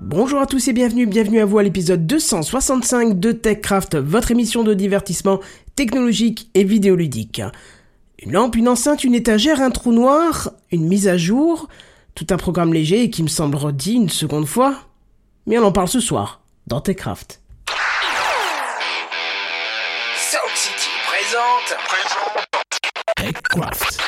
Bonjour à tous et bienvenue, bienvenue à vous à l'épisode 265 de TechCraft, votre émission de divertissement technologique et vidéoludique. Une lampe, une enceinte, une étagère, un trou noir, une mise à jour, tout un programme léger et qui me semble redit une seconde fois. Mais on en parle ce soir, dans TechCraft. Soul City présente. TechCraft.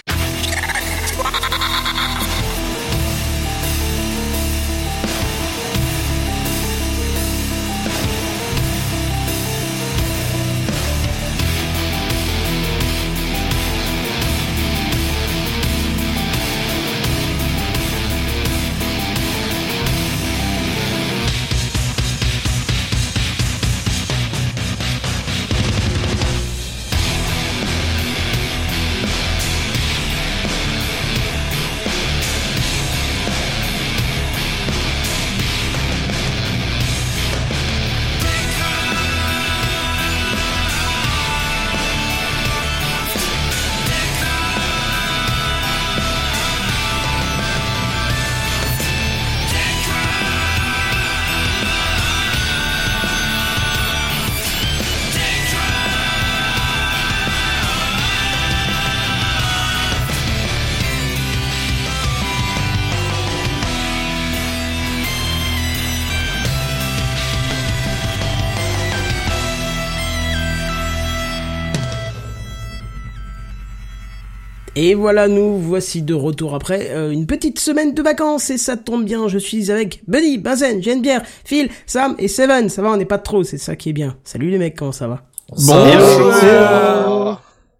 Et voilà, nous voici de retour après euh, une petite semaine de vacances et ça tombe bien, je suis avec Buddy, Bazen, Geneviève, Phil, Sam et Seven. Ça va, on n'est pas trop, c'est ça qui est bien. Salut les mecs, comment ça va Oh. euh, Bonjour. euh,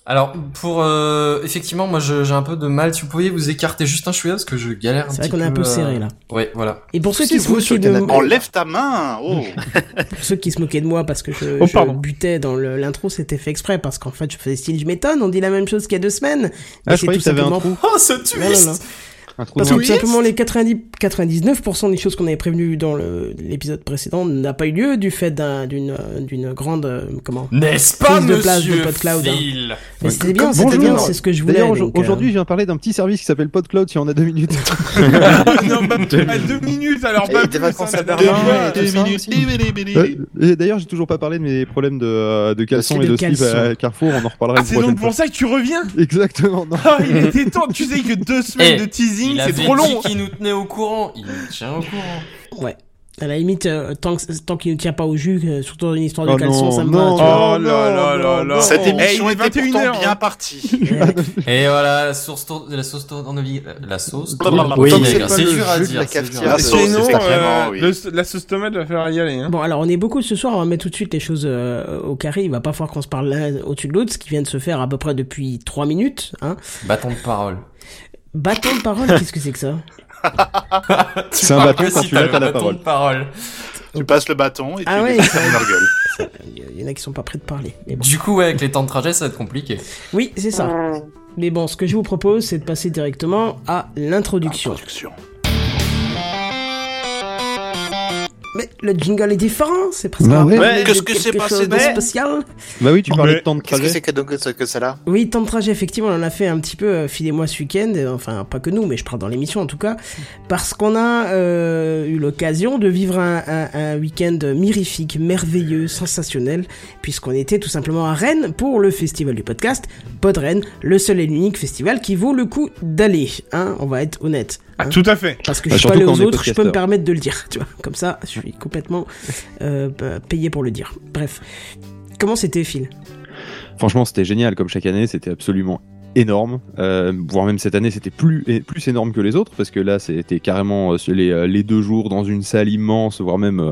Alors pour euh, effectivement moi je- j'ai un peu de mal. Si vous pouviez vous écarter juste un chouïa parce que je galère un C'est vrai petit peu. qu'on est un peu euh, serré là. Ouais voilà. Et pour ceux, qui se vous sur moquaient le de... canapé. Enlève ta main Oh pour ceux qui se moquaient de moi parce que je, Oh, je pardon. butais dans le- l'intro, c'était fait exprès parce qu'en fait je faisais style je m'étonne, on dit la même chose qu'il y a deux semaines. Ah, Mais je c'est croyais tout que t'avais un simplement- trou. Oh ce Non, non, non. twist. Un trou Parce dans que le- tout simplement, les 90, 99% des choses qu'on avait prévenues dans le- l'épisode précédent n'a pas eu lieu du fait d'un- d'une euh, d'une grande. euh, comment N'est-ce pas Prise de place de monsieur PodCloud, hein. Phil Mais c'était bien, Bonjour. c'était bien, c'est ce que je voulais. D'ailleurs, donc, aujourd'hui, euh, aujourd'hui, je viens parler d'un petit service qui s'appelle PodCloud si on a deux minutes. non, même pas deux minutes, alors pas Et des plus, vacances hein, à la Berlin, dernière fois. ouais, tout ça aussi. Euh, et D'ailleurs, j'ai toujours pas parlé de mes problèmes de, euh, de caleçon C'est et de de slip caleçon. à Carrefour. On en reparlera Ah, une c'est donc prochaine pour fois. ça que tu reviens Exactement. Non. Ah, il était temps, tu sais que deux semaines Eh, de teasing, Il c'est avait trop long dit qu'il nous tenait au courant. Il nous tient au courant. À la limite, euh, tant, que- tant qu'il ne tient pas au jus, euh, surtout dans une histoire de Oh caleçon, non, ça me non, va. Oh non, là là non, là non. là Cette émission Eh, il est était 21 pourtant heures, bien hein. partie. tu vois. Et voilà la source tour... la sauce tournevis euh, la sauce Oui, tournevis, c'est pas c'est le dur à jus de dire. la c'est dur à cafetière. dire. La sauce, Sinon, c'est euh, vraiment, oui. le- la sauce tomate va faire y aller. Hein. Bon, alors on est beaucoup ce soir, on va mettre tout de suite les choses euh, au carré. Il va pas falloir qu'on se parle l'un au-dessus de l'autre, ce qui vient de se faire à peu près depuis 3 minutes. Hein. Bâton de parole. Bâton de parole, qu'est-ce que c'est que ça C'est un bâton quand si tu t'as l'as, le t'as la bâton parole. de parole. Tu passes le bâton et tu Ah ouais. les fermes leur gueule. Il y en a qui sont pas prêts de parler. Mais bon. Du coup ouais, avec les temps de trajet ça va être compliqué. Oui, c'est ça. Mais bon, ce que je vous propose, c'est de passer directement à l'introduction. Production. Mais le jingle est différent, c'est presque. Bah un ouais. peu Ouais, de qu'est-ce que c'est quelque passé chose de de- spécial Bah oui, tu parlais Mais de temps de Qu'est-ce que trajet. c'est que, donc que- que ça là Oui, temps de trajet, effectivement, on en a fait un petit peu, euh, filez-moi ce week-end, euh, enfin, pas que nous, mais je parle dans l'émission en tout cas, parce qu'on a euh, eu l'occasion de vivre un, un- un week-end mirifique, merveilleux, sensationnel, puisqu'on était tout simplement à Rennes pour le festival du podcast, Pod Rennes, le seul et l'unique festival qui vaut le coup d'aller, hein, on va être honnête. Ah, tout à fait. Parce que Bah, je suis pas surtout allé quand aux on est autres, je peux me podcasteur. permettre de le dire, tu vois. Comme ça, je suis complètement euh, bah, payé pour le dire. Bref. Comment c'était, Phil Franchement, c'était génial. Comme chaque année, c'était absolument énorme. Euh, voire même cette année, c'était plus, et plus énorme que les autres parce que là, c'était carrément euh, les, euh, les deux jours dans une salle immense, voire même euh,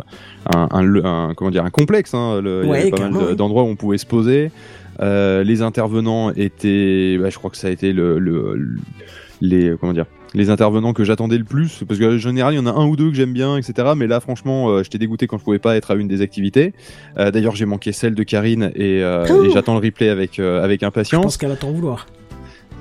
un, un le- un- comment dire, un complexe. hein. Le- il Ouais, y avait pas mal carrément, de- oui. d'endroits où on pouvait se poser. Euh, les intervenants étaient, bah, je crois que ça a été le, le- le- les comment dire. Les intervenants que j'attendais le plus, parce que euh, en général il y en a un ou deux que j'aime bien, etc. Mais là franchement, euh, j'étais dégoûté quand je pouvais pas être à une des activités. Euh, D'ailleurs j'ai manqué celle de Karine et, euh, Ouh. et j'attends le replay avec euh, avec Je impatience. pense qu'elle va t'en vouloir.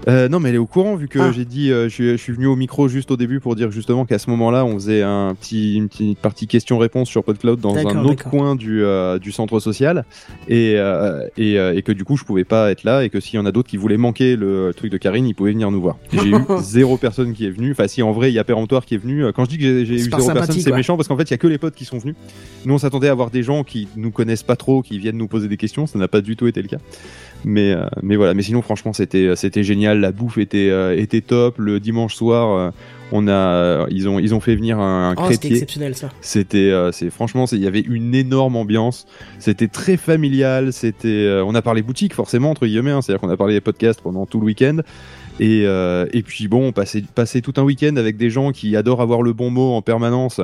Euh, non, mais elle est au courant vu que Ah. j'ai dit, euh, je, suis- je suis venu au micro juste au début pour dire justement qu'à ce moment-là, on faisait un petit, une petite partie question-réponse sur PodCloud dans D'accord, un autre d'accord. coin du, euh, du centre social et, euh, et, euh, et que du coup, je pouvais pas être là et que s'il y en a d'autres qui voulaient manquer le truc de Karine, ils pouvaient venir nous voir. J'ai eu zéro personne qui est venue. Enfin, si en vrai, il y a Péremptoire qui est venu. Quand je dis que j'ai- j'ai eu C'est par zéro personne, sympathie, c'est quoi. méchant parce qu'en fait, il y a que les potes qui sont venus. Nous, on s'attendait à avoir des gens qui nous connaissent pas trop, qui viennent nous poser des questions. Ça n'a pas du tout été le cas. Mais, euh, mais voilà, mais sinon, franchement, c'était, c'était génial. La bouffe était, euh, était top. Le dimanche soir, euh, on a, euh, ils, ont, ils ont fait venir un, un Oh, c'était crêpier. exceptionnel ça. C'était, euh, c'est franchement, c'est- il y avait une énorme ambiance. C'était très familial. C'était, euh, on a parlé boutique forcément entre guillemets. hein, C'est-à-dire qu'on a parlé podcast pendant tout le week-end. Et, euh, et puis bon, on passait passait tout un week-end avec des gens qui adorent avoir le bon mot en permanence,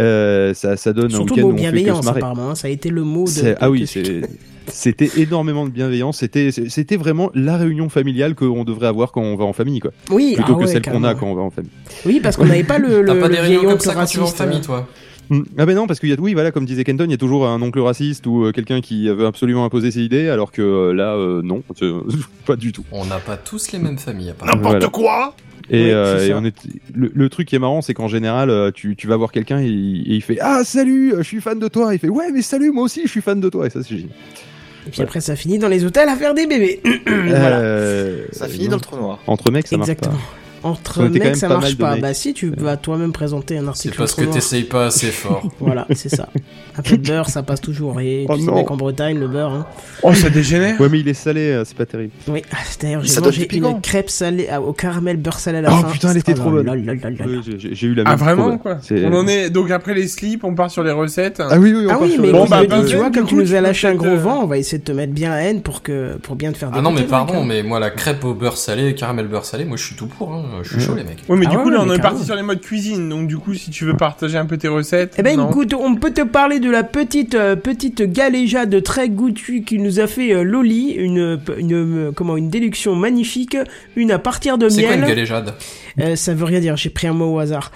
euh, ça, ça donne Surtout un le week-end mot où on fait que se bienveillance marrer. apparemment, hein, ça a été le mot de. C'est- de- ah de- oui, c'est- c'était énormément de bienveillance. C'était, c'était vraiment la réunion familiale qu'on devrait avoir quand on va en famille, quoi. Oui, Plutôt ah que ouais, celle qu'on a carrément. quand on va en famille. Oui, parce qu'on n'avait pas le, T'as le, pas le vieil des euh. réunions comme oncle ça quand tu vas en raciste. famille, toi. Mm. Ah ben non, parce qu'il y a, oui, voilà, comme disait Kenton, il y a toujours un oncle raciste ou euh, quelqu'un qui veut absolument imposer ses idées, alors que euh, là, euh, non, c'est- pas du tout. On n'a pas tous les mêmes familles, apparemment. Bah, N'importe Voilà. quoi Et, Oui, c'est euh, et ça. on est, le, le truc qui est marrant, c'est qu'en général, euh, tu, tu vas voir quelqu'un et, il- et il fait Ah, salut, euh, je suis fan de toi. Il fait Ouais, mais salut, moi aussi, je suis fan de toi. Et ça, c'est génial. euh, Et puis après, ça finit dans les hôtels à faire des bébés. voilà. Euh, Mmh, Ça finit non, dans le trou noir. Entre mecs, ça marche pas. Exactement. On Entre était mecs, quand même ça pas mal marche de pas. mecs. Bah si, tu vas toi-même présenter un article. C'est parce que autrement. t'essayes pas assez fort. Voilà, c'est ça. Un peu de beurre, ça passe toujours. Et Oh tu sais, non. mec, en Bretagne, le beurre. hein. Oh, ça dégénère Ouais, mais il est salé, euh, c'est pas terrible. Oui, ah, d'ailleurs, j'ai Ça donne mangé du piquant. une crêpe salée ah, au caramel beurre salé à la Oh, fin. putain, elle était Ah, trop là, bonne. là, là, là, là. Oui, j'ai- J'ai j'ai eu la même. Ah, vraiment, chose. quoi C'est- On en est. Donc après les slips, on part sur les recettes. Ah oui, oui, on Ah part oui, sur mais le- Bon, tu bah, me dis, tu bah, vois, du comme tu coup, nous tu as peux lâché un peut-être, gros euh, vent, on va essayer de te mettre bien la haine pour, que, pour bien te faire Ah non, mais dégoûter, mec, pardon, hein. mais moi, la crêpe au beurre salé, caramel beurre salé, moi, je suis tout pour, hein. Je suis chaud, les mecs. Ouais, mais Ah du ouais, coup, là, on mais est parti carrément. sur les modes cuisine. Donc, du coup, si tu veux partager un peu tes recettes. Eh ben non. écoute, on peut te parler de la petite euh, petite galéja de très goûtue qui nous a fait euh, Loli, une une euh, comment une déduction magnifique, une à partir de C'est quoi une miel. galéjade Euh, ça veut rien dire, j'ai pris un mot au hasard.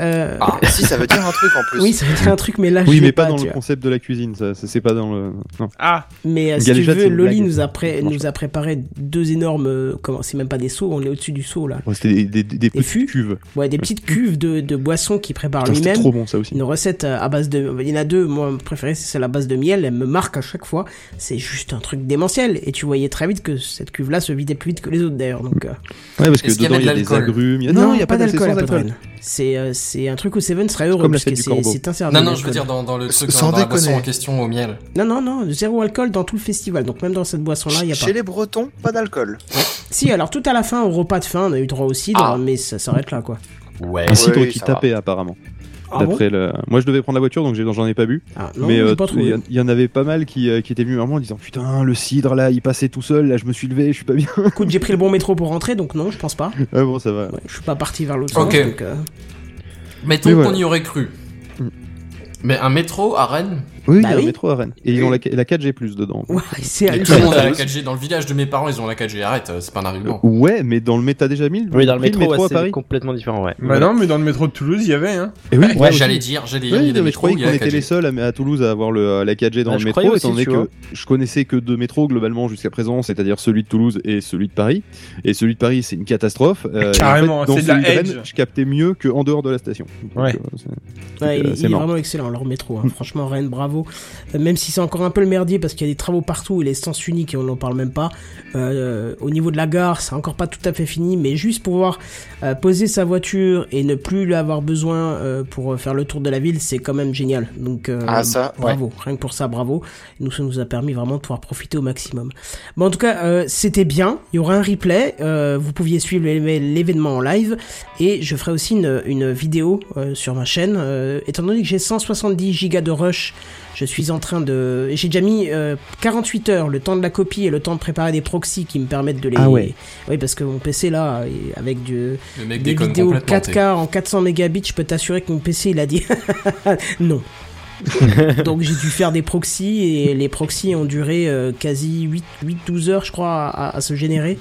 Euh, Ah, si, ça veut dire un truc en plus. oui, ça veut dire un truc, mais là je Oui, l'ai mais pas dans tu le vois. concept de la cuisine, ça, ça, c'est pas dans le. Non. Ah, Mais euh, si tu Galéjade, c'est veux, une Loli blague. nous a pré- Ça marche nous a préparé deux énormes euh, comment c'est même pas des seaux, on est au-dessus du seau là. Oh, C'était des, des, des petites fûts cuves. Ouais, des petites cuves de de boissons qu'il prépare Euh, Putain, C'était lui-même. trop bon, ça aussi. Une recette euh, à base de. Il y en a deux, moi, préférée, c'est celle à base de miel, elle me marque à chaque fois. C'est juste un truc démentiel. Et tu voyais très vite que cette cuve-là se vidait plus vite que les autres d'ailleurs. Donc, euh, Ouais, parce que Est-ce qu'il y dedans, avait il y a de des l'alcool agrumes. il y a- il y a pas à d'alcool. Podren. C'est euh, c'est un truc où Seven serait heureux comme la parce que fête du c'est Corbeau. c'est interdit. Non, non, je veux l'alcool. dire dans, dans le S- truc, sans dans la boisson déconner. en question au miel. Non, non, non, zéro alcool dans tout le festival. Donc même dans cette boisson-là, il n'y Ah, a pas. Chez les Bretons, pas d'alcool. Si, alors tout à la fin, au repas de fin, on a eu droit aussi, Ah. mais ça s'arrête là quoi. Ouais. Un cidre Oui, qui ça va. tapait, apparemment. Ah bon D'après le- Moi, je devais prendre la voiture, donc j'ai- j'en ai pas bu. Ah, non, mais j'ai euh, pas il y, trouvé. en- il y en avait pas mal qui, euh, qui étaient venus vraiment en disant Putain, le cidre là, il passait tout seul, là, je me suis levé, je suis pas bien. Écoute, j'ai pris le bon métro pour rentrer, donc non, je pense pas. ah bon, ça va. Ouais, je suis pas parti vers l'autre Ok. sens, donc, euh, Mettons Mais voilà. qu'on y aurait cru. Mm. Mais un métro à Rennes Oui, Bah il y a oui. un métro à Rennes. Et ils ont la, la 4G plus dedans. Ouais, c'est Tout le monde a la 4G. Dans le village de mes parents, ils ont la 4G. Arrête, euh, c'est pas un argument. Ouais, mais dans le méta déjà mis Oui, dans le pris métro, ouais, à c'est Paris. complètement différent, ouais. bah non, mais dans le métro de Toulouse, il y avait, hein. Et oui, Ouais, ouais, j'allais aussi. dire, j'allais Ouais, dire, il y a des mais je métros où croyais il y a qu'on la Ah, était 4G. les seuls à, à Toulouse à avoir le, euh, la 4G dans Bah, le je métro, croyais étant aussi, donné tu que vois. je connaissais que deux métros globalement jusqu'à présent, c'est-à-dire celui de Toulouse et celui de Paris. Et celui de Paris, c'est une catastrophe. Euh, Carrément, et en c'est fait, de dans la celui edge. Rennes, je captais mieux qu'en dehors de la station. Donc, Ouais. euh, c'est- Ouais, Donc, il, euh, il c'est Mm. est marrant. vraiment excellent, leur métro. hein. Franchement, Rennes, bravo. Euh, même si c'est encore un peu le merdier parce qu'il y a des travaux partout et les sens uniques et on n'en parle même pas. Euh, au niveau de la gare, c'est encore pas tout à fait fini, mais juste pouvoir euh, poser sa voiture et ne plus l'avoir besoin euh, pour euh, faire le tour de la ville, c'est quand même génial. Donc, euh, Ah, ça, ouais. bravo. Rien que pour ça, bravo. Nous, ça nous a permis vraiment de pouvoir profiter au maximum. Bon, en tout cas, euh, c'était bien. Il y aura un replay. Euh, vous pouviez suivre l'é- l'événement en live. Et je ferai aussi une, une vidéo euh, sur ma chaîne. Euh, étant donné que j'ai 170 gigas de rush, je suis en train de... et J'ai déjà mis euh, 48 heures, le temps de la copie et le temps de préparer des proxys qui me permettent de les... Ah ouais. Oui, parce que mon PC, là, est- avec du, Le mec des déconne vidéos complètement. 4K en 400 mégabits, je peux t'assurer que mon PC, il a dit non. Donc j'ai dû faire des proxys et les proxys ont duré euh, quasi 8-12 heures je crois à, à se générer.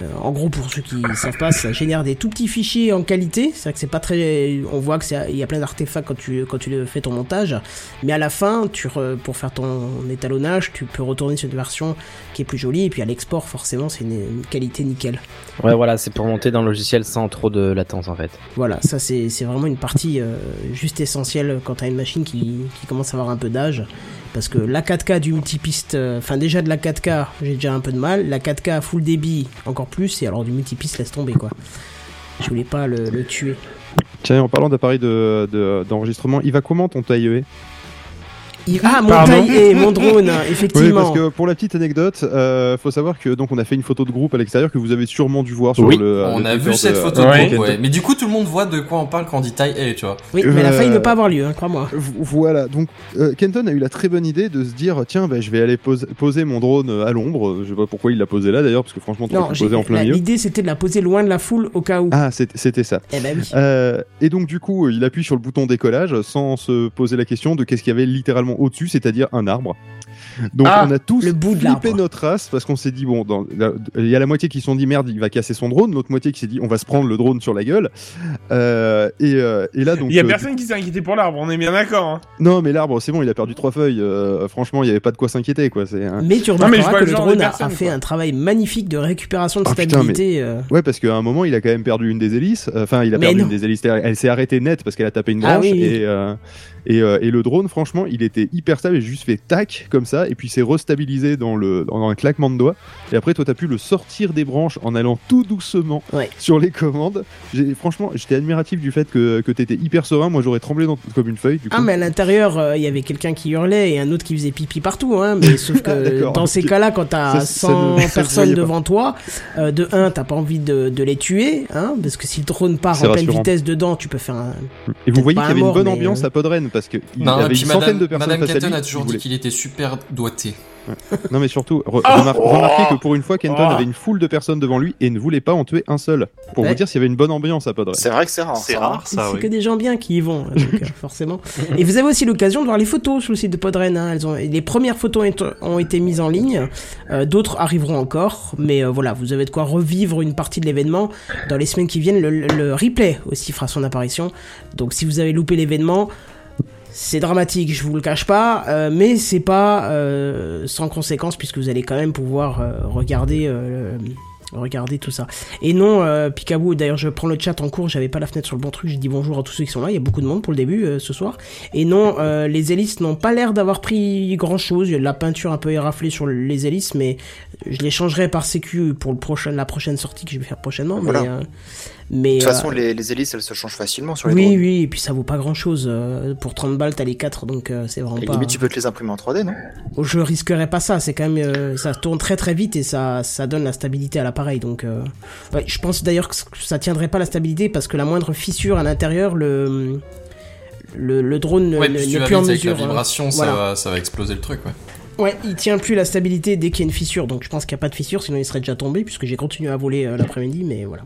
Euh, en gros, pour ceux qui ne savent pas, ça génère des tout petits fichiers en qualité. C'est vrai que c'est pas très. On voit que c'est- il y a plein d'artefacts quand tu quand tu le fais ton montage, mais à la fin, tu re- pour faire ton étalonnage, tu peux retourner sur une version qui est plus jolie. Et puis à l'export, forcément, c'est une, une qualité nickel. Ouais, voilà, c'est pour monter dans le logiciel sans trop de latence en fait. Voilà, ça c'est c'est vraiment une partie euh, juste essentielle quand t'as une machine qui, qui commence à avoir un peu d'âge. Parce que la 4K du multipiste, euh, enfin déjà de la 4K, j'ai déjà un peu de mal. La 4K full débit, encore plus. Et alors du multipiste, laisse tomber quoi. Je voulais pas le, le tuer. Tiens, en parlant d'appareil de- de- d'enregistrement, il va comment ton TAIE Il- Ah, mon Pardon taille et mon drone, Oui, effectivement. parce que pour la petite anecdote, euh, faut savoir que donc on a fait une photo de groupe à l'extérieur que vous avez sûrement dû voir sur Oui. le. euh, On le a Twitter vu cette de- photo Ouais. de groupe, ouais. Mais du coup, tout le monde voit de quoi on parle quand on dit taille A, tu vois. Oui, mais la Euh, fin, il ne pas avoir lieu, hein, crois-moi. V- Voilà, donc euh, Kenton a eu la très bonne idée de se dire tiens, bah, je vais aller pose- poser mon drone euh, à l'ombre. Je sais pas pourquoi il l'a posé là d'ailleurs, parce que franchement, tu Non, l'as j'ai- posé en plein la- milieu. l'idée c'était de la poser loin de la foule au cas où. Ah, c'est- c'était ça. Eh ben oui. Euh, et donc du coup, il appuie sur le bouton décollage sans se poser la question de qu'est-ce qu'il y avait littéralement au-dessus, c'est-à-dire un arbre. Donc Ah, on a tous le bout de flippé l'arbre. notre race parce qu'on s'est dit bon, dans- la- il y a la moitié qui se sont dit merde, il va casser son drone, l'autre moitié qui s'est dit on va se prendre le drone sur la gueule. Euh, et, euh, et là donc Il y a euh, personne qui s'est inquiété pour l'arbre, on est bien d'accord. hein. non mais l'arbre c'est bon, il a perdu trois feuilles. euh, franchement, il y avait pas de quoi s'inquiéter quoi. C'est hein. Mais tu mais je remarqueras vois que le le genre de drone a, a personne, fait quoi. un travail magnifique de récupération de Ah, putain, stabilité. euh, Ouais, parce qu'à un moment, il a quand même perdu une des hélices. Enfin, il a Mais perdu non. une des hélices. Elle elle s'est arrêtée net parce qu'elle a tapé une branche. Ah oui, oui. Et, euh, et, euh, et le drone, franchement, il était hyper stable. Il a juste fait tac comme ça. Et puis, il s'est restabilisé dans, le, dans un claquement de doigts. Et après, toi, t'as pu le sortir des branches en allant tout doucement Ouais. sur les commandes. J'ai- Franchement, j'étais admiratif du fait que, que t'étais hyper serein. Moi, j'aurais tremblé dans- comme une feuille. Du coup. Ah mais à l'intérieur euh, il y avait quelqu'un qui hurlait et un autre qui faisait pipi partout hein mais sauf Ah, que d'accord. dans ces Ok. cas-là quand t'as Ça, ça 100 ne- ça se personnes voyait pas. devant toi euh, de un t'as pas envie de, de les tuer hein parce que si le drone part C'est en pleine rassurant. vitesse dedans tu peux faire un et vous peut-être voyez pas un qu'il y avait mort, une bonne mais, ambiance euh, à Podren parce qu'il y Non, et avait puis une centaine Madame, de personnes Madame face à Catton lui a qui toujours voulaient- dit qu'il était super doigté. Non mais surtout, re- Ah remar- Oh remarquez que pour une fois, Kenton Oh avait une foule de personnes devant lui et ne voulait pas en tuer un seul. Pour Ouais. vous dire s'il y avait une bonne ambiance à Podren. C'est vrai que c'est rare. C'est ça, hein. rare c'est ça, c'est oui. que des gens bien qui y vont hein, donc, euh, forcément et vous avez aussi l'occasion de voir les photos sur le site de Podren hein. elles ont les premières photos ont- ont été mises en ligne Euh, d'autres arriveront encore mais euh, voilà vous avez de quoi revivre une partie de l'événement dans les semaines qui viennent le, le- le replay aussi fera son apparition donc si vous avez loupé l'événement c'est dramatique, je vous le cache pas, euh, mais c'est pas euh, sans conséquence puisque vous allez quand même pouvoir euh, regarder euh, regarder tout ça. Et non, euh, Picaboo, d'ailleurs je prends le chat en cours, j'avais pas la fenêtre sur le bon truc, j'ai dit bonjour à tous ceux qui sont là, il y a beaucoup de monde pour le début euh, ce soir. Et non, euh, les hélices n'ont pas l'air d'avoir pris grand chose, il y a de la peinture un peu éraflée sur les hélices, mais je les changerai par sécu pour le prochain, la prochaine sortie que je vais faire prochainement. Voilà. Mais, euh, mais, De toute euh, façon, les, les hélices, elles se changent facilement sur les oui, drones. oui, et puis ça vaut pas grand chose. pour 30 balles, t'as les 4, donc euh, c'est vraiment Et pas. limite, tu peux te les imprimer en 3D, non Je risquerais pas ça, c'est quand même. euh, ça tourne très très vite et ça, ça donne la stabilité à l'appareil, donc. euh, ouais, je pense d'ailleurs que ça tiendrait pas la stabilité parce que la moindre fissure à l'intérieur, le. Le, le drone ne- Ouais, ne- puis tu n'est vas plus en vite avec la mesure. hein. vibration, ça Voilà. va- ça va exploser le truc, ouais. Ouais, il tient plus la stabilité dès qu'il y a une fissure, donc je pense qu'il n'y a pas de fissure, sinon il serait déjà tombé, puisque j'ai continué à voler euh, l'après-midi, mais voilà.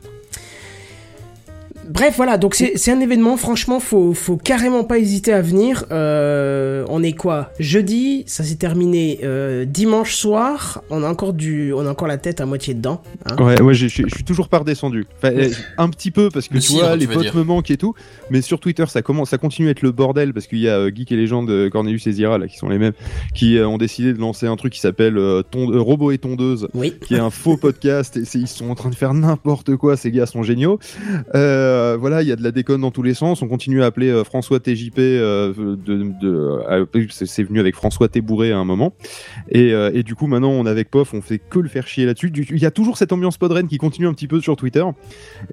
Bref, voilà, donc c'est c'est un événement, franchement, faut, faut carrément pas hésiter à venir. Euh, on est quoi Jeudi, ça s'est terminé euh, dimanche soir, on a, encore du, on a encore la tête à moitié dedans. hein. Ouais, ouais, je je- je suis toujours pas redescendu. Enfin, euh, un petit peu parce que Le tu cidre, vois, tu les veux potes dire. me manquent et tout. Mais sur Twitter, ça commence, ça continue à être le bordel parce qu'il y a euh, Geek et Légende, euh, Cornelius et Zira là, qui sont les mêmes, qui euh, ont décidé de lancer un truc qui s'appelle euh, Ton- euh, Robot et Tondeuse, Oui. qui est un faux podcast. Et c'est- ils sont en train de faire n'importe quoi. Ces gars sont géniaux. Euh, voilà, il y a de la déconne dans tous les sens. On continue à appeler euh, François TJP. euh, de, de- euh, c'est- c'est venu avec François Tébouré à un moment. Et, euh, et du coup, maintenant, on est avec POF, on fait que le faire chier là-dessus. Du- Il y a toujours cette ambiance podren qui continue un petit peu sur Twitter.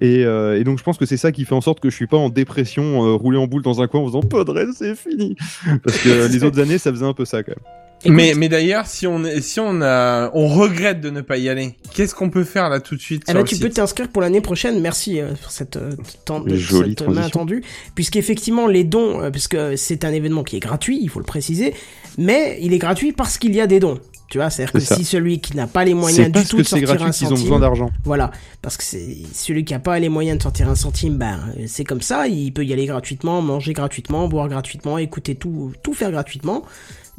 Et, euh, et donc, je pense que c'est ça qui fait en sorte que je suis pas en dépression, euh, roulé en boule dans un coin en faisant podren, c'est fini. Parce que les autres années, ça faisait un peu ça quand même. Écoute, Mais, mais d'ailleurs, si on est- si on a, on regrette de ne pas y aller. Qu'est-ce qu'on peut faire là tout de suite Eh sur ben, le tu site peux t'inscrire pour l'année prochaine. Merci euh, pour cette, euh, temps- de- Jolie cette main transition. attendue. Puisqu'effectivement, les dons, euh, puisque c'est un événement qui est gratuit, il faut le préciser, mais il est gratuit parce qu'il y a des dons. Tu vois, c'est-à-dire que C'est ça. si celui qui n'a pas les moyens C'est du parce tout que de c'est sortir gratuit un qu'ils ont centime, besoin d'argent. voilà, parce que c'est celui qui n'a pas les moyens de sortir un centime, ben euh, c'est comme ça, il peut y aller gratuitement, manger gratuitement, boire gratuitement, écouter tout, tout faire gratuitement.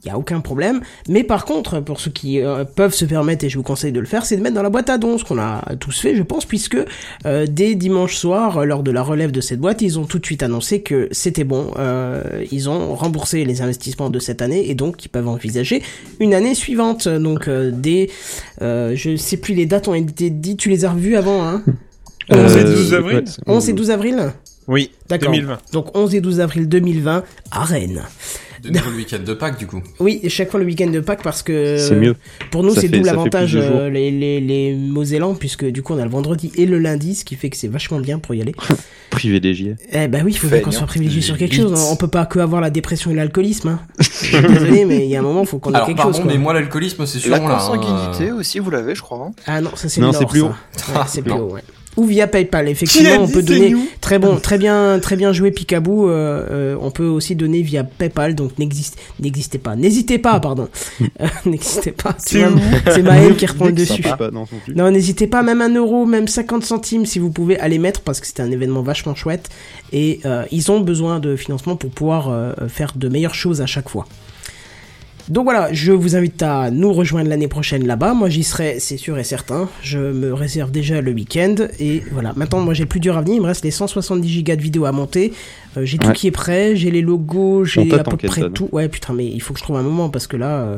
Il n'y a aucun problème. Mais par contre, pour ceux qui euh, peuvent se permettre, et je vous conseille de le faire, c'est de mettre dans la boîte à dons, ce qu'on a tous fait, je pense, puisque euh, dès dimanche soir, euh, lors de la relève de cette boîte, ils ont tout de suite annoncé que c'était bon. Euh, ils ont remboursé les investissements de cette année et donc ils peuvent envisager une année suivante. Donc euh, dès, euh, je sais plus les dates ont été dites, tu les as revues avant, hein 11 et 12 avril Euh, ouais, c'est- 11 et 12 avril Oui, D'accord. 2020. Donc 11 et 12 avril 2020 à Rennes. De nouveau le week-end de Pâques, du coup. Oui, chaque fois le week-end de Pâques parce que C'est mieux. pour nous Ça c'est fait- double ça fait avantage plus de jours. euh, les, les, les Mosellans puisque du coup on a le vendredi et le lundi ce qui fait que c'est vachement bien pour y aller. Privilégié. Eh ben oui, il faut bien qu'on soit privilégié sur quelque chose. On peut pas que avoir la dépression et l'alcoolisme. Hein. Je suis désolé, mais il y a un moment, faut qu'on ait Alors, quelque pardon, chose. quoi. mais moi, l'alcoolisme, c'est sûr, La là. hein. consanguinité aussi, vous l'avez, je crois. hein. Ah non, ça c'est Non, le c'est Nord, plus ça. haut. Ouais, c'est plus Non. haut, ouais. Ou via PayPal, Ah, Qui effectivement, a on dit peut c'est donner. nous Très bon, très bien, très bien joué Picaboo. euh, euh, on peut aussi donner via PayPal, donc n'existe- n'existez pas, n'hésitez pas, pardon, Euh, n'existez pas. tu C'est vois, où C'est Maël qui reprend le Ça dessus. passe pas, non, non plus. Non, n'hésitez pas, même un euro, même 50 centimes, si vous pouvez aller mettre, parce que c'était un événement vachement chouette. Et euh, ils ont besoin de financement pour pouvoir euh, faire de meilleures choses à chaque fois. Donc voilà, je vous invite à nous rejoindre l'année prochaine là-bas. Moi, j'y serai, c'est sûr et certain. Je me réserve déjà le week-end. Et voilà, maintenant, moi, j'ai le plus dur à venir. Il me reste les 170 gigas de vidéos à monter. Euh, j'ai tout Ouais. qui est prêt. J'ai les logos, j'ai à t'attend, peu près Kenton. tout. Ouais, putain, mais il faut que je trouve un moment parce que là. euh,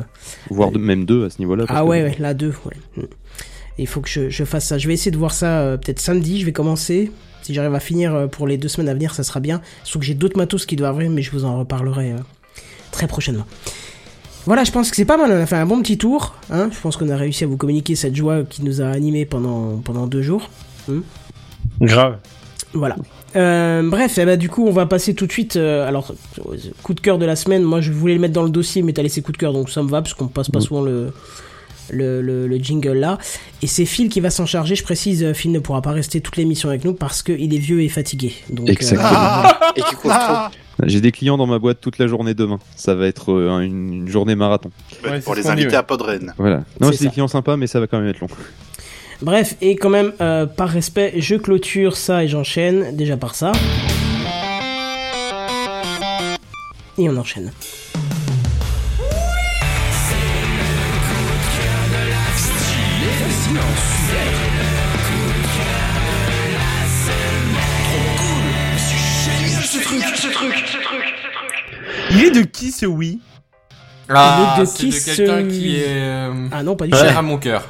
Voire de- même deux à ce niveau-là. parce ah que- ouais, ouais, la 2, ouais. Mm. Il faut que je, je fasse ça. Je vais essayer de voir ça euh, peut-être samedi, je vais commencer. Si j'arrive à finir euh, pour les deux semaines à venir, ça sera bien. Sauf que j'ai d'autres matos qui doivent arriver, mais je vous en reparlerai euh, très prochainement. Voilà, je pense que c'est pas mal, on a fait un bon petit tour. hein. je pense qu'on a réussi à vous communiquer cette joie qui nous a animés pendant, pendant deux jours. hein. Grave. Voilà. Euh, bref, eh ben, du coup, on va passer tout de suite. euh, alors, euh, coup de cœur de la semaine. Moi, je voulais le mettre dans le dossier, mais t'as laissé coup de cœur, donc ça me va, parce qu'on passe pas souvent le, le, le- le jingle là. Et c'est Phil qui va s'en charger. Je précise, euh, Phil ne pourra pas rester toute l'émission avec nous parce qu'il est vieux et fatigué. Donc, euh, Exactement. Ah, Et qui cause trop. J'ai des clients dans ma boîte toute la journée demain. Ça va être euh, une, une journée marathon. Ouais, pour c'est les ce qu'on dit, ouais. invités à Podren. Voilà. Non, C'est c'est des clients sympas, mais ça va quand même être long. bref, et quand même, euh, par respect, je clôture ça et j'enchaîne déjà par ça. Et on enchaîne. Il est de qui ce oui Ah, Le de c'est qui de quelqu'un se- qui est euh, Ah non, pas du tout. Ah, cher à mon cœur.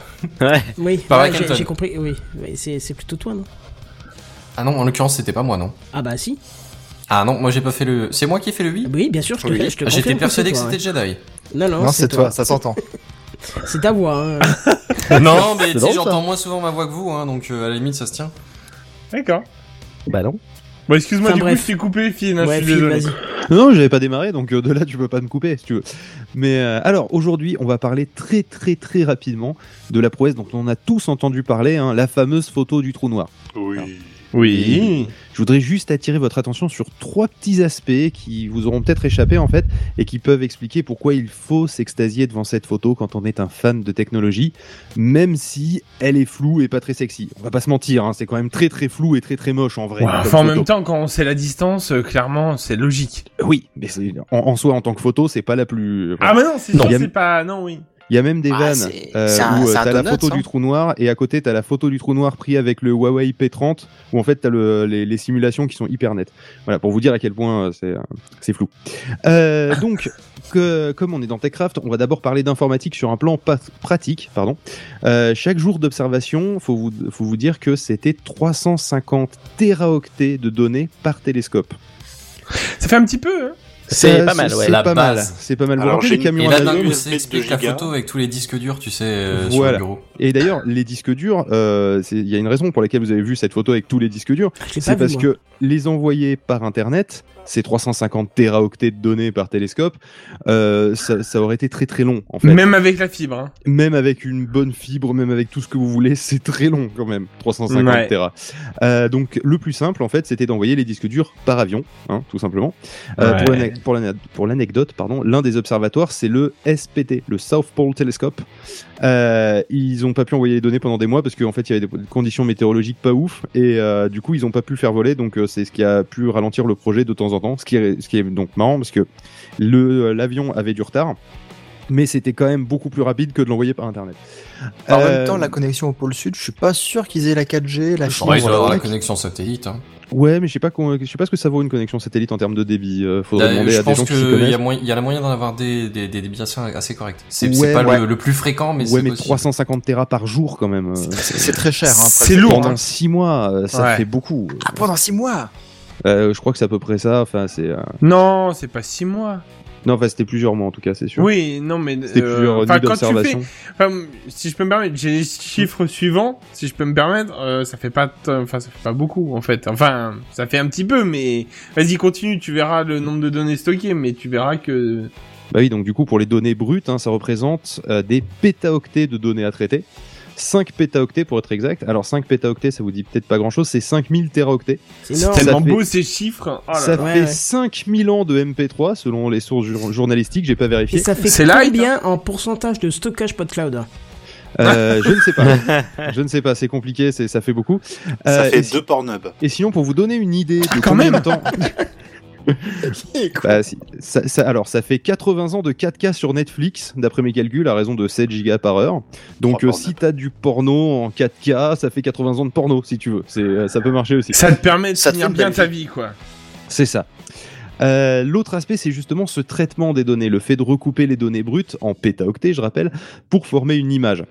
Oui, Pareil, ouais, j'ai Kenton. j'ai compris. Oui, Oui, c'est c'est plutôt toi, non Ah non, en l'occurrence, c'était pas moi, non. Ah bah si. Ah non, moi j'ai pas fait le. C'est moi qui ai fait le oui. Oui, bien sûr, je te, Oui. je te Ah, J'étais confirme persuadé que c'est toi, c'était Jedi. ouais. Non, non, Non, c'est toi, ça s'entend. C'est ta voix. hein. Non, mais tu sais, drôle, j'entends moins souvent ma voix que vous, hein, donc euh, à la limite, ça se tient. D'accord. Bah non. Bon, excuse-moi, Enfin, du bref. coup, je t'ai coupé, Phil, hein, ouais, je suis Phil, désolé. vas-y. Non, j'avais pas démarré, donc euh, de là tu peux pas me couper si tu veux. Mais euh, alors aujourd'hui, on va parler très très très rapidement de la prouesse dont on a tous entendu parler, hein, la fameuse photo du trou noir. Oui. Oui. Je voudrais juste attirer votre attention sur trois petits aspects qui vous auront peut-être échappé en fait et qui peuvent expliquer pourquoi il faut s'extasier devant cette photo quand on est un fan de technologie, même si elle est floue et pas très sexy. On va pas se mentir, hein, c'est quand même très très flou et très très moche en vrai. Ouais, comme enfin, en photo. même temps, quand on sait la distance, euh, clairement, c'est logique. Oui, mais c'est- en, en soi en tant que photo, c'est pas la plus. Ah, mais non, c'est Non. sûr, c'est pas. Non, oui. Il y a même des Ah, vannes c'est- euh, c'est un- où euh, c'est un t'as la donut, hein. photo ça. du trou noir et à côté t'as la photo du trou noir pris avec le Huawei P30 où en fait t'as le, les, les simulations qui sont hyper nettes. Voilà pour vous dire à quel point euh, c'est euh, c'est flou. Euh, donc que, comme on est dans Techcraft, on va d'abord parler d'informatique sur un plan pas- pratique. Pardon. Euh, chaque jour d'observation, faut vous, faut vous dire que c'était 350 téraoctets de données par télescope. Ça fait un petit peu, hein. C'est Ça, pas mal, ouais, C'est la pas mal. base. C'est pas mal. Vous Alors, rappelez j'ai les une- camions Et à là, un d'un gazole avion, coup, une ça espèce de explique la giga. photo avec tous les disques durs, tu sais, euh, sur Voilà. le bureau. Et d'ailleurs, les disques durs, euh, c'est- il y a une raison pour laquelle vous avez vu cette photo avec tous les disques durs. Je l'ai pas C'est vu, parce moi. que les envoyer par Internet, ces 350 téraoctets de données par télescope, euh, ça, ça aurait été très très long en fait. Même... Même avec la fibre. hein. avec une bonne fibre, même avec tout ce que vous voulez, c'est très long quand même, 350 Ouais. téra. Euh, donc le plus simple en fait, c'était d'envoyer les disques durs par avion, hein, tout simplement. Euh, pour Ouais. l'ane- Pour l'ana- pour l'anecdote, pardon, l'un des observatoires, c'est le SPT, le South Pole Telescope. Euh, ils ont pas pu envoyer les données pendant des mois parce qu'en fait il y avait des conditions météorologiques pas ouf et euh, du coup ils ont pas pu le faire voler donc euh, c'est ce qui a pu ralentir le projet de temps en en temps, ce qui est, ce qui est donc marrant parce que le- euh, l'avion avait du retard, mais c'était quand même beaucoup plus rapide que de l'envoyer par internet. En Euh, même temps, la connexion au pôle sud, je suis pas sûr qu'ils aient la 4G, la Chine. Ouais, il doit voilà, avoir la mec. connexion satellite. hein. Ouais, mais je sais pas, qu'on- je sais pas ce que ça vaut une connexion satellite en termes de débit. euh, faudrait Euh, demander Je à des pense gens qui s'y qu'il y, connaissent. a moyen- il y a la moyen d'en avoir des, des, des déviations assez correctes. C'est c'est Ouais, pas ouais. le, le plus fréquent, mais ouais, c'est mais possible. 350 Tera par jour quand même. euh, C'est c'est très cher. hein, C'est presque. lourd, Pendant 6 mois, euh, ça Ouais. fait beaucoup. Ah, pendant 6 mois Euh, je crois que c'est à peu près ça. Enfin, c'est euh, Non, c'est pas six mois. non, enfin, c'était plusieurs mois en tout cas, c'est sûr. Oui, non, mais. C'était euh, plusieurs enfin, nuits quand tu fais. d'observation. Enfin, si je peux me permettre, j'ai les chiffres suivants. Si je peux me permettre, euh, ça fait pas, t- enfin, ça fait pas beaucoup en fait. Enfin, ça fait un petit peu, mais vas-y, continue. Tu verras le nombre de données stockées, mais tu verras que Bah oui, donc du coup, pour les données brutes, hein, ça représente euh, des pétaoctets de données à traiter. 5 pétaoctets pour être exact. Alors 5 pétaoctets, ça vous dit peut-être pas grand-chose, c'est 5000 teraoctets. C'est c'est énorme. Ça tellement fait- beau ces chiffres. Oh là ça là. là. fait Ouais, ouais. 5000 ans de MP3 selon les sources jour- journalistiques, j'ai pas Et vérifié. ça fait C'est light, combien en pourcentage de stockage PodCloud Euh, je ne sais pas. je ne sais pas, c'est compliqué, c'est ça fait beaucoup. Ça Euh, fait et, si- deux Pornhub. et sinon pour vous donner une idée de Ah, quand combien même de temps Bah, si. ça, ça- alors, ça fait 80 ans de 4K sur Netflix, d'après mes calculs, à raison de 7 gigas par heure. Donc, Trois euh, pornos. si t'as du porno en 4K, ça fait 80 ans de porno, si tu veux. C'est, euh, ça peut marcher aussi. Ça te permet de Ça te finir fait une bien belle ta vie, quoi. C'est ça. Euh, L'autre aspect, c'est justement ce traitement des données, le fait de recouper les données brutes en pétaoctets, je rappelle, pour former une image.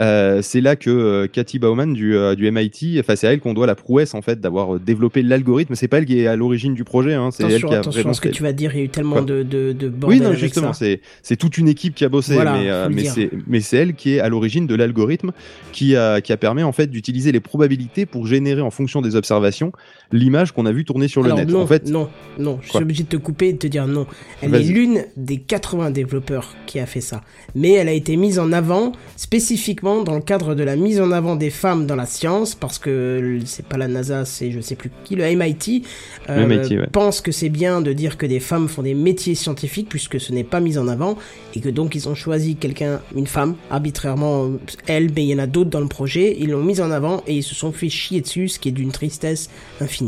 Euh, c'est là que euh, Cathy Bauman du, euh, du MIT, enfin c'est à elle qu'on doit la prouesse en fait d'avoir euh, développé l'algorithme. C'est pas elle qui est à l'origine du projet, hein, c'est elle Attention, qui a attention vraiment à ce que fait- tu vas dire, il y a eu tellement Quoi de, de, de bordel Oui, non, avec justement, ça. c'est c'est toute une équipe qui a bossé, Voilà, mais, euh, faut le mais dire. c'est mais c'est elle qui est à l'origine de l'algorithme qui a qui a permis en fait d'utiliser les probabilités pour générer en fonction des observations l'image qu'on a vue tourner sur le Alors, net. non, en fait, non, non, je suis Quoi obligé de te couper et de te dire non. Elle est Vas-y. l'une des 80 développeurs qui a fait ça. Mais elle a été mise en avant spécifiquement dans le cadre de la mise en avant des femmes dans la science, parce que c'est pas la NASA, c'est je sais plus qui, le MIT, euh, Le MIT, ouais. pense que c'est bien de dire que des femmes font des métiers scientifiques, puisque ce n'est pas mis en avant, et que donc ils ont choisi quelqu'un, une femme, arbitrairement euh, elle, mais il y en a d'autres dans le projet, ils l'ont mise en avant et ils se sont fait chier dessus, ce qui est d'une tristesse infinie.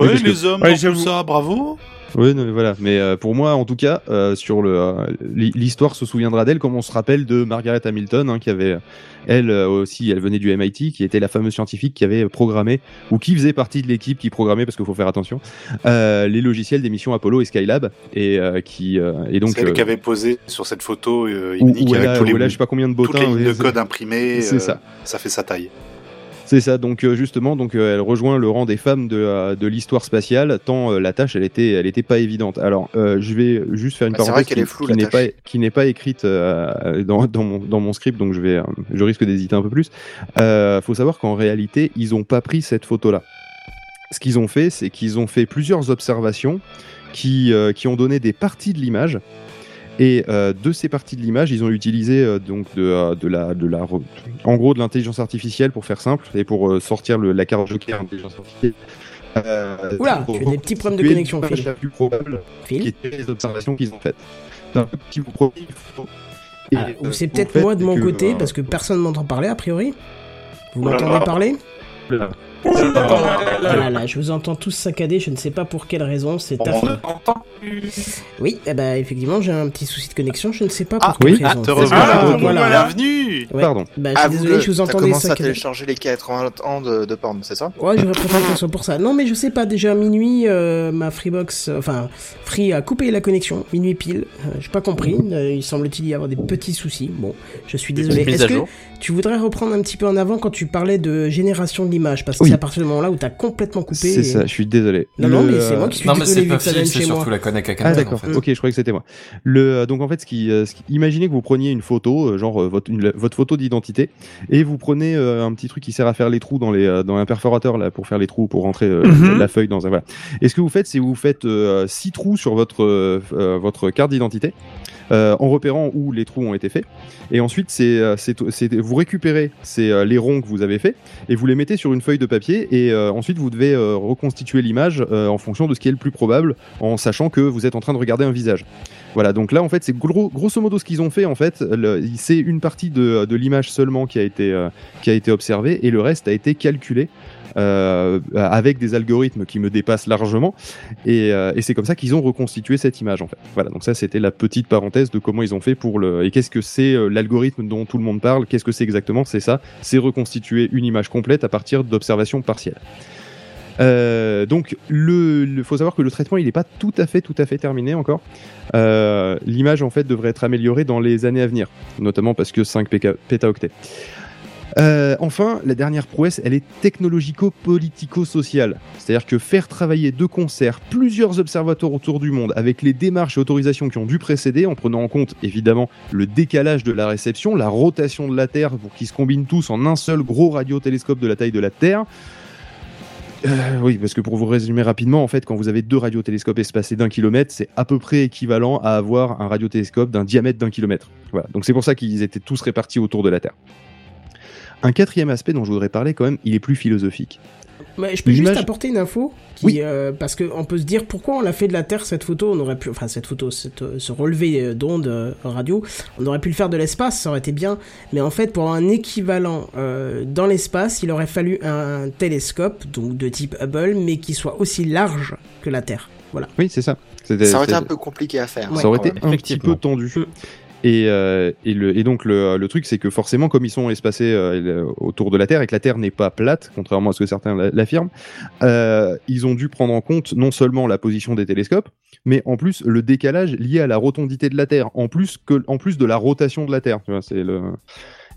Oui, Ouais, parce les hommes, Ouais, dans tout j'avoue. ça, bravo. Oui, non, mais voilà. Mais euh, pour moi, en tout cas, euh, sur le, euh, l'hi- l'histoire se souviendra d'elle comme on se rappelle de Margaret Hamilton, hein, qui avait, elle euh, aussi, elle venait du MIT, qui était la fameuse scientifique qui avait programmé ou qui faisait partie de l'équipe qui programmait, parce qu'il faut faire attention, euh, les logiciels des missions Apollo et Skylab, et euh, qui euh, et donc C'est elle euh, qui avait posé sur cette photo euh, où, Yannick, où elle avec a- tous les, où elle a je sais pas combien de toutes les bottins. lignes ouais, de c'est- code imprimées. c'est euh, ça. Ça fait sa taille. C'est ça, donc euh, justement, donc euh, elle rejoint le rang des femmes de, euh, de l'histoire spatiale, tant euh, la tâche, elle était, elle était pas évidente. Alors, euh, je vais juste faire une Bah, c'est parenthèse vrai qui- qu'elle est floue, qui la n'est tâche. pas, qui n'est pas écrite euh, dans, dans, mon, dans mon script, donc je vais, euh, je risque d'hésiter un peu plus. Euh, faut savoir qu'en réalité, ils ont pas pris cette photo-là. Ce qu'ils ont fait, c'est qu'ils ont fait plusieurs observations qui, euh, qui ont donné des parties de l'image. Et euh, de ces parties de l'image, ils ont utilisé euh, donc de, euh, de la, de la, re- en gros de l'intelligence artificielle pour faire simple et pour euh, sortir le, la carte joker intelligence artificielle. Euh, Oula, pour tu as des petits problèmes de reconstituer connexion, l'image Phil. la plus probable Phil qui étaient les observations qu'ils ont faites. C'est un peu petit vous promis, il faut- Et, Ah, ou euh, c'est en peut-être fait, moi de c'est mon que, côté, euh, parce que personne m'entend parler a priori. Vous Oh là m'entendez là. parler Là, Ah là. là là, je vous entends tous saccader, je ne sais pas pour quelle raison, c'est ta faute. Oui, eh ben, effectivement, j'ai un petit souci de connexion, je ne sais pas pour Ah, quelle oui. raison. te revoilà. Ah, Ah, te voilà. revoilà. Bienvenue. Ouais. Pardon. Bah, je suis désolé, je vous Ah, T'as entendais commencé à saccader. télécharger les 80 ans de, de porn, c'est ça Ouais, j'aurais préféré qu'on soit pour ça. Non, mais je sais pas, déjà à minuit, euh, ma Freebox, euh, enfin, Free a coupé la connexion, minuit pile. Euh, j'ai pas compris, euh, il semble-t-il y avoir des petits soucis. Bon, je suis désolé. Mise Est-ce à que jour. tu voudrais reprendre un petit peu en avant quand tu parlais de génération de l'image Parce que Oui. c'est à partir du moment là où t'as complètement coupé. C'est et- ça, je suis désolé. Non, non, Le, mais c'est euh, moi qui suis Non, mais désolé c'est vu pas que ça Phil, vient c'est chez moi. surtout la connect à Ah Captain, en d'accord. fait. Ok, je croyais que c'était moi. Le euh, donc en fait ce qui, euh, ce qui- imaginez que vous preniez une photo, euh, genre euh, votre une- la- votre photo d'identité, et vous prenez euh, un petit truc qui sert à faire les trous dans les euh, dans un perforateur là pour faire les trous pour rentrer euh, Mhm. la feuille dans un voilà. Et ce que vous faites c'est vous faites euh, six trous sur votre euh, euh, votre carte d'identité. euh, en repérant où les trous ont été faits et ensuite c'est euh, c'est c'est- vous récupérez ces euh, les ronds que vous avez faits et vous les mettez sur une feuille de papier et euh, ensuite vous devez euh, reconstituer l'image euh, en fonction de ce qui est le plus probable en sachant que vous êtes en train de regarder un visage. Voilà, donc là en fait c'est gros, grosso modo ce qu'ils ont fait en fait, le- c'est une partie de, de l'image seulement qui a été euh, qui a été observée et le reste a été calculé. euh, avec des algorithmes qui me dépassent largement et, euh, et c'est comme ça qu'ils ont reconstitué cette image en fait voilà donc ça c'était la petite parenthèse de comment ils ont fait pour le et qu'est-ce que c'est euh, l'algorithme dont tout le monde parle qu'est-ce que c'est exactement c'est ça c'est reconstituer une image complète à partir d'observations partielles Euh, donc le, le- faut savoir que le traitement il n'est pas tout à fait tout à fait terminé encore euh, l'image en fait devrait être améliorée dans les années à venir, notamment parce que 5 péca- pétaoctets. Euh, enfin, la dernière prouesse, elle est technologico-politico-sociale. C'est-à-dire que faire travailler de concert plusieurs observatoires autour du monde avec les démarches et autorisations qui ont dû précéder, en prenant en compte évidemment le décalage de la réception, la rotation de la Terre pour qu'ils se combinent tous en un seul gros radiotélescope de la taille de la Terre. Euh, oui, parce que pour vous résumer rapidement, en fait, quand vous avez deux radiotélescopes espacés d'un kilomètre, c'est à peu près équivalent à avoir un radiotélescope d'un diamètre d'un kilomètre. Voilà. Donc c'est pour ça qu'ils étaient tous répartis autour de la Terre. Un quatrième aspect dont je voudrais parler quand même, il est plus philosophique. Mais je peux juste L'image- apporter une info qui, Oui. euh, parce que on peut se dire pourquoi on l'a fait de la Terre cette photo, on aurait pu, enfin cette photo, cette, euh, ce relevé euh, d'ondes euh, radio, on aurait pu le faire de l'espace, ça aurait été bien. Mais en fait, pour avoir un équivalent euh, dans l'espace, il aurait fallu un télescope, donc de type Hubble, mais qui soit aussi large que la Terre. Voilà. Oui, c'est ça. C'était- Ça aurait été c'était- un peu compliqué à faire. ça aurait quand été même. un petit Effectivement. peu tendu. Et, euh, et, le, et donc le, le truc c'est que forcément comme ils sont espacés euh, le- autour de la Terre et que la Terre n'est pas plate, contrairement à ce que certains l'a- l'affirment, euh, ils ont dû prendre en compte non seulement la position des télescopes, mais en plus le décalage lié à la rotondité de la Terre, en plus, que, en plus de la rotation de la Terre. Tu vois, c'est le...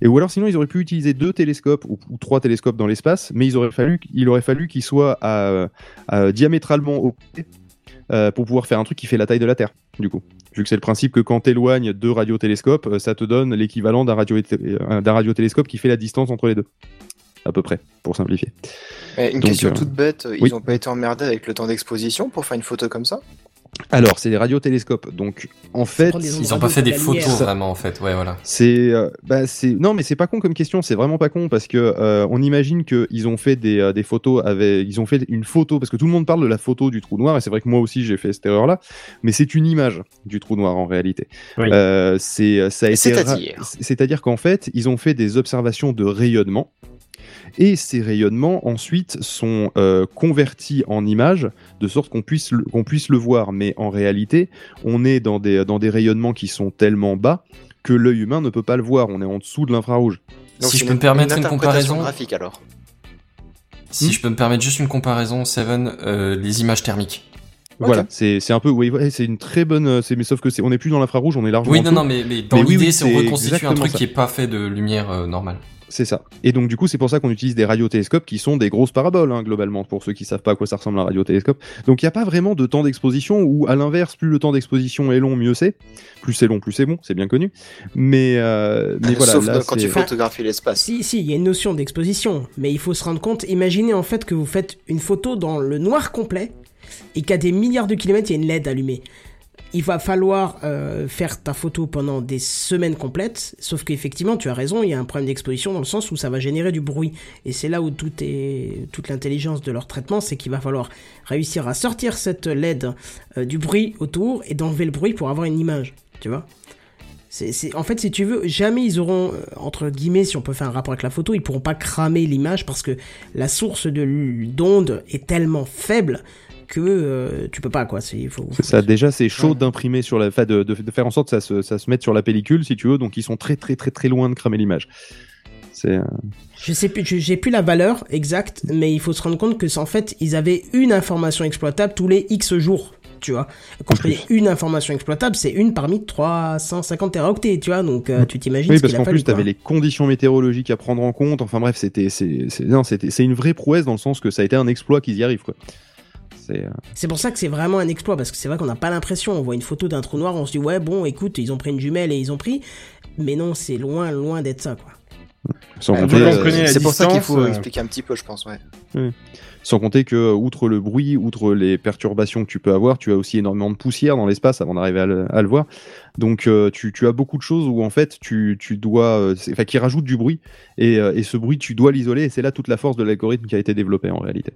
Et ou alors sinon ils auraient pu utiliser deux télescopes ou, ou trois télescopes dans l'espace, mais ils auraient fallu, il aurait fallu qu'ils soient à, à diamétralement opposés euh, pour pouvoir faire un truc qui fait la taille de la Terre, du coup. Vu que c'est le principe que quand t'éloignes deux radiotélescopes, euh, ça te donne l'équivalent d'un radio- euh, d'un radiotélescope qui fait la distance entre les deux. À peu près, pour simplifier. Mais une Donc, question euh, toute bête, oui. ils ont pas été emmerdés avec le temps d'exposition pour faire une photo comme ça Alors, c'est des radiotélescopes, donc en fait... prend des ondes c'est- Ils ont pas radio fait des de la lumière. photos vraiment en fait, ouais voilà. C'est euh, bah c'est non mais c'est pas con comme question c'est vraiment pas con parce que euh, on imagine que ils ont fait des, euh, des photos avec ils ont fait une photo parce que tout le monde parle de la photo du trou noir et c'est vrai que moi aussi j'ai fait cette erreur là mais c'est une image du trou noir en réalité Oui. euh, c'est ça a été ra- C'est-à-dire c'est à dire qu'en fait ils ont fait des observations de rayonnement et ces rayonnements ensuite sont euh, convertis en images de sorte qu'on puisse le- qu'on puisse le voir mais en réalité on est dans des dans des rayonnements qui sont tellement bas que l'œil humain ne peut pas le voir. On est en dessous de l'infrarouge. Donc, si je une- peux me permettre une, interprétation comparaison, graphique alors. Hmm. si je peux me permettre juste une comparaison, Seven, euh, les images thermiques. Ok. Voilà, c'est c'est un peu. Oui, ouais, c'est une très bonne. euh, c'est- Mais sauf que c'est on est plus dans l'infrarouge, on est largement. Oui, en non, dessous. non, mais, mais dans Mais oui, l'idée, oui, c'est on c'est reconstitue un exactement truc ça. qui est pas fait de lumière euh, normale. C'est ça. Et donc du coup, c'est pour ça qu'on utilise des radiotélescopes qui sont des grosses paraboles hein, globalement pour ceux qui savent pas à quoi ça ressemble un radiotélescope. Donc il n'y a pas vraiment de temps d'exposition ou à l'inverse, plus le temps d'exposition est long, mieux c'est. Plus c'est long, plus c'est bon, c'est bien connu. Mais euh, mais voilà, Sauf là, quand c'est- tu photographies l'espace. Si, si, il y a une notion d'exposition, mais il faut se rendre compte, imaginez en fait que vous faites une photo dans le noir complet et qu'à des milliards de kilomètres, il y a une LED allumée. Il va falloir euh, faire ta photo pendant des semaines complètes, sauf qu'effectivement, tu as raison, il y a un problème d'exposition dans le sens où ça va générer du bruit. Et c'est là où tout est, toute l'intelligence de leur traitement, c'est qu'il va falloir réussir à sortir cette LED euh, du bruit autour et d'enlever le bruit pour avoir une image, tu vois c'est, c'est- en fait, si tu veux, jamais ils auront, euh, entre guillemets, si on peut faire un rapport avec la photo, ils pourront pas cramer l'image parce que la source de l- d'onde est tellement faible que euh, tu peux pas, quoi. C'est, il faut, faut- Ça déjà c'est chaud d'imprimer sur la, enfin, de, de- de faire en sorte que ça se, ça se mette sur la pellicule si tu veux. Donc ils sont très très très très loin de cramer l'image. C'est Je sais plus, je- j'ai plus la valeur exacte, mais il faut se rendre compte que, c'est- en fait, ils avaient une information exploitable tous les X jours. Tu vois, quand je dis une information exploitable, c'est une parmi 350 teraoctets, tu vois, donc euh, tu t'imagines Mm. Oui, ce parce qu'il a qu'en fallu, plus, tu quoi. avais les conditions météorologiques à prendre en compte. Enfin bref, c'était c'est c'est- non, c'était- c'est une vraie prouesse dans le sens que ça a été un exploit qu'ils y arrivent. Quoi. C'est, euh, C'est pour ça que c'est vraiment un exploit, parce que c'est vrai qu'on n'a pas l'impression. On voit une photo d'un trou noir, on se dit, ouais, bon, écoute, ils ont pris une jumelle et ils ont pris. Mais non, c'est loin, loin d'être ça, quoi. sans, Ouais, compter, vous euh, en connaissez. la C'est pour ça qu'il distance, faut euh, expliquer un petit peu, je pense. Ouais. sans compter que, euh, outre le bruit, outre les perturbations que tu peux avoir, tu as aussi énormément de poussière dans l'espace avant d'arriver à le, à le voir. Donc euh, tu, tu as beaucoup de choses où en fait tu, tu dois. euh, c'est- Enfin, qui rajoutent du bruit. Et, euh, et ce bruit, tu dois l'isoler. Et c'est là toute la force de l'algorithme qui a été développé en réalité.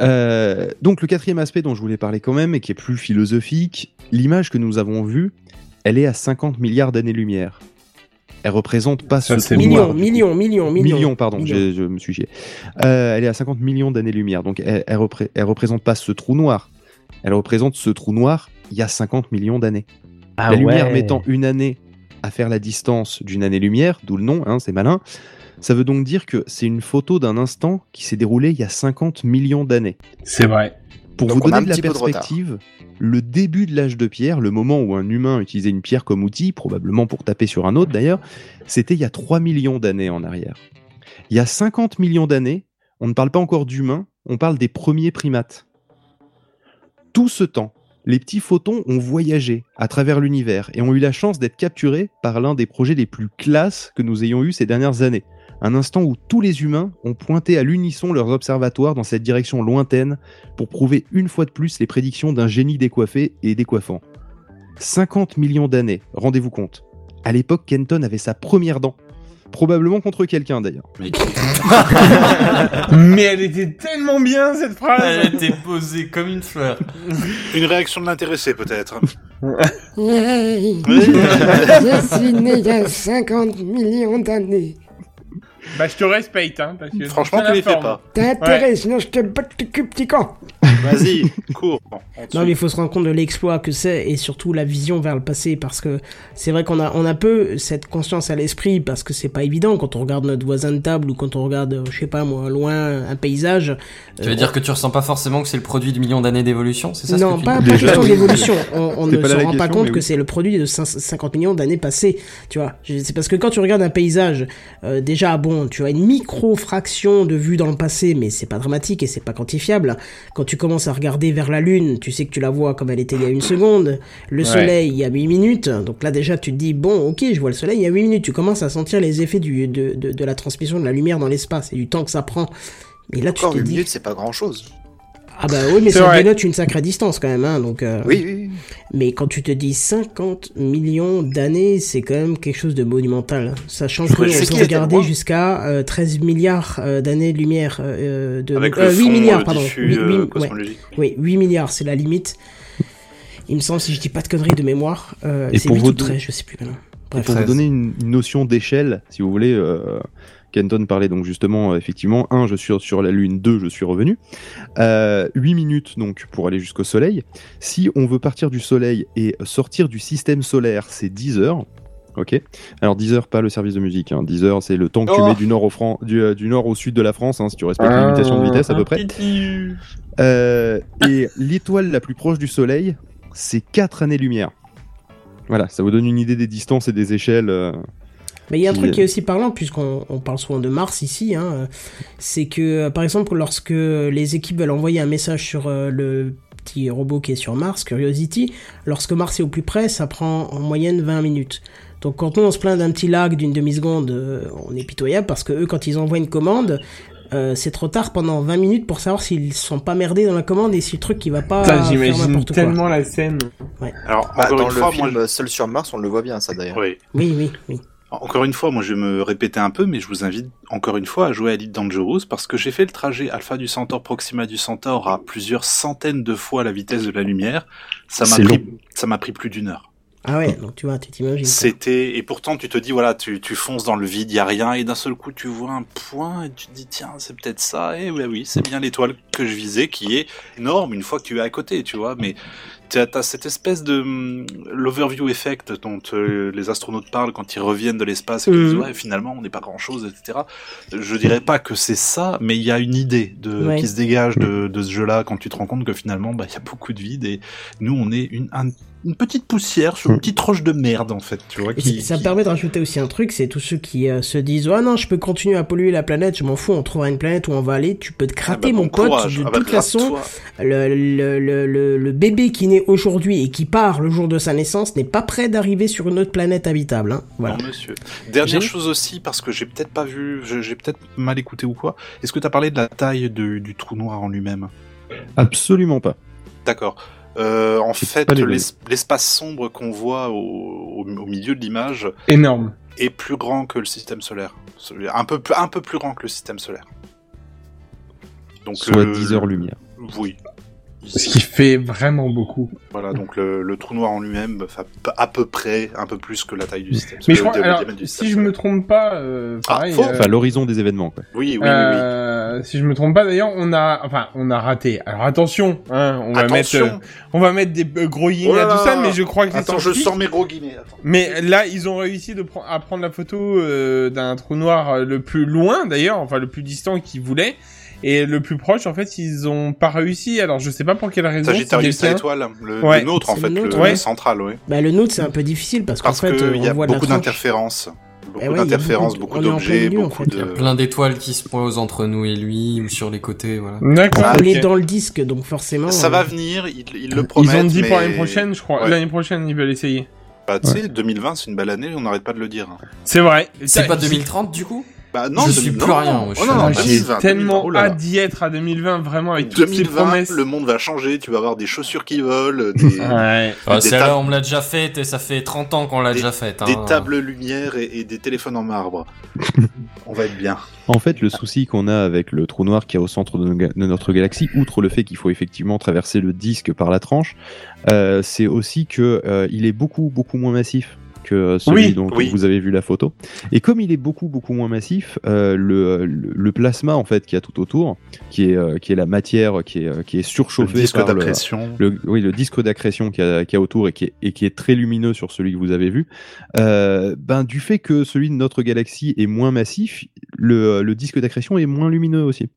Euh, donc le quatrième aspect dont je voulais parler quand même, et qui est plus philosophique, l'image que nous avons vue, elle est à 50 milliards d'années-lumière. Elle représente pas Ça, ce c'est trou Millions, noir du millions, millions, millions. millions, pardon, Millions. j'ai- je me suis chié. Euh, elle est à 50 millions d'années-lumière, donc elle, elle, repré- elle représente pas ce trou noir. Elle représente ce trou noir il y a 50 millions d'années. Ah la lumière ouais. mettant une année à faire la distance d'une année-lumière, d'où le nom, hein, c'est malin, ça veut donc dire que c'est une photo d'un instant qui s'est déroulé il y a 50 millions d'années. C'est vrai. Pour Donc vous on a donner un de la petit peu de retard. perspective, le début de l'âge de pierre, le moment où un humain utilisait une pierre comme outil, probablement pour taper sur un autre d'ailleurs, c'était il y a 3 millions d'années en arrière. Il y a 50 millions d'années, on ne parle pas encore d'humains, on parle des premiers primates. Tout ce temps, les petits photons ont voyagé à travers l'univers et ont eu la chance d'être capturés par l'un des projets les plus classes que nous ayons eu ces dernières années. Un instant où tous les humains ont pointé à l'unisson leurs observatoires dans cette direction lointaine pour prouver une fois de plus les prédictions d'un génie décoiffé et décoiffant. 50 millions d'années, rendez-vous compte. À l'époque, Kenton avait sa première dent. Probablement contre quelqu'un d'ailleurs. Mais elle était tellement bien cette phrase. Ah, Elle était posée comme une fleur. Une réaction de l'intéressé, peut-être. Yay Je suis né il y a 50 millions d'années. bah je te respecte hein parce que Franchement, t'as tu la les fais forme. pas. T'as intérêt, sinon je te botte le cul, petit con. Vas-y, cours. On te Non, mais il faut se rendre compte de l'exploit que c'est et surtout la vision vers le passé parce que c'est vrai qu'on a, on a peu cette conscience à l'esprit parce que c'est pas évident quand on regarde notre voisin de table ou quand on regarde, euh, je sais pas moi, loin un paysage. Tu veux dire que tu ressens pas forcément que c'est le produit de millions d'années d'évolution, c'est ça ce que non, tu pas, dis pas Déjà, question oui. d'évolution. On, on ne C'était pas se là la rend pas question, compte mais que oui. c'est le produit de 5- 50 millions d'années passées. Tu vois, Je- c'est parce que quand tu regardes un paysage, euh, déjà, bon, tu as une micro-fraction de vue dans le passé, mais c'est pas dramatique et c'est pas quantifiable. Quand tu commences à regarder vers la Lune, tu sais que tu la vois comme elle était il y a une seconde. Le Ouais. soleil, il y a 8 minutes. Donc là, déjà, tu te dis, bon, ok, je vois le soleil il y a 8 minutes. Tu commences à sentir les effets du, de, de, de la transmission de la lumière dans l'espace et du temps que ça prend. Mais là, tu Encore te une dis, minute, c'est pas grand chose. ah bah oui, mais C'est ça vrai. dénote une sacrée distance quand même, hein, donc. euh, Oui, oui, oui. Mais quand tu te dis 50 millions d'années, c'est quand même quelque chose de monumental, hein. sachant que sais on qu'il peut était regarder loin. jusqu'à euh, 13 milliards euh, d'années-lumière euh, de Avec euh, le 8 fond, milliards, euh, pardon. diffus, Huit- euh, huit- ouais. cosmologique. Oui, 8 milliards, c'est la limite. Il me semble, si je dis pas de conneries de mémoire, euh, Et c'est pour 8 vous ou deux- 13, je sais plus maintenant. Et Bref. pour vous Treize. donner une une notion d'échelle, si vous voulez, euh, Kenton parlait donc justement, euh, effectivement, 1, je suis sur la Lune, 2, je suis revenu. 8 minutes donc pour aller jusqu'au Soleil. Si on veut partir du Soleil et sortir du système solaire, c'est 10 heures. Ok. Alors 10 heures, pas le service de musique. Hein. 10 heures, c'est le temps que tu Oh. mets du nord au, Fran- du, euh, du nord au sud de la France, hein, si tu respectes les Ah, limitations de vitesse à peu près. Pitiu. Euh, et l'étoile la plus proche du Soleil, c'est 4 années-lumière. Voilà, ça vous donne une idée des distances et des échelles. euh. Mais il y a un qui, truc euh, qui est aussi parlant, puisqu'on on parle souvent de Mars ici, hein, euh, c'est que, euh, par exemple, lorsque les équipes veulent envoyer un message sur euh, le petit robot qui est sur Mars, Curiosity, lorsque Mars est au plus près, ça prend en moyenne 20 minutes. Donc quand nous on se plaint d'un petit lag d'une demi-seconde, euh, on est pitoyable parce que eux quand ils envoient une commande, euh, c'est trop tard pendant 20 minutes pour savoir s'ils sont pas merdés dans la commande et si le truc qui va pas Putain, faire j'imagine n'importe quoi. tellement la scène. Alors, Bah, encore dans une le fois, film moi, Seul sur Mars, on le voit bien, ça je... d'ailleurs. Oui. Oui, oui, oui. Encore une fois, moi je vais me répéter un peu, mais je vous invite encore une fois à jouer à Elite Dangerous parce que j'ai fait le trajet Alpha du Centaure Proxima du Centaure à plusieurs centaines de fois la vitesse de la lumière. Ça m'a C'est pris, ça m'a pris plus d'une heure. Ah ouais, donc tu vois, tu t'imagines. quoi. C'était et pourtant tu te dis voilà, tu, tu fonces dans le vide, y a rien et d'un seul coup tu vois un point et tu te dis tiens c'est peut-être ça et oui oui c'est bien l'étoile que je visais qui est énorme une fois que tu es à côté tu vois mais t'as as cette espèce de hum, l'overview effect dont euh, les astronautes parlent quand ils reviennent de l'espace et qu'ils Mhm. disent ouais finalement on n'est pas grand chose etc je dirais pas que c'est ça mais il y a une idée de Ouais. qui se dégage de, de ce jeu là quand tu te rends compte que finalement bah il y a beaucoup de vide et nous on est une un- une petite poussière sur Mm. une petite roche de merde en fait tu vois Et qui, Ah ça me qui- permet de rajouter aussi un truc, c'est tous ceux qui euh, se disent ah non je peux continuer à polluer la planète, je m'en fous, on trouvera une planète où on va aller, tu peux te Ah bah, crater bon mon pote, courage. de Ah bah, toute façon gratte-toi. le, le, le, le- le bébé qui naît aujourd'hui et qui part le jour de sa naissance n'est pas prêt d'arriver sur une autre planète habitable. Hein. Voilà. Non, monsieur. Dernière J'ai- chose aussi, parce que j'ai peut-être pas vu, je- j'ai peut-être mal écouté ou quoi. Est-ce que t'as parlé de la taille de- du trou noir en lui-même Absolument pas. D'accord. Euh, en J'ai fait, pas les l'es- l'espace sombre qu'on voit au, au- au milieu de l'image Énorme. est plus grand que le système solaire. Un peu, plus- un peu plus grand que le système solaire. Donc, Soit le- 10 heures lumière. Oui. Ce qui fait vraiment beaucoup. Voilà, donc le, le trou noir en lui-même fait à peu près un peu plus que la taille du Mais système. Parce je que crois, le alors, diamètre du si je système- me trompe pas, euh, Ah, pareil, faux. euh, Enfin, l'horizon des événements, quoi. Oui, oui, oui, oui. euh, si je me trompe pas d'ailleurs, on a, enfin, on a raté. Alors attention, hein, on va Attention. mettre, euh, on va mettre des euh, gros guillemets Oh là à tout là. ça, mais je crois que les Attends, je scientifiques- sors mes gros guillemets. Attends. Mais là, ils ont réussi de pre- à prendre la photo euh, d'un trou noir euh, le plus loin d'ailleurs, enfin le plus distant qu'ils voulaient, et le plus proche en fait ils ont pas réussi. Alors je sais pas pour quelle Il raison. s'agit si de quelqu'un- l'étoile, le, Ouais, le nôtre en c'est fait, le le, nôtre, le ouais. central, oui. Bah, le nôtre, c'est un peu difficile parce qu'en Parce fait, qu'il euh, y a on voit de la beaucoup tranche. d'interférences. Beaucoup Eh ouais, il y a d'interférences, beaucoup de- on beaucoup est en d'objets, plein milieu, en beaucoup fait. Il y a de... plein d'étoiles qui se posent entre nous et lui, ou sur les côtés, voilà. D'accord. Ah, ok. On est dans le disque, donc forcément. Ça euh, va venir, ils, ils le promettent. Ils ont dit pour mais- l'année prochaine, je crois. Ouais. L'année prochaine, ils veulent essayer. Bah, tu sais, 2020, c'est une belle année, on n'arrête pas de le dire. C'est vrai. C'est pas Putain, 2030 du coup Bah non, Je suis 2000 plus non. rien, moi, je Oh suis non, un non, mec. Moi, J'ai 2020, tellement 2020, oh là là. hâte d'y être à 2020, vraiment, avec toutes ces 2020, promesses. le monde va changer, tu vas avoir des chaussures qui volent, des, Ouais. Ah, C'est des là tables- on me l'a déjà faite et ça fait 30 ans qu'on l'a Des- déjà faite. des hein. tables lumière et, et des téléphones en marbre. on va être bien. En fait, le souci qu'on a avec le trou noir qui est au centre de, nos ga- de notre galaxie, outre le fait qu'il faut effectivement traverser le disque par la tranche, euh, c'est aussi que euh, il est beaucoup beaucoup moins massif que celui Oui, dont oui. vous avez vu la photo. Et comme il est beaucoup beaucoup moins massif, euh, le, le- le plasma en fait qui a tout autour, qui est euh, qui est la matière qui est euh, qui est surchauffée le disque par le, d'accrétion. le, oui, le disque d'accrétion qu'il y, a- qu'il y a autour et qui, est, et qui est très lumineux sur celui que vous avez vu, euh, ben, du fait que celui de notre galaxie est moins massif, le, le disque d'accrétion est moins lumineux aussi.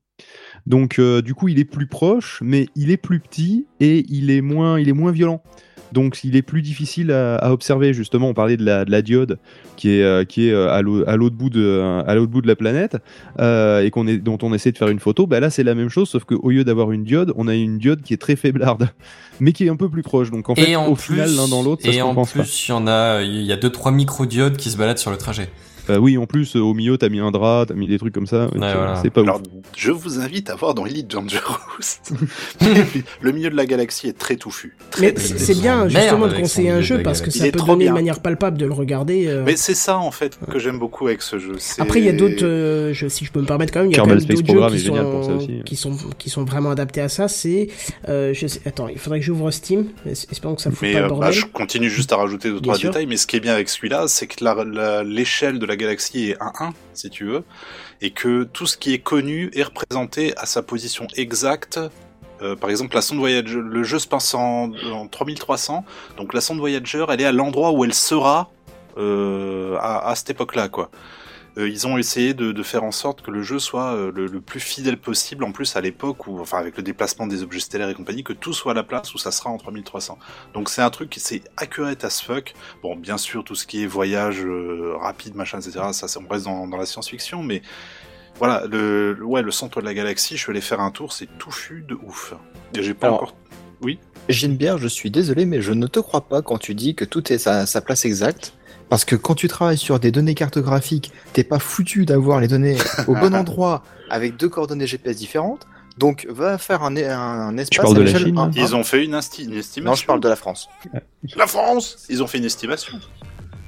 Donc euh, du coup, il est plus proche, mais il est plus petit et il est moins, il est moins violent. Donc il est plus difficile à, à observer. Justement, on parlait de la, de la diode qui est, euh, qui est euh, à l'au- à l'autre bout de, à l'autre bout de la planète euh, et qu'on est, dont on essaie de faire une photo. Bah là, c'est la même chose, sauf qu'au lieu d'avoir une diode, on a une diode qui est très faiblarde, mais qui est un peu plus proche. Donc en fait, et en au plus, final, l'un dans l'autre, ça et se en compense pas. plus, il y en a, il y a deux trois microdiodes qui se baladent sur le trajet. Bah oui, en plus, euh, au milieu, t'as mis un drap, t'as mis des trucs comme ça. Ouais, C'est- voilà. C'est pas Alors, ouf. je vous invite à voir dans Elite Dangerous. le milieu de la galaxie est très touffu. Très, Mais très, c'est très c'est touffu. bien Merde, justement de avec conseiller son un idée jeu de parce que bagarre. ça Il est peut trop donner bien. une manière palpable de le regarder. euh. Mais c'est ça en fait que j'aime beaucoup avec ce jeu. c'est- Après, il y a d'autres, euh, je- si je peux me permettre quand même, il y a quand Kerbal même Space d'autres jeux Program qui est génial sont, pour ça aussi. qui sont qui sont vraiment adaptés à ça. C'est, euh, je sais, attends, il faudrait que j'ouvre Steam. mais Espérons que ça ne fout Mais pas le euh, bah, bordel. je continue juste à rajouter deux Bien trois sûr. détails. Mais ce qui est bien avec celui-là, c'est que la- la- l'échelle de la galaxie est 1-1, si tu veux, et que tout ce qui est connu est représenté à sa position exacte. Euh, par exemple, la sonde Voyager, le jeu se passe en, en 3300, donc la sonde Voyager, elle est à l'endroit où elle sera euh, à, à cette époque-là, quoi. Euh, ils ont essayé de, de faire en sorte que le jeu soit euh, le, le plus fidèle possible, en plus à l'époque où, enfin, avec le déplacement des objets stellaires et compagnie, que tout soit à la place où ça sera en 3300. Donc c'est un truc qui c'est accurate as fuck. Bon, bien sûr, tout ce qui est voyage euh, rapide, machin, etc. Ça, c'est- on reste dans, dans la science-fiction, mais voilà, le, le- ouais, le centre de la galaxie, je suis allé faire un tour, c'est touffu de ouf. Et J'ai pas Alors, encore. Ginebert, je suis désolé, mais je ne te crois pas quand tu dis que tout est à sa place exacte. Parce que quand tu travailles sur des données cartographiques, t'es pas foutu d'avoir les données au bon endroit avec deux coordonnées GPS différentes. Donc va faire un, un espace. parles à de la l'échelle Chine, hein. 1. Ils ont fait une, insti- une estimation. Non, je parle de la France. La France Ils ont fait une estimation.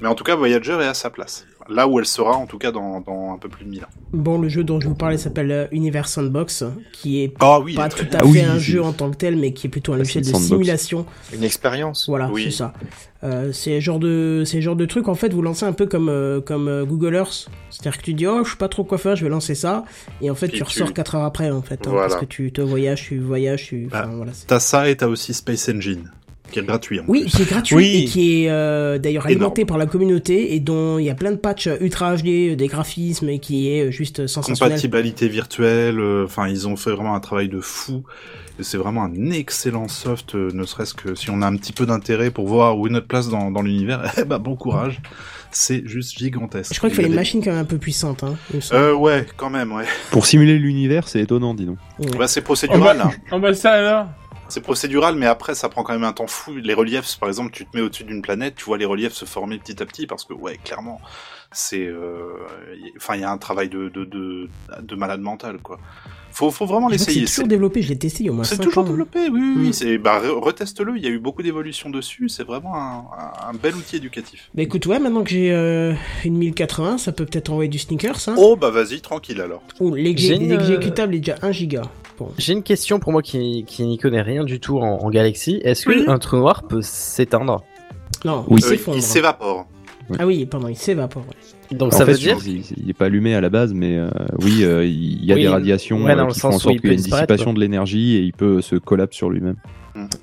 Mais en tout cas, Voyager est à sa place. Là où elle sera, en tout cas, dans, dans un peu plus de 1000 ans. Bon, le jeu dont je vous parlais s'appelle euh, Universe Sandbox, qui est Ah oui, pas très tout bien. à Ah fait oui, un c'est- jeu en tant que tel, mais qui est plutôt un Ah, logiciel de c'est une sandbox. simulation. Une expérience. Voilà, Oui. c'est ça. Euh, c'est genre de c'est genre de truc en fait vous lancez un peu comme euh, comme euh, Google Earth c'est-à-dire que tu dis oh je sais pas trop quoi faire je vais lancer ça et en fait Et tu, tu- ressors 4 heures après en fait hein, Voilà. Bah, parce que tu te voyages tu voyages tu enfin, voilà c'est- T'as ça et t'as aussi Space Engine, qui est gratuit en oui plus. qui est gratuit Oui. et qui est euh, d'ailleurs Énorme. alimenté par la communauté et dont il y a plein de patchs ultra HD euh, des graphismes et qui est euh, juste sensationnel Compatibilité virtuelle, euh, enfin ils ont fait vraiment un travail de fou. Et C'est vraiment un excellent soft, euh, ne serait-ce que si on a un petit peu d'intérêt pour voir où est notre place dans, dans l'univers, eh ben bon courage. C'est juste gigantesque. je crois qu'il fallait Il une y a des- machine quand même un peu puissante hein, il me semble. Euh ouais, quand même, ouais. Pour simuler l'univers, c'est étonnant, dis donc. Ouais. Bah Oh c'est bah, procédural. hein. oh bah ça alors. C'est procédural, mais après, ça prend quand même un temps fou. Les reliefs, par exemple, tu te mets au-dessus d'une planète, tu vois les reliefs se former petit à petit, parce que, ouais, clairement, c'est... euh, y- Enfin, il y a un travail de, de, de, de malade mental, quoi. Faut, faut vraiment Je crois que l'essayer. C'est toujours développé, je l'ai testé il y a au moins C'est 5 toujours ans. développé, oui, oui, Mm. oui. c'est- Bah, re- reteste-le, il y a eu beaucoup d'évolutions dessus, c'est vraiment un, un- un bel outil éducatif. Bah écoute, ouais, maintenant que j'ai euh, une 1080, ça peut peut-être envoyer du sneakers. Hein. Oh, euh, bah vas-y, tranquille alors. Oh, J'ai l'exé- une, l'exécutable est déjà 1 giga. J'ai une question pour moi qui, qui n'y connaît rien du tout en, en galaxie. Est-ce que Oui. un trou noir peut s'éteindre Non, Oui. il Euh, s'effondre. il s'évapore. ah oui, pardon, il s'évapore. ouais. Donc En ça fait, veut dire il- il n'est pas allumé à la base, mais euh, oui, euh, il y a Oui, des radiations ouais, dans euh, le qui font sens en où sorte il qu'il y peut a une disparaître, dissipation quoi. de l'énergie et il peut euh, se collapse sur lui-même.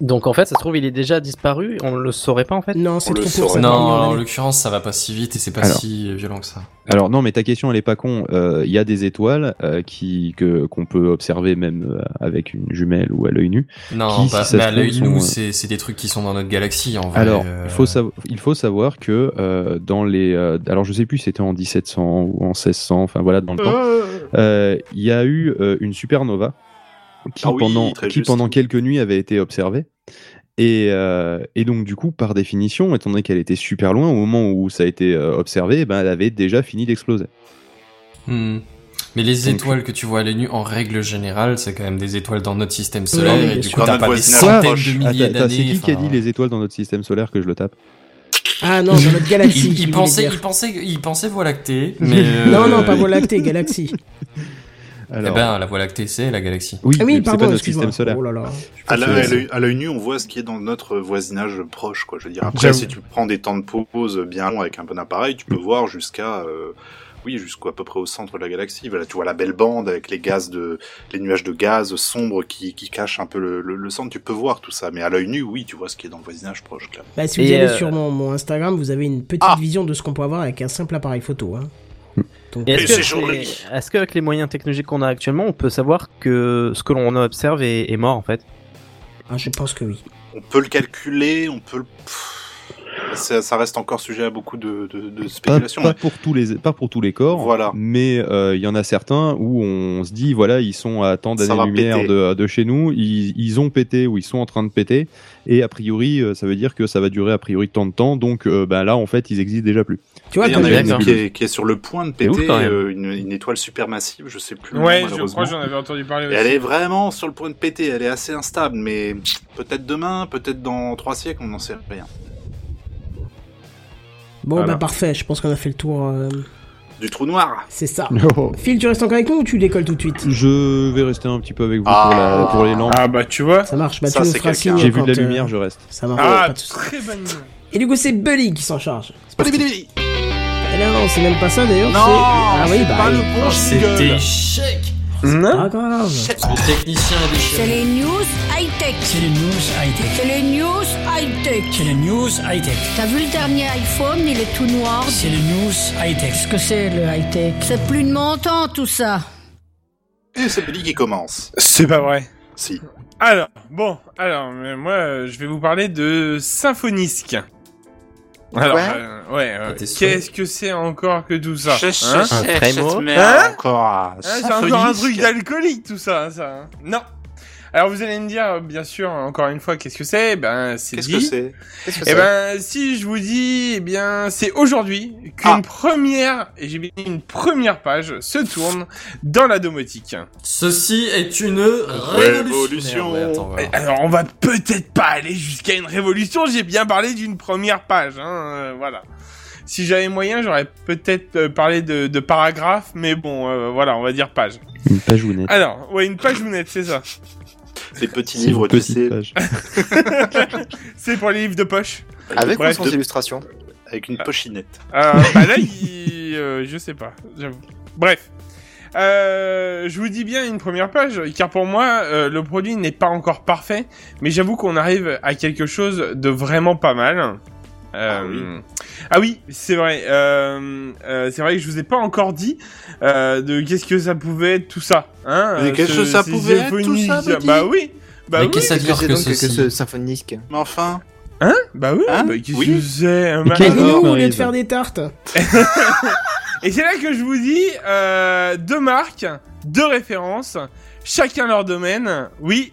donc en fait ça se trouve il est déjà disparu, on le saurait pas en fait. Non, c'est On le trop saura. pour ça. Non, pardon, en on l'a dit. l'occurrence, ça va pas si vite et c'est pas Alors. si violent que ça. Alors non, mais ta question elle est pas con. Euh, Il y a des étoiles euh, qui que qu'on peut observer même euh, avec une jumelle ou à l'œil nu. Non, Qui, bah, si ça mais se à l'œil trouve, nu, sont, euh, c'est c'est des trucs qui sont dans notre galaxie en vrai. Alors, euh, il faut savoir, il faut savoir que euh, dans les, euh, alors je sais plus, si c'était en 1700 ou en 1600, enfin voilà, dans le temps, euh, il y a eu euh, une supernova qui Ah oui, pendant très qui juste. pendant quelques nuits avait été observée. Et, euh, et donc du coup, par définition, étant donné qu'elle était super loin au moment où ça a été euh, observé, eh ben elle avait déjà fini d'exploser. hmm. Mais les Donc- étoiles que tu vois à l'œil nu, en règle générale, c'est quand même des étoiles dans notre système Ouais, solaire. bien et du sûr. coup, Dans t'as notre pas des voisinage centaines proche. de milliers Attends, attends, d'années. c'est qui qui a dit enfin, les étoiles dans notre système solaire que je le tape Ah non, dans notre galaxie. Il, il je voulais pensait, dire. il pensait, il pensait Voie Lactée, mais euh, Non, non, pas Voie lactée, galaxie. Eh Alors, ben, la Voie Lactée, c'est la galaxie. oui, Ah oui, mais c'est pardon, pas notre excuse-moi. système solaire. Oh là là. À la- que- à l'œil à l'œil nu, on voit ce qui est dans notre voisinage proche, quoi. Je veux dire, après, J'avoue. si tu prends des temps de pause bien longs avec un bon appareil, tu peux voir jusqu'à, euh, oui, jusqu'à peu près au centre de la galaxie. Voilà, tu vois la belle bande avec les gaz de, les nuages de gaz sombres qui, qui cachent un peu le, le- le centre. Tu peux voir tout ça, mais à l'œil nu, oui, tu vois ce qui est dans le voisinage proche, clairement. Bah, si vous Et, allez euh, sur mon, mon Instagram, vous avez une petite vision de ce qu'on peut avoir avec un simple appareil photo. Hein. Donc, Et Et Est-ce c'est que, joli. avec les- est-ce qu'avec les moyens technologiques qu'on a actuellement, on peut savoir que ce que l'on observe est, est mort en fait ah, je pense que oui. On peut le calculer, on peut le... Pff, Ça, ça reste encore sujet à beaucoup de, de, de Pas, spéculation. pas pour tous les, pas pour tous les corps, Voilà. mais euh, il y en a certains où on se dit, voilà, ils sont à tant Ça va d'années-lumière péter. de, de chez nous, ils, ils ont pété ou ils sont en train de péter, et a priori, euh, ça veut dire que ça va durer a priori tant de temps, donc euh, bah, là, en fait, ils existent déjà plus. Tu vois, Il y en comme a t'as une bien, qui est, qui est sur le point de C'est ouf, péter quand même. euh, une, une étoile supermassive, je sais plus. le Ouais, nom, je crois malheureusement. que j'en avais entendu parler Et aussi. elle est vraiment sur le point de péter, elle est assez instable, mais peut-être demain, peut-être dans trois siècles, on n'en sait rien. Bon, Voilà. bah parfait, je pense qu'on a fait le tour. euh, Du trou noir C'est ça. Phil, tu restes encore avec nous ou tu décolles tout de suite Je vais rester un petit peu avec vous pour, la- Ah. pour les lampes. Ah bah tu vois. Ça marche, bah Ça, tu nous c'est feras quelqu'un. Ah, signe J'ai vu de la quand, euh, lumière, je reste. Ça marche. Ah, pas de soucis. très bonne idée. Et du coup, c'est Bully qui s'en charge. Bilibili Et là, non, c'est même pas ça d'ailleurs. Non c'est- Ah oui, bah. Pas oui. le Oh, bon C'était jingle échec Pas grave. Le technicien est C'est déchiré. les news high-tech. C'est les news high-tech. C'est les news high-tech. C'est les news high-tech. T'as vu le dernier iPhone, il est tout noir. C'est les news high-tech. Qu'est-ce que c'est le high-tech C'est plus de montant tout ça. Et c'est Billy qui commence. Ah. C'est pas vrai. Si. Alors, bon, alors, euh, moi, euh, je vais vous parler de Symphonisque. Alors, Quoi euh, ouais, euh, Ah, t'es sûr qu'est-ce que c'est encore que tout ça hein Un trémo Hein Encore un Hein, C'est encore un truc symphonique. d'alcoolique, tout ça, hein, ça. hein. Non alors vous allez me dire euh, bien sûr encore une fois qu'est-ce que c'est ben c'est Qu'est-ce dit que c'est Qu'est-ce que Eh c'est ben, si je vous dis, eh bien, c'est aujourd'hui qu'une Ah. première, et j'ai mis une première page, se tourne dans la domotique. Ceci est une révolution. Révolution. Ouais, attends, voilà. Et Ah. Alors, on va peut-être pas aller jusqu'à une révolution, j'ai bien parlé d'une première page, hein, euh, voilà. Si j'avais moyen, j'aurais peut-être euh, parlé de, de paragraphe, mais bon, euh, voilà, on va dire page. Une page ou nette. Alors, ouais, une page ou nette, c'est ça. Ces petits C'est une livres, tu petite euh, sais, page. C'est pour les livres de poche. Avec ou Bref, sans de- illustration avec une pochinette. Euh, bah là, il- euh, je sais pas, j'avoue. Bref. Euh, je vous dis bien une première page, car pour moi, euh, le produit n'est pas encore parfait, mais j'avoue qu'on arrive à quelque chose de vraiment pas mal. Euh, ah oui, c'est vrai. euh, euh, c'est vrai que je vous ai pas encore dit euh, de qu'est-ce que ça pouvait être tout ça. Hein, Mais euh, qu'est-ce ce- que ça ces pouvait être, tout ça, euphonies- Mehdi Bah oui, bah Mais oui, qu'est-ce que ça veut Qu'est-ce que dire c'est que donc que ceci ce symphonisque Mais enfin, bah oui. Hein bah qu'est-ce Oui. que c'est un Mais Mais qu'est-ce malade. Alors, nous, au lieu de Maryse. faire des tartes. Et c'est là que je vous dis euh, deux marques, deux références, chacun leur domaine. Oui,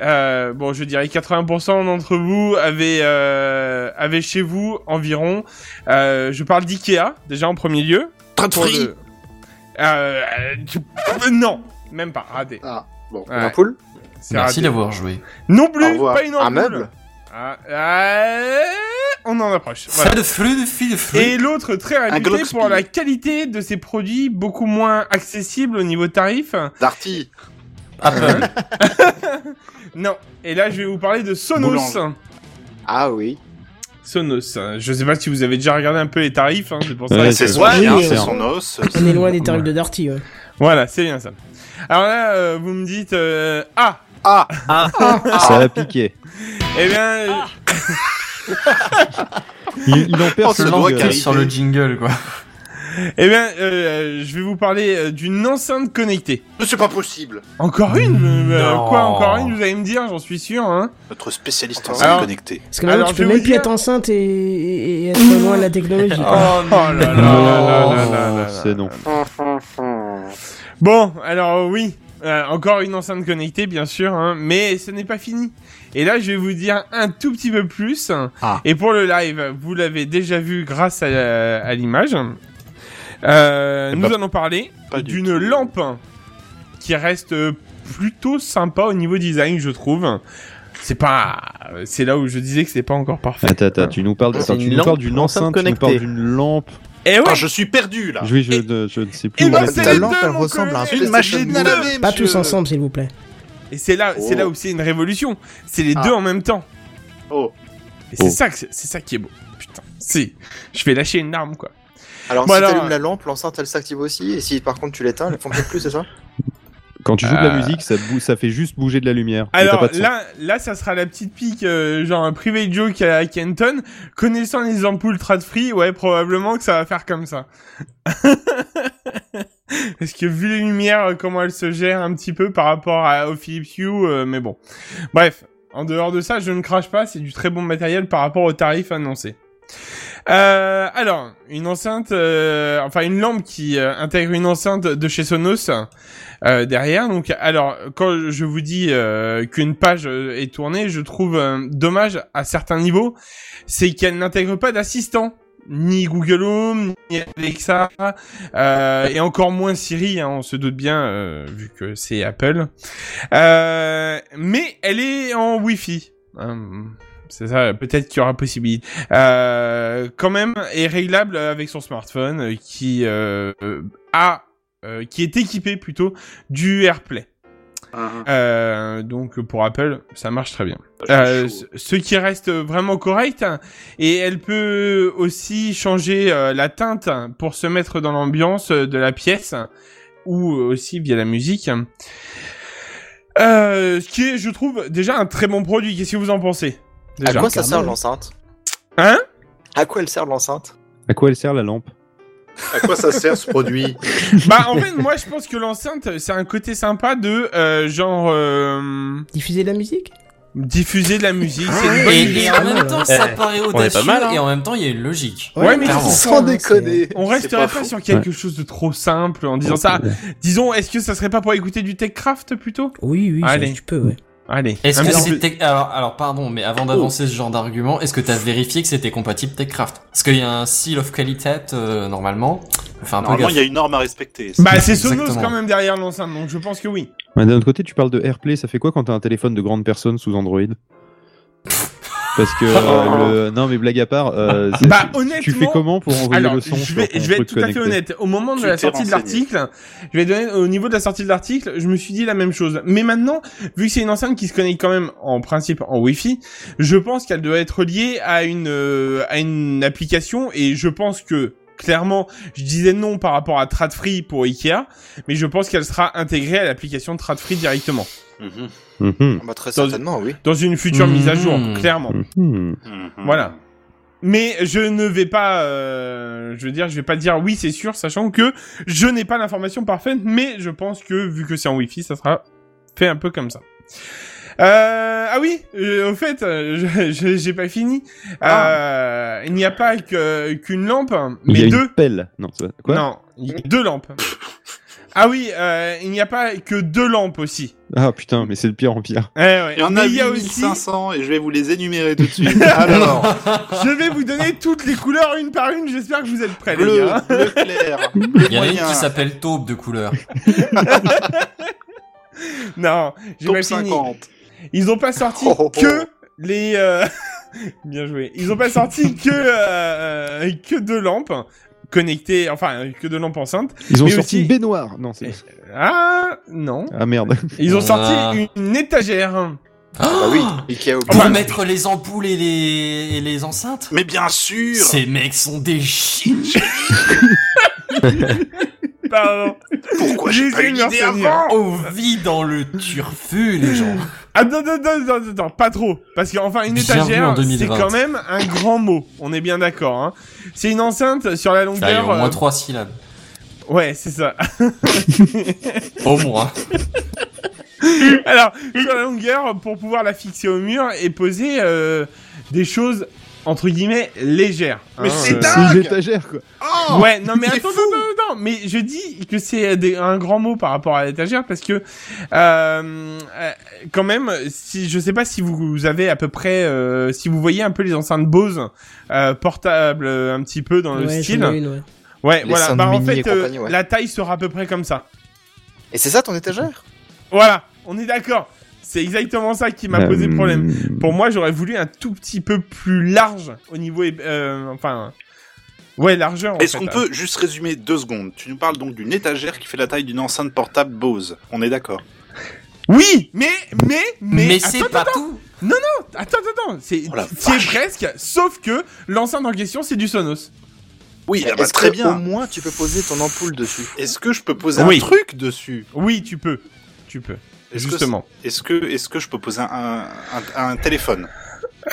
euh, bon, je dirais 80% d'entre vous avez, euh, avez chez vous environ. Euh, je parle d'IKEA déjà en premier lieu. Trade Pour free. le- Euh, euh, tu- Non, Même pas, raté. Ah, bon. Ouais. Une ampoule C'est raté. Merci d'avoir joué. Non Au plus, revoir. pas une Un ampoule. meuble Ah, ah, On en approche. Ça Voilà. de flux, de fil, de flux. Et l'autre très réputé Glock pour Speed. la qualité de ses produits, beaucoup moins accessible au niveau tarif. Darty. Ah bah Apple. Non. Et là, je vais vous parler de Sonos. Boulange. Ah oui. Sonos. euh, Je sais pas si vous avez déjà regardé un peu les tarifs, hein, c'est pour ça. Ouais, c'est c'est son chien, oui, c'est euh, son os. On est loin des tarifs de Darty. Ouais. Voilà, c'est bien ça. Alors là, euh, vous me dites, euh, ah, Ça a piqué. eh bien, Il, il en perd Oh, ses ce langues. doigt Qui qui est arrive. sur le jingle, quoi. eh bien, euh, je vais vous parler euh, d'une enceinte connectée. Mais C'est pas possible. Encore une euh, Non. Quoi, encore une Vous allez me dire, j'en suis sûr. Hein. Notre spécialiste en Alors- salle connectée. Parce que maintenant, Alors, tu peux je vais même vous plus dire- être enceinte et, et- et être pas loin de la technologie. quoi. Oh là là là là là là là. C'est non. Bon, alors euh, oui, euh, encore une enceinte connectée, bien sûr, hein, mais ce n'est pas fini. Et là, je vais vous dire un tout petit peu plus. Ah. Et pour le live, vous l'avez déjà vu grâce à, la- à l'image. Euh, Eh nous ben, allons parler pas du d'une lampe qui reste plutôt sympa au niveau design, je trouve. C'est pas, c'est là où je disais que c'est pas encore parfait. Attends, attends, tu nous parles, C'est attends, tu une nous parles lampe d'une enceinte enceinte, tu nous parles connectée. d'une lampe. Et ouais, Ah, je suis perdu là. Oui, je, ne- je ne sais plus et où ben, mettre c'est la Ta les lampe. lampe, deux, elle mon ressemble à un collègue. espèce Une machine de à moulin. laver, Pas monsieur. tous ensemble, s'il vous plaît. et c'est là, c'est Oh. là où c'est une révolution. C'est les Ah. deux en même temps. Oh. Et c'est Oh. ça, que c'est c'est ça qui est beau. Putain, si. Je vais lâcher une larme, quoi. Alors, Voilà. si t'allumes la lampe, l'enceinte elle s'active aussi. Et si par contre tu l'éteins, elle fonctionne plus, c'est ça Quand tu joues de Euh. la musique, ça, bou- ça fait juste bouger de la lumière. mais t'as Alors pas de son. là, là, ça sera la petite pique, euh, genre un private joke à Kenton. Connaissant les ampoules trad free, ouais, probablement que ça va faire comme ça. Parce que vu les lumières, euh, comment elles se gèrent un petit peu par rapport à, au Philips Hue, euh, mais bon. Bref, en dehors de ça, je ne crache pas, c'est du très bon matériel par rapport au tarif annoncé. Euh, alors, une enceinte, euh, enfin une lampe qui euh, intègre une enceinte de chez Sonos euh, derrière. Donc, alors quand je vous dis euh, qu'une page euh, est tournée, je trouve euh, dommage à certains niveaux, c'est qu'elle n'intègre pas d'assistant, ni Google Home, ni Alexa, euh, et encore moins Siri. hein, on se doute bien euh, vu que c'est Apple. Euh, mais elle est en Wi-Fi. Hum, c'est ça, peut-être qu'il y aura possibilité. Euh, quand même, est réglable avec son smartphone euh, qui euh, euh, a, euh, qui est équipé plutôt du AirPlay. Euh, donc pour Apple, ça marche très bien. Euh, ce- ce qui reste vraiment correct, et elle peut aussi changer euh, la teinte pour se mettre dans l'ambiance de la pièce, ou aussi via la musique. Euh, ce qui est, je trouve, déjà un très bon produit. Qu'est-ce que vous en pensez À déjà quoi ça sert l'enceinte Hein À quoi elle sert l'enceinte À quoi elle sert la lampe À quoi ça sert ce produit Bah en fait, moi je pense que l'enceinte, c'est un côté sympa de euh, genre euh, Diffuser de la musique diffuser de la musique. C'est une bonne idée. Et, et en même Ouais. temps, ça paraît audacieux, mal, hein. et en même temps, il y a une logique. Ouais, mais clairement. c'est- Sans déconner On resterait pas pas, faux. sur quelque chose de trop simple en disant ça. Disons, est-ce que ça serait pas pour écouter du Techcraft plutôt Oui, oui, ça, Allez. tu peux, ouais. Allez. Ah, Est-ce un que petit c'est peu- tech- alors, alors pardon, mais avant Oh. d'avancer ce genre d'argument, est-ce que t'as vérifié que c'était compatible Techcraft Parce qu'il y a un seal of qualité euh, normalement. Enfin, un peu Normalement, gaffe. il y a une norme à respecter. Bah c'est Sonos Exactement. quand même derrière l'enceinte, donc je pense que oui. Mais D'un autre côté, tu parles de AirPlay, ça fait quoi quand t'as un téléphone de grande personne sous Android Parce que. euh, le- Non, mais blague à part, euh, c'est- Bah, tu- tu honnêtement, fais comment pour envoyer Alors, le son je vais, sur ton je vais être tout truc à fait connecté honnête. Au moment de Tu la t'es sortie de renseigné. l'article, je vais donner au niveau de la sortie de l'article, je me suis dit la même chose. Mais maintenant, vu que c'est une enceinte qui se connecte quand même en principe en Wi-Fi, je pense qu'elle doit être liée à une euh, à une application et je pense que clairement, je disais non par rapport à Tradfree pour Ikea, mais je pense qu'elle sera intégrée à l'application Tradfree directement Mhm, Mhm, Bah, Très Hmm. Dans- certainement, oui. dans une future mise à jour, Hmm. Mhm. clairement. mhm. mhm. Voilà. Mais je ne vais pas, euh, je veux dire, je vais pas dire oui, c'est sûr, sachant que je n'ai pas l'information parfaite, mais je pense que vu que c'est en Wi-Fi, ça sera fait un peu comme ça. Euh, ah oui, euh, au fait, euh, je- je- j'ai pas fini. Ah. Euh, Il n'y a pas que- qu'une lampe, Il y a mais une deux. pelle. Non, ça va- quoi non, il y a deux lampes. ah oui, euh, il n'y a pas que deux lampes aussi. Ah putain, mais c'est de pire en pire. Eh ouais. Il y en Mais a il y a aussi 8500 et je vais vous les énumérer tout de suite. Alors, Je vais vous donner toutes les couleurs une par une. J'espère que vous êtes prêts, les bleu, gars. bleu clair, Il y en a une moyen. qui s'appelle taupe de couleur. Non, j'ai Top pas fini. 50. Ils ont pas sorti Oh, oh, oh. que les. euh, Bien joué. Ils ont pas sorti que euh, euh, que deux lampes connectées, enfin que deux lampes enceintes. Ils ont Mais sorti aussi- une baignoire. Non, c'est. Ah non. Ah merde. Ils ont Ah. sorti une étagère. Bah oui, Oh Ikea au Pour Enfin, mettre les ampoules et les, et les enceintes Mais bien sûr Ces mecs sont des chiens Pardon. Pourquoi j'ai J'essaie pas eu de me l'idée retenir. avant On vit dans le turfu, les gens Attends, attends, attends, attends, attends, pas trop. Parce qu'enfin, une Bienvenue en étagère, c'est 2020. quand même un grand mot. On est bien d'accord. Hein. C'est une enceinte sur la Allez, longueur. au moins euh, trois syllabes. Ouais, c'est ça. Au moins. Alors, sur la longueur, pour pouvoir la fixer au mur et poser euh, des choses entre guillemets légères. Mais c'est euh, dingue C'est une étagère quoi. Ouais, non mais Il est attends, fou. attends, attends, mais je dis que c'est des- un grand mot par rapport à l'étagère parce que euh, euh, quand même, si je sais pas si vous, vous avez à peu près, euh, si vous voyez un peu les enceintes Bose euh, portables euh, un petit peu dans le ouais, style. j'en ai une, ouais. Ouais, Les voilà. enceintes Bah en mini et fait, euh, compagnie, ouais. la taille sera à peu près comme ça. Et c'est ça ton étagère Voilà, on est d'accord. C'est exactement ça qui m'a posé Euh, problème. Pour moi, j'aurais voulu un tout petit peu plus large au niveau, euh, enfin, ouais, largeur. en Est-ce fait, qu'on hein. peut juste résumer deux secondes Tu nous parles donc d'une étagère qui fait la taille d'une enceinte portable Bose. On est d'accord. Oui, mais, mais, mais, Mais, attends, c'est pas tout Attends, attends, attends, c'est Oh la c'est presque, sauf que l'enceinte en question c'est du Sonos. Oui, ah bah, Est-ce très que, Au bien. moins, tu peux poser ton ampoule dessus. Est-ce que je peux poser Oui. un truc dessus Oui, tu peux, tu peux, Est-ce que justement. c'est- Est-ce que, est que je peux poser un, un- un téléphone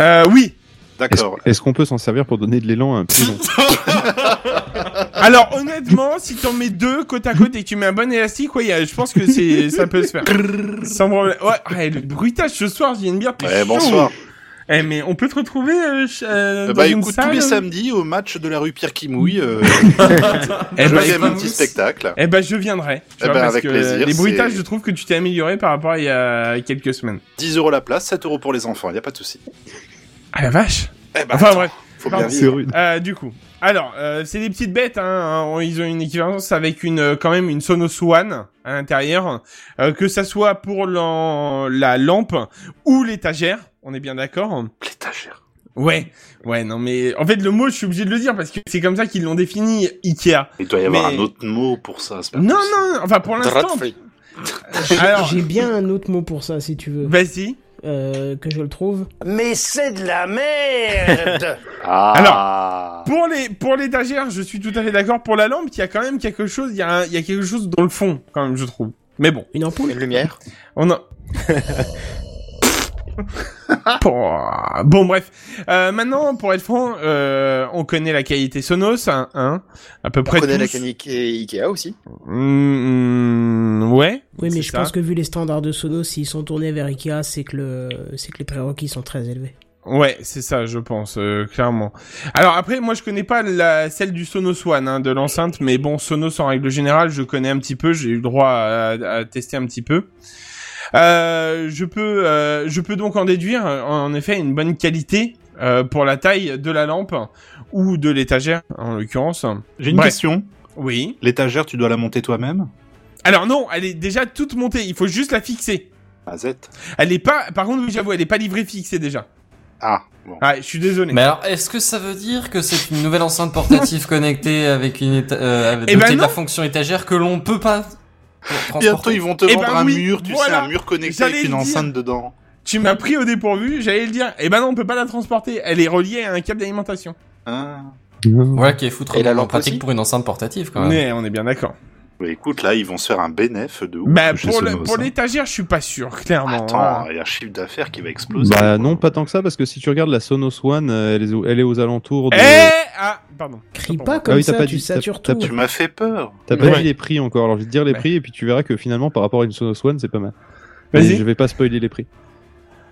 Euh, oui. Est-ce D'accord. est-ce qu'on peut s'en servir pour donner de l'élan à un pigeon Alors honnêtement, si t'en mets deux côte à côte et que tu mets un bon élastique, ouais, y a- je pense que c'est, ça peut se faire. Sans problème. Ouais, ouais, le bruitage ce soir, j'ai une bière. t'es Ouais, chaud. bonsoir. Eh mais on peut te retrouver euh, ch- euh, Euh, dans bah une écoute, salle. tous les samedis au match de la rue Pierre qui mouille, euh, Eh je bah, fais un écoute, petit spectacle. eh bah, je viendrai. Tu Eh vois, ben, parce avec que plaisir, les bruitages, c'est- je trouve que tu t'es amélioré par rapport à il y a quelques semaines. 10 euros la place, 7 euros pour les enfants, y a pas de souci. Ah la vache. Eh bah, Enfin bref. faut pardon. bien C'est vivre. rude. Euh, du coup, alors euh, c'est des petites bêtes. Hein, hein, ils ont une équivalence avec une euh, quand même une Sonos One à l'intérieur, euh, que ça soit pour l'en- la lampe ou l'étagère. On est bien d'accord. L'étagère. Ouais, ouais, non mais en fait le mot je suis obligé de le dire parce que c'est comme ça qu'ils l'ont défini Ikea. Il doit y avoir Mais- un autre mot pour ça. c'est pas Non, non, possible. non, enfin pour l'instant. Drat-free. Alors, J'ai bien un autre mot pour ça, si tu veux, vas-y. euh, que je le trouve. Mais c'est de la merde Ah. Pour les pour l'étagère, je suis tout à fait d'accord. Pour la lampe, il y a quand même quelque chose, il y a un- il y a quelque chose dans le fond quand même, je trouve. Mais bon. Une ampoule Une lumière. On a... bon, bon, bref. Euh, maintenant, pour être franc, euh, on connaît la qualité Sonos, hein, hein, à peu On près connaît la tous. canique et Ikea aussi. Mm, mm, ouais. Oui, mais c'est je ça. pense que vu les standards de Sonos, s'ils sont tournés vers Ikea, c'est que, le... c'est que les prérequis sont très élevés. Ouais, c'est ça, je pense, euh, clairement. Alors après, moi, je connais pas la celle du Sonos One, hein, de l'enceinte, mais bon, Sonos en règle générale, je connais un petit peu, j'ai eu le droit à, à tester un petit peu. Euh, je peux, euh, je peux donc en déduire, euh, en effet, une bonne qualité euh, pour la taille de la lampe ou de l'étagère, en l'occurrence. J'ai une Bref. question. Oui. L'étagère, tu dois la monter toi-même Alors non, elle est déjà toute montée. Il faut juste la fixer. Azette. Elle est pas, par contre, oui, j'avoue, elle est pas livrée fixée déjà. Ah, bon. Ah, je suis désolé. Mais alors, est-ce que ça veut dire que c'est une nouvelle enceinte portative connectée avec une éta- euh, avec- Eh dotée ben de la non. fonction étagère que l'on peut pas transporter Bientôt, ils vont te Eh vendre ben un oui, mur, tu voilà. sais, un mur connecté J'allais avec une le dire. enceinte dedans. Tu m'as pris au dépourvu, j'allais le dire. Eh ben non, on peut pas la transporter. Elle est reliée à un câble d'alimentation. Ah. Voilà qui est foutre Et la lampe pratique aussi pour une enceinte portative quand même. Mais on est bien d'accord. Bah, écoute, là, ils vont se faire un bénéf de ouf. Bah, chez pour, le- Sonos, pour hein. l'étagère, je suis pas sûr, clairement. Attends, Ah. il y a un chiffre d'affaires qui va exploser. Bah non, pas tant que ça, parce que si tu regardes la Sonos One, euh, elle est aux, elle est aux alentours de... Eh Ah, pardon. Crie Ah, pas pardon. Ah comme oui, t'as ça, pas tu dit- t'as- satures t'as tout. Tu m'as fait peur. T'as pas Ouais. dit les prix encore, alors je vais te dire les Ouais. prix, et puis tu verras que finalement, par rapport à une Sonos One, c'est pas mal. Mais Vas-y. je vais pas spoiler les prix.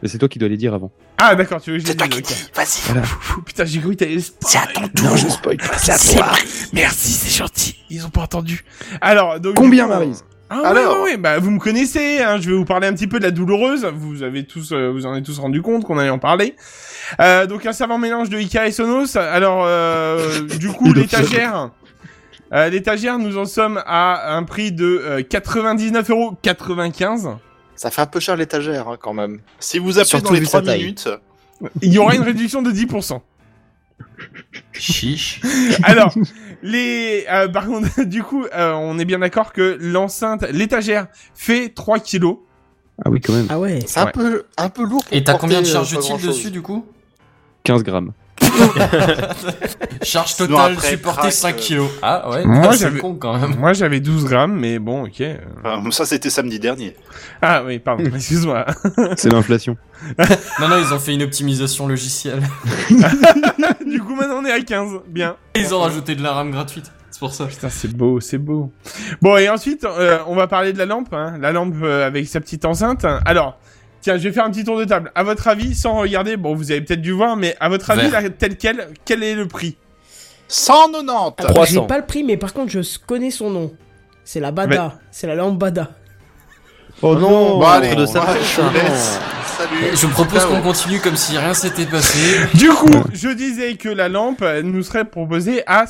Mais c'est toi qui dois les dire avant. Ah, d'accord, tu veux que je les dise, ok. Vas-y, Fou, Putain, j'ai cru que t'allais le spoil. Non, je spoil pas. Merci, c'est gentil. Ils ont pas entendu. Alors, donc. Combien, du coup, Maryse ah, Alors, Alors ouais, ouais, bah, vous me connaissez, hein, je vais vous parler un petit peu de la douloureuse. Vous avez tous, euh, vous en avez tous rendu compte qu'on allait en parler. Euh, donc un savant mélange de Ikea et Sonos. Alors, euh, du coup, Il observe. l'étagère, Euh, L'étagère, nous en sommes à un prix de euh, 99,95€. Ça fait un peu cher l'étagère hein, quand même. Si vous appelez Surtout dans les vu 3 sa taille. minutes, Il y aura une réduction de 10%. Chiche. Alors, les, euh, par contre, du coup, euh, on est bien d'accord que l'enceinte, l'étagère fait 3 kilos. Ah oui, quand même. Ah ouais. C'est un Ouais. peu un peu lourd. Pour Et t'as porter, combien de euh, charges pas utiles grand-chose. dessus du coup 15 grammes. Charge Sinon, totale après, supportée craque, 5 euh. kilos. Ah ouais, Moi, putain, c'est j'avais- con quand même. Moi, j'avais 12 grammes, mais bon, ok. euh. enfin, ça c'était samedi dernier. Ah oui, pardon, excuse-moi. C'est l'inflation. Non, non, ils ont fait une optimisation logicielle. du coup, maintenant, on est à 15. Bien. Ils ont rajouté de la RAM gratuite. C'est pour ça. Putain, c'est beau, c'est beau. Bon, et ensuite, euh, on va parler de la lampe, hein. la lampe euh, avec sa petite enceinte. Alors, tiens, je vais faire un petit tour de table. À votre avis, sans regarder, bon, vous avez peut-être dû voir, mais à votre avis, Vert. la, telle quelle, quel est le prix 190 Ah, Alors, J'ai 300. pas le prix, mais par contre, je connais son nom. C'est la Bada. C'est la lampe Bada. Oh Ah non. Bon, bah, allez, de ça, moi, je vous putain. laisse. Salut. Je propose Ah ouais. qu'on continue comme si rien s'était passé. Du coup, je disais que la lampe euh, nous serait proposée à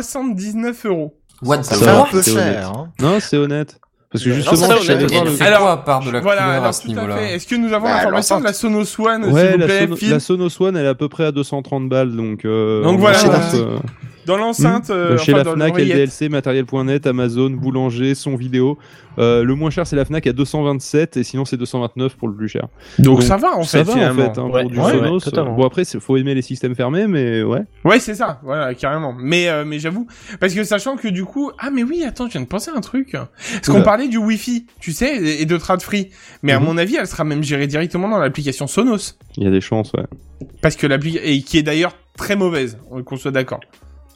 179 euros. What the Ça Ça fait va, un peu c'est cher. honnête. hein. Non, c'est honnête. Parce que Non, justement, ça, je savais honnête. voir Elle le. fait Alors, quoi à part de la Voilà, couleur à alors ce tout à niveau-là fait. Est-ce que nous avons Bah, l'information de la Sono Swan, s'il Ouais, vous la, plaît, Sono- Phil la Sonos One, elle est à peu près à 230 balles, donc. euh, Donc on voilà, pense, voilà. euh, Dans l'enceinte, euh, Euh, chez enfin, la dans Fnac, l'oreillette. LDLC, matériel.net, Amazon, Boulanger, Son Vidéo. Euh, le moins cher, c'est la Fnac à 227 et sinon c'est 229 pour le plus cher. Donc, Donc, ça va en ça fait va finalement. en fait hein, Ouais, pour du ouais, Sonos. ouais, totalement. bon après, c'est- faut aimer les systèmes fermés, mais ouais. Ouais, c'est ça, voilà, carrément. Mais euh, mais j'avoue, parce que sachant que du coup, ah mais oui, attends, je viens de penser à un truc. Parce qu'on Oula. parlait du Wi-Fi, tu sais, et et de trad free. Mais à Mhm. mon avis, elle sera même gérée directement dans l'application Sonos, Il y a des chances, ouais. parce que l'application et qui est d'ailleurs très mauvaise, qu'on soit d'accord.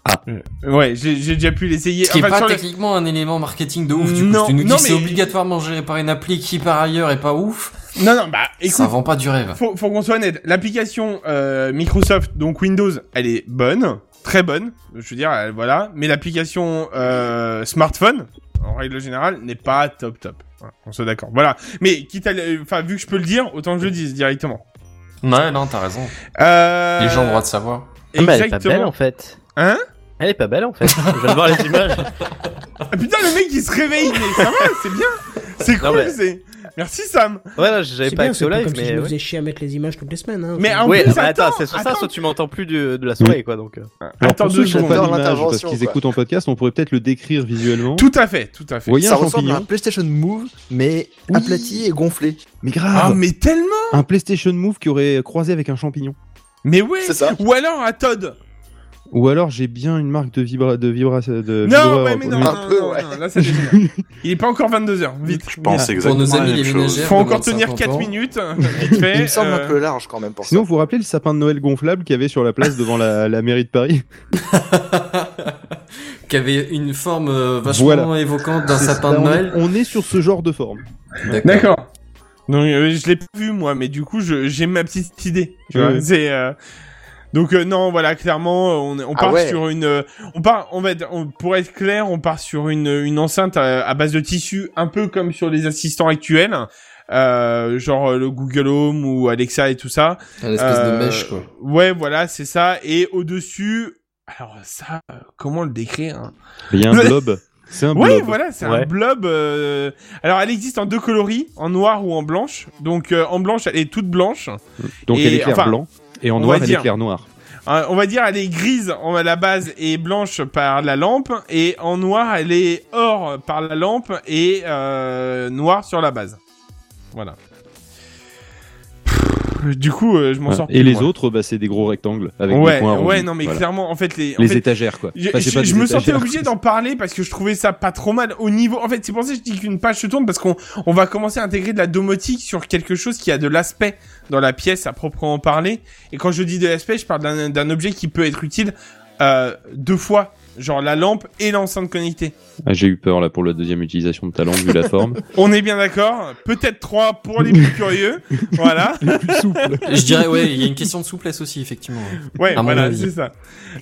Ah. Euh, Ouais, j'ai j'ai déjà pu l'essayer. Ce qui est Enfin, pas sur la- techniquement un élément marketing de ouf, du coup. Non, si tu nous dis non, que c'est mais- obligatoirement géré par une appli qui, par ailleurs, est pas ouf. Non, non, bah Ça écoute, vend pas du rêve. faut, faut qu'on soit honnête. L'application euh, Microsoft, donc Windows, elle est bonne, très bonne. Je veux dire, elle- voilà. Mais l'application euh, smartphone, en règle générale, n'est pas top top. Voilà, on soit d'accord. Voilà. Mais quitte à, le- enfin, vu que je peux le dire, autant que je le dise directement. Ouais, non, t'as raison. Euh, Les gens ont le droit de savoir. Ah, mais elle est pas exactement. belle en fait. Hein Elle est pas belle en fait. Je viens de voir les images. Ah, putain, le mec il se réveille. Mais ça va, c'est bien. C'est Non, cool. mais- C'est. Merci Sam. Voilà, j'avais C'est pas bien, accès c'est au pas live, comme si je mais. me ouais. faisais chier à mettre les images toutes les semaines. hein. Mais Enfin, en Ouais, plus, mais attends, attends, c'est soit ça, attends. soit tu m'entends plus de, de la soirée, quoi. Donc, euh. Alors, Attends pour deux ceux qui n'ont secondes. pas J'adore l'image parce l'intervention, qu'ils quoi. écoutent en podcast, on pourrait peut-être le décrire visuellement. Tout à fait, tout à fait. Vous voyez Ça un ressemble à un champignon PlayStation Move, mais Oui. aplati et gonflé. Mais Ah, grave mais tellement. Un PlayStation Move qui aurait croisé avec un champignon. Mais ouais. C'est ça. Ou alors à Todd. Ou alors j'ai bien une marque de vibra de vibra de Non, vibreur. ouais, mais non, Ah, Oui. Un non, peu, non, ouais. non, là ça dégénère. Il est pas encore 22h, vite. Je pense Pour exactement nos la amis les même chose. ménagères. Faut de encore moins de tenir 50 4 ans. minutes. hein, vite fait, Il me semble euh, un peu large quand même pour Sinon, vous vous rappelez le sapin de Noël gonflable qu'il y avait sur la place devant la, la mairie de Paris Qui avait une forme euh, vachement Voilà. évoquante d'un C'est- sapin de là, on est- Noël. on est sur ce genre de forme. D'accord. Non, euh, je l'ai pas vu moi, mais du coup, je- j'ai ma petite idée. Tu vois, Ouais. c'est. euh, Donc euh, non, voilà, clairement, euh, on, on Ah part ouais. sur une, euh, on part, on va, être- on- pour être clair, on part sur une, une enceinte euh, à, à base de tissu, un peu comme sur les assistants actuels, euh, genre euh, le Google Home ou Alexa et tout ça. Une espèce de Euh, mèche, quoi. Ouais, voilà, c'est ça. Et au-dessus, alors ça, euh, comment le décrire hein Il y a un blob. C'est un blob. Ouais, voilà, c'est un Ouais. blob. euh, Alors, elle existe en deux coloris, en noir ou en blanche. Donc, euh, en blanche, elle est toute blanche. Donc Et, elle éclaire enfin, blanc. Et en on noir, va elle dire- éclaire noir. Hein, on va dire, elle est grise en, à la base et blanche par la lampe. Et en noir, elle est or par la lampe et euh, noir sur la base. Voilà. Pff, Du coup, euh, je m'en Ouais. sors plus. Et les moi. autres, bah, c'est des gros rectangles avec Ouais, des points ouais, arrondis. non, mais Voilà. clairement, en fait, les, en Les fait, étagères, quoi. Je, Enfin, c'est je- pas des je me sentais étagères. obligé d'en parler parce que je trouvais ça pas trop mal au niveau. En fait, c'est pour ça que je dis qu'une page se tourne parce qu'on on va commencer à intégrer de la domotique sur quelque chose qui a de l'aspect dans la pièce à proprement parler. Et quand je dis de l'aspect, je parle d'un- d'un objet qui peut être utile euh, deux fois, genre la lampe et l'enceinte connectée. Ah, J'ai eu peur, là, pour la deuxième utilisation de talent, vu la forme. On est bien d'accord. Peut-être trois pour les plus curieux. Voilà. Je dirais, ouais, il y a une question de souplesse aussi, effectivement. Ouais, À mon voilà, avis. c'est ça.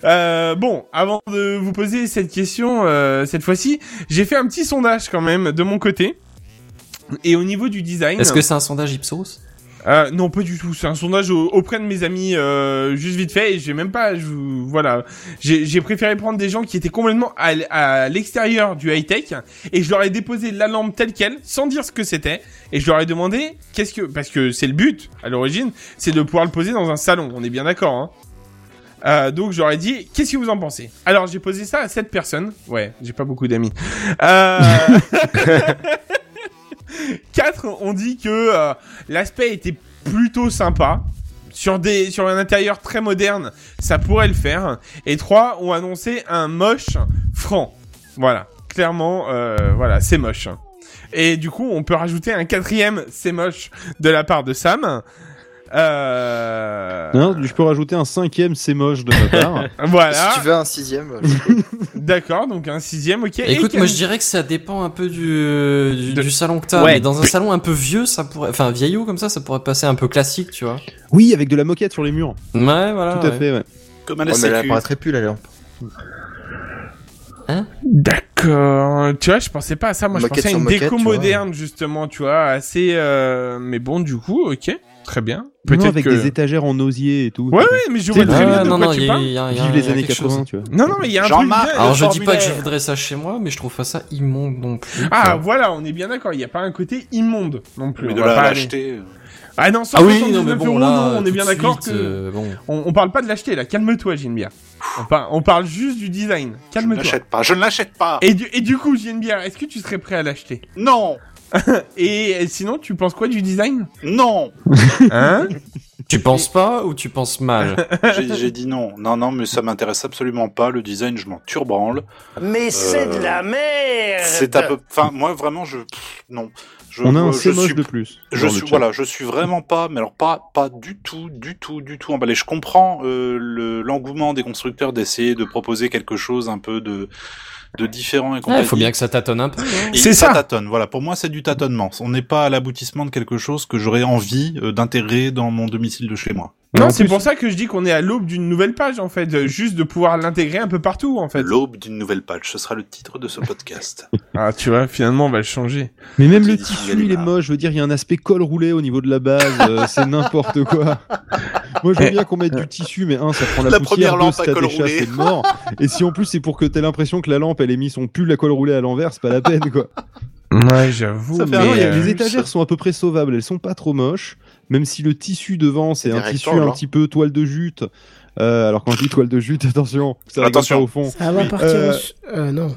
Euh, bon, avant de vous poser cette question, euh, cette fois-ci, j'ai fait un petit sondage quand même de mon côté. Et au niveau du design, Est-ce que c'est un sondage Ipsos Euh, non, pas du tout. C'est un sondage au- auprès de mes amis, euh, juste vite fait. Et j'ai même pas, je, vous- voilà, j'ai j'ai préféré prendre des gens qui étaient complètement à, l- à l'extérieur du high tech et je leur ai déposé la lampe telle quelle, sans dire ce que c'était, et je leur ai demandé qu'est-ce que, parce que c'est le but à l'origine, c'est de pouvoir le poser dans un salon. On est bien d'accord, hein. Euh, donc j'aurais dit, qu'est-ce que vous en pensez Alors j'ai posé ça à cette personne. Ouais, j'ai pas beaucoup d'amis. Euh... Quatre ont dit que euh, l'aspect était plutôt sympa. Sur, des, sur un intérieur très moderne, ça pourrait le faire. Et trois ont annoncé un moche franc. Voilà, clairement, euh, voilà, c'est moche. Et du coup, on peut rajouter un quatrième, c'est moche, de la part de Sam. Euh... Hein, je peux rajouter un cinquième, c'est moche de ma part. Voilà. Si tu veux un sixième, D'accord, donc un sixième, ok. Et Écoute, quel- moi je dirais que ça dépend un peu du, du, De- du salon que t'as. Ouais. Mais dans un salon un peu vieux, ça pourrait, enfin vieillot comme ça, ça pourrait passer un peu classique, tu vois. oui, avec de la moquette sur les murs. Ouais, voilà. Tout à ouais. fait, Ah, ouais. Comme à la Ouais, mais elle sécu. apparaîtrait plus la lampe. D'accord. Tu vois, je pensais pas à ça. Moi, Moquette je pensais à sur une moquette, déco tu vois. moderne, justement, tu vois, assez. euh, Mais bon, du coup, ok, très bien. Non, Peut-être avec que. des étagères en osier et tout. Ouais, ouais, mais je Tu vois sais, le- très Ouais, bien de non, quoi non, tu il y a, parles. il y a- il y a Vive les années quelque chose. 80, tu vois. Non, non, mais il y a un truc. Jean-Marc, bien, Alors le je dis pas que je formulaire. voudrais ça chez moi, mais je trouve pas ça immonde non plus. Ah, quoi. voilà, on est bien d'accord. Il n'y a pas un côté immonde non plus. Mais on de va la pas aller- l'acheter. Ah non, 179 Ah oui, non, mais euros, bon, là, non, on tout est de bien d'accord suite, que. euh, bon. On, on parle pas de l'acheter là, calme-toi, JNBR. On, par- on parle juste du design, Je ne calme-toi. l'achète pas. Je ne l'achète pas. Et du, et du coup, JNBR, est-ce que tu serais prêt à l'acheter Non. Et euh, sinon, tu penses quoi du design Non. Hein Tu penses pas ou tu penses mal J'ai j'ai dit non. Non, non, mais ça m'intéresse absolument pas. Le design, je m'en turbranle. Mais c'est Euh, de la merde C'est à peu. Enfin, moi vraiment, je pff, non. Je, On a un je c'est moche suis, de plus. je dans le suis chat. voilà, je suis vraiment pas, mais alors pas pas du tout, du tout, du tout emballé. Je comprends euh, le- l'engouement des constructeurs d'essayer de proposer quelque chose un peu de de différent et Il compagnie. faut bien que ça tâtonne un peu. Et C'est ça. tâtonne. Voilà, pour moi, c'est du tâtonnement. On n'est pas à l'aboutissement de quelque chose que j'aurais envie euh, d'intégrer dans mon domicile de chez moi. Non, c'est pour ça que je dis qu'on est à l'aube d'une nouvelle page en fait, euh, juste de pouvoir l'intégrer un peu partout en fait. L'aube d'une nouvelle page, ce sera le titre de ce podcast. Ah, tu vois, finalement on va le changer. Mais même Petite le édition tissu, il est Gallimard. moche. Je veux dire, il y a un aspect col roulé au niveau de la base. euh, c'est n'importe quoi. Moi, je veux bien qu'on mette du tissu, mais un, ça prend la, euh, La poussière. première deux, lampe si à t'as col des chats, roulé. c'est mort. Et si en plus, c'est pour que t'aies l'impression que la lampe, elle ait mis son pull à col roulé à l'envers, c'est pas la peine, quoi. Ouais, j'avoue. Ça fait mais, un an, Non, il y a- euh, les étagères sont à peu près sauvables. Elles sont pas trop moches, même si le tissu devant, c'est des un tissu rectangles, un hein. petit peu toile de jute. Euh, alors quand je dis toile de jute, attention, ça rigole Attention. pas au fond. Ça va partir. Euh, en Su- euh, non.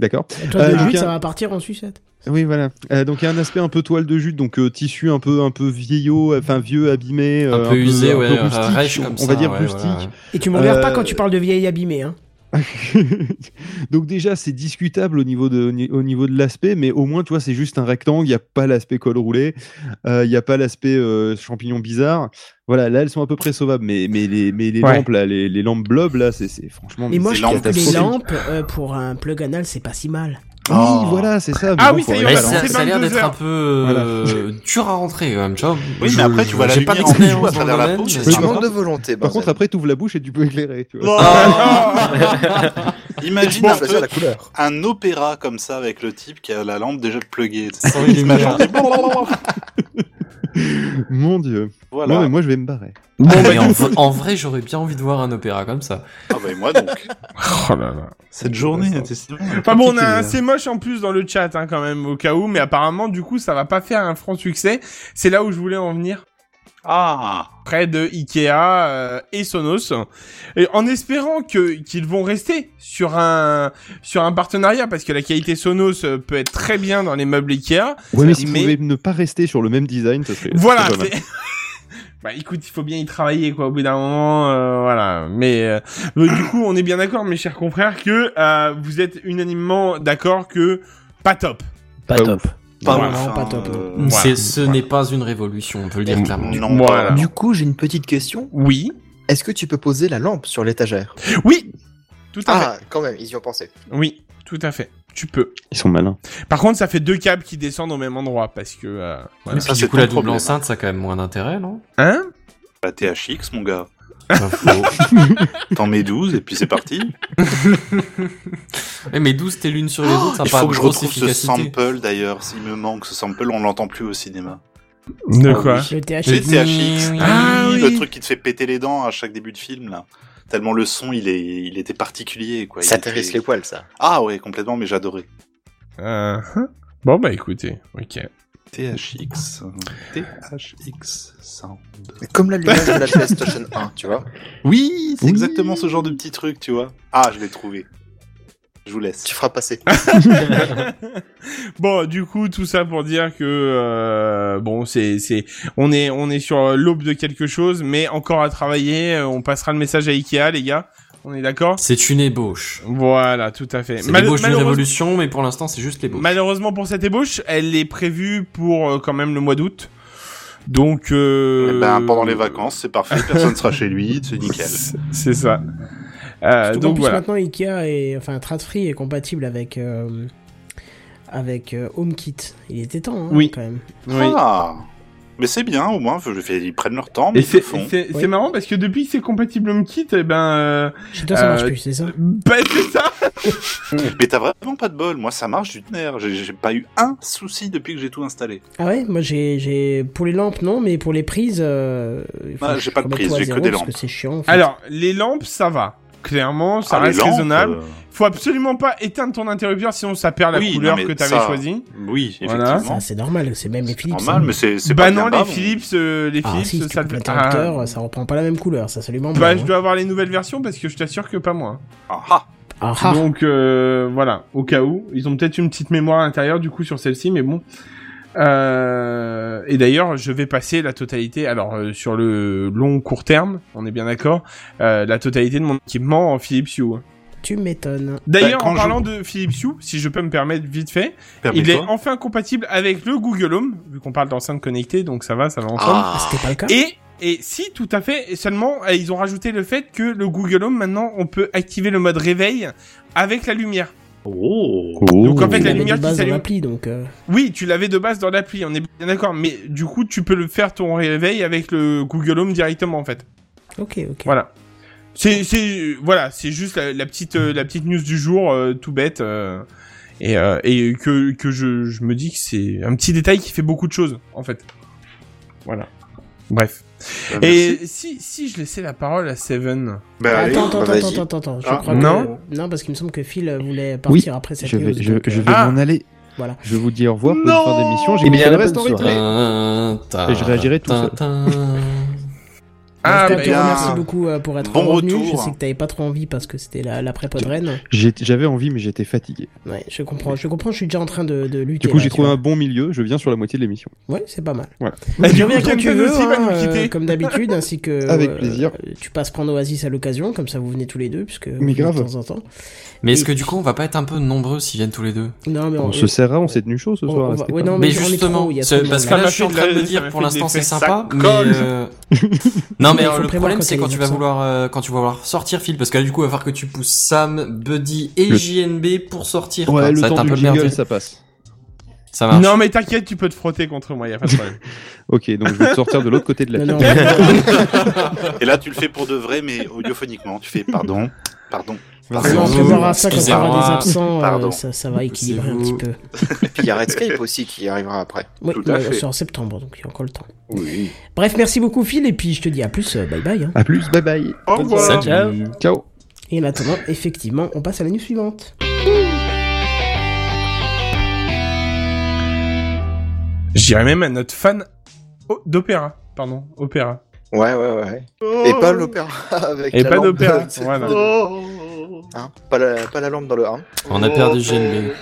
D'accord. Toi, euh, de donc Jute, un- ça va partir en sucette. Oui, voilà. Euh, donc il y a un aspect un peu toile de jute, donc euh, tissu un peu un peu vieillot, enfin vieux, abîmé, euh, Un peu usé, un peu ouais, euh, rustique, rêche on- comme ça. on va dire ouais, rustique. voilà, ouais. Et tu me regardes pas Euh, quand tu parles de vieille abîmée, hein. Donc déjà c'est discutable au niveau de au niveau de l'aspect, mais au moins tu vois c'est juste un rectangle, il y a pas l'aspect col roulé, euh, il y a pas l'aspect euh, champignon bizarre. Voilà, là elles sont à peu près sauvables, mais mais les mais les Ouais. lampes là, les, les lampes blob là, c'est c'est franchement. Mais moi, je lampes, trouve que les c'est- lampes, euh, pour un plug anal, c'est pas si mal. Oui, Oh. voilà, c'est ça. mais Ah bon, oui, faut ça y est, arrêter Mais voilà, la ça, c'est ça a l'air d'être 22 un peu euh, dur à rentrer quand même, tu vois. Oui, Je- mais après, tu vois la j'ai pas lumière en plus d'expérience à travers dans le domaine, la peau, mais- Oui, Tu par manques de contre- volonté, Par contre, bordel. après, t'ouvres la bouche et tu peux éclairer. Tu Oh. vois. Ah. Imagine Bon, un je vais dire peu la couleur. un opéra comme ça avec le type qui a la lampe déjà pluguée. Sans les lumières. Mon dieu. voilà. Ouais, mais moi, je vais me barrer. Bon, bah, mais en, v- en vrai, j'aurais bien envie de voir un opéra comme ça. Ah bah, et moi donc. Oh là là. euh, Cette journée ça. était si Enfin bon, on a un c'est moche en plus dans le chat hein, quand même au cas où, mais apparemment du coup ça va pas faire un franc succès. C'est là où je voulais en venir. Ah près de Ikea euh, et Sonos, et en espérant que qu'ils vont rester sur un sur un partenariat parce que la qualité Sonos euh, peut être très bien dans les meubles Ikea. Ouais, mais si Mais- vous pouvez ne pas rester sur le même design, ça serait. Voilà. ça serait pas mal. c'est- bah écoute, il faut bien y travailler quoi. Au bout d'un moment, euh, voilà. Mais euh, mais du coup, on est bien d'accord, mes chers confrères, que euh, vous êtes unanimement d'accord que pas top. Pas Bah, Pas top. pas Voilà, ouf, non, pas hein, top, euh, C'est- ce n'est pas une révolution, on peut le Mm. dire clairement. Ah, Non, Voilà. pas- Du coup, j'ai une petite question. Oui. Est-ce que tu peux poser la lampe sur l'étagère Oui. Tout à Ah, quand même, ils y ont pensé. fait. Oui. Tout à fait. Tu peux. Ils sont malins. Par contre, ça fait deux câbles qui descendent au même endroit parce que. euh, hein voilà. Mais Ça, puis, c'est du coup, la double ton Bah, problème. enceinte, ça a quand même moins d'intérêt, non Hein La THX, mon gars. Pas faux. T'en mets 12 et puis c'est parti. Eh, mais 12 t'es l'une sur les autres, ça Oh, Il parle faut de que je grosse retrouve ce efficacité. sample d'ailleurs. S'il me manque ce sample, on l'entend plus au cinéma. De quoi Le THX. C'est THX. Ah oui. Le truc qui te fait péter les dents à chaque début de film là. Tellement le son, il, est, il était particulier quoi. Ça Il était- t'érisse les poils, ça. Ah ouais, complètement, mais j'adorais. Euh, hein. Bon, bah écoutez, ok. THX. THX sound. Comme la lumière de la PlayStation 1, tu vois. Oui, c'est exactement ce genre de petit truc, tu vois. Ah, je l'ai trouvé. Je vous laisse. Tu feras passer. Bon, du coup, tout ça pour dire que euh, bon, c'est c'est on est on est sur euh, l'aube de quelque chose, mais encore à travailler. euh, On passera le message à Ikea, les gars. On est d'accord C'est une ébauche. Voilà, tout à fait. C'est Mal- l'ébauche d'une malheureusement- révolution, mais pour l'instant, c'est juste l'ébauche. Malheureusement pour cette ébauche, elle est prévue pour euh, quand même le mois d'août. Donc euh, Eh ben, pendant les vacances, c'est parfait. Personne sera chez lui, c'est nickel. c'est- C'est ça. Euh, Surtout qu'en donc plus, voilà. maintenant Ikea est enfin Tradfree est compatible avec euh, avec euh, HomeKit. Il était temps hein, Oui. quand même. Oui. Ah, mais c'est bien, au moins, je fais- ils prennent leur temps, mais Et ils le c'est font. c'est- Oui. c'est marrant parce que depuis que c'est compatible HomeKit, eh ben euh, Chez toi ça marche Euh, plus, c'est ça bah, c'est ça. Mais t'as vraiment pas de bol. Moi, ça marche du nerf. J'ai j'ai pas eu un souci depuis que j'ai tout installé. Ah ouais, moi j'ai j'ai pour les lampes non, mais pour les prises euh, il faut Ah, que je j'ai pas de remette prise, tout à j'ai que zéro des parce lampes. que c'est chiant. en fait. Alors les lampes, ça va. Clairement, ça Ah, les reste lampes, raisonnable. euh, Faut absolument pas éteindre ton interrupteur, sinon ça perd la Oui, couleur non, mais que t'avais ça, choisie. Oui, Voilà. effectivement. Ça, c'est normal, c'est même les Philips. Normal, hein. mais c'est c'est Bah pas non, bien les grave. hein. Philips, euh, les Ah Philips, si, si ça tu coupes Ah. l'interrupteur, ça reprend pas la même couleur, c'est absolument Bah, bon, je hein. dois avoir les nouvelles versions parce que je t'assure que pas moi. Ah, ah. Ah, ah. Donc euh, voilà, au cas où, ils ont peut-être une petite mémoire à l'intérieur du coup sur celle-ci, mais bon. Euh, et d'ailleurs, je vais passer la totalité. Alors euh, sur le long court terme, on est bien d'accord, euh, la totalité de mon équipement en Philips Hue. hein. tu m'étonnes. D'ailleurs, Bah, quand en je- parlant de Philips Hue, si je peux me permettre vite fait, il est Permets-toi. enfin compatible avec le Google Home, vu qu'on parle d'enceinte connectée, donc ça va, ça va ensemble. Ah, Ah, C'était pas le cas Et, et si, tout à fait, et seulement, euh, ils ont rajouté le fait que le Google Home, maintenant, on peut activer le mode réveil avec la lumière. Oh. Donc, en fait, Il la avait lumière de qui base dans s'allume. l'appli, donc euh, Oui, tu l'avais de base dans l'appli, on est bien d'accord, mais du coup, tu peux le faire ton réveil avec le Google Home directement, en fait. OK, OK. Voilà. C'est, c'est, voilà, c'est juste la, la petite, euh, la petite news du jour, euh, tout bête, euh, et, euh, et que, que je, je me dis que c'est un petit détail qui fait beaucoup de choses, en fait. Voilà. Bref. Bah, merci. Et si, si je laissais la parole à Seven. Bah, allez. Attends, attends, bah, attends, vas-y. attends, attends, je Ah, crois non. que... Non, parce qu'il me semble que Phil voulait partir après cette Je vais, news, je, donc, je euh, vais Ah. m'en aller. Voilà. Je vous dis au revoir, bonne fin d'émission. J'ai Eh bien, goûté le bonne restaurant soirée. italien. Et Et je réagirai tout seul. Ah, en tout cas, bah, je te bien. remercie beaucoup euh, pour être Bon revenu. retour. Je sais que t'avais pas trop envie parce que c'était la, la pré J'ai- J'avais envie, mais j'étais fatigué. Ouais, je comprends, je comprends, je suis déjà en train de, de lutter. Du coup, là, j'ai bah, tu trouvé vois. un bon milieu. Je viens sur la moitié de l'émission. Ouais, c'est pas mal. Et Tu du reviens coup, quand tu Kenton veux, aussi va hein, nous euh, quitter. comme d'habitude, ainsi que Avec euh, plaisir. tu passes prendre Oasis à l'occasion, comme ça vous venez tous les deux, puisque vous venez grave. de temps en temps. Mais est-ce que du coup, on va pas être un peu nombreux s'ils viennent tous les deux Non, mais On se serra, on s'est tenu chaud ce on- soir. on là, va- c'était ouais, pas non, mal. mais mais j'en ai justement, trop, il y a ce- trop de parce monde. que Ça là, m'a je suis en fait train de de me la- ça dire, m'a fait pour de l'instant, c'est l'effet. sympa, Ça mais colle. euh, Il non, mais faut euh, le prévoir problème, quand c'est il y a quand des tu vas absents. vouloir, euh, quand tu vas vouloir sortir, Phil, parce que là, du coup, il va falloir que tu pousses Sam, Buddy et Le- JNB pour sortir. quoi. Ouais, le ça va être temps un du peu jingle, merdique. ça passe. Ça marche. Non, mais t'inquiète, tu peux te frotter contre moi, y a pas de problème. Ok, donc je vais te sortir de l'autre côté de la Non, table. non, on- Et là, tu le fais pour de vrai, mais audiophoniquement. Tu fais pardon, pardon. on Pardon. en préparera ça quand il y Excusez-moi. aura des absents, euh, Pardon. ça, ça va équilibrer un petit Poussez-vous. peu. puis il y a Redscape aussi qui arrivera après. Oui, Tout à mais fait. c'est en septembre, donc il y a encore le temps. Oui. Bref, merci beaucoup Phil, et puis je te dis à plus, euh, bye bye. hein. A plus, bye bye. Au revoir. Salut. Ciao. Et en attendant, effectivement, on passe à la nuit suivante. J'irai même à notre fan oh, d'opéra. Pardon, opéra. Ouais, ouais, ouais. Et pas l'opéra avec Et la pas lampe. d'opéra, voilà. Hein, pas, la, pas la lampe dans le 1. On a perdu JNB.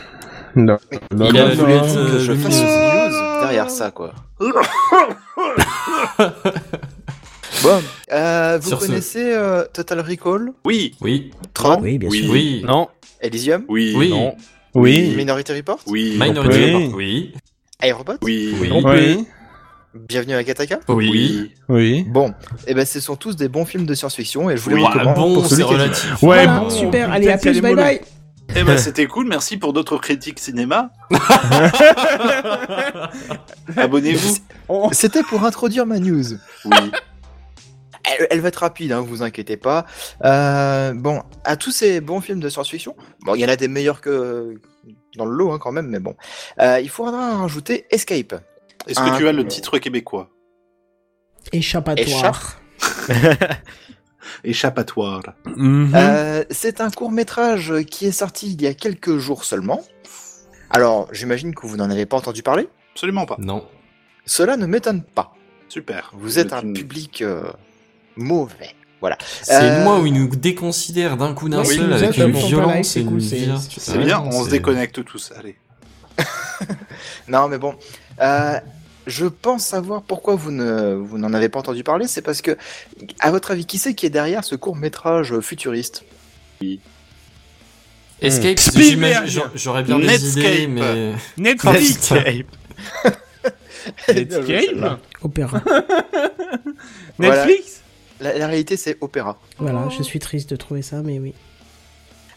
Non. Il a voulu être Que je euh, fasse lumineux. une news derrière ça, quoi. bon, euh, vous Sur ce. connaissez euh, Total Recall Oui, Oui, Tron Oui, bien sûr. oui, Ah, Non, Elysium oui, oui, non. Oui. Minority Report oui, Minority Oui. Report, oui, Aerobot oui, oui, Oui. Bienvenue à Gataka oui. Oui. Bon, et ben ce sont tous des bons films de science-fiction et je voulais Oui, vous Ah, recommande bon, pour c'est celui qui est- relatif. Ouais, voilà, bon, super, on- allez, à peut-être qu'il y a plus, des bye mollo. bye. Eh ben, c'était cool. Merci pour d'autres critiques cinéma. Abonnez-vous. On- C'était pour introduire ma news. Oui. elle, elle va être rapide, hein, vous inquiétez pas. Euh, bon, à tous ces bons films de science-fiction, bon, il y en a des meilleurs que dans le lot hein, quand même, mais bon, Euh, il faudra rajouter Escape. Est-ce que tu as le titre québécois Échappatoire. Échappatoire. Mhm. Mmh. Euh, c'est un court métrage qui est sorti il y a quelques jours seulement. Alors, j'imagine que vous n'en avez pas entendu parler. Absolument pas. Non. Cela ne m'étonne pas. Super. Vous êtes Tu- un tu- public euh, mauvais. Voilà. C'est Euh, moi où ils nous déconsidèrent d'un coup d'un Oui, seul nous avec attaquons une pas là, violence c'est et une cool, c'est- vire- C'est Ouais, bien, non, on se c'est- déconnecte tous. Allez. Non, mais bon. Euh, je pense savoir pourquoi vous ne vous n'en avez pas entendu parler. C'est parce que, à votre avis, qui c'est qui est derrière ce court métrage futuriste Escape, Spielberg. j'imagine- j'a- j'aurais bien des Netscape. idées, mais. Netflix Bien joué, Netscape celle-là. Opéra. Voilà. Netflix la, la réalité, c'est Opéra. voilà, je suis triste de trouver ça, mais oui.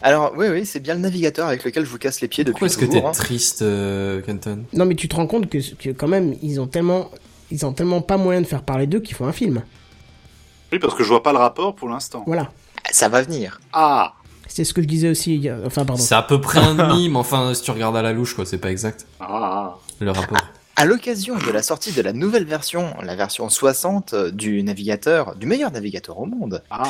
Alors, oui, oui, c'est bien le navigateur avec lequel je vous casse les pieds depuis Pourquoi est-ce que toujours, t'es hein. triste, euh, Kenton Non, mais tu te rends compte que, que quand même, ils ont tellement, ils ont tellement pas moyen de faire parler d'eux qu'ils font un film. Oui, parce que je vois pas le rapport pour l'instant. Voilà. Ça va venir. Ah C'est ce que je disais aussi. il y a- Enfin, pardon. C'est à peu près un mime, enfin, si tu regardes à la louche, quoi, c'est pas exact. Ah Le rapport. À l'occasion de la sortie de la nouvelle version, la version 60 du navigateur, du meilleur navigateur au monde, Ah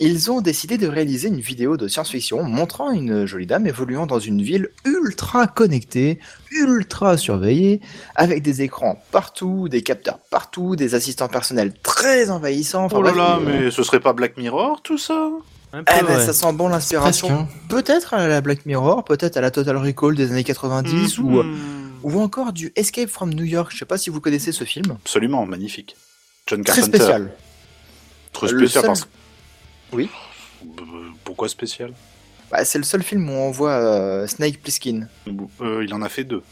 ils ont décidé de réaliser une vidéo de science-fiction montrant une jolie dame évoluant dans une ville ultra connectée, ultra surveillée, avec des écrans partout, des capteurs partout, des assistants personnels très envahissants. Enfin, Oh là bref, là, euh, mais ce serait pas Black Mirror tout ça Un peu, Ah, eh ben, ouais. ça sent bon Presque, l'inspiration. hein. Peut-être à la Black Mirror, peut-être à la Total Recall des années 90 Mm, ou, euh, Hmm. ou encore du Escape from New York. Je sais pas si vous connaissez ce film. Absolument, magnifique. John Très Carpenter. spécial. Très Le spécial seul- parce que. Oui. Euh, Pourquoi spécial Bah, c'est le seul film où on voit euh, Snake Plissken. Euh, Il en a fait deux.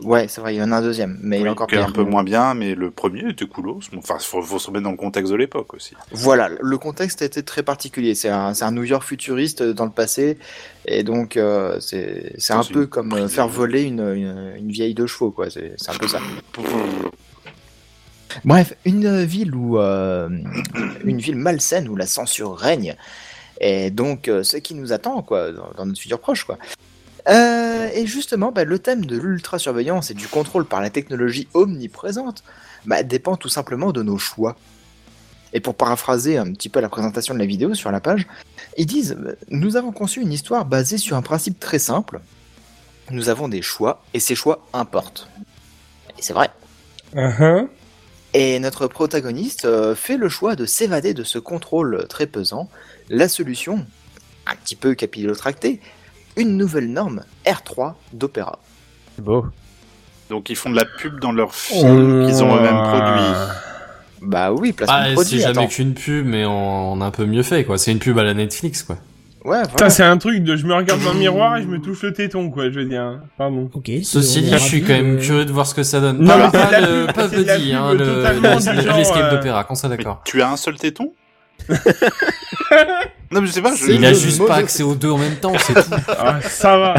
Ouais, c'est vrai, il y en a un deuxième, mais il est Oui, encore qui est pire. un peu moins bien, mais le premier était coolos. Enfin, faut, faut se remettre dans le contexte de l'époque aussi. Voilà, le contexte était très particulier. C'est un, c'est un New York futuriste euh, dans le passé, et donc euh, c'est c'est un C'est peu une comme euh, prison. faire voler une, une, une vieille de chevaux, quoi. C'est c'est un peu ça. Bref, une euh, ville où euh, une ville malsaine où la censure règne, et donc euh, ce qui nous attend, quoi, dans, dans notre futur proche, quoi. Euh, et justement, bah, le thème de l'ultra-surveillance et du contrôle par la technologie omniprésente bah, dépend tout simplement de nos choix. Et pour paraphraser un petit peu la présentation de la vidéo sur la page, ils disent euh, Nous avons conçu une histoire basée sur un principe très simple. Nous avons des choix, et ces choix importent. Et c'est vrai. hein. Ah, Et notre protagoniste euh, fait le choix de s'évader de ce contrôle très pesant. La solution, un petit peu capillotractée, une nouvelle norme R3 d'opéra. Beau. Donc, ils font de la pub dans Oh leur film qu'ils ont Oh. eux-mêmes produit. Bah oui, placement Ah, de et c'est produit. jamais Attends. qu'une pub, mais on, on a un peu mieux fait, quoi. C'est une pub à la Netflix, quoi. Ouais, voilà. Putain, c'est un truc de je me regarde dans le miroir et je me touche le téton, quoi, je veux dire. Pardon. Ok. Ceci on est dit, je suis ravis, quand même euh, curieux de voir ce que ça donne. Non, pas mais c'est de pas la le, pub, pas c'est de la Buddy, pub hein, le, totalement le- du le- genre, l'escape euh, d'opéra, qu'on soit Mais d'accord. tu as un seul téton Non, mais je sais pas. Je... Il a le juste mot pas de- accès aux deux en même temps, c'est tout. Ah, ça va.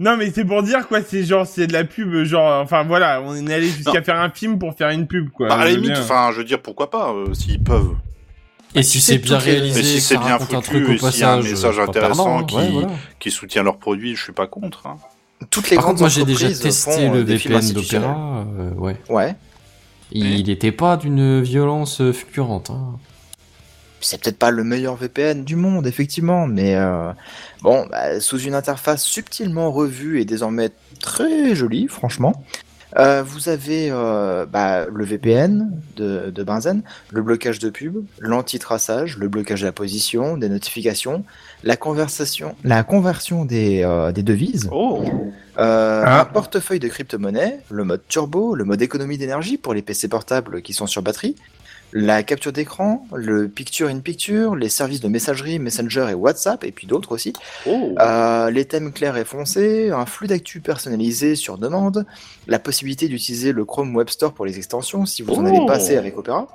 Non, mais c'est pour dire, quoi, c'est genre, c'est de la pub, genre, enfin voilà, on est allé jusqu'à faire un film pour faire une pub, quoi. Bah, à la Je veux limite, dire. enfin, je veux dire, pourquoi pas, euh, s'ils peuvent. Et si c'est bien toutes les- réalisé, Et si que c'est ça bien raconte un foutu, truc au et s'il y a un passage, message euh, pas intéressant pardon, qui- ouais, voilà. Qui soutient leur produit, je suis pas contre. hein. Toutes les Par grandes contre, moi j'ai déjà entreprises testé font, le euh, des films VPN institutionnels. d'opéra, euh, ouais. Ouais, Il était pas d'une violence euh, fulgurante. Hein. c'est peut-être pas le meilleur VPN du monde, effectivement, mais euh, bon, bah, sous une interface subtilement revue et désormais très jolie, franchement. euh, vous avez euh, bah, le VPN de, de Benzen, le blocage de pub, l'anti-traçage, le blocage de la position, des notifications, la conversation, la conversion des, euh, des devises, Oh euh, Ah. un portefeuille de crypto-monnaie, le mode turbo, le mode économie d'énergie pour les PC portables qui sont sur batterie, la capture d'écran, le picture in picture, les services de messagerie, Messenger et WhatsApp, et puis d'autres aussi, Oh euh, les thèmes clairs et foncés, un flux d'actu personnalisé sur demande, la possibilité d'utiliser le Chrome Web Store pour les extensions si vous en avez Oh. passé avec Opera,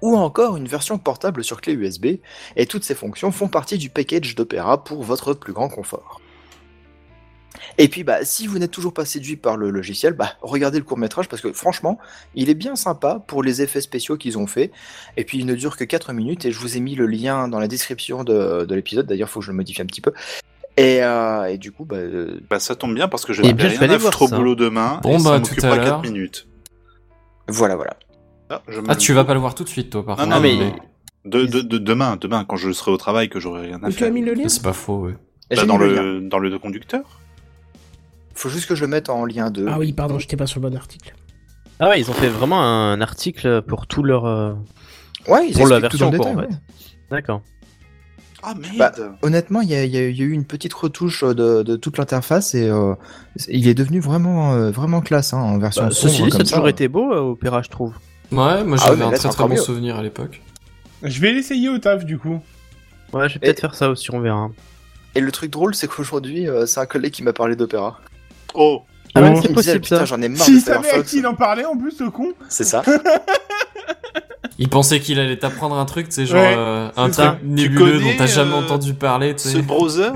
ou encore une version portable sur clé USB, et toutes ces fonctions font partie du package d'Opera pour votre plus grand confort. Et puis, bah, si vous n'êtes toujours pas séduit par le logiciel, bah, regardez le court métrage parce que franchement, il est bien sympa pour les effets spéciaux qu'ils ont fait. Et puis, il ne dure que 4 minutes et je vous ai mis le lien dans la description de, de l'épisode. D'ailleurs, faut que je le modifie un petit peu. Et, euh, et du coup, bah, euh, Bah, ça tombe bien parce que je Eh n'ai bien, je rien vais aller à voir foutre au ça. boulot demain. Bon, bah, et ça tout à m'occupera 4 l'heure. minutes. voilà, voilà. Ah, je me- Ah, tu vas pas le voir tout de suite, toi, par Non, contre. non, mais... De, de- de- demain, demain, quand je serai au travail, que j'aurai rien à Où tu as faire. mis le lien C'est pas faux, ouais. Et Bah, j'ai dans, mis le lien. le, dans le conducteur Faut juste que je le mette en lien de. Ah oui, pardon, j'étais pas sur le bon article. Ah ouais, ils ont fait vraiment un article pour tout leur. euh, Ouais, ils pour la expliquent tout version, dans le quoi, en détail, fait. ouais. D'accord. Ah merde Bah, Honnêtement, il y a, il y a- il y a eu une petite retouche euh, de, de toute l'interface et euh, c'est- il est devenu vraiment, euh, vraiment classe hein, en version. Bah, ceci sombre dit, ça a comme toujours ça. été beau, euh, Opéra, je trouve. Ouais, moi Ah ouais, j'avais mais un là, c'est très très encore bon mieux. souvenir à l'époque. Je vais l'essayer au taf, du coup. Ouais, je vais peut-être faire ça aussi, on verra. Et le truc drôle, c'est qu'aujourd'hui, euh, c'est un collègue qui m'a parlé d'opéra. Oh Ah ouais, Oh. c'est Il me disait, possible ça. putain, j'en ai marre de S'il faire savait à Fox. qui il en parlait, en plus, le con. C'est ça. Il pensait qu'il allait t'apprendre un truc, tu sais, genre Ouais, euh, un c'est truc ça. nébuleux connais, dont t'as jamais euh, entendu parler, tu Ce sais. browser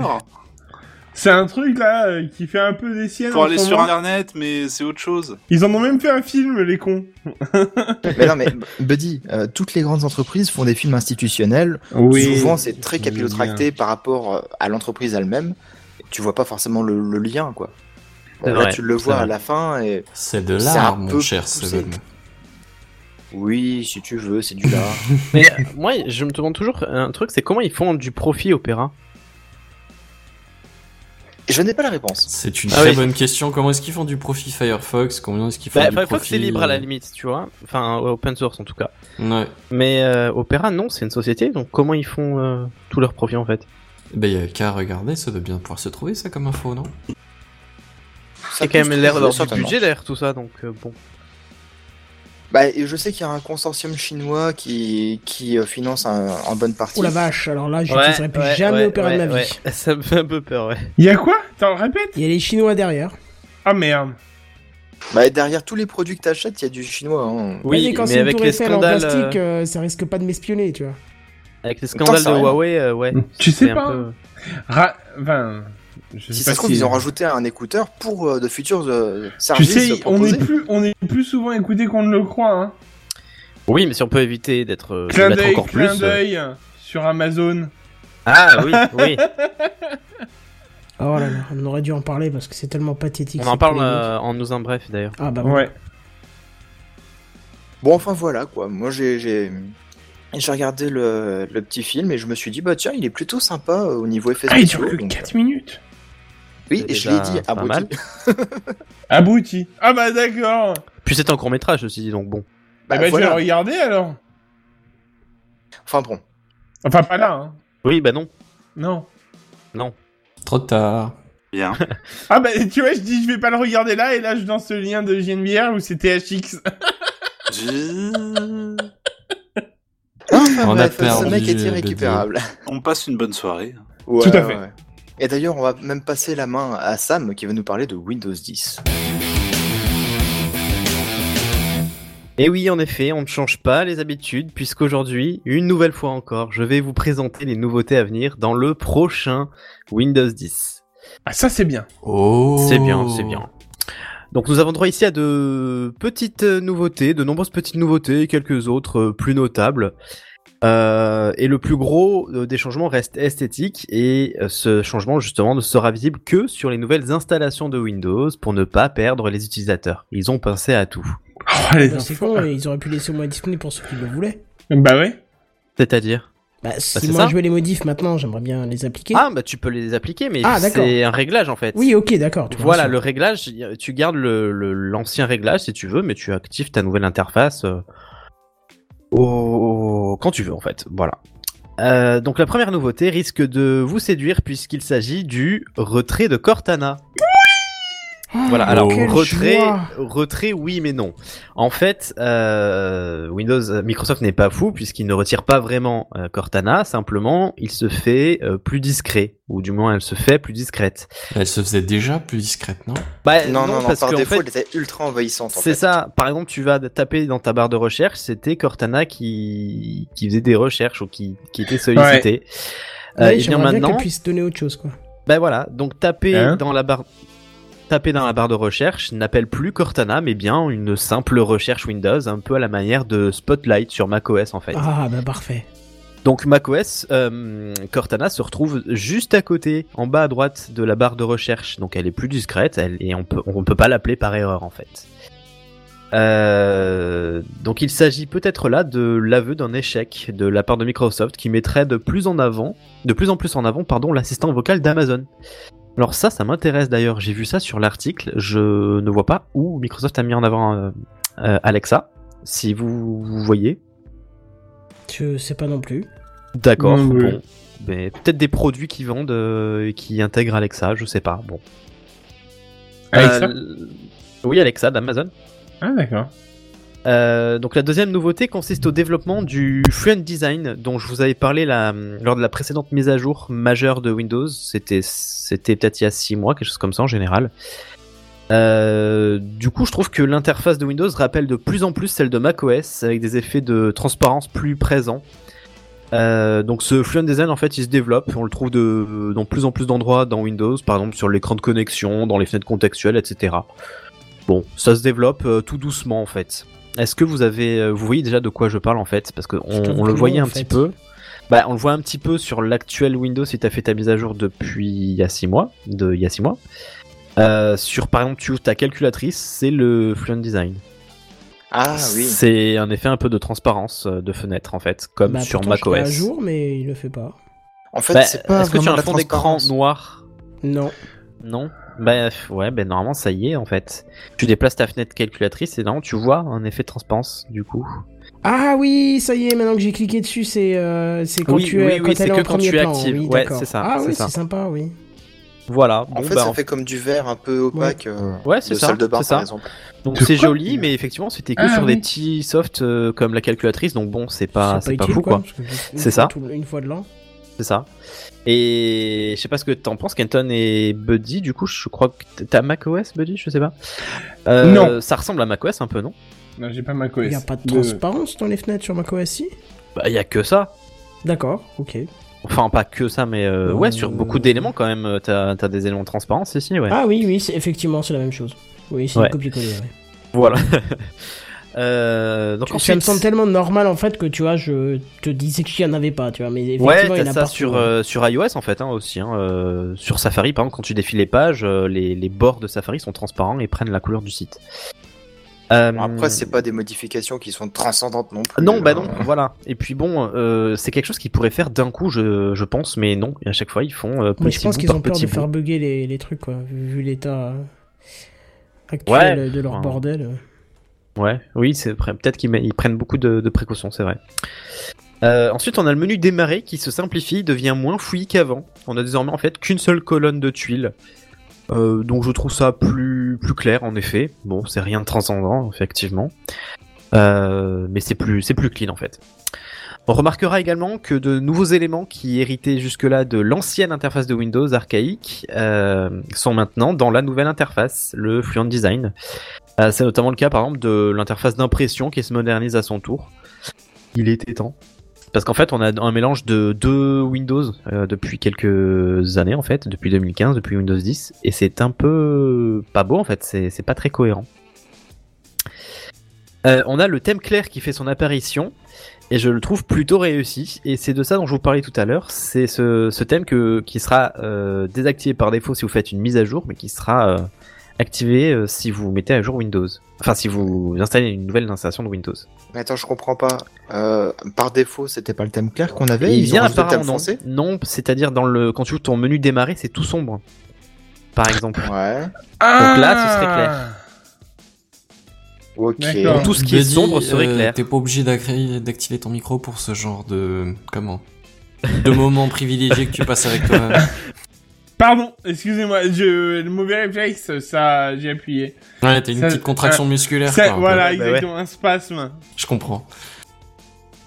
C'est un truc, là, euh, qui fait un peu des siennes. Pour en aller ce sur moment. internet, mais c'est autre chose. Ils en ont même fait un film, les cons. mais non, mais Buddy, euh, toutes les grandes entreprises font des films institutionnels. Souvent, c'est très hein. capillotracté par rapport euh, à l'entreprise elle-même. Tu vois pas forcément le, le lien, quoi. Bon, C'est là, vrai, tu le c'est vois à vrai. la fin et C'est de c'est l'art, un mon peu cher poussé. Seven. oui, si tu veux, c'est du là. Mais euh, moi, je me demande toujours un truc, c'est comment ils font du profit Opéra Je n'ai pas la réponse. C'est une Ah très oui. bonne question. Comment est-ce qu'ils font du profit Firefox Combien est-ce qu'ils font Bah, du Firefox, profit euh, c'est libre à la limite, tu vois. Enfin, open source en tout cas. Ouais. Mais euh, Opéra, non, c'est une société, donc comment ils font euh, tout leur profit en fait Bah, y a qu'à regarder, ça doit bien pouvoir se trouver, ça, comme info, non C'est quand même l'air d'avoir du Certainement. budget derrière tout ça, donc euh, bon. Bah, et je sais qu'il y a un consortium chinois qui, qui euh, finance un- en bonne partie. Oh la vache, alors là, j'utiliserai plus jamais Opéra de ma vie. Ça me fait un peu peur, ouais. Il y a quoi T'en le répètes Il y a les Chinois derrière. Ah merde. Bah, derrière tous les produits que t'achètes, il y a du chinois. hein. Ouais, Oui, mais quand mais c'est une avec tour les Eiffel en scandales, euh, plastique, euh, ça risque pas de m'espionner, tu vois. avec les Tant scandales que ça de reste. Huawei, euh, ouais. Tu c'est sais un pas. peu- Ra- Enfin, je sais Si pas ça se trouve, si- ils ont rajouté un écouteur pour euh, de futurs euh, Tu services sais, on proposés. est plus, on est plus souvent écouté qu'on ne le croit. Hein. Oui, mais si on peut éviter d'être euh, de Clin l'être d'œil, encore clin plus. euh, d'œil sur Amazon. Ah oui, oui. Oh là là, on aurait dû en parler parce que c'est tellement pathétique. On en cette parle polémique. euh, en nous un bref d'ailleurs. Ah bah ouais. Ouais. Bon, enfin voilà quoi. Moi, j'ai j'ai j'ai regardé le, le petit film et je me suis dit bah tiens, il est plutôt sympa euh, au niveau effet Ah, il dure spéciaux. que donc, euh, 4 minutes. oui, C'est et je l'ai déjà dit pas abruti. mal. Abruti. Ah bah d'accord. Puis c'est un court métrage, ceci dit, donc bon. Bah, Eh ben, voilà. je vais le regarder alors. Enfin bon. Enfin, pas là. Hein. Oui, bah non. Non. Trop tard. Bien. Ah bah tu vois, je dis je vais pas le regarder là et là je lance le lien de JNBR ou c'est THX. Enfin, On a bref, ce perdu, mec est euh, irrécupérable. On passe une bonne soirée. Ouais, Tout à fait. ouais. Et d'ailleurs, on va même passer la main à Sam qui va nous parler de Windows 10. Et Eh oui, en effet, on ne change pas les habitudes, puisqu'aujourd'hui, une nouvelle fois encore, je vais vous présenter les nouveautés à venir dans le prochain Windows 10. Ah ça c'est bien. Oh C'est bien, c'est bien. Donc nous avons droit ici à de petites nouveautés, de nombreuses petites nouveautés, quelques autres euh, plus notables. Euh, et le plus gros euh, des changements reste esthétique et euh, ce changement justement ne sera visible que sur les nouvelles installations de Windows pour ne pas perdre les utilisateurs. Ils ont pensé à tout. Oh, les Bah, c'est enfants. con, ils auraient pu laisser au moins disponible pour ceux qui le voulaient. Bah ouais. C'est-à-dire Bah, si c'est moi ça. je veux les modifs maintenant, j'aimerais bien les appliquer. Ah, bah tu peux les appliquer, mais Ah, d'accord. c'est un réglage en fait. oui, ok, d'accord. tu vois, Voilà, c'est- le réglage, y- tu gardes l'ancien le, l'ancien réglage si tu veux, mais tu actives ta nouvelle interface euh, au- quand tu veux en fait. Voilà. Euh, donc la première nouveauté risque de vous séduire puisqu'il s'agit du retrait de Cortana. Voilà, alors Ah, quelle retrait, joie. retrait, oui mais non. En fait, euh, Windows, euh, Microsoft n'est pas fou puisqu'il ne retire pas vraiment euh, Cortana. Simplement, il se fait euh, plus discret, ou du moins, elle se fait plus discrète. Elle se faisait déjà plus discrète, non Bah, Non, non, non, parce par qu'en défaut, fait, elle était ultra envahissante. En c'est fait. ça. Par exemple, tu vas taper dans ta barre de recherche, c'était Cortana qui qui faisait des recherches ou qui qui était sollicité. Euh, Ouais, et bien j'aimerais bien maintenant, qu'elle puisse donner autre chose, quoi. Ben voilà, donc taper Hein dans la barre taper dans la barre de recherche n'appelle plus Cortana, mais bien une simple recherche Windows, un peu à la manière de Spotlight sur macOS en fait. Ah, bah parfait. Donc macOS, euh, Cortana se retrouve juste à côté, en bas à droite de la barre de recherche. Donc elle est plus discrète elle- et on peut, on peut pas l'appeler par erreur en fait. Euh, donc il s'agit peut-être là de l'aveu d'un échec de la part de Microsoft qui mettrait de plus en avant, de plus en plus en avant, pardon, l'assistant vocal d'Amazon. Alors ça, ça m'intéresse d'ailleurs. J'ai vu ça sur l'article. Je ne vois pas où Microsoft a mis en avant euh, euh, Alexa. Si vous, vous voyez. Je sais pas non plus. D'accord, Ouais, ouais. bon. Mais peut-être des produits qui vendent euh, et qui intègrent Alexa, je sais pas. Bon. Alexa Euh, Oui, Alexa d'Amazon. Ah, d'accord. Euh, donc la deuxième nouveauté consiste au développement du Fluent Design dont je vous avais parlé la- lors de la précédente mise à jour majeure de Windows. C'était c'était peut-être il y a 6 mois, quelque chose comme ça en général. Euh, du coup, je trouve que l'interface de Windows rappelle de plus en plus celle de macOS avec des effets de transparence plus présents. Euh, donc ce Fluent Design en fait il se développe, on le trouve de, dans plus en plus d'endroits dans Windows, par exemple sur l'écran de connexion, dans les fenêtres contextuelles, etc. Bon, ça se développe euh, tout doucement en fait. Est-ce que vous avez, euh, vous voyez déjà de quoi je parle en fait Parce qu'on Je te on le vois, voyait en un fait. petit peu. Bah, on le voit un petit peu sur l'actuel Windows si tu as fait ta mise à jour depuis il y a 6 mois. De, il y a six mois. Euh, sur par exemple, tu ouvres ta calculatrice, c'est le Fluent Design. Ah oui. C'est un effet un peu de transparence euh, de fenêtre en fait, comme Bah, sur pourtant, je l'ai à macOS. jour, mais il le fait pas. En fait, Bah, c'est pas Est-ce que tu as vraiment un la fond d'écran transparence. noir Non. Non Bah f- ouais, ben normalement ça y est en fait. Tu déplaces ta fenêtre calculatrice et normalement tu vois un effet de transparence du coup. Ah oui, ça y est, maintenant que j'ai cliqué dessus, c'est euh, c'est quand Oui, tu es- oui, oui, quand c'est elle est que en quand premier tu plan. actives. Oui, Ouais, d'accord. c'est ça, Ah c'est oui, ça. c'est sympa, oui. Voilà. En Bon, fait, bah, ça en- fait comme du verre un peu opaque. euh, Ouais, c'est de ça, salle de bain, c'est ça. par exemple. Donc De c'est quoi joli, mais effectivement c'était que Ah, sur oui. des petits softs euh, comme la calculatrice, donc bon c'est pas Bah, c'est pas, utile, fou quoi. parce que juste une C'est fois ça. tout- une fois de l'an. C'est ça. Et je sais pas ce que t'en penses, Kenton et Buddy. Du coup, je crois que t- t'as macOS, Buddy, je sais pas. Euh, Non. Ça ressemble à macOS un peu, non Non, j'ai pas ma Il cohérence. n'y a pas de transparence dans les fenêtres sur macOS si Bah, y a que ça. D'accord, ok. Enfin, pas que ça, mais euh, ouais, sur Euh. beaucoup d'éléments quand même, euh, t'as as des éléments de transparence ici, ouais. Ah oui, oui, c'est- effectivement, c'est la même chose. Oui, c'est Ouais. une copie-coller. ouais. Voilà. Euh, donc Ça me ensuite- semble tellement normal en fait que tu vois, je te disais qu'il n'y en avait pas, tu vois, mais effectivement, Ouais, il y en t'as a ça partout, hein. sur, ouais. euh, sur iOS en fait hein, aussi. hein, euh, sur Safari, par exemple, quand tu défiles les pages, euh, les, les bords de Safari sont transparents et prennent la couleur du site. Euh, Bon, après, c'est pas des modifications qui sont transcendantes non plus. Non, bah hein. euh, non, voilà. Et puis bon, euh, c'est quelque chose qu'ils pourraient faire d'un coup, je, je pense, mais non, à chaque fois ils font euh, Mais je petit pense bout qu'ils par ont peur petit de bout. faire bugger les, les trucs, quoi, vu vu l'état euh, actuel de leur enfin, bordel. euh. Ouais, oui, c'est vrai. peut-être qu'ils met- ils prennent beaucoup de, de précautions, c'est vrai. Euh, ensuite, on a le menu démarrer qui se simplifie, devient moins fouillis qu'avant. On a désormais en fait qu'une seule colonne de tuiles. Euh, donc je trouve ça plus, plus clair en effet. Bon, c'est rien de transcendant, effectivement. Euh, mais c'est plus, c'est plus clean en fait. On remarquera également que de nouveaux éléments qui héritaient jusque-là de l'ancienne interface de Windows archaïque euh, sont maintenant dans la nouvelle interface, le Fluent Design. Euh, c'est notamment le cas par exemple de l'interface d'impression qui se modernise à son tour. Il était temps. Parce qu'en fait, on a un mélange de deux Windows euh, depuis quelques années, en fait, depuis 2015, depuis Windows 10, et c'est un peu pas beau, en fait, c'est c'est pas très cohérent. Euh, on a le thème clair qui fait son apparition, et je le trouve plutôt réussi, et c'est de ça dont je vous parlais tout à l'heure, c'est ce, ce thème que, qui sera euh, désactivé par défaut si vous faites une mise à jour, mais qui sera euh, activé euh, si vous mettez à jour Windows. Enfin, si vous installez une nouvelle installation de Windows. Mais attends, je comprends pas. Euh, par défaut, c'était pas le thème clair qu'on avait. il ils ont vient rajouté le thème apparemment. foncé. Non, non, c'est-à-dire dans le quand tu ouvres ton menu démarrer, c'est tout sombre. Par exemple. Ouais. Ah là, ce serait clair. Ok. D'accord. Donc, tout ce qui est Buddy, sombre serait Ah, euh, clair. T'es pas obligé d'agré- d'activer ton micro pour ce genre de comment de moments privilégiés que tu passes avec toi. Pardon, excusez-moi, je... le mauvais réflexe, ça, j'ai appuyé. Ouais, t'as une Ça- petite contraction musculaire. Ça- quoi, un peu. voilà, Ouais, bah exactement, un spasme. Je comprends.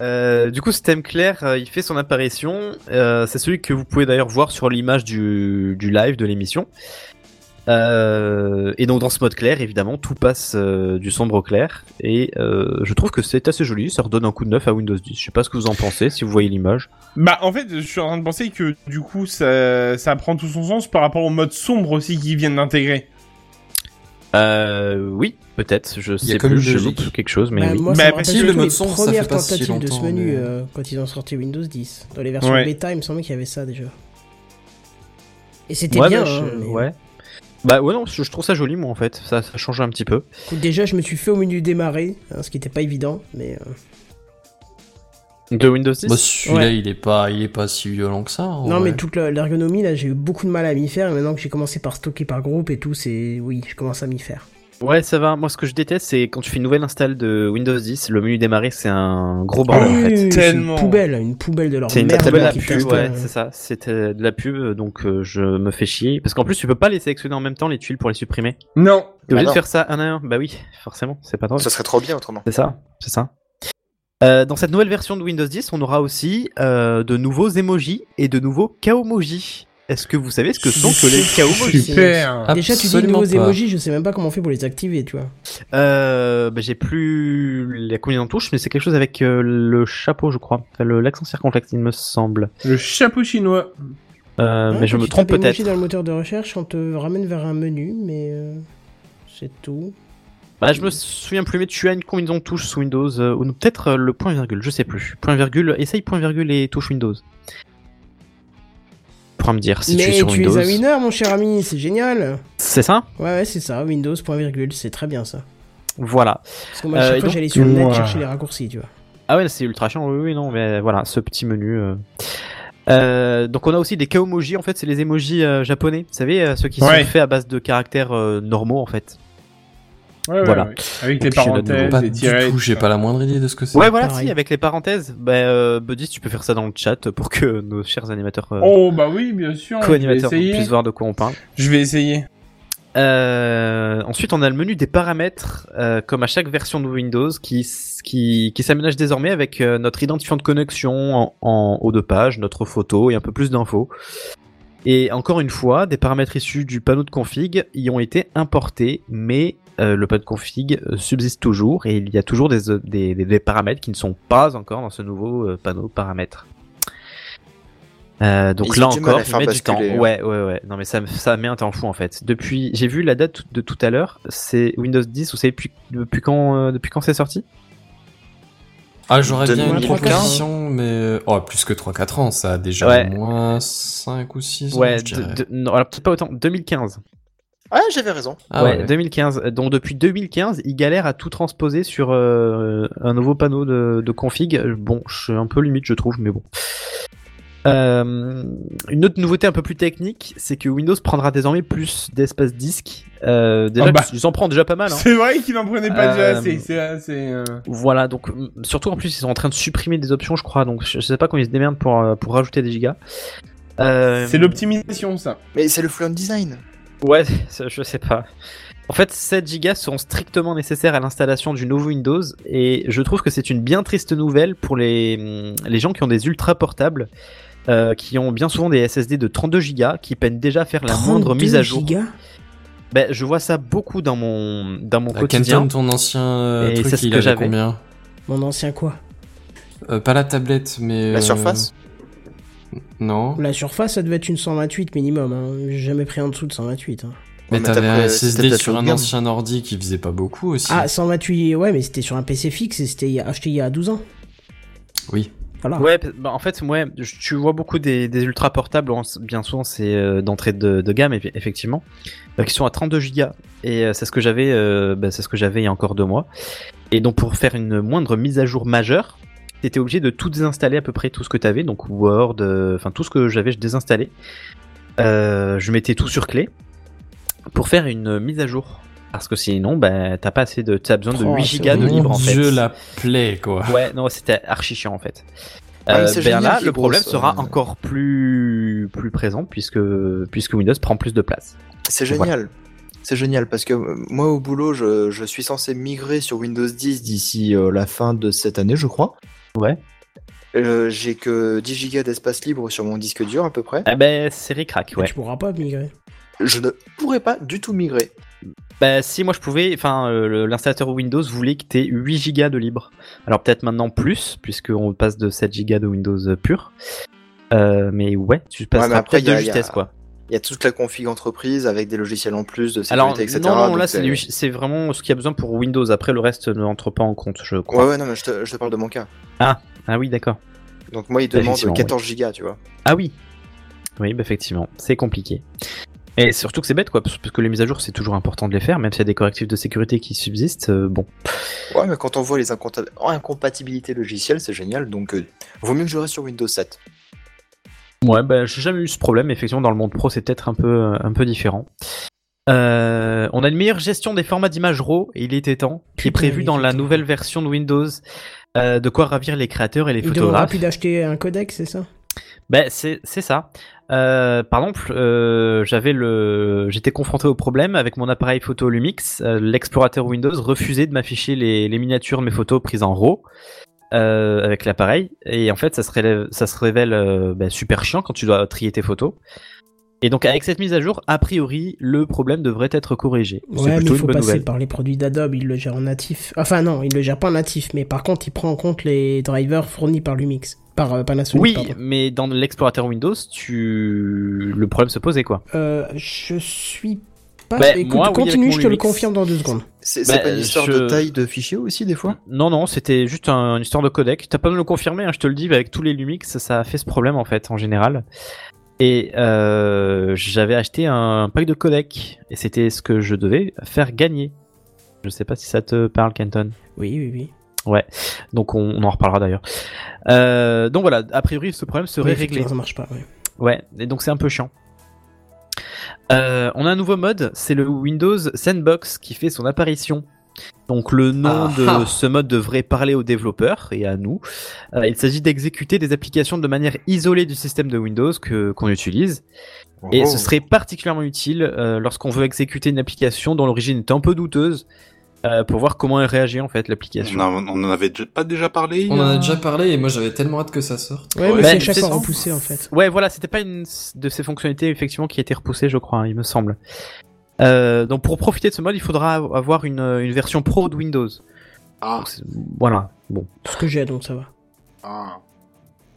Euh, du coup, ce thème clair, euh, il fait son apparition. Euh, c'est celui que vous pouvez d'ailleurs voir sur l'image du, du live de l'émission. Euh, et donc dans ce mode clair, évidemment, tout passe euh, du sombre au clair. Et euh, je trouve que c'est assez joli. Ça redonne un coup de neuf à Windows 10. Je sais pas ce que vous en pensez, si vous voyez l'image. Bah en fait, je suis en train de penser que du coup, ça, ça prend tout son sens par rapport au mode sombre aussi qu'ils viennent d'intégrer. Euh, oui, peut-être. Je sais comme plus. une Je logique. loupe quelque chose, mais Bah, oui. Moi, Bah, ça me rappelle si, le surtout mode les sombre, ça fait premières pas si tentatives de ce longtemps, menu mais- euh, quand ils ont sorti Windows 10. Dans les versions Ouais. bêta, il me semblait qu'il y avait ça déjà. Et c'était Ouais, bien. bah, hein, je- mais- ouais. Bah ouais, non, je je trouve ça joli, moi, en fait. Ça, ça change un petit peu. Écoute, déjà, je me suis fait au menu démarrer, hein, ce qui n'était pas évident, mais. euh, De Windows 10 Bah, celui-là, Ouais. il est pas, il est pas si violent que ça. en Non, vrai. mais toute la- l'ergonomie, là, j'ai eu beaucoup de mal à m'y faire. Et maintenant que j'ai commencé par stocker par groupe et tout, c'est. Oui, je commence à m'y faire. Ouais, ça va. Moi, ce que je déteste, c'est quand tu fais une nouvelle install de Windows 10, le menu démarrer, c'est un gros bordel, en fait. Oui, c'est tellement. Une poubelle, une poubelle de leur bah, C'est une merde. tabelle à qui pub, t'installe, ouais, euh, c'est ça. C'était de la pub, donc euh, je me fais chier. Parce qu'en plus, tu peux pas les sélectionner en même temps, les tuiles, pour les supprimer. Non. T'es obligé de non. faire ça un à un. Bah oui, forcément, c'est pas drôle. Ça serait trop bien autrement. C'est ça, c'est ça. Euh, dans cette nouvelle version de Windows 10, on aura aussi euh, de nouveaux emojis et de nouveaux kaomojis. Est-ce que vous savez ce que sont que les kaomojis Super. euh, Déjà, tu dis Absolument nouveaux pas. emojis, je sais même pas comment on fait pour les activer, tu vois. Euh, bah, j'ai plus la combinaison de touches, mais c'est quelque chose avec euh, le chapeau, je crois. Enfin, le- L'accent circonflexe, il me semble. Le chapeau chinois. Euh, Hein, mais je quand me tu trompe tapes emoji peut-être. dans le moteur de recherche, on te ramène vers un menu, mais euh, c'est tout. Bah, je me souviens plus, mais tu as une combinaison de touches sous Windows, euh, ou peut-être euh, le point virgule, je sais plus. Point virgule, essaye point virgule et touche Windows. Pourra me dire si tu es mais sur tu Windows. es un winner, mon cher ami, c'est génial. C'est ça Ouais, ouais, c'est ça, Windows point virgule, c'est très bien ça. Voilà. Parce que moi, Euh, à et chaque fois, donc, j'allais sur le net ouah. chercher les raccourcis, tu vois. Ah ouais, c'est ultra chiant, oui, oui, non, mais euh, voilà, ce petit menu. euh. Euh, donc on a aussi des kaomojis, en fait, c'est les emojis euh, japonais, vous savez, euh, ceux qui Ouais. sont faits à base de caractères euh, normaux, en fait. Ouais, ouais, Voilà. ouais. Avec les Donc, je la demande parenthèses, Pas les du tirets. tout, j'ai pas la moindre idée de ce que c'est. Ouais, voilà, pareil. si, avec les parenthèses. Bah, euh, Buddy, si tu peux faire ça dans le chat pour que nos chers animateurs, euh, Oh bah oui, bien sûr. Je vais co-animateurs essayer. puissent voir de quoi on parle. Je vais essayer. Euh, ensuite, on a le menu des paramètres, euh, comme à chaque version de Windows, qui, s- qui, qui s'aménage désormais avec euh, notre identifiant de connexion en, en haut de page, notre photo et un peu plus d'infos. Et encore une fois, des paramètres issus du panneau de config y ont été importés, mais euh, le panneau de config euh, subsiste toujours et il y a toujours des, euh, des, des- des paramètres qui ne sont pas encore dans ce nouveau euh, panneau paramètres. Euh, donc Ils là ont du mal à encore, ça faire met du temps. basculer, hein. Ouais, ouais, ouais. Non, mais ça, me- ça met un temps fou en fait. Depuis, j'ai vu la date de tout à l'heure. C'est Windows 10. Vous savez depuis, depuis quand, euh, depuis quand c'est sorti Ah, j'aurais bien Donne-moi une trois, quatre question, mais. Oh, plus que 3-4 ans, ça a déjà Ouais. moins 5 ou 6 ans. Ouais. je de- dirais. de- non, alors peut-être pas autant. 2015. Ah, j'avais raison. Ah ouais, ouais. 2015. Donc depuis 2015, ils galèrent à tout transposer sur euh, un nouveau panneau de, de config. Bon, je suis un peu limite, je trouve, mais bon. Euh, une autre nouveauté un peu plus technique, c'est que Windows prendra désormais plus d'espace disque. Euh, déjà, Ah bah. ils en prennent déjà pas mal. Hein. C'est vrai qu'il en prenait pas Euh, déjà assez. C'est assez. euh, Voilà, donc m- surtout en plus ils sont en train de supprimer des options, je crois, donc je je sais pas comment ils se démerdent pour, euh, pour rajouter des gigas. Euh, C'est l'optimisation ça. Mais c'est le flow design. Ouais, ça, je sais pas. En fait, 7 gigas seront strictement nécessaires à l'installation du nouveau Windows, et je trouve que c'est une bien triste nouvelle pour les, hum, les gens qui ont des ultra portables, euh, qui ont bien souvent des SSD de 32 gigas, qui peinent déjà à faire la moindre 32 mise à jour. gigas Ben, je vois ça beaucoup dans mon, dans mon Ah, quotidien. Kenton, ton ancien euh, Et c'est truc, ce il que avait j'avais. combien Mon ancien quoi Euh, Pas la tablette, mais. La euh, surface. Non. La surface, ça devait être une 128 minimum. Hein. J'ai jamais pris en dessous de 128. hein. Mais mais t'avais t'as un pris- c'était SSD peut-être sur haut un de gamme. ancien ordi qui faisait pas beaucoup aussi. Ah, 128, ouais, mais c'était sur un PC fixe et c'était il y a- acheté il y a 12 ans. Oui. Voilà. Ouais, p- bah, en fait, ouais, je- tu vois beaucoup des, des ultra portables, en- bien souvent c'est euh, d'entrée de, de gamme, eff- effectivement, euh, qui sont à 32 gigas. Et euh, c'est ce que j'avais, euh, bah, c'est ce que j'avais il y a encore deux mois. Et donc pour faire une moindre mise à jour majeure, t'étais obligé de tout désinstaller à peu près tout ce que t'avais, donc Word, euh, enfin tout ce que j'avais, je désinstallais. Euh, je mettais tout sur clé pour faire une euh, mise à jour. Parce que sinon, bah, t'as pas assez de, t'as besoin de Oh, 8 c'est gigas de Mon libre en fait. Dieu, la plaie, quoi. Ouais, non, c'était archi chiant en fait. Ah, mais Euh, c'est ben génial là, qu'il y ait le problème grosse, sera euh, encore plus plus présent puisque puisque Windows prend plus de place. C'est génial. C'est génial parce que euh, moi au boulot, je, je suis censé migrer sur Windows 10 d'ici euh, la fin de cette année, je crois. Ouais. Euh, J'ai que 10 gigas d'espace libre sur mon disque dur à peu près. Ah ben c'est ricrac, Mais ouais. Tu pourras pas migrer. je ne pourrais pas du tout migrer. Bah si moi je pouvais, enfin euh, le- l'installateur Windows voulait que tu aies 8 Go de libre. Alors peut-être maintenant plus, puisqu'on passe de 7 Go de Windows euh, pur. Euh, mais ouais, tu passeras mais après, peut-être y de a- y a- justesse quoi. Il y a toute la config entreprise avec des logiciels en plus de sécurité, Alors etc. non, non, donc là c'est du- c'est vraiment ce qu'il y a besoin pour Windows. Après le reste ne rentre pas en compte, je crois. Ouais, ouais, non, mais je te, je te parle de mon cas. Ah oui, d'accord. Donc moi, il demande Bah, Effectivement, 14 gigas, tu vois. Ah oui. Oui, bah effectivement, c'est compliqué. Et surtout que c'est bête quoi, parce parce que les mises à jour c'est toujours important de les faire, même s'il y a des correctifs de sécurité qui subsistent. euh, bon. Ouais, mais quand on voit les inconta- incompatibilités logicielles, c'est génial. Donc, euh, vaut mieux que je reste sur Windows 7. Ouais, bah, j'ai jamais eu ce problème. Effectivement, dans le monde pro, c'est peut-être un peu, un peu différent. Euh, on a une meilleure gestion des formats d'images RAW, et il était temps, qui est Putain, prévue il dans la était temps. nouvelle version de Windows. Euh, de quoi ravir les créateurs et les Il demandera photographes. plus d'acheter un codec, c'est ça Ben, c'est c'est ça. Euh, par exemple, euh, j'avais le, j'étais confronté au problème avec mon appareil photo Lumix. Euh, L'explorateur Windows refusait de m'afficher les, les miniatures de mes photos prises en RAW euh, avec l'appareil. Et en fait, ça se révèle, ça se révèle euh, ben, super chiant quand tu dois trier tes photos. Et donc, avec cette mise à jour, a priori, le problème devrait être corrigé. C'est Ouais, mais il plutôt une faut bonne passer nouvelle. par les produits d'Adobe, il le gère en natif. Enfin non, il le gère pas en natif, mais par contre, il prend en compte les drivers fournis par Lumix, par euh, Panasonic. Oui, pardon. mais dans l'explorateur Windows, tu, le problème se posait quoi. Euh, je suis pas. Bah, Écoute, moi, oui, continue, avec je te mon le Lumix. confirme dans deux secondes. C'est Bah, c'est pas une histoire je- de taille de fichier aussi, des fois Non, non, c'était juste un- une histoire de codec. T'as pas me le confirmer, hein, je te le dis, mais avec tous les Lumix, ça a fait ce problème en fait, en général. Et euh, j'avais acheté un pack de codec, et c'était ce que je devais faire gagner. Je sais pas si ça te parle, Kenton. Oui, oui, oui. Donc on, on en reparlera d'ailleurs. Euh, donc voilà, a priori, ce problème serait Oui, réglé. effectivement, Ça marche pas. ouais. Ouais, et donc c'est un peu chiant. Euh, on a un nouveau mode, c'est le Windows Sandbox qui fait son apparition. Donc le nom Ah, de ah. ce mode devrait parler aux développeurs et à nous. Euh, il s'agit d'exécuter des applications de manière isolée du système de Windows que qu'on utilise. Et Oh. ce serait particulièrement utile euh, lorsqu'on veut exécuter une application dont l'origine est un peu douteuse euh, pour voir comment elle réagit en fait l'application. On, a- on en avait déjà- pas déjà parlé il y On en a- a déjà parlé et moi j'avais tellement hâte que ça sorte. Ouais, mais Bah, c'est à chaque c'est fois ça. repoussé en fait. Ouais, voilà, c'était pas une de ces fonctionnalités effectivement qui a été repoussée, je crois, hein, il me semble. Euh, donc pour profiter de ce mode, il faudra avoir une, euh, une version pro de Windows. Ah. Donc, c'est- voilà. Bon. Ce que j'ai, donc ça va. Ah.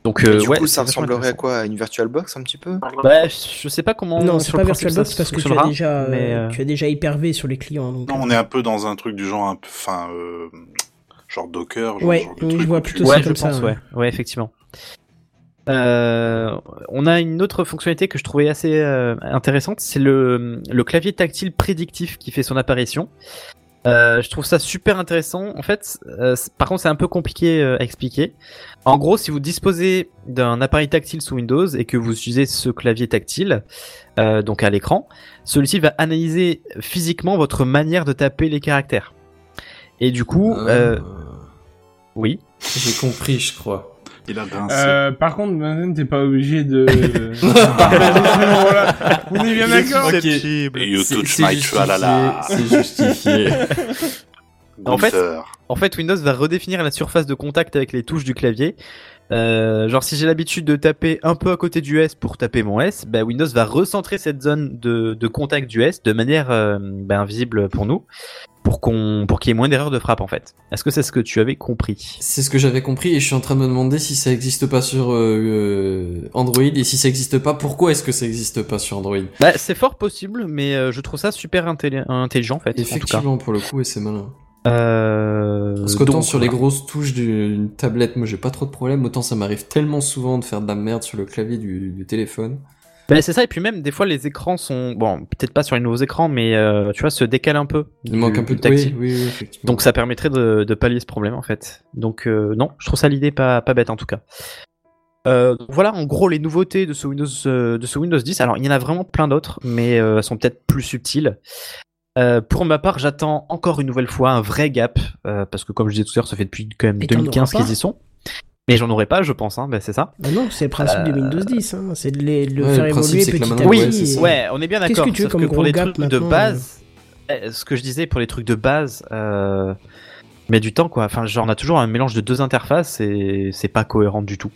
Donc euh, Et Du ouais, coup, ça c'est vachement ressemblerait à intéressant. quoi À une VirtualBox, un petit peu Bah, je, je sais pas comment. non, c'est sur pas le principe, VirtualBox ça parce que tu as fonctionnera, déjà, euh, mais, euh, tu as déjà hypervé sur les clients. Donc, euh. Non, on est un peu dans un truc du genre un peu, enfin, euh, genre Docker. Genre, Ouais, genre de oui, truc je vois où tu- plutôt ça. Ouais, c'est je comme pense, ça, ouais. Ouais, effectivement. Euh, on a une autre fonctionnalité que je trouvais assez euh, intéressante, c'est le, le clavier tactile prédictif qui fait son apparition. Euh, je trouve ça super intéressant. En fait, euh, c'est- par contre, c'est un peu compliqué euh, à expliquer. En gros, si vous disposez d'un appareil tactile sous Windows et que vous utilisez ce clavier tactile, euh, donc à l'écran, celui-ci va analyser physiquement votre manière de taper les caractères. Et du coup, Euh, euh, oui. J'ai compris, je crois. Il a grincé. Euh, par contre, Vincent, t'es pas obligé de. Voilà. On est bien d'accord. Et You C'est- touch c'est my justifié, tralala. C'est justifié. En fait- Gunther. En fait, Windows va redéfinir la surface de contact avec les touches du clavier. Euh, genre, si j'ai l'habitude de taper un peu à côté du S pour taper mon S, bah, Windows va recentrer cette zone de, de contact du S de manière euh, bah, invisible pour nous, pour qu'on, pour qu'il y ait moins d'erreurs de frappe en fait. Est-ce que c'est ce que tu avais compris C'est ce que j'avais compris et je suis en train de me demander si ça existe pas sur euh, euh, Android et si ça existe pas, pourquoi est-ce que ça existe pas sur Android bah, C'est fort possible, mais euh, je trouve ça super intelli- intelligent en fait. En tout cas. Effectivement, pour le coup, et c'est malin. Euh, Parce qu'autant donc, sur les voilà. grosses touches d'une tablette, moi j'ai pas trop de problèmes, autant ça m'arrive tellement souvent de faire de la merde sur le clavier du, du téléphone. Bah, c'est ça, et puis même des fois les écrans sont, bon, peut-être pas sur les nouveaux écrans, mais euh, tu vois, se décalent un peu. Il du- manque un du peu de tactile. oui, oui, oui, effectivement. Donc ça permettrait de, de pallier ce problème en fait. Donc euh, non, je trouve ça l'idée pas, pas bête en tout cas. Euh, donc voilà en gros les nouveautés de ce Windows euh, de ce Windows 10. Alors il y en a vraiment plein d'autres, mais euh, elles sont peut-être plus subtiles. Euh, pour ma part, j'attends encore une nouvelle fois un vrai gap euh, parce que comme je disais tout à l'heure, ça fait depuis quand même Et t'en auras 2015 pas qu'ils y sont. Mais j'en aurai pas, je pense. Hein, ben, c'est ça. Bah non, c'est le principe Euh, de Windows 10. hein, C'est de, les- de le Ouais, le faire principe, évoluer c'est que petit la à main- petit. ouais, c'est ça. Ouais, on est bien Qu'est-ce d'accord. que tu veux Sauf comme pour gros les gap trucs de maintenant, base, euh, ce que je disais pour les trucs de base, euh, mais du temps quoi. Enfin, genre on a toujours un mélange de deux interfaces et c'est pas cohérent du tout.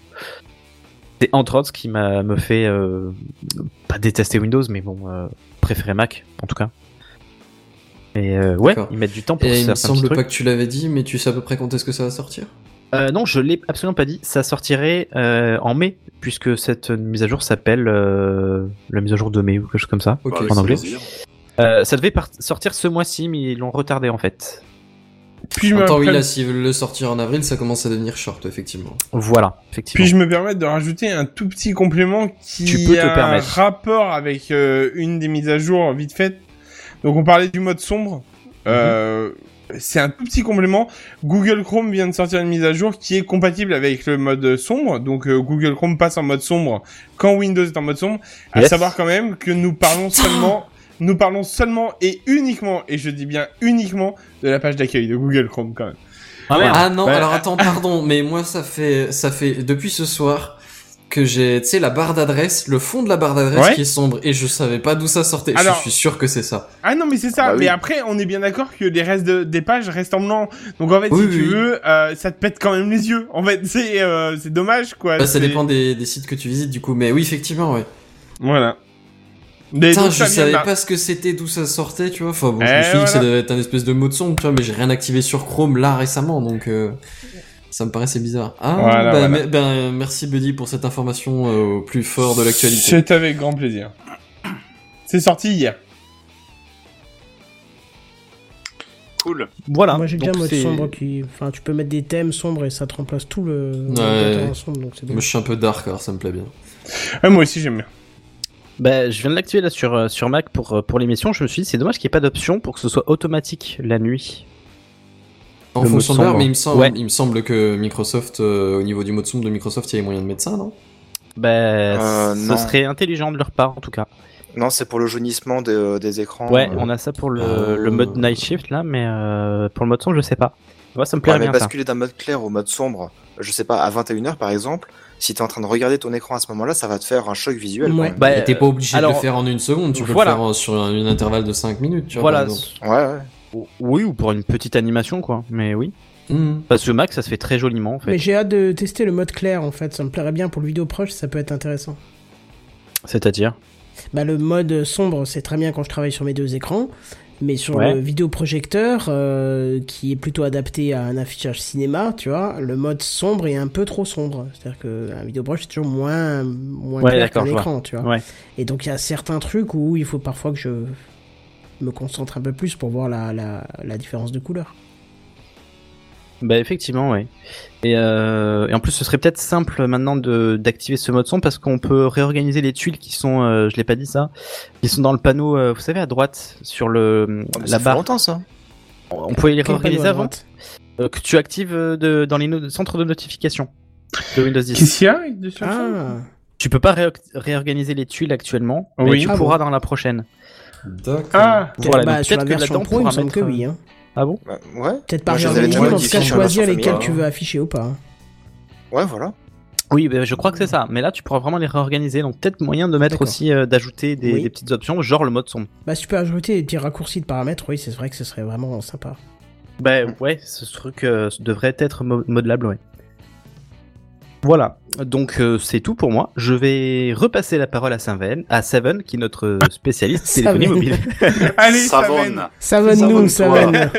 C'est entre autres ce qui m'a me fait euh, pas détester Windows, mais bon, euh, préférer Mac en tout cas. Mais euh, ouais, D'accord. ils mettent du temps pour Et il me certains petits semble trucs. pas que tu l'avais dit, mais tu sais à peu près quand est-ce que ça va sortir Euh, non, je l'ai absolument pas dit. Ça sortirait euh, en mai, puisque cette mise à jour s'appelle euh, la mise à jour de mai ou quelque chose comme Bah, ça Ok. en anglais. Bah, plaisir. Euh, ça devait par- sortir ce mois-ci, mais ils l'ont retardé en fait. Puis-je En me, même temps, oui, perm- là, s'ils veulent le sortir en avril, ça commence à devenir short, effectivement. Voilà, effectivement. puis-je me permettre de rajouter un tout petit complément qui Tu peux te a un permettre. rapport avec euh, une des mises à jour vite faites. Donc on parlait du mode sombre. Mhm. Euh, c'est un tout petit complément. Google Chrome vient de sortir une mise à jour qui est compatible avec le mode sombre. Donc euh, Google Chrome passe en mode sombre quand Windows est en mode sombre. À Yes. savoir quand même que nous parlons seulement, nous parlons seulement et uniquement, et je dis bien uniquement, de la page d'accueil de Google Chrome quand même. Ah, merde. Ah non, Ouais. alors attends, pardon, mais moi ça fait ça fait depuis ce soir que j'ai tu sais la barre d'adresse, le fond de la barre d'adresse Ouais. qui est sombre et je savais pas d'où ça sortait. Je- Alors- je suis sûr que c'est ça. Ah non mais c'est ça, Ah bah oui. mais après on est bien d'accord que les restes de- des pages restent en blanc. Donc en fait Oui, si tu oui. veux, euh, ça te pète quand même les yeux. En fait c'est euh, c'est dommage quoi. Bah, ça C'est- dépend des, des sites que tu visites du coup, mais oui effectivement ouais. Voilà. Mais Putain, donc, je ça vient savais là. pas ce que c'était, d'où ça sortait, tu vois. Enfin bon, je Eh, me suis dit que ça voilà. devait être un espèce de mot de son, tu vois, mais j'ai rien activé sur Chrome là récemment, donc euh, ça me paraissait bizarre. Ah, Voilà, bah, voilà. mais- ben, merci Buddy pour cette information euh, au plus fort de l'actualité. C'est avec grand plaisir. C'est sorti hier. Cool. Voilà. Moi j'ai déjà un Ah, donc mode c'est- sombre qui. Enfin, tu peux mettre des thèmes sombres et ça te remplace tout le. Ouais. le sombre, donc c'est bien. Moi je suis un peu dark, alors ça me plaît bien. Ah, moi aussi j'aime bien. Bah, je viens de l'activer là sur, euh, sur Mac pour, euh, pour l'émission. Je me suis dit, c'est dommage qu'il n'y ait pas d'option pour que ce soit automatique la nuit. En Le mot fonction de l'heure, sombre. mais il me, semble, Ouais. il me semble que Microsoft, euh, au niveau du mot de sombre de Microsoft, il y a les moyens de mettre ça, non Bah, Euh, ce non. serait intelligent de leur part en tout cas. Non, c'est pour le jaunissement de- des écrans. Ouais, euh, on a ça pour le, Euh. le mode night shift là, mais euh, pour le mode son, je sais pas. Moi, ça me Ouais, plairait mais bien ça. basculer d'un mode clair au mode sombre, je sais pas, à 21h par exemple, si t'es en train de regarder ton écran à ce moment-là, ça va te faire un choc visuel. Ouais. quand même. Bah, Euh, Et T'es pas obligé alors, de le faire en une seconde, tu peux voilà. le faire euh, sur un, un intervalle de 5 minutes, tu vois. Voilà. par exemple. Ouais, ouais. Ou- Oui, ou pour une petite animation quoi. Mais oui. Mhm. Parce que Mac, ça se fait très joliment en fait. Mais j'ai hâte de tester le mode clair en fait, ça me plairait bien pour le vidéo proche, ça peut être intéressant. C'est-à-dire. Bah, le mode sombre, c'est très bien quand je travaille sur mes deux écrans, mais sur Ouais. le vidéoprojecteur, euh, qui est plutôt adapté à un affichage cinéma, tu vois, le mode sombre est un peu trop sombre. C'est-à-dire qu'un vidéoproche, c'est toujours moins, moins Ouais, clair d'accord, qu'un je vois. écran, tu vois. Ouais. Et donc, il y a certains trucs où il faut parfois que je me concentre un peu plus pour voir la, la, la différence de couleur. Bah effectivement, ouais. Et, euh, et en plus, ce serait peut-être simple maintenant de d'activer ce mode son parce qu'on peut réorganiser les tuiles qui sont, euh, je l'ai pas dit ça, qui sont dans le panneau, euh, vous savez, à droite sur le Ah, mais la ça fait barre. longtemps ça. On pouvait les Quel panneau réorganiser à avant droite euh, que tu actives euh, de, dans les no- centres de notification de Windows 10. Qu'est-ce qu'il y a de sur ça Ah, Tu peux pas réo- réorganiser les tuiles actuellement, mais Oui. tu Ah pourras dans la prochaine. D'accord. Ah, Voilà, bah, donc sur la peut-être que version là-dedans, pro, il on me pourra semble que mettre, oui. hein. Ah bon Bah, ouais, Peut-être pas Moi, je les réorganiser, avais mais déjà en tout modifiés cas, sur la choisir version lesquels familiale. tu hein. veux afficher ou pas. hein. ouais, voilà. Oui, bah, je crois que c'est ça. Mais là, tu pourras vraiment les réorganiser. Donc peut-être moyen de mettre D'accord. aussi, euh, d'ajouter des, Oui. des petites options, genre le mode son. Bah, si tu peux ajouter des petits raccourcis de paramètres, oui, c'est vrai que ce serait vraiment sympa. Bah ouais, ce truc euh, devrait être mo- modelable, ouais. Voilà, donc euh, c'est tout pour moi. Je vais repasser la parole à Seven, à Seven qui est notre spécialiste téléphonie Seven. mobile. allez, ça Savonne. Savonne-nous, Savonne-toi. Savonne.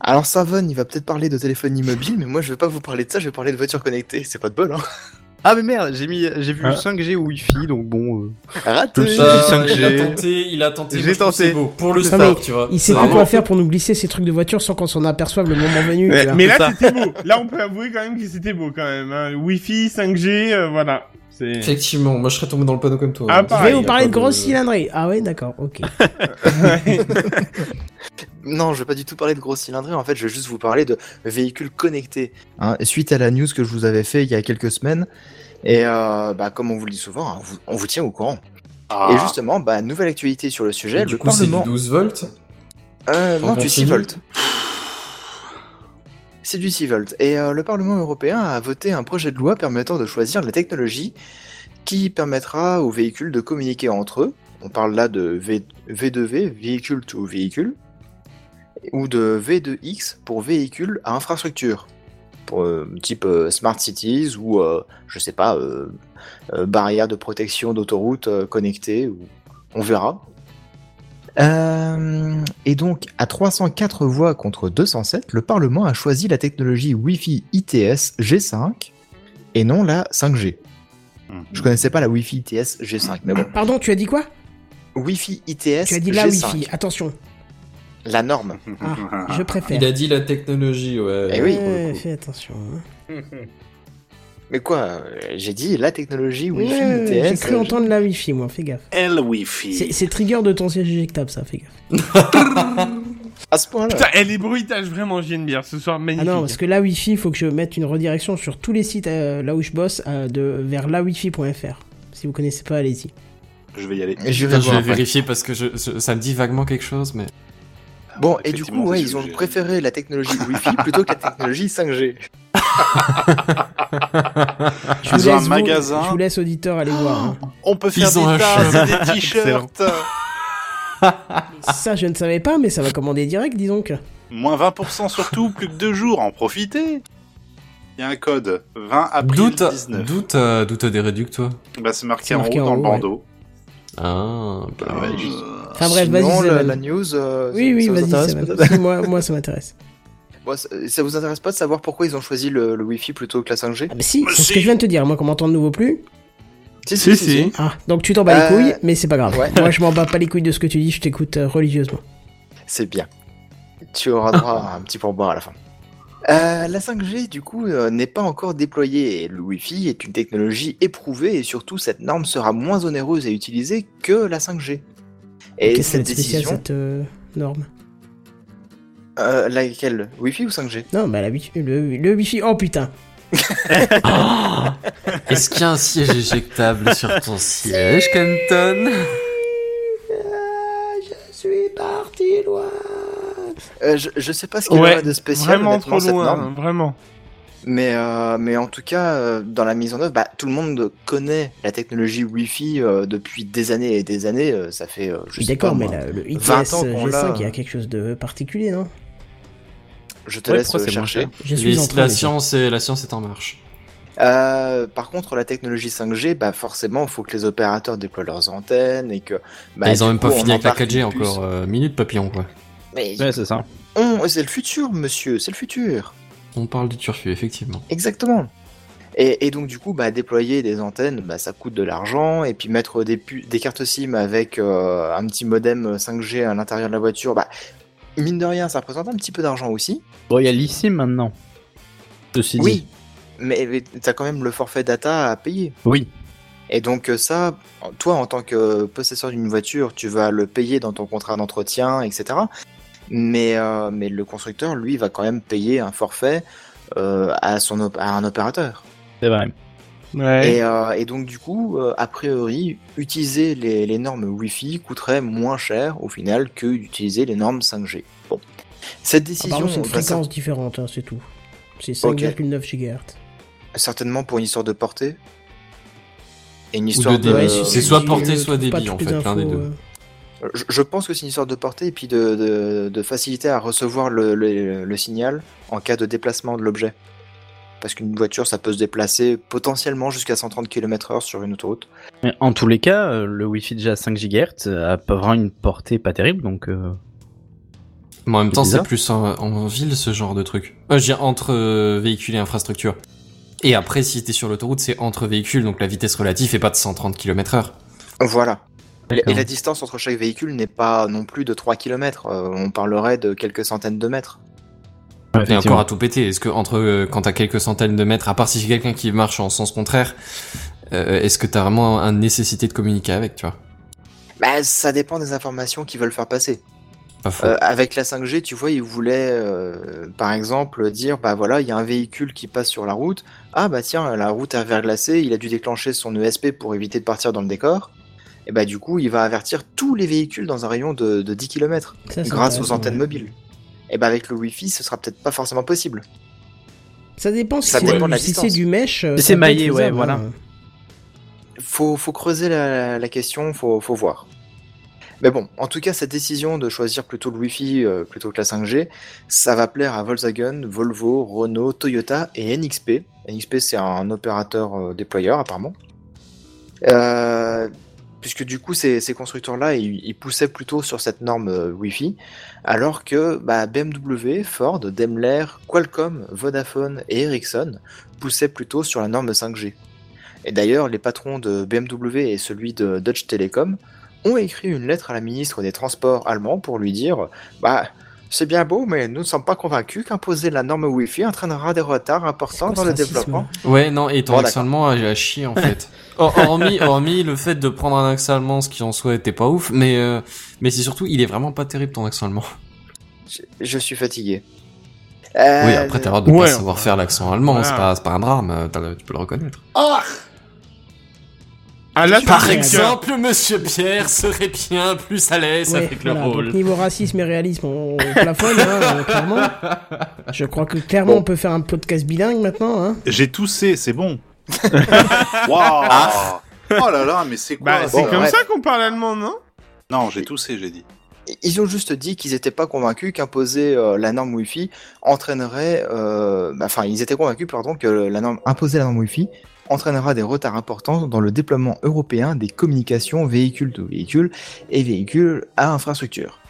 Alors Savon, il va peut-être parler de téléphonie mobile, mais moi je vais pas vous parler de ça, je vais parler de voitures connectées, c'est pas de bol hein. ah mais merde, j'ai mis, j'ai vu Ah. 5G ou Wi-Fi, donc bon. euh, Raté Je Ça, sais. 5G. il a tenté, il a tenté. J'ai moi, je trouve tenté. c'est beau. Pour le Ça, sport, mais tu vois. Il sait plus Vraiment. quoi faire pour nous glisser ces trucs de voiture sans qu'on s'en aperçoive le moment venu. tu vois. Mais C'est là ça. c'était beau. Là on peut avouer quand même que c'était beau quand même. Hein. Wi-Fi, 5G, euh, voilà. C'est. Effectivement, moi je serais tombé dans le panneau comme toi. Ah, hein. Je pareil, vais vous y a parler de grosse cylindrée. Ah ouais, d'accord, ok. Non, je vais pas du tout parler de gros cylindrés, en fait, je vais juste vous parler de véhicules connectés. hein. suite à la news que je vous avais fait il y a quelques semaines, et euh, bah, comme on vous le dit souvent, hein, on vous- on vous tient au courant. Ah. Et justement, bah, nouvelle actualité sur le sujet, Et le Du coup, c'est du Parlement. 12 volts. Euh, On non, du 6 continue volts. C'est du 6 volts. Et euh, le Parlement européen a voté un projet de loi permettant de choisir la technologie qui permettra aux véhicules de communiquer entre eux. On parle là de v... V2V, véhicule to véhicule. ou de V2X pour véhicules à infrastructure. Pour, euh, type euh, Smart Cities ou, euh, je sais pas, euh, euh, barrières de protection d'autoroutes euh, connectées. Ou... On verra. Euh, et donc, à 304 voix contre 207, le Parlement a choisi la technologie Wi-Fi ITS G5 et non la 5G. Je connaissais pas la Wi-Fi ITS G5, mais bon. Pardon, tu as dit quoi Wi-Fi ITS Tu as dit la G5, Wi-Fi, attention. la norme. Ah, je préfère. Il a dit la technologie, ouais. Eh oui. pour le Ouais, coup. fais attention. hein. Mais quoi euh, J'ai dit la technologie Wi-Fi Ouais, ITS. J'ai cru euh, entendre la Wi-Fi, moi, fais gaffe. Elle C'est Wi-Fi. c'est trigger de ton siège éjectable, ça, fais gaffe. À ce point-là. Putain, elle est bruitage vraiment, bière ce soir, Ah magnifique. non, parce que la Wi-Fi, il faut que je mette une redirection sur tous les sites euh, là où je bosse euh, de, vers lawifi.fr. Si vous connaissez pas, allez-y. Je vais y aller. J'irai Putain, je voir vais après. vérifier parce que je- je- ça me dit vaguement quelque chose, mais. Bon, et du Effectivement, coup, ouais, c'est ils ont sujet. préféré la technologie Wi-Fi plutôt que la technologie 5G. Je Ils vous ont un laisse vous- magasin. Je vous laisse, auditeur, aller voir. hein. On peut faire Ils ont un des tasses chemin. et des t-shirts. Ça, je ne savais pas, mais ça va commander direct, dis donc. Moins 20% surtout, plus que deux jours, en profitez. Il y a un code 20 avril Doute, 19. doute, euh, doute des réducs, toi. Bah, c'est marqué, C'est marqué en haut en dans le haut, ouais. bandeau. Ah, bah, Euh, Enfin bref, vas-y, Sinon, la, Isabelle. la news. euh, Oui, ça- oui, ça vous vas-y, intéresse ça va. peut-être Si, moi, moi, ça m'intéresse. Bon, ça, ça vous intéresse pas de savoir pourquoi ils ont choisi le, le Wi-Fi plutôt que la 5G Ah bah si, Mais c'est ce si. que je viens de te dire, moi qu'on m'entend de nouveau plus. Si, si. Ah, donc tu t'en bats les Euh, couilles, mais c'est pas grave. ouais. Moi je m'en bats pas les couilles de ce que tu dis, je t'écoute euh, religieusement. C'est bien. Tu auras droit à un petit pourboire à la fin. Euh, la 5G, du coup, euh, n'est pas encore déployée et le Wi-Fi est une technologie éprouvée et surtout cette norme sera moins onéreuse à utiliser que la 5G. Et Qu'est-ce que cette c'est de spécial décision, cette euh, norme euh, laquelle Wi-Fi ou 5G Non, bah la, wi- le, le wifi, oh putain Ah Est-ce qu'il y a un siège éjectable sur ton siège, Kenton Je suis parti loin Euh, je, je sais pas ce qu'il y Ouais, a de spécial Vraiment honnêtement, trop cette loin, norme, hein, vraiment. mais euh, mais en tout cas euh, dans la mise en œuvre, bah, tout le monde connaît la technologie Wi-Fi euh, depuis des années et des années. euh, ça fait euh, je Je suis sais pas, d'accord, mais moi, la- le ITS 20 ans qu'on l'a. G5, il y a quelque chose de particulier, non je te Ouais, laisse pourquoi euh, c'est moins chercher. cher Je suis Les- en train la de- science, est, la science est en marche. Euh, par contre, la technologie 5G, bah forcément, il faut que les opérateurs déploient leurs antennes et que. bah, ils ont du même coup, pas on fini avec la embarque 4G une puce. encore. euh, minute papillon, quoi. Mais Ouais, c'est ça. on- c'est le futur, monsieur, c'est le futur. On parle du turfu, effectivement. Exactement. Et, et donc du coup, bah, déployer des antennes, bah, ça coûte de l'argent, et puis mettre des, pu- des cartes SIM avec euh, un petit modem 5G à l'intérieur de la voiture, bah, mine de rien, ça représente un petit peu d'argent aussi. Bon, il y a l'ISIM maintenant. Ceci Oui, mais, mais t'as quand même le forfait data à payer. Oui. Et donc euh, ça, en- toi en tant que possesseur d'une voiture, tu vas le payer dans ton contrat d'entretien, etc. Mais, euh, mais le constructeur, lui, va quand même payer un forfait euh, à, son op- à un opérateur. c'est vrai. Ouais. Et, euh, et donc du coup, euh, a priori, utiliser les, les normes Wi-Fi coûterait moins cher au final que d'utiliser les normes 5G. Bon, cette Ah, décision bah, Par contre, c'est une va fréquence différente, hein, c'est tout. C'est Ok. 5,9 GHz. cer- certainement pour une histoire de portée et une Ou de histoire de. débit. Ouais, c'est si- soit si porté, je soit trouve pas débit, en toutes fait, les l'un des infos, deux. euh, Je, je pense que c'est une histoire de portée et puis de, de- de facilité à recevoir le, le- le signal en cas de déplacement de l'objet. Parce qu'une voiture, ça peut se déplacer potentiellement jusqu'à 130 km/h sur une autoroute. Mais en tous les cas, euh, le Wi-Fi déjà à 5 GHz a pas vraiment une portée pas terrible, donc. euh, Mais en même C'est temps, c'est bizarre. plus en, en ville ce genre de truc. Euh, je veux dire, entre euh, véhicules et infrastructures. Et après, si t'es sur l'autoroute, c'est entre véhicules, donc la vitesse relative est pas de 130 km/h. Voilà. Et- Et D'accord. la distance entre chaque véhicule n'est pas non plus de 3 km, on parlerait de quelques centaines de mètres. Et effectivement. encore à tout péter. Est-ce que entre euh, quand t'as quelques centaines de mètres, à part si c'est quelqu'un qui marche en sens contraire, euh, est-ce que t'as vraiment une nécessité de communiquer avec, tu vois Bah, ça dépend des informations qu'ils veulent faire passer. Pas faux. Euh, avec la 5G, tu vois, ils voulaient, euh, par exemple, dire, bah voilà, il y a un véhicule qui passe sur la route, ah bah tiens, la route est verglacée, il a dû déclencher son ESP pour éviter de partir dans le décor, et bah du coup, il va avertir tous les véhicules dans un rayon de, de 10 km, ça, c'est grâce aux intéressant, antennes ouais. mobiles. Et bah avec le Wi-Fi, ce sera peut-être pas forcément possible. Ça dépend si Ça c'est dépend de du, la si c'est distance. du mesh. euh, Si ça c'est peut maillé, être ouais, faisable, voilà. hein. faut, faut creuser la, la question, faut, faut voir. Mais bon, en tout cas, cette décision de choisir plutôt le Wi-Fi euh, plutôt que la 5G, ça va plaire à Volkswagen, Volvo, Renault, Toyota et NXP. NXP, c'est un opérateur euh, déployeur, apparemment. Euh, puisque du coup, ces, ces constructeurs-là, ils, ils poussaient plutôt sur cette norme euh, Wi-Fi, alors que bah, BMW, Ford, Daimler, Qualcomm, Vodafone et Ericsson poussaient plutôt sur la norme 5G. Et d'ailleurs, les patrons de BMW et celui de Deutsche Telekom ont écrit une lettre à la ministre des Transports allemand pour lui dire Bah, c'est bien beau, mais nous ne sommes pas convaincus qu'imposer la norme Wi-Fi entraînera des retards importants dans le racisme développement. Ouais, non, et ton Bon, accent allemand j'ai à chier en fait. Hor- Oh, hormis, hormis le fait de prendre un accent allemand, ce qui en soit était pas ouf, mais, euh, mais c'est surtout, il est vraiment pas terrible ton accent allemand. Je, je suis fatigué. oui, Euh, après t'as l'air de ouais, pas savoir faire l'accent allemand, voilà. c'est pas, c'est pas un drame, euh, t'as le- tu peux le reconnaître. Ah là, Par t'as- exemple, Monsieur Pierre serait bien plus à l'aise Ouais, avec voilà, le donc rôle. niveau racisme et réalisme, on, on plafonne, hein, euh, clairement. Je crois que clairement, on peut faire un podcast bilingue maintenant. Hein. J'ai toussé, c'est bon. Waouh Oh là là, mais c'est quoi Bah, c'est ça comme ouais. ça qu'on parle allemand, non Non, j'ai toussé, j'ai dit. Ils ont juste dit qu'ils n'étaient pas convaincus qu'imposer euh, la norme Wi-Fi entraînerait, euh, bah, enfin, ils étaient convaincus, pardon, que la norme, imposer la norme Wi-Fi entraînera des retards importants dans le déploiement européen des communications véhicule to véhicule et véhicule à infrastructure.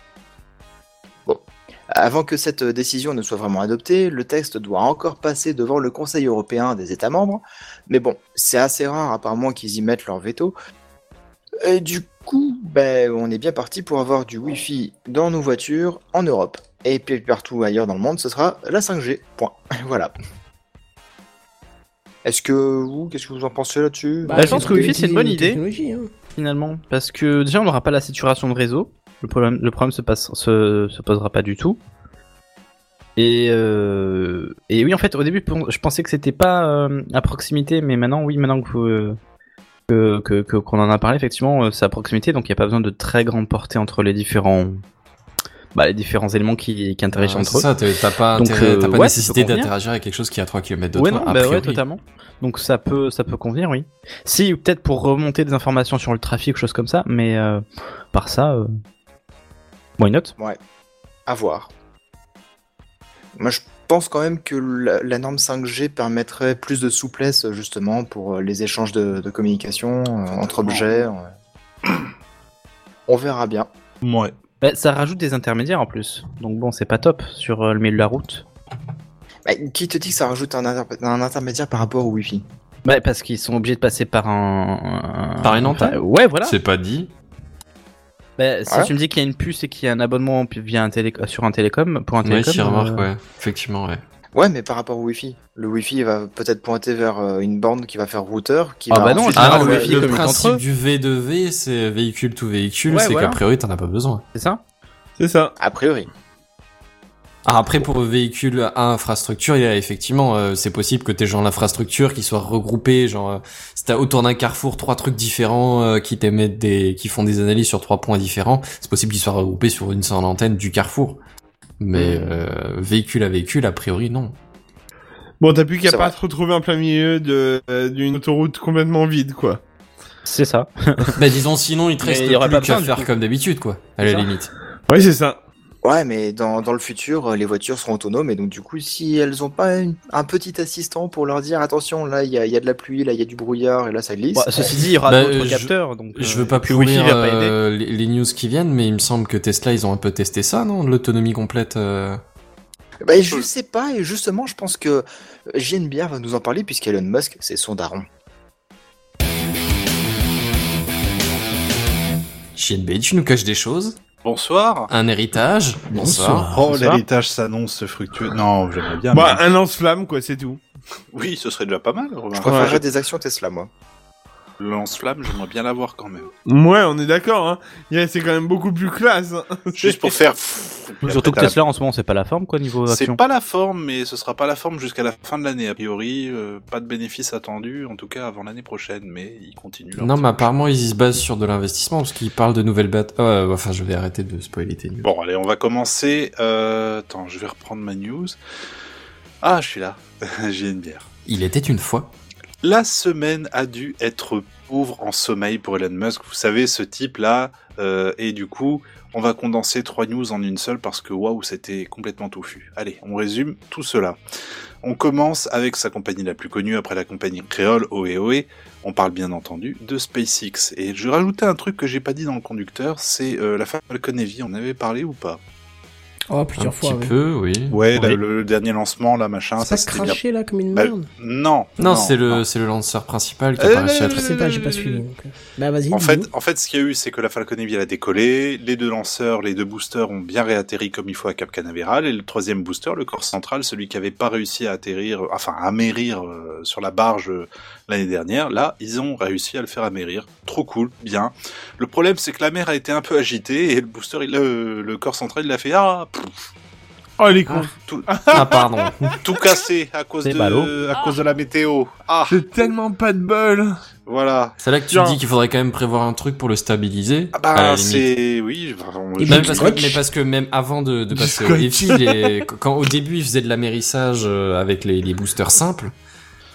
Bon. Avant que cette décision ne soit vraiment adoptée, le texte doit encore passer devant le Conseil européen des États membres, mais bon, c'est assez rare apparemment qu'ils y mettent leur veto. Et du coup, ben, on est bien parti pour avoir du Wi-Fi dans nos voitures en Europe. Et puis partout ailleurs dans le monde, ce sera la 5G. Point. voilà. Est-ce que vous, qu'est-ce que vous en pensez là-dessus Bah, je pense que Wi-Fi, c'est une bonne idée. Technologie, hein. finalement Parce que déjà, on n'aura pas la saturation de réseau. Le problème, le problème se, passe, se, se posera pas du tout. Et, euh, et oui, en fait, au début, pon- je pensais que c'était pas euh, à proximité, mais maintenant, oui, maintenant que vous, euh, que- que- que- qu'on en a parlé, effectivement, euh, c'est à proximité, donc il n'y a pas besoin de très grande portée entre les différents, bah, les différents éléments qui, qui interagissent Ouais, entre Ah, c'est eux. ça, t'as t'as pas, Donc, intérêt- euh, t'as pas ouais, nécessité ça peut convenir. d'interagir avec quelque chose qui est à 3 km de Ouais, toi. non, a bah ouais, priori. totalement. Donc ça peut, ça peut convenir, oui. Si, peut-être pour remonter des informations sur le trafic, choses comme ça, mais euh, par ça, euh, why not À voir. Moi, je pense quand même que la, la norme 5G permettrait plus de souplesse justement pour euh, les échanges de, de communication euh, entre objets. ouais. On verra bien. Ouais. Bah, Ça rajoute des intermédiaires en plus, donc bon, c'est pas top sur euh, le milieu de la route. Bah, qui te dit que ça rajoute un, inter- un intermédiaire par rapport au Wi-Fi Bah, parce qu'ils sont obligés de passer par un... Par une antenne Enfin, Ouais, voilà. C'est pas dit. Bah, si Ouais. tu me dis qu'il y a une puce et qu'il y a un abonnement via un télé... sur un télécom, pour un Ouais, télécom... j'y remarque, euh, ouais. Effectivement, ouais. Ouais, mais par rapport au Wi-Fi. Le Wi-Fi va peut-être pointer vers euh, une borne qui va faire routeur. Qui Ah va bah non, ensuite- général, Ah, le le, wifi le communique entre eux. principe du V2V, c'est véhicule to véhicule, Ouais, c'est voilà. qu'a priori t'en as pas besoin. C'est ça C'est ça. A priori. Ah, après, pour véhicule à infrastructure, il y a effectivement, euh, c'est possible que t'aies genre l'infrastructure qui soit regroupée, genre, euh, si t'as autour d'un carrefour trois trucs différents euh, qui t'émettent des, qui font des analyses sur trois points différents, c'est possible qu'ils soient regroupés sur une seule antenne du carrefour. Mais Hmm. euh, véhicule à véhicule, a priori, non. Bon, t'as plus qu'à C'est pas vrai. te retrouver en plein milieu de euh, d'une autoroute complètement vide, quoi. C'est ça. bah disons, sinon, il te Mais reste il y aura plus pas qu'à besoin, du faire coup. comme d'habitude, quoi, à la C'est ça. limite. Ouais, c'est ça. Ouais, mais dans, dans le futur, euh, les voitures seront autonomes et donc du coup, si elles ont pas une- un petit assistant pour leur dire attention, là il y a, il y a de la pluie, là il y a du brouillard et là ça glisse. Bon, ceci dit, il y aura Bah, d'autres je- capteurs, donc... Je euh, veux pas puis Wi-Fi pourrir va pas aider. euh, les, les news qui viennent, mais il me semble que Tesla, ils ont un peu testé ça, non L'autonomie complète. euh. Bah, je sais pas et justement, je pense que euh, JNBR va nous en parler puisqu'Elon Musk, c'est son daron. JNB, tu nous caches des choses Bonsoir. Un héritage Bonsoir. Oh, l'héritage s'annonce fructueux. Non, j'aimerais bien. Bah, mais- un lance-flamme, quoi, c'est tout. Oui, ce serait déjà pas mal. Romain. Je préférerais Ouais. des actions Tesla, moi. Le lance-flamme, j'aimerais bien l'avoir quand même. Ouais, on est d'accord, hein. Yeah, c'est quand même beaucoup plus classe. hein. Juste pour faire. euh, Surtout que Tesla, en ce moment, c'est pas la forme, quoi, niveau action. C'est pas la forme, mais ce sera pas la forme jusqu'à la fin de l'année. A priori, euh, pas de bénéfices attendus, en tout cas avant l'année prochaine, mais ils continuent. leur Non, mais truc. apparemment, ils se basent sur de l'investissement parce qu'ils parlent de nouvelles bêtes. Euh, enfin, je vais arrêter de spoiler tes news. Bon, allez, on va commencer. Euh... Attends, je vais reprendre ma news. Ah, je suis là. J'ai une bière. Il était une fois. La semaine a dû être pauvre en sommeil pour Elon Musk. Vous savez, ce type-là. euh, et du coup, on va condenser trois news en une seule parce que waouh, c'était complètement touffu. Allez, on résume tout cela. On commence avec sa compagnie la plus connue après la compagnie créole OEOE. On parle bien entendu de SpaceX. Et je rajoutais un truc que j'ai pas dit dans le conducteur, c'est euh, la Falcon Heavy. On en avait parlé ou pas hein. Oh, Un plusieurs petit fois. ouais. peu, oui. Ouais, Oui. le, le dernier lancement, là, machin. Ça c'était Ah, bien. crachait là comme une Bah, merde. non. Non, c'est le, c'est le lanceur principal qui a Euh, pas réussi à le- Je attraper. sais pas, j'ai pas suivi. donc, euh. Bah vas-y. En fait, dis-nous. en fait, ce qu'il y a eu, c'est que la Falcon Heavy elle a décollé, les deux lanceurs, les deux boosters ont bien réatterri comme il faut à Cap Canaveral, et le troisième booster, le corps central, celui qui avait pas réussi à atterrir, euh, enfin à amérir euh, sur la barge euh, l'année dernière, là, ils ont réussi à le faire amérir. Trop cool, bien. Le problème, c'est que la mer a été un peu agitée, et le booster, il, euh, le corps central, il a fait ah, pff, Oh, les cons. tout, Ah, pardon. tout cassé à cause C'est ballot. de, à cause de la météo. Ah, J'ai tellement pas de bol. voilà. C'est là que tu Genre- dis qu'il faudrait quand même prévoir un truc pour le stabiliser. Ah à bah la limite. c'est oui, vraiment, Et je- bah, Même parce que, scotch. mais parce que même avant de, de Du passer au scotch. défi, les- quand au début ils faisaient de l'amérissage euh, avec les, les boosters simples,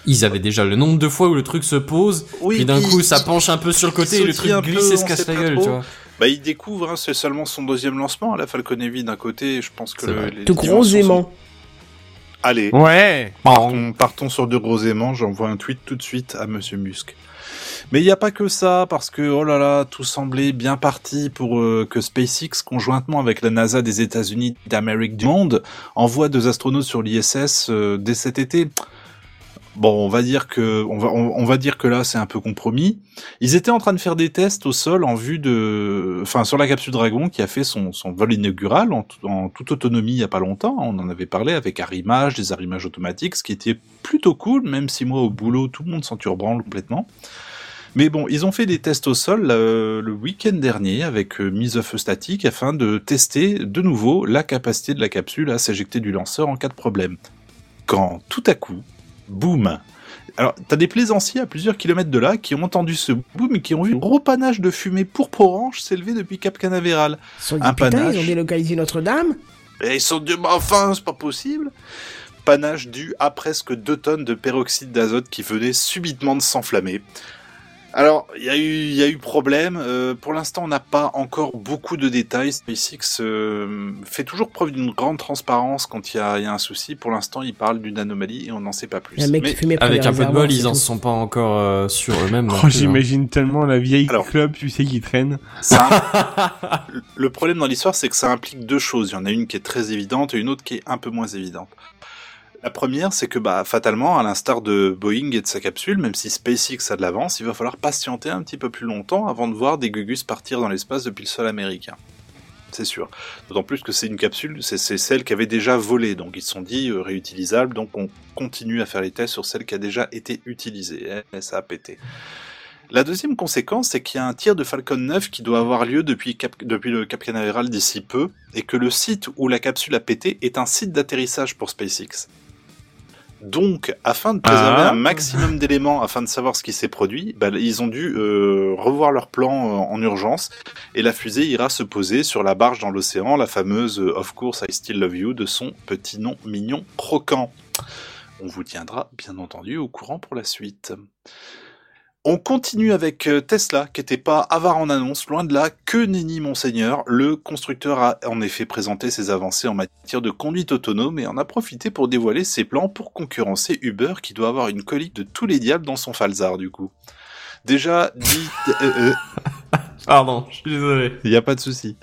ils avaient déjà le nombre de fois où le truc se pose, oui, puis d'un puis- coup ça penche un peu sur le côté et le truc sautille un glisse peu, et se on casse sait la pas gueule, trop. tu vois. Bah, il découvre, hein, c'est seulement son deuxième lancement à la Falcon Heavy d'un côté. Je pense que C'est le- vrai. les de dimensions gros sont- aimants. Allez, Ouais. partons, partons sur de gros aimants. J'envoie un tweet tout de suite à Monsieur Musk. Mais il n'y a pas que ça, parce que oh là là, tout semblait bien parti pour euh, que SpaceX, conjointement avec la NASA des États-Unis d'Amérique du Monde, envoie deux astronautes sur l'ISS euh, dès cet été. Bon, on va dire que on va on, on va dire que là c'est un peu compromis. Ils étaient en train de faire des tests au sol en vue de, enfin sur la capsule Dragon qui a fait son, son vol inaugural en, tout- en toute autonomie il y a pas longtemps. On en avait parlé avec arrimage, des arrimages automatiques, ce qui était plutôt cool, même si moi au boulot tout le monde s'en branle complètement. Mais bon, ils ont fait des tests au sol euh, le week-end dernier avec euh, mise à feu statique afin de tester de nouveau la capacité de la capsule à s'éjecter du lanceur en cas de problème. Quand tout à coup, boum Alors, t'as des plaisanciers à plusieurs kilomètres de là qui ont entendu ce boum et qui ont vu un gros panache de fumée pourpre-orange s'élever depuis Cap Canaveral. Ils se sont dit, un putain, panache. ils ont délocalisé Notre-Dame. Et ils sont dit, mais enfin, c'est pas possible. Panache dû à presque 2 tonnes de peroxyde d'azote qui venait subitement de s'enflammer. Alors, il y, a eu- il y a eu problème. Euh, pour l'instant, on n'a pas encore beaucoup de détails. SpaceX euh, fait toujours preuve d'une grande transparence quand il y, a il y a un souci. Pour l'instant, ils parlent d'une anomalie et on n'en sait pas plus. Il y a un mec Mais- qui fumait Avec un peu de bol, ils en en sont pas encore euh, sur eux-mêmes. non Oh, plus, hein. j'imagine tellement la vieille Alors. club, tu sais, qui traîne. Ça, le problème dans l'histoire, c'est que ça implique deux choses. Il y en a une qui est très évidente et une autre qui est un peu moins évidente. La première, c'est que bah, fatalement, à l'instar de Boeing et de sa capsule, même si SpaceX a de l'avance, il va falloir patienter un petit peu plus longtemps avant de voir des Gugus partir dans l'espace depuis le sol américain. C'est sûr. D'autant plus que c'est une capsule, c'est c'est celle qui avait déjà volé, donc ils se sont dit euh, réutilisable, donc on continue à faire les tests sur celle qui a déjà été utilisée. Eh, ça a pété. La deuxième conséquence, c'est qu'il y a un tir de Falcon 9 qui doit avoir lieu depuis, Cap- depuis le Cap Canaveral d'ici peu, et que le site où la capsule a pété est un site d'atterrissage pour SpaceX. Donc, afin de préserver Ah. un maximum d'éléments, afin de savoir ce qui s'est produit, bah, ils ont dû euh, revoir leur plan euh, en urgence, et la fusée ira se poser sur la barge dans l'océan, la fameuse euh, Of course I still love you de son petit nom mignon croquant. On vous tiendra bien entendu au courant pour la suite. On continue avec euh, Tesla, qui n'était pas avare en annonce, loin de là, que nenni monseigneur. Le constructeur a en effet présenté ses avancées en matière de conduite autonome et en a profité pour dévoiler ses plans pour concurrencer Uber, qui doit avoir une colique de tous les diables dans son falzar du coup. Déjà, dit... euh, euh, Pardon, je suis désolé. il n'y a pas de souci.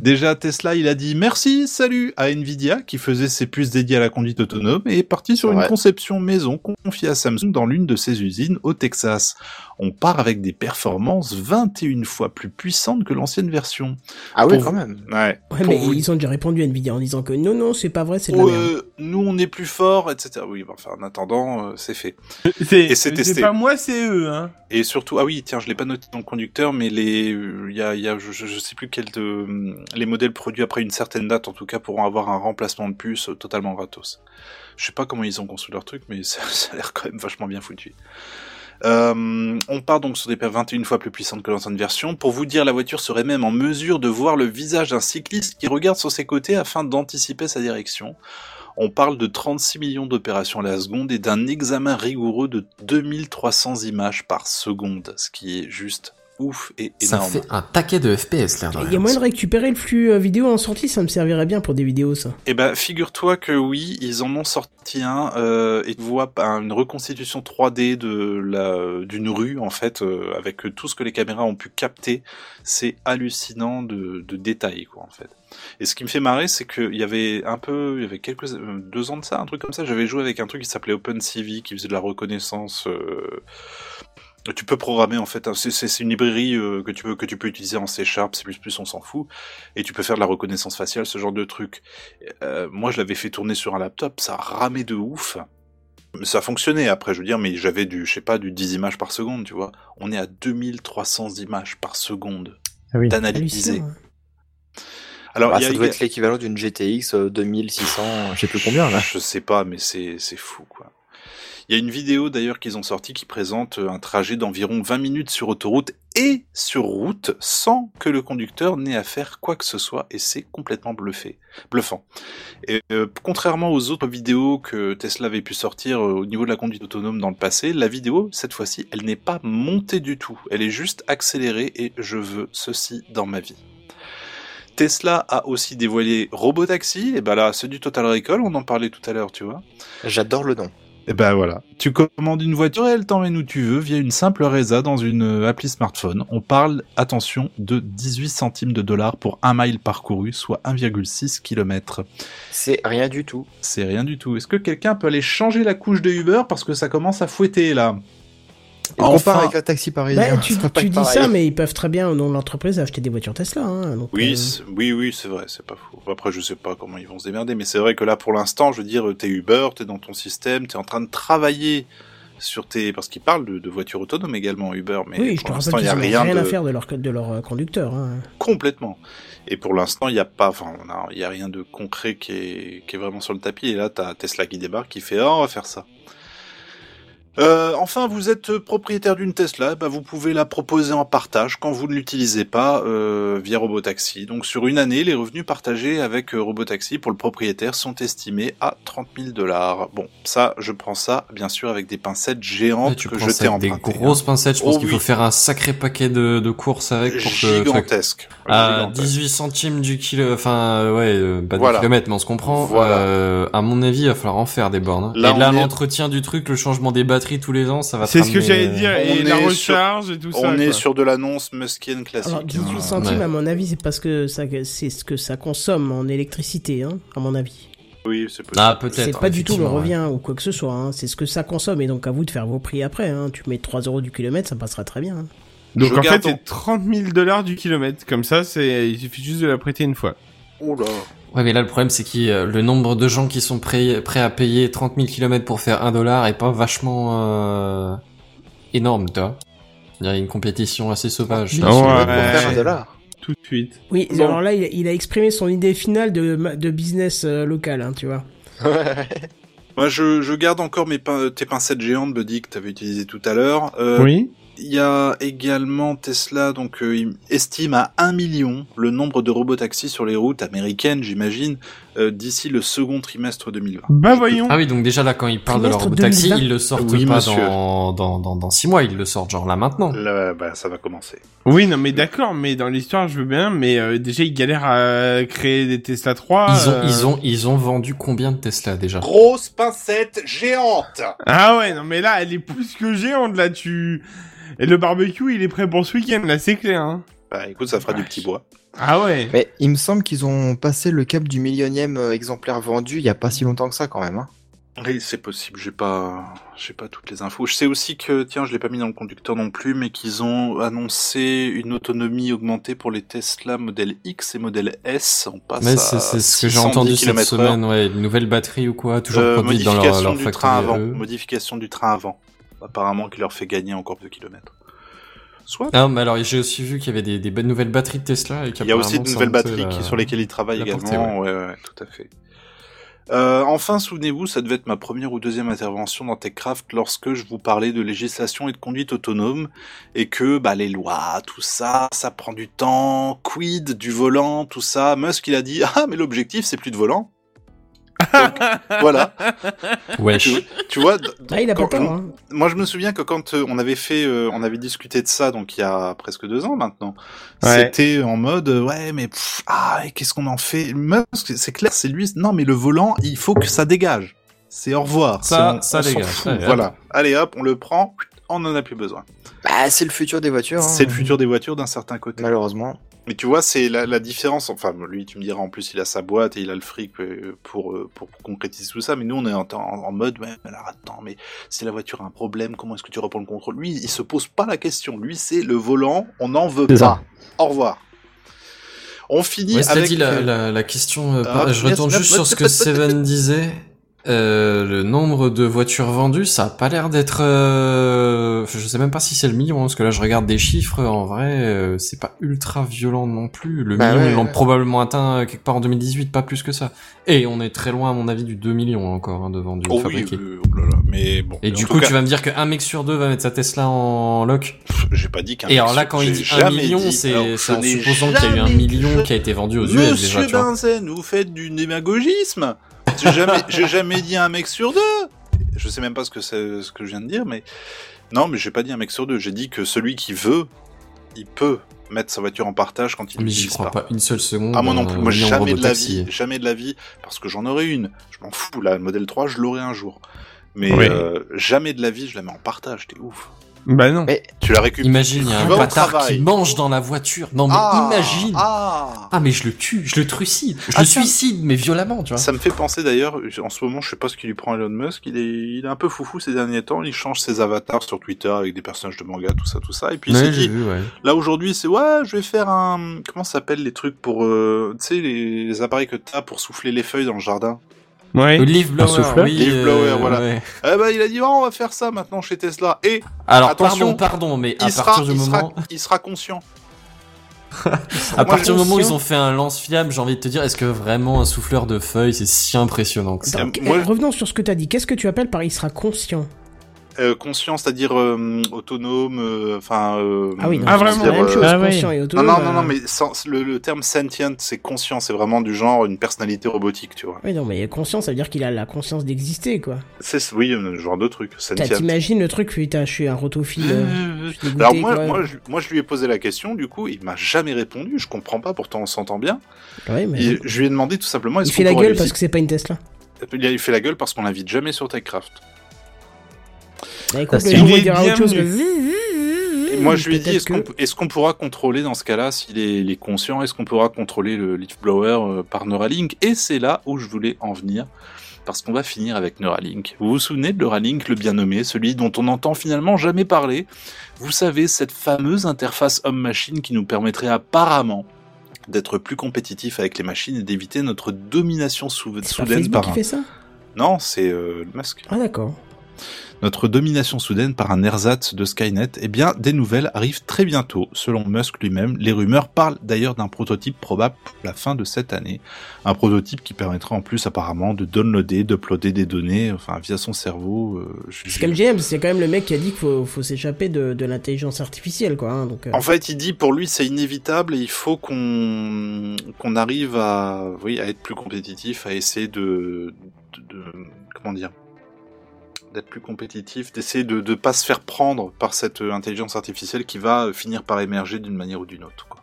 Déjà, Tesla, il a dit merci, salut à Nvidia, qui faisait ses puces dédiées à la conduite autonome et est parti sur C'est une vrai. conception maison confiée à Samsung dans l'une de ses usines au Texas. On part avec des performances 21 fois plus puissantes que l'ancienne version. Ah ouais, Pour- quand même. Ouais. Ouais, Pour mais vous- ils ont déjà répondu à Nvidia en disant que non, non, c'est pas vrai, c'est de la Ouais, merde. Oh, euh, nous, on est plus fort, etc. Oui, bah, enfin, en attendant, euh, c'est fait. C'est, Et c'est testé. c'est pas moi, c'est eux, hein. Et surtout, ah oui, tiens, je l'ai pas noté dans le conducteur, mais les, il y a, il y a, je, je- je sais plus quel de, euh, les modèles produits après une certaine date, en tout cas, pourront avoir un remplacement de puce euh, totalement gratos. Je sais pas comment ils ont construit leur truc, mais ça, ça a l'air quand même vachement bien foutu. Euh, on part donc sur des paires 21 fois plus puissantes que l'ancienne version. Pour vous dire, la voiture serait même en mesure de voir le visage d'un cycliste qui regarde sur ses côtés afin d'anticiper sa direction. On parle de 36 millions d'opérations à la seconde et d'un examen rigoureux de 2300 images par seconde, ce qui est juste ouf et Ça énorme. fait un taquet de FPS Ah, l'air de Il y a rien. moyen de récupérer le flux euh, vidéo en sortie, ça me servirait bien pour des vidéos, ça. Eh ben, figure-toi que oui, ils en ont sorti un euh, et tu vois ben, une reconstitution 3D de la d'une rue en fait, euh, avec tout ce que les caméras ont pu capter. C'est hallucinant de, de détails quoi en fait. Et ce qui me fait marrer, c'est qu'il y avait un peu, il y avait quelques euh, deux ans de ça, un truc comme ça. J'avais joué avec un truc qui s'appelait OpenCV, qui faisait de la reconnaissance. euh, tu peux programmer en fait, un- c'est- c'est c'est une librairie euh, que tu peux que tu peux utiliser en C Sharp, C++, on s'en fout, et tu peux faire de la reconnaissance faciale, ce genre de truc. Euh, moi, je l'avais fait tourner sur un laptop, ça ramait de ouf. Mais Ça fonctionnait après, je veux dire, mais j'avais du, je sais pas, du 10 images par seconde, tu vois. On est à 2300 images par seconde Ah oui. d'analysé. Hallucinant, hein. Alors, Bah, il y a- ça il doit y a- être l'équivalent d'une GTX euh, 2600, je sais plus combien là. Je sais pas, mais c'est c'est fou, quoi. Il y a une vidéo d'ailleurs qu'ils ont sortie qui présente euh, un trajet d'environ 20 minutes sur autoroute et sur route sans que le conducteur n'ait à faire quoi que ce soit et c'est complètement bluffé, bluffant. Et euh, contrairement aux autres vidéos que Tesla avait pu sortir euh, au niveau de la conduite autonome dans le passé, la vidéo cette fois-ci, elle n'est pas montée du tout, elle est juste accélérée et je veux ceci dans ma vie. Tesla a aussi dévoilé Robotaxi, et ben là, c'est du Total Recall, on en parlait tout à l'heure, tu vois. J'adore le nom. Et ben voilà. Tu commandes une voiture et elle t'emmène où tu veux via une simple RESA dans une euh, appli smartphone. On parle, attention, de 18 centimes de dollars pour un mile parcouru, soit 1,6 km. C'est rien du tout. C'est rien du tout. Est-ce que quelqu'un peut aller changer la couche de Uber parce que ça commence à fouetter là Et Enfin. compare avec le taxi parisien. Bah, tu ça va pas tu être dis pareil. ça, mais ils peuvent très bien, au nom de l'entreprise, acheter des voitures Tesla. Hein, donc, Oui, euh, c'est- oui, oui, c'est vrai, c'est pas faux. Après, je sais pas comment ils vont se démerder, mais c'est vrai que là, pour l'instant, je veux dire, euh, t'es Uber, t'es dans ton système, t'es en train de travailler sur tes, parce qu'ils parlent de, de voitures autonomes également Uber, mais oui, je te pour rappelle l'instant, il qu'ils y a n'ont rien, rien, de à faire de leur, de leur euh, conducteur. hein. complètement. Et pour l'instant, il y a pas, enfin, on a- il y a rien de concret qui est, qui est vraiment sur le tapis. Et là, t'as Tesla qui débarque, qui fait, ah, on va faire ça. Euh, enfin, vous êtes propriétaire d'une Tesla, bah, vous pouvez la proposer en partage quand vous ne l'utilisez pas euh, via Robotaxi. Donc sur une année, les revenus partagés avec euh, Robotaxi pour le propriétaire sont estimés à 30 000 dollars. Bon, ça, je prends ça, bien sûr, avec des pincettes géantes Ouais, tu que prends je ça t'ai avec des empruntées. grosses pincettes, je Oh pense qu'il oui. faut faire un sacré paquet de, de courses avec pour que le truc- Euh, Gigantesque. à Gigantesque. 18 centimes du kilo, enfin euh, ouais, euh, pas Voilà. du kilomètre, mais on se comprend. Voilà. Euh, à mon avis, il va falloir en faire des bornes. hein. Là, et là, on est- l'entretien du truc, le changement des batteries tous les ans, ça va. te C'est ce que ramener, j'allais euh, dire, et on la est recharge et tout ça. On est quoi. sur de l'annonce muskienne classique. Alors, 18 hein. centimes, Ouais. à mon avis, c'est parce que ça, c'est ce que ça consomme en électricité, hein, à mon avis. Oui, c'est possible. Ah peut-être. C'est pas du tout le effectivement, ouais. revient ou quoi que ce soit, hein. c'est ce que ça consomme, et donc à vous de faire vos prix après. Hein. Tu mets 3 euros du kilomètre, ça passera très bien. hein. Donc Je en fait, garde- c'est 30 000 dollars du kilomètre. Comme ça, c'est il suffit juste de la prêter une fois. Oh là. Ouais, mais là, le problème, c'est que euh, le nombre de gens qui sont prêts, prêts à payer 30 000 km pour faire un dollar est pas vachement euh, énorme, toi. Il y a une compétition assez sauvage. Oui. là, sur le Ouais. Pour faire un dollar. Tout de suite. Oui, Bon. alors là, il a, il a exprimé son idée finale de, ma- de business euh, local, hein, tu vois. Moi, je, je garde encore mes pin- tes pincettes géantes, Buddy, que t'avais utilisé tout à l'heure. Euh, oui. Il y a également Tesla, donc euh, il estime à 1 million le nombre de robotaxis sur les routes américaines, j'imagine, euh, d'ici le second trimestre 2020. Bah voyons. Ah oui, donc déjà là, quand ils parlent de leur Trimestre taxi, 2020. ils le sortent Oui, pas monsieur. dans, dans, dans, dans six mois, ils le sortent genre là maintenant. Là, bah, ça va commencer. Oui, non, mais d'accord, mais dans l'histoire, je veux bien, mais euh, déjà, ils galèrent à créer des Tesla 3. Ils ont, euh. ils ont, ils ont vendu combien de Tesla déjà Grosse pincette géante Ah ouais, non, mais là, elle est plus que géante, là, tu... Et le barbecue, il est prêt pour ce week-end, là, c'est clair, hein. Bah écoute, ça fera du petit bois. Ah ouais. Mais il me semble qu'ils ont passé le cap du millionième euh, exemplaire vendu il y a pas si longtemps que ça quand même. hein. Oui, c'est possible, j'ai pas j'ai pas toutes les infos. Je sais aussi que tiens, je l'ai pas mis dans le conducteur non plus mais qu'ils ont annoncé une autonomie augmentée pour les Tesla modèle X et modèle S, on passe Mais à c'est c'est ce que j'ai 610 entendu cette km/h. semaine, ouais, une nouvelle batterie ou quoi, toujours Euh, produite dans leur, modification leur du train factory. à avant, eux. modification du train avant. Apparemment qui leur fait gagner encore 2 km. Soit Ah, mais alors j'ai aussi vu qu'il y avait des, des bonnes nouvelles batteries de Tesla. Et il y a aussi de nouvelles batteries qui- sur les lesquelles ils travaillent la portée, également. ouais. ouais, tout à fait. Euh, enfin, souvenez-vous, ça devait être ma première ou deuxième intervention dans TechCraft lorsque je vous parlais de législation et de conduite autonome et que bah, les lois, tout ça, ça prend du temps, quid du volant, tout ça. Musk, il a dit Ah, mais l'objectif, c'est plus de volant. voilà. Wesh. Tu, tu vois, d- Ah, il a pas quand- tort, hein. moi je me souviens que quand euh, on avait fait, euh, on avait discuté de ça, donc il y a presque deux ans maintenant, Ouais. c'était en mode euh, ouais mais pff, ah et qu'est-ce qu'on en fait Musk, c'est c'est clair, c'est lui. Non mais le volant, il faut que ça dégage. C'est au revoir. Ça- C'est- on- ça on s'en dégage. fout. Allez, hop. voilà. Allez hop, on le prend. On en a plus besoin. Bah, c'est le futur des voitures. hein. C'est le futur des voitures d'un certain côté. Malheureusement. Mais tu vois, c'est la, la différence. Enfin, lui, tu me diras, en plus, il a sa boîte et il a le fric euh, pour, euh, pour concrétiser tout ça. Mais nous, on est en, en- en mode, ouais, mais alors attends, mais si la voiture a un problème, comment est-ce que tu reprends le contrôle Lui, il se pose pas la question. Lui, c'est le volant, on n'en veut pas. C'est ça. Au revoir. On finit Ouais, avec. dit, la, la, la question, euh, Ah, par- je yes, retourne yes, juste yes, sur ce que Seven disait. Euh, le nombre de voitures vendues, ça a pas l'air d'être. euh, Je sais même pas si c'est le million, hein, parce que là je regarde des chiffres. En vrai, euh, c'est pas ultra violent non plus. Le Bah million, ouais, ils l'ont ouais. probablement atteint euh, quelque part en 2018, pas plus que ça. Et on est très loin, à mon avis, du 2 millions encore hein, de vendus Oh oui, fabriqués. euh, oh là là, mais bon. Et en du tout coup, cas, tu vas me dire qu'un mec sur deux va mettre sa Tesla en lock pff, J'ai pas dit qu'un. Et alors mec là, sur- quand il Ah, j'ai dit un jamais million, dit- c'est alors, c'est je en n'ai supposant qu'il y a eu un jamais million qui a été vendu aux US déjà, Monsieur tu vois. Benzen, vous faites du démagogisme. J'ai jamais, j'ai jamais dit un mec sur deux. Je sais même pas ce que c'est, ce que je viens de dire, mais non, mais j'ai pas dit un mec sur deux. J'ai dit que celui qui veut, il peut mettre sa voiture en partage quand il Mais j'y l'utilise crois pas. pas une seule seconde. Ah moi non euh, plus, au moi nombre jamais de la taxis. vie, jamais de la vie, parce que j'en aurais une. Je m'en fous, là, le modèle 3, je l'aurai un jour. Mais Oui. euh, jamais de la vie, je la mets en partage, t'es ouf. Bah non. Mais- Tu la récupères. Imagine, il y a Tu un vas au bâtard travail. qui mange dans la voiture. Non mais Ah, imagine. Ah. Ah mais je le tue, je le trucide, je Ah, le tiens. suicide mais violemment, tu vois. Ça me fait penser d'ailleurs, en ce moment, je sais pas ce qu'il lui prend Elon Musk, il est, il est un peu foufou ces derniers temps, il change ses avatars sur Twitter avec des personnages de manga, tout ça, tout ça, et puis c'est dit, vu, ouais. là aujourd'hui, c'est ouais, je vais faire un, comment ça s'appelle les trucs pour, euh, tu sais, les, les appareils que t'as pour souffler les feuilles dans le jardin. Ouais. Le leaf blower, souffleur oui. Leaf blower, euh, voilà. ouais. Eh ben, il a dit, oh, on va faire ça maintenant chez Tesla, et Alors Attention, pardon, pardon, mais à il, partir sera, du il, moment, sera, il sera conscient. à moi, partir je- du moment où ils ont fait un lance fiable, j'ai envie de te dire, est-ce que vraiment un souffleur de feuilles c'est si impressionnant que ça Attends, moi, eh, je- Revenons sur ce que t'as dit. Qu'est-ce que tu appelles par il sera conscient Euh, conscient, c'est-à-dire euh, autonome, euh, enfin... euh, Ah oui, non, Ah, c'est vraiment la même euh, chose, Ah ouais. conscient et Non, autonome. non, non, non, euh, mais sans- le, le terme sentient, c'est conscient, c'est vraiment du genre une personnalité robotique, tu vois. Oui, non, mais conscient, ça veut dire qu'il a la conscience d'exister, quoi. C'est, oui, le genre de truc, T'as- sentient. T'imagines le truc, putain, je suis un rotophile. euh, je suis dégoûté, Alors moi, quoi. moi, je, moi, je lui ai posé la question, du coup, il m'a jamais répondu, je comprends pas, pourtant on s'entend bien. Ouais, mais Et je lui ai demandé tout simplement, est-ce Il fait la qu'on gueule pourrait parce que c'est pas une Tesla. visiter- Il a- il fait la gueule parce qu'on l'invite jamais sur TechCraft. Bah, écoute, c'est- le jour Il où est il dira autre chose. bienvenu. que- Et moi, je lui ai dit, Peut-être est-ce qu'on que- est-ce qu'on pourra contrôler dans ce cas-là, s'il est, il est conscient, est-ce qu'on pourra contrôler le leaf blower euh, par Neuralink Et c'est là où je voulais en venir, parce qu'on va finir avec Neuralink. Vous vous souvenez de Neuralink, le bien nommé, celui dont on n'entend finalement jamais parler Vous savez, cette fameuse interface homme-machine qui nous permettrait apparemment d'être plus compétitif avec les machines et d'éviter notre domination sou- C'est pas soudaine Facebook par qui un... fait ça Non, c'est euh, Musk Ah, d'accord. notre domination soudaine par un ersatz de Skynet, eh bien, des nouvelles arrivent très bientôt. Selon Musk lui-même, les rumeurs parlent d'ailleurs d'un prototype probable pour la fin de cette année. Un prototype qui permettra en plus apparemment de downloader, d'uploader des données, enfin, via son cerveau. euh, je- C'est comme GM, c'est quand même le mec qui a dit qu'il faut, faut s'échapper de, de l'intelligence artificielle, quoi. hein, donc, euh, En fait, il dit pour lui c'est inévitable et il faut qu'on qu'on arrive à oui à être plus compétitif, à essayer de, de- de- comment dire d'être plus compétitif, d'essayer de ne pas se faire prendre par cette euh, intelligence artificielle qui va finir par émerger d'une manière ou d'une autre. Quoi.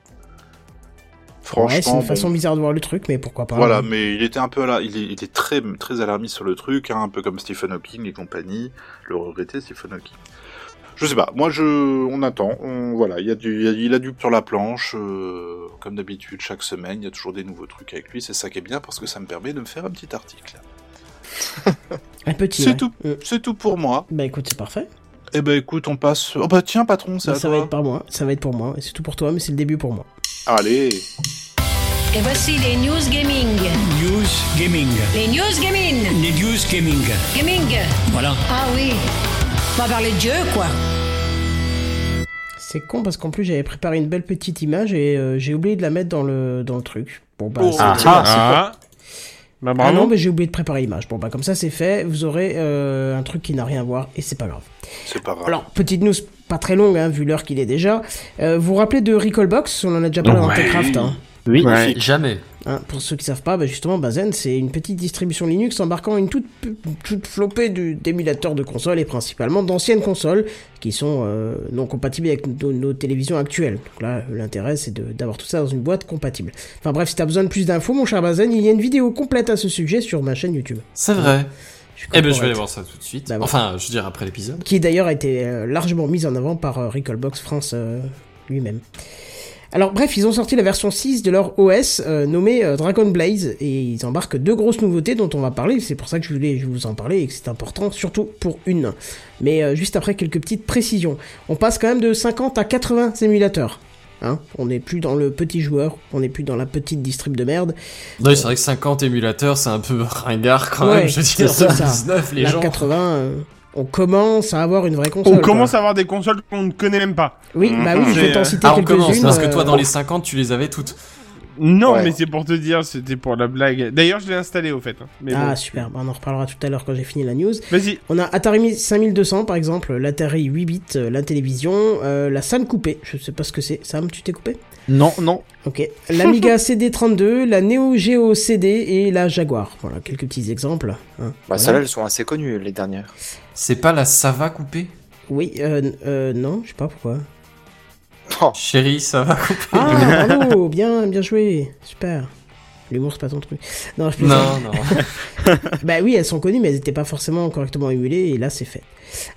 Franchement, ouais, c'est une bon, façon bizarre de voir le truc, mais pourquoi pas. hein. voilà, mais il était un peu à la, il, est- il était très très alarmiste sur le truc, hein, un peu comme Stephen Hawking et compagnie, le regretté Stephen Hawking. Je sais pas, moi je, on attend, on- voilà, il y a du, il y a- il a du sur la planche, euh, comme d'habitude chaque semaine, il y a toujours des nouveaux trucs avec lui, c'est ça qui est bien parce que ça me permet de me faire un petit article. Un petit. C'est ouais. tout, Euh, c'est tout pour moi. Bah écoute, c'est parfait. Eh ben écoute, on passe. Oh bah tiens patron, c'est Bah, à ça toi. va être par moi, ça va être pour moi. Et C'est tout pour toi, mais c'est le début pour moi. Allez, Et voici les news gaming. News Gaming. Les news gaming. Les News Gaming. Gaming. Voilà. Ah oui. On va parler de jeu, quoi. C'est con parce qu'en plus j'avais préparé une belle petite image et euh, j'ai oublié de la mettre dans le, dans le truc. Bon bah. Oh. c'est- Ah, Ah. Bah Ah non, bravo. mais j'ai oublié de préparer l'image. Bon bah comme ça c'est fait, vous aurez euh, un truc qui n'a rien à voir et c'est pas grave. c'est pas grave. Alors, petite news pas très longue, hein, vu l'heure qu'il est déjà. Euh, vous vous rappelez de Recallbox On en a déjà parlé dans Ouais. Techcraft. Hein. Oui. Ouais. Jamais. Hein, pour ceux qui savent pas, bah justement, Bazen, c'est une petite distribution Linux embarquant une toute, toute flopée du- d'émulateurs de consoles et principalement d'anciennes consoles qui sont euh, non compatibles avec nos, nos télévisions actuelles. Donc là, l'intérêt, c'est de- d'avoir tout ça dans une boîte compatible. Enfin bref, si t'as besoin de plus d'infos, mon cher Bazen, il y a une vidéo complète à ce sujet sur ma chaîne YouTube. C'est vrai. suis Eh ben, je vais corporate. aller voir ça tout de suite. Bah, bon. Enfin, je veux dire après l'épisode. qui d'ailleurs a été euh, largement mise en avant par euh, Recalbox France euh, lui-même. Alors bref, ils ont sorti la version 6 de leur OS euh, nommée euh, Dragon Blaze et ils embarquent deux grosses nouveautés dont on va parler, c'est pour ça que je voulais je vous en parler et que c'est important, surtout pour une. Mais euh, juste après quelques petites précisions. On passe quand même de 50 à 80 émulateurs. Hein on n'est plus dans le petit joueur, on n'est plus dans la petite distrib de merde. Non, c'est vrai que 50 émulateurs, c'est un peu ringard quand Ouais, même. Je veux c'est dire, ça. 2019, les Là, gens. 80, euh, on commence à avoir une vraie console. On quoi. commence à avoir des consoles qu'on ne connaît même pas. Oui, bah oui, je vais C'est, t'en euh, citer Ah, on quelques-unes. commence, parce que toi, euh, dans les 50, tu les avais toutes. Non, Ouais. mais c'est pour te dire, c'était pour la blague. D'ailleurs, je l'ai installé au fait. hein. Mais Ah bon. super, Bah, on en reparlera tout à l'heure quand j'ai fini la news. Vas-y. On a Atari 5200 par exemple, l'Atari 8 bits, euh, la télévision, euh, la Sam coupée, je sais pas ce que c'est. Sam, tu t'es coupé Non, non. Ok. L'Amiga CD32, la Neo Geo CD et la Jaguar. Voilà, quelques petits exemples. hein. Bah, Voilà. celles-là, elles sont assez connues, les dernières. C'est pas la ça va couper Oui, euh, n- euh, non, je sais pas pourquoi. Oh, Chérie, ça va Ah, bravo, bien, bien joué, super. L'humour, c'est pas ton truc. Non, je plaisante. Non, non. Bah oui, elles sont connues, mais elles n'étaient pas forcément correctement émulées, et là c'est fait.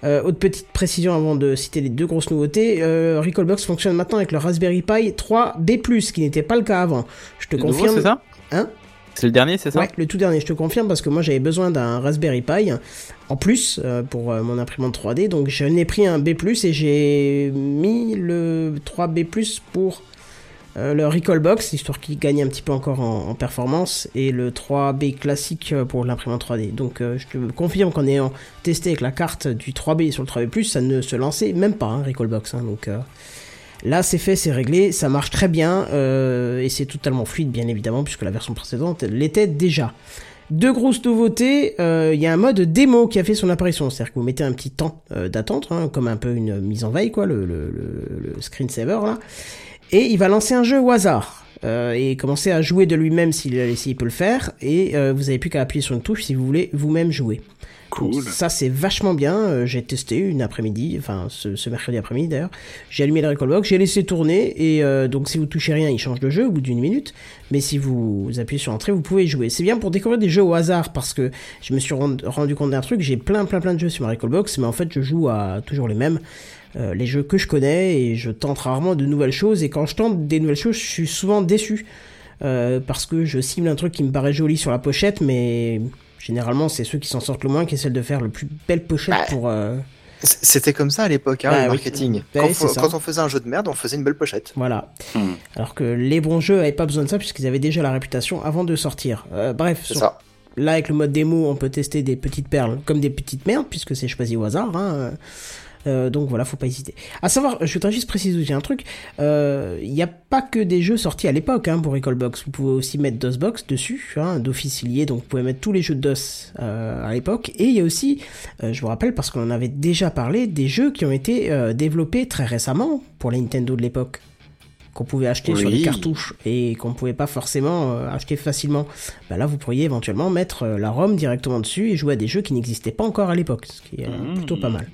Euh, autre petite précision avant de citer les deux grosses nouveautés, euh, Recalbox fonctionne maintenant avec le Raspberry Pi 3B+, ce qui n'était pas le cas avant. Je te Le nouveau, confirme. c'est ça Hein C'est le dernier, c'est ça Ouais, le tout dernier, je te confirme, parce que moi j'avais besoin d'un Raspberry Pi en plus euh, pour euh, mon imprimante 3D, donc je n'ai pris un B+, et j'ai mis le 3B+, pour euh, le Recalbox, histoire qu'il gagne un petit peu encore en, en performance, et le 3B classique euh, pour l'imprimante 3D. Donc euh, je te confirme qu'en ayant testé avec la carte du 3B sur le 3B+, ça ne se lançait même pas, hein, Recalbox, hein, donc... euh, Là, c'est fait, c'est réglé, ça marche très bien euh, et c'est totalement fluide, bien évidemment, puisque la version précédente elle l'était déjà. Deux grosses nouveautés, euh, il y a un mode démo qui a fait son apparition, c'est-à-dire que vous mettez un petit temps euh, d'attente, hein, comme un peu une mise en veille, quoi, le, le, le, le screensaver là, et il va lancer un jeu au hasard. euh, et commencer à jouer de lui-même s'il s'il peut le faire, et euh, vous n'avez plus qu'à appuyer sur une touche si vous voulez vous-même jouer. Cool. Ça, c'est vachement bien. Euh, J'ai testé une après-midi, enfin ce, ce mercredi après-midi d'ailleurs. J'ai allumé le Recalbox, j'ai laissé tourner, et euh, donc si vous touchez rien, il change de jeu au bout d'une minute. Mais si vous appuyez sur entrée, vous pouvez y jouer. C'est bien pour découvrir des jeux au hasard, parce que je me suis rend- rendu compte d'un truc, j'ai plein plein plein de jeux sur ma Recalbox, mais en fait je joue à toujours les mêmes. euh, les jeux que je connais et je tente rarement de nouvelles choses et quand je tente des nouvelles choses je suis souvent déçu euh, parce que je cible un truc qui me paraît joli sur la pochette mais généralement c'est ceux qui s'en sortent le moins qui essaient de faire le plus belle pochette Bah, pour euh, c- C'était comme ça à l'époque, hein, Bah le oui. marketing. Bah Quand, oui, c'est faut- ça. quand on faisait un jeu de merde, on faisait une belle pochette. Voilà. Hmm. Alors que les bons jeux avaient pas besoin de ça puisqu'ils avaient déjà la réputation avant de sortir. Euh, bref, C'est sur- ça. là avec le mode démo, on peut tester des petites perles comme des petites merdes puisque c'est choisi au hasard. hein, euh. Euh, donc voilà, faut pas hésiter. À savoir, je voudrais juste préciser aussi un truc. Euh, Il n'y a pas que des jeux sortis à l'époque hein, pour Recalbox. Vous pouvez aussi mettre DOSBox dessus, hein, d'office lié. Donc vous pouvez mettre tous les jeux de DOS euh, à l'époque. Et il y a aussi, euh, je vous rappelle parce qu'on en avait déjà parlé, des jeux qui ont été euh, développés très récemment pour la Nintendo de l'époque qu'on pouvait acheter sur Oui. des cartouches et qu'on pouvait pas forcément euh, acheter facilement. Bah là, vous pourriez éventuellement mettre euh, la ROM directement dessus et jouer à des jeux qui n'existaient pas encore à l'époque, ce qui est euh, Mmh. plutôt pas mal.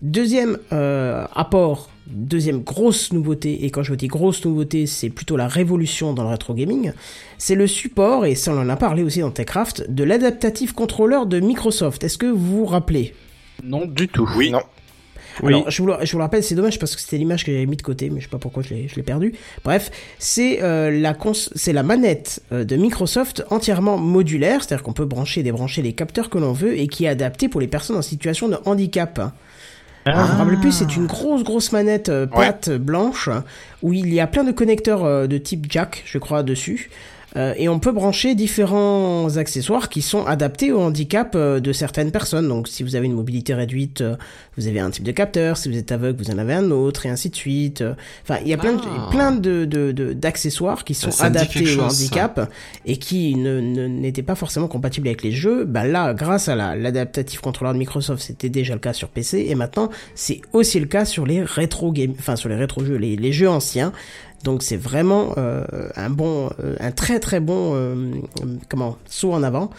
Deuxième euh, apport, deuxième grosse nouveauté, et quand je dis grosse nouveauté, c'est plutôt la révolution dans le rétro gaming, c'est le support, et ça on en a parlé aussi dans Techcraft, de l'adaptatif contrôleur de Microsoft. Est-ce que vous vous rappelez Non, du tout. Oui. Non. Oui. alors, je vous, le, je vous le rappelle, c'est dommage parce que c'était l'image que j'avais mis de côté, mais je sais pas pourquoi je l'ai, je l'ai perdue. Bref, c'est euh, la cons- c'est la manette euh, de Microsoft entièrement modulaire, c'est-à-dire qu'on peut brancher et débrancher les capteurs que l'on veut et qui est adaptée pour les personnes en situation de handicap. Je me rappelle plus, c'est une grosse grosse manette euh, plate euh, blanche où il y a plein de connecteurs euh, de type jack, je crois, dessus. Euh, et on peut brancher différents accessoires qui sont adaptés au handicap euh, de certaines personnes. Donc si vous avez une mobilité réduite, euh, vous avez un type de capteur, si vous êtes aveugle, vous en avez un autre, et ainsi de suite. Euh, Enfin, il y a plein, de, Ah. plein de, de- de- d'accessoires qui sont Ça me dit adaptés quelque au chose, ça. handicap et qui ne- ne- n'étaient pas forcément compatibles avec les jeux. Bah là, grâce à la- l'adaptatif contrôleur de Microsoft, c'était déjà le cas sur PC, et maintenant, c'est aussi le cas sur les rétro game, enfin sur les rétro jeux, les, les jeux anciens. Donc c'est vraiment euh, un bon, euh, un très très bon, euh, comment, saut en avant.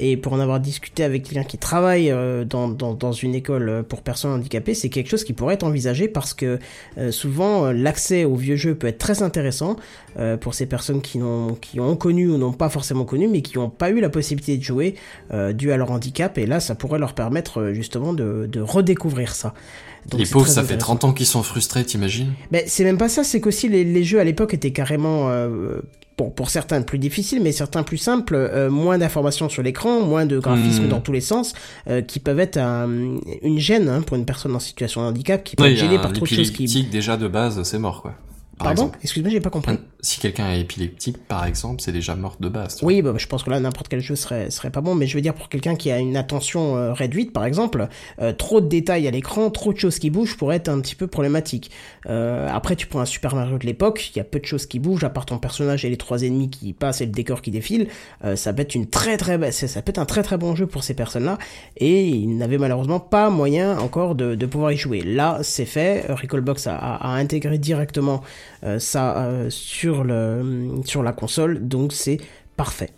Et pour en avoir discuté avec quelqu'un qui travaille euh, dans, dans, dans une école euh, pour personnes handicapées, c'est quelque chose qui pourrait être envisagé parce que euh, souvent euh, l'accès aux vieux jeux peut être très intéressant euh, pour ces personnes qui, n'ont, qui ont connu ou n'ont pas forcément connu, mais qui n'ont pas eu la possibilité de jouer euh, dû à leur handicap. Et là, ça pourrait leur permettre euh, justement de, de redécouvrir ça. Donc, Les c'est pauvres, très ça fait intéressant. 30 ans qu'ils sont frustrés, t'imagines Ben, c'est même pas ça, c'est qu'aussi les, les jeux à l'époque étaient carrément, euh, bon, pour certains plus difficiles, mais certains plus simples, euh, moins d'informations sur l'écran, moins de graphismes Mm. dans tous les sens, euh, qui peuvent être un- une gêne hein, pour une personne en situation de handicap, qui peut Ouais, être il y gênée a un par trop de choses qui... épileptique, déjà, de base, c'est mort, quoi. Par Pardon exemple. Excuse-moi, j'ai pas compris. Un- Si quelqu'un est épileptique, par exemple, c'est déjà mort de base. tu Oui, bah, je pense que là, n'importe quel jeu serait, serait pas bon, mais je veux dire, pour quelqu'un qui a une attention euh, réduite, par exemple, euh, trop de détails à l'écran, trop de choses qui bougent pourrait être un petit peu problématique. Euh, après, tu prends un Super Mario de l'époque, il y a peu de choses qui bougent, à part ton personnage et les trois ennemis qui passent et le décor qui défile. Euh, ça peut être une très très be- ça ça peut être un très très bon jeu pour ces personnes-là, et ils n'avaient malheureusement pas moyen encore de, de pouvoir y jouer. Là, c'est fait, euh, Recalbox a, a- a intégré directement euh, ça euh, sur, le, mm, sur la console, donc c'est Parfait.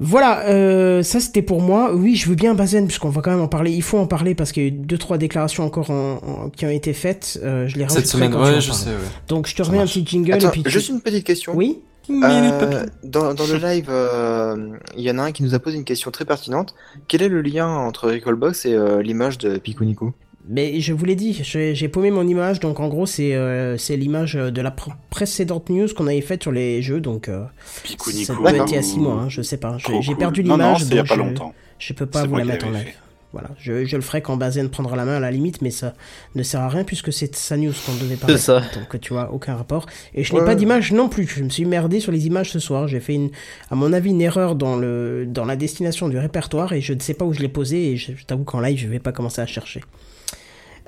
Voilà, euh, ça c'était pour moi. Oui, je veux bien Bazen, puisqu'on va quand même en parler. Il faut en parler parce qu'il y a eu deux trois déclarations encore en- en- qui ont été faites. Euh, je les Cette rajouterai semaine, quand tu en ouais, je parles. sais, ouais. Donc je te Ça remets un marche. petit jingle Attends, et puis. tu- juste une petite question. Oui. Euh, dans, dans le live, euh, il y en a un qui nous a posé une question très pertinente. Quel est le lien entre Recallbox et euh, l'image de Pikuniku Mais je vous l'ai dit, j'ai j'ai paumé mon image, donc en gros c'est euh, c'est l'image de la pr- précédente news qu'on avait faite sur les jeux, donc euh, ça Pikuniku. doit être il y a 6 mois, hein, je sais pas. J'ai- J'ai perdu l'image. Non, non, c'était il y a donc pas je- longtemps. Je peux pas C'est vous moi la qui mettre en l'avais live. fait. Voilà, je, je le ferai quand Bazen prendra la main à la limite, mais ça ne sert à rien puisque c'est de sa news qu'on devait parler. ça. Donc tu vois, aucun rapport. Et je n'ai Ouais. pas d'image non plus. Je me suis merdé sur les images ce soir. J'ai fait, une, à mon avis, une erreur dans, le, dans la destination du répertoire et je ne sais pas où je l'ai posé. Et je, je t'avoue qu'en live, je vais pas commencer à chercher.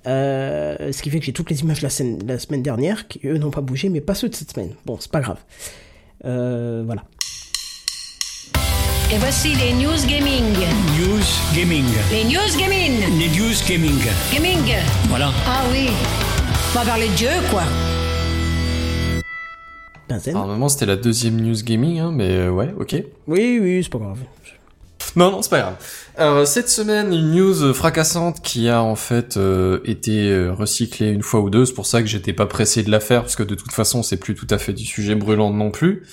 Euh, ce qui fait que j'ai toutes les images la, scène- la semaine dernière qui, eux, n'ont pas bougé, mais pas ceux de cette semaine. Bon, c'est pas grave. Euh, voilà. Et voici les news gaming. News Gaming. Les news gaming. Les News Gaming. Gaming. Voilà. Ah oui. On va parler de jeu, quoi. Bazen À un moment, c'était la deuxième news gaming, hein, mais euh, ouais, ok. Oui, oui, c'est pas grave. Non, non, c'est pas grave. Alors, cette semaine, une news fracassante qui a en fait euh, été euh, recyclée une fois ou deux. C'est pour ça que j'étais pas pressé de la faire, parce que de toute façon, c'est plus tout à fait du sujet brûlant non plus.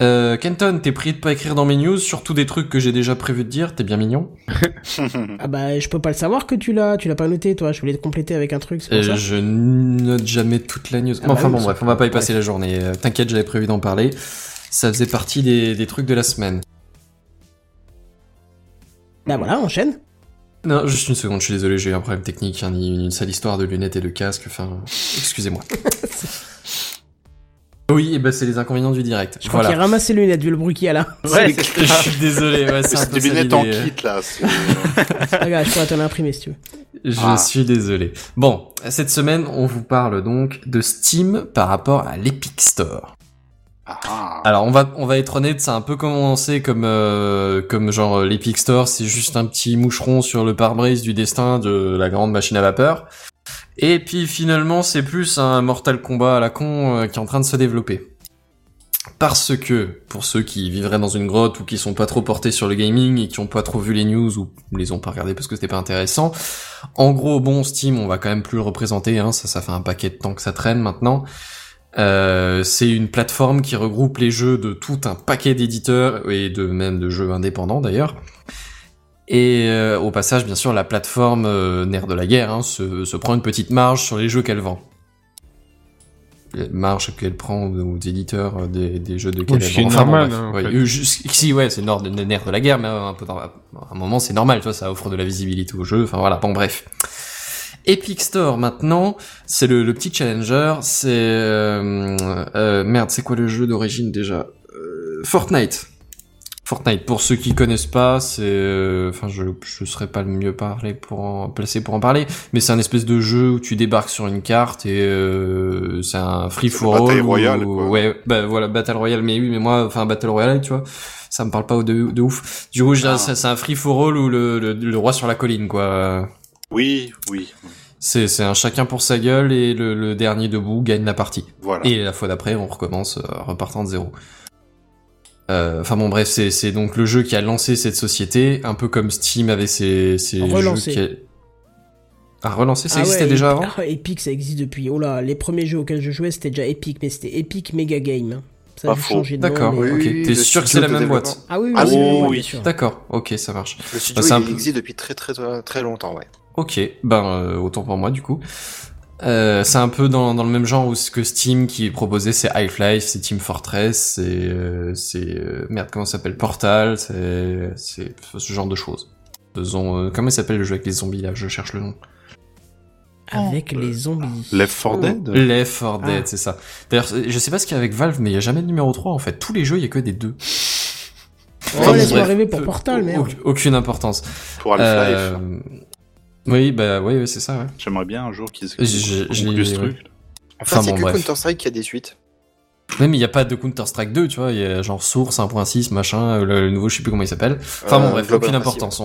Euh, Kenton, t'es pris de pas écrire dans mes news, surtout des trucs que j'ai déjà prévu de dire, t'es bien mignon. Ah bah je peux pas le savoir que tu l'as, tu l'as pas noté toi, je voulais te compléter avec un truc, c'est pour Euh, ça. je note jamais toute la news. Ah bah enfin oui, bon, ça- bref, on va pas y passer la journée. Euh, T'inquiète, j'avais prévu d'en parler. Ça faisait partie des, des trucs de la semaine. Bah voilà, enchaîne. Non, juste une seconde, je suis désolé, j'ai eu un problème technique, hein, une, une sale histoire de lunettes et de casque, enfin, euh, excusez-moi. oui, et ben c'est les inconvénients du direct. Je crois qu'il voilà. a ramassé les lunettes vu le bruit qu'il y a là. Ouais, Je suis désolé, ouais, c'est un C'est peu des ça lunettes en l'idée, euh. kit, là. c'est- C'est pas grave, je pourrais te l'imprimer si tu veux. Je Ah. suis désolé. Bon, cette semaine, on vous parle donc de Steam par rapport à l'Epic Store. Ah, Alors on va on va être honnête, c'est un peu comme on sait comme euh, comme genre euh, l'Epic Store, c'est juste un petit moucheron sur le pare-brise du destin de la grande machine à vapeur. Et puis finalement, c'est plus un Mortal Kombat à la con euh, qui est en train de se développer. Parce que pour ceux qui vivraient dans une grotte ou qui sont pas trop portés sur le gaming et qui ont pas trop vu les news ou les ont pas regardés parce que c'était pas intéressant, en gros, bon, Steam, on va quand même plus le représenter, hein, ça, ça fait un paquet de temps que ça traîne maintenant. Euh, c'est une plateforme qui regroupe les jeux de tout un paquet d'éditeurs et de même de jeux indépendants d'ailleurs. Et euh, au passage, bien sûr, la plateforme euh, nerf de la guerre hein, se, se prend une petite marge sur les jeux qu'elle vend. La Marge qu'elle prend aux, aux éditeurs euh, des, des jeux de Oui, qu'elle ce qui est vend. bon, normal, bref, hein, en ouais, fait. euh, jus- si ouais, c'est le nord- le nerf de la guerre, mais euh, un peu dans- à un moment c'est normal, tu vois, ça offre de la visibilité au jeu. Enfin voilà, bon bref. Epic Store maintenant, c'est le, le petit challenger, c'est... euh, euh, merde, c'est quoi le jeu d'origine déjà Euh, Fortnite. Fortnite, pour ceux qui connaissent pas, c'est... euh, Enfin, je je serais pas le mieux parlé pour en, placé pour en parler, mais c'est un espèce de jeu où tu débarques sur une carte et euh, c'est un C'est free-for-all. le Battle Royale, ou- quoi. Ouais, bah voilà, Battle Royale, mais oui, mais moi, enfin, Battle Royale, tu vois, ça me parle pas de, de ouf. Du coup, je dirais, Ah. c'est c'est un free-for-all ou le, le, le roi sur la colline, quoi. oui, oui. C'est c'est un chacun pour sa gueule et le, le dernier debout gagne la partie. Voilà. Et la fois d'après, on recommence euh, en repartant de zéro. Euh, Enfin bon, bref, c'est c'est donc le jeu qui a lancé cette société, un peu comme Steam avait ses, ses Relancé. jeux qui... a- Ah, relancé, Ah ça existait ouais, déjà Epic- avant Ah, Epic, ça existe depuis. Oh là, les premiers jeux auxquels je jouais, c'était déjà Epic, mais c'était Epic Mega Game. Ça a Pas dû faux. changer de nom, D'accord, mais- ok. oui, T'es le sûr que c'est studio la de même boîte développement. Ah oui, oui, Ah oui, oui, oui, oui. bien sûr. D'accord, ok, ça marche. Le studio Bah, c'est un il peu- existe depuis très très très, très longtemps, ouais. Ok, ben euh, autant pour moi du coup. Euh, c'est un peu dans, dans le même genre où ce que Steam qui proposait c'est Half-Life, c'est Team Fortress, c'est euh, c'est euh, merde comment ça s'appelle Portal, c'est c'est ce genre de choses. Faisons euh, comment il s'appelle le jeu avec les zombies là, je cherche le nom. Avec les zombies. Left 4 Dead Left 4 Dead, Ah. c'est ça. D'ailleurs, je sais pas ce qu'il y a avec Valve mais il y a jamais de numéro 3 en fait. Tous les jeux, il y a que des deux. Oh, laisse-moi Bref. rêver pour Portal, merde. Auc- Aucune importance. pour Half-Life. Euh, Oui, bah oui, oui, c'est ça, ouais. J'aimerais bien un jour qu'ils Je- je- qu'ils je concluent l'ai- ce truc. En fait, Enfin, c'est bon, que bref. Counter-Strike qui a des suites. Ouais, mais il n'y a pas de Counter-Strike 2, tu vois, il y a genre Source 1.6, machin, euh, le, le nouveau, je sais plus comment il s'appelle. Enfin bon, Euh, bref, Global aucune Offensive. importance, on,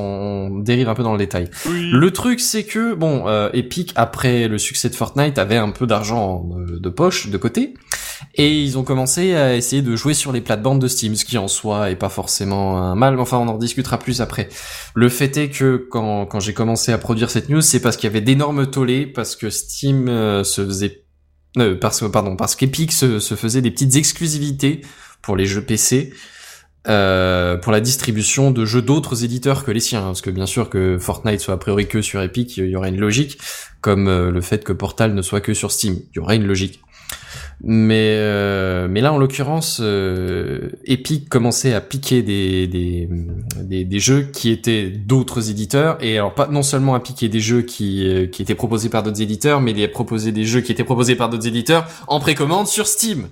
on dérive un peu dans le détail. Le truc, c'est que, bon, euh, Epic, après le succès de Fortnite, avait un peu d'argent euh, de, de poche, de côté, et ils ont commencé à essayer de jouer sur les plates-bandes de Steam, ce qui en soi est pas forcément un mal, mais enfin, on en discutera plus après. Le fait est que quand, quand j'ai commencé à produire cette news, c'est parce qu'il y avait d'énormes tollés, parce que Steam euh, se faisait... euh, parce, pardon, parce qu'Epic se, se faisait des petites exclusivités pour les jeux PC, euh, pour la distribution de jeux d'autres éditeurs que les siens. hein, Parce que bien sûr que Fortnite soit a priori que sur Epic, il y aurait une logique, comme euh, le fait que Portal ne soit que sur Steam, il y aurait une logique. Mais, euh, mais là, en l'occurrence, euh, Epic commençait à piquer des, des, des, des jeux qui étaient d'autres éditeurs, et alors pas non seulement à piquer des jeux qui, euh, qui étaient proposés par d'autres éditeurs, mais les proposer des jeux qui étaient proposés par d'autres éditeurs en précommande sur Steam.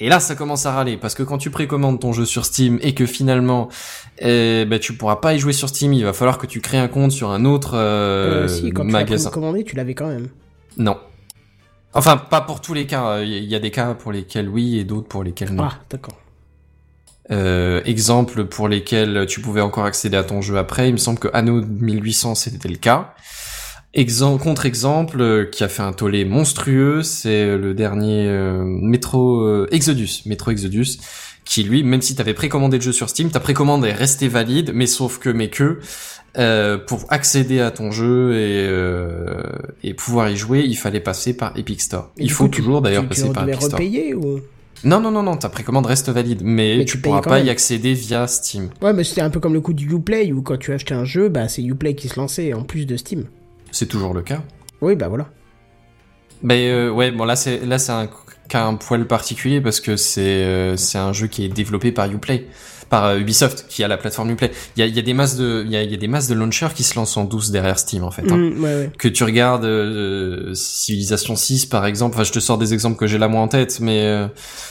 Et là, ça commence à râler parce que quand tu précommandes ton jeu sur Steam et que finalement, eh ben, tu pourras pas y jouer sur Steam, il va falloir que tu crées un compte sur un autre euh, Euh, si, quand tu magasin. l'as commandé, tu l'avais quand même. Non. Enfin, pas pour tous les cas. Il y a des cas pour lesquels oui et d'autres pour lesquels non. Ah, d'accord. Euh, exemple pour lesquels tu pouvais encore accéder à ton jeu après. Il me semble que Anno 1800 c'était le cas. Exemple, contre-exemple euh, qui a fait un tollé monstrueux, c'est le dernier euh, Metro euh, Exodus, Metro Exodus, qui lui, même si t'avais précommandé le jeu sur Steam, ta précommande est restée valide, mais sauf que, mais que, euh, pour accéder à ton jeu et, euh, et pouvoir y jouer, il fallait passer par Epic Store. Et il du faut coup, tu- toujours d'ailleurs tu- passer Tu par devais Epic Store. repayer ou Non, non, non, non, ta précommande reste valide, mais, Mais tu tu payes pourras quand pas y même. accéder via Steam. Ouais, mais c'était un peu comme le coup du Uplay où quand tu achetais un jeu, bah c'est Uplay qui se lançait en plus de Steam. C'est toujours le cas. Oui, bah voilà. Mais euh, ouais, bon là c'est là c'est un cas un poil particulier parce que c'est euh, c'est un jeu qui est développé par Uplay, par euh, Ubisoft qui a la plateforme Uplay. Il y a, il y a des masses de il y a, il y a des masses de launchers qui se lancent en douce derrière Steam en fait. hein. Mm, ouais, ouais. Que tu regardes euh, Civilization 6 par exemple, enfin je te sors des exemples que j'ai là moi en tête, mais euh,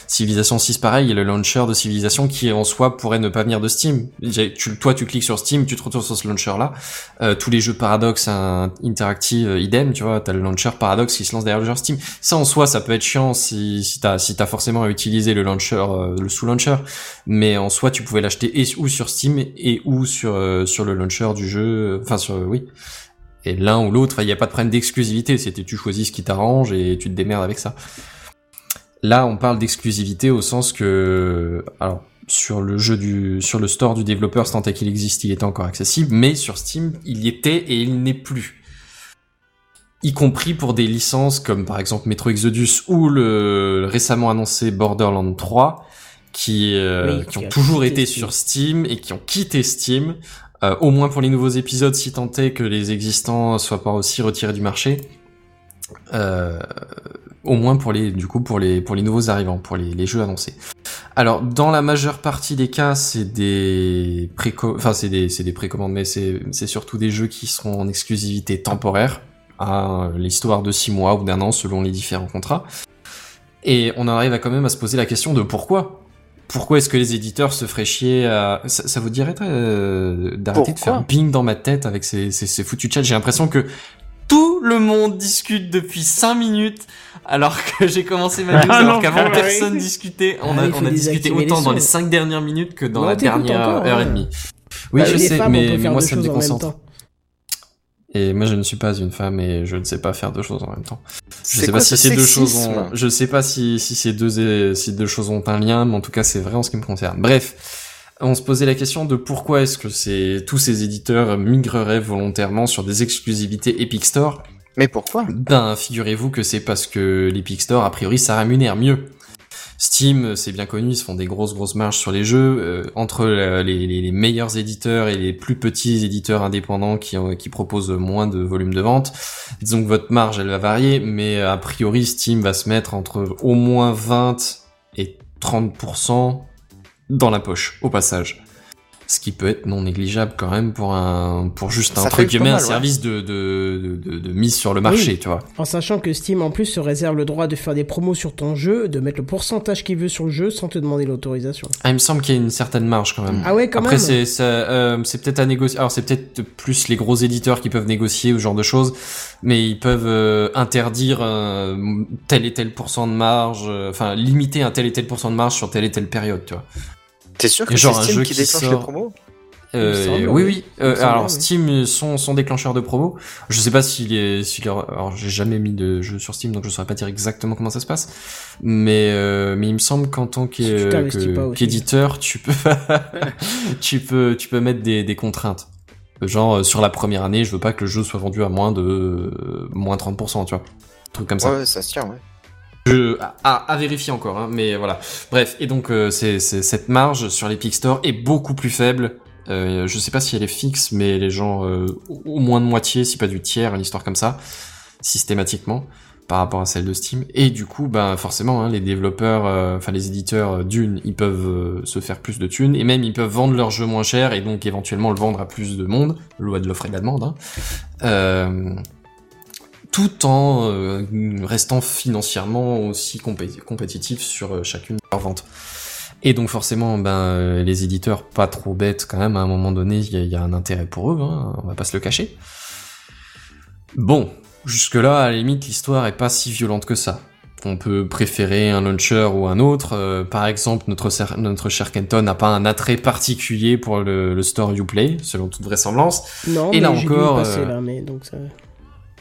Civilization 6 pareil, il y a le launcher de Civilization qui en soi pourrait ne pas venir de Steam. J'ai- Tu, toi tu cliques sur Steam, tu te retrouves sur ce launcher là. tous les jeux Paradox un, Interactive euh, idem, tu vois, t'as le launcher Paradox qui se lance derrière le jeu Steam. Ça en soi ça peut être chiant si, si t'as si t'as forcément à utiliser le launcher, euh, le sous-launcher, mais en soi tu pouvais l'acheter et ou sur Steam et ou sur, euh, sur le launcher du jeu, euh, enfin sur, oui. Et l'un ou l'autre, il n'y a pas de problème d'exclusivité, c'était tu choisis ce qui t'arrange et tu te démerdes avec ça. Là, on parle d'exclusivité au sens que, alors, sur le jeu du, sur le store du développeur, tant qu'il existe, il était encore accessible, mais sur Steam, il y était et il n'est plus. Y compris pour des licences comme par exemple Metro Exodus ou le récemment annoncé Borderlands 3, qui, euh, Oui, qui qui ont a toujours quitté été Steam. sur Steam et qui ont quitté Steam, euh, au moins pour les nouveaux épisodes, si tant est que les existants soient pas aussi retirés du marché. Euh, au moins pour les du coup pour les pour les nouveaux arrivants, pour les, les jeux annoncés. Alors dans la majeure partie des cas, c'est des préco enfin c'est des c'est des précommandes, mais c'est c'est surtout des jeux qui seront en exclusivité temporaire à l'histoire de six mois ou d'un an selon les différents contrats. Et on en arrive à quand même à se poser la question de pourquoi. Pourquoi est-ce que les éditeurs se feraient chier à... ça, ça vous dirait euh, d'arrêter de Pourquoi faire ping dans ma tête avec ces, ces, ces foutus chats J'ai l'impression que tout le monde discute depuis 5 minutes alors que j'ai commencé ma news Ah alors non, qu'avant ouais. personne discutait. On Ah, a, il faut on a discuté désactiver les autant dans sons. les 5 dernières minutes que dans Mais Bah, la on t'écoute dernière encore, heure et hein. demie. Oui, Bah, je les sais, femmes, on peut mais, mais faire moi deux ça me choses en même déconcentre. temps. Et moi, je ne suis pas une femme et je ne sais pas faire deux choses en même temps. Je C'est sais quoi pas si ce ces deux choses sexisme ont, je sais pas si, si ces deux, si deux choses ont un lien, mais en tout cas, c'est vrai en ce qui me concerne. Bref. On se posait la question de pourquoi est-ce que ces, tous ces éditeurs migreraient volontairement sur des exclusivités Epic Store. Mais pourquoi Ben, figurez-vous que c'est parce que l'Epic Store, a priori, ça rémunère mieux. Steam, euh, c'est bien connu, ils se font des grosses grosses marges sur les jeux. Euh, entre la- les, les- les meilleurs éditeurs et les plus petits éditeurs indépendants qui, ont- qui proposent moins de volume de vente, disons que votre marge, elle va varier, mais euh, a priori, Steam va se mettre entre au moins 20 et 30% dans la poche, au passage. Ce qui peut être non négligeable quand même pour un pour juste un Ça entre fait pas guillemets un mal, ouais. service de, de, de, de- de mise sur le marché, tu vois. En sachant que Steam en plus se réserve le droit de faire des promos sur ton jeu, de mettre le pourcentage qu'il veut sur le jeu sans te demander l'autorisation. Ah, il me semble qu'il y a une certaine marge quand même. Ah ouais, quand Après, même. c'est ça, euh, c'est peut-être à négocier. Alors, c'est peut-être plus les gros éditeurs qui peuvent négocier ou ce genre de choses, mais ils peuvent euh, interdire euh, tel et tel pourcent de marge, euh, enfin limiter un tel et tel pourcent de marge sur telle et telle période, tu vois. T'es sûr Et que genre c'est un Steam jeu qui qui déclenche sort. les promos Euh, Il me semble, oui, oui. oui. Euh, Il me semble, alors, oui. Steam, son, son déclencheur de promo, je sais pas s'il est, s'il est- alors j'ai jamais mis de jeu sur Steam, donc je saurais pas dire exactement comment ça se passe, mais euh, mais il me semble qu'en tant Si tu que- t'investis pas que- aussi. qu'éditeur, tu peux tu peux tu peux mettre des, des contraintes. Genre euh, sur la première année, je veux pas que le jeu soit vendu à moins de euh, moins 30%, tu vois. Un Truc comme ça. Ouais, ça se tient, ouais. Je, à- à, à vérifier encore, hein, mais voilà. Bref, et donc euh, c'est- c'est- cette marge sur l'Epic Store est beaucoup plus faible. Euh, je sais pas si elle est fixe, mais les gens, euh, au au moins de moitié, si pas du tiers, une histoire comme ça, systématiquement, par rapport à celle de Steam. Et du coup, ben forcément, hein, les développeurs, euh, enfin les éditeurs euh, d'une, ils peuvent euh, se faire plus de thunes, et même ils peuvent vendre leur jeu moins cher, et donc éventuellement le vendre à plus de monde, loi de l'offre et de la demande. hein. Euh, tout en euh, restant financièrement aussi compé- compétitif sur euh, chacune de leurs ventes. Et donc forcément, ben euh, les éditeurs pas trop bêtes quand même. À un moment donné, il y, a- il y a un intérêt pour eux. Hein, on va pas se le cacher. Bon, jusque là, à la limite, l'histoire est pas si violente que ça. On peut préférer un launcher ou un autre. Euh, par exemple, notre, cer- notre cher Kenton n'a pas un attrait particulier pour le, le store Uplay, selon toute vraisemblance. Non, Et mais là j'ai dû encore, y passer, euh, là, mais donc ça-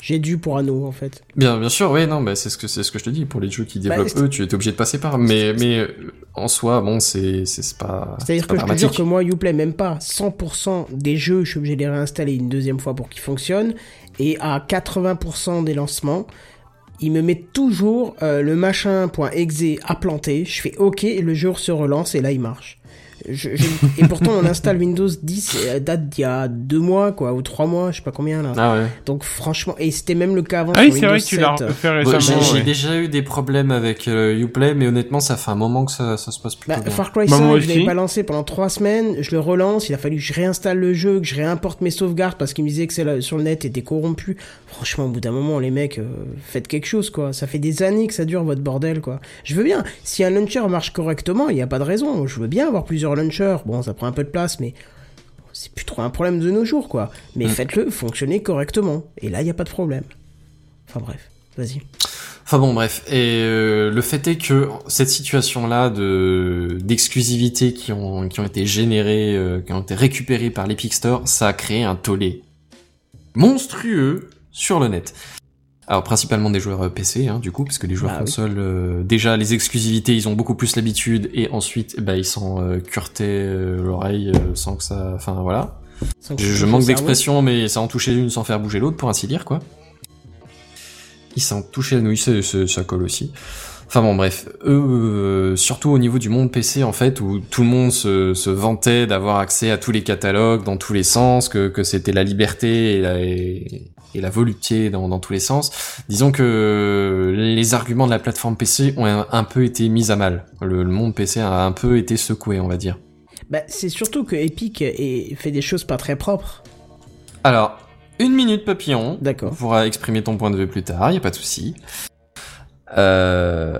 J'ai dû pour anneau en fait. Bien, bien sûr, oui, non, bah, c'est ce que c'est ce que je te dis pour les jeux qui Bah, développent c'est- eux, tu es obligé de passer par. Mais mais euh, en soi, bon, c'est c'est c'est pas. C'est-à-dire c'est pas que je peux dire dramatique. que moi, Uplay, même pas 100% des jeux, je suis obligé de les réinstaller une deuxième fois pour qu'ils fonctionnent. Et à 80% des lancements, ils me mettent toujours euh, le machin.exe à planter. Je fais OK, et le jeu se relance et là il marche. Je- je- et pourtant, on installe Windows 10, euh, date d'il y a deux mois, quoi, ou trois mois, je sais pas combien là. Ah ouais. Donc franchement, et c'était même le cas avant. Ah sur oui, c'est vrai Windows que tu l'as 7. refait Bon, J'ai récemment. j'ai ouais. déjà eu des problèmes avec euh, Uplay, mais honnêtement, ça fait un moment que ça, ça se passe plus. Bah, Far Cry Bah, 5, moi je aussi. l'avais pas lancé pendant trois semaines, je le relance, il a fallu que je réinstalle le jeu, que je réimporte mes sauvegardes parce qu'il me disait que celle sur le net était corrompue. Franchement, au bout d'un moment, les mecs, euh, faites quelque chose, quoi. Ça fait des années que ça dure votre bordel, quoi. Je veux bien, si un launcher marche correctement, il n'y a pas de raison. Je veux bien avoir plusieurs launchers. Bon, ça prend un peu de place, mais c'est plus trop un problème de nos jours, quoi. Mais Hmm. faites-le fonctionner correctement. Et là, il n'y a pas de problème. Enfin bref, vas-y. Enfin bon, bref. Et euh, le fait est que cette situation-là de d'exclusivité qui ont qui ont été générées, euh, qui ont été récupérées par l'Epic Store, ça a créé un tollé monstrueux sur le net. Alors principalement des joueurs euh, PC, hein, du coup, parce que les joueurs Bah oui. console, euh, déjà les exclusivités, ils ont beaucoup plus l'habitude, et ensuite, bah ils s'en euh, curtaient euh, l'oreille euh, sans que ça, enfin voilà. Sans que Je, je touche au manque cerveau. d'expression, mais ça en touchait une sans faire bouger l'autre, pour ainsi dire, quoi. Ils s'en touchaient la nouille, ça, ça- ça colle aussi. Enfin bon, bref, eux, euh, surtout au niveau du monde PC, en fait, où tout le monde se, se vantait d'avoir accès à tous les catalogues dans tous les sens, que, que c'était la liberté et la, et, et la volupté dans, dans tous les sens. Disons que les arguments de la plateforme PC ont un, un peu été mis à mal. Le- le monde PC a un peu été secoué, on va dire. Bah, c'est surtout que Epic est- fait des choses pas très propres. Alors, une minute papillon. D'accord. On pourra exprimer ton point de vue plus tard, y a pas de souci. Euh,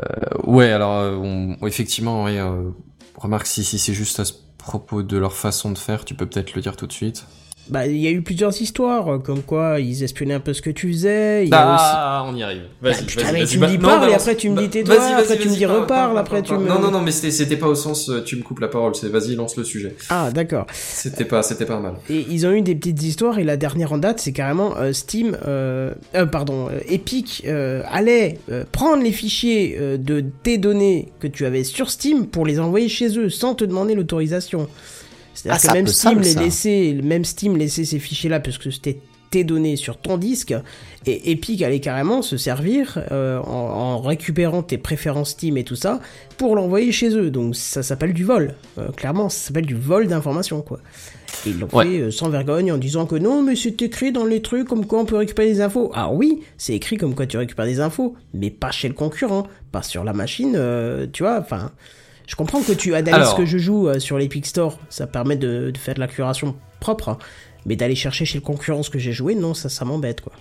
ouais, alors euh, on- effectivement, ouais, euh, remarque si, si c'est juste à ce propos de leur façon de faire, tu peux peut-être le dire tout de suite. Bah, il y a eu plusieurs histoires, euh, comme quoi ils espionnaient un peu ce que tu faisais. Il y a Bah, aussi... Ah, on y arrive. Vas-y, putain, vas-y, mais vas-y, tu me bah- dis non, parle, et balance. après tu me Bah- dis tes vas-y, doigts, vas-y, après tu me vas-y, dis parle, reparle, parle, après tu parle. me- Non, non, non, mais c'était c'était pas au sens euh, tu me coupes la parole, c'est vas-y, lance le sujet. Ah, d'accord. C'était pas c'était pas mal. Et ils ont eu des petites histoires et la dernière en date, c'est carrément euh, Steam, euh, euh, pardon, euh, Epic euh, allait euh, prendre les fichiers euh, de tes données que tu avais sur Steam pour les envoyer chez eux sans te demander l'autorisation. C'est-à-dire Ah, que c'est un même peu Steam, sale, les ça. laissait, même Steam laissait ces fichiers-là parce que c'était tes données sur ton disque et Epic allait carrément se servir euh, en, en récupérant tes préférences Steam et tout ça pour l'envoyer chez eux. Donc ça s'appelle du vol. Euh, clairement, ça s'appelle du vol d'informations quoi. Et ils l'ont Ouais. fait euh, sans vergogne en disant que non, mais c'est écrit dans les trucs comme quoi on peut récupérer des infos. Ah oui, c'est écrit comme quoi tu récupères des infos, mais pas chez le concurrent, pas sur la machine, euh, tu vois. Enfin, je comprends que tu analyses Alors. ce que je joue euh, sur l'Epic Store, ça permet de, de faire de la curation propre, hein. mais d'aller chercher chez le concurrent ce que j'ai joué, non, ça, ça m'embête quoi.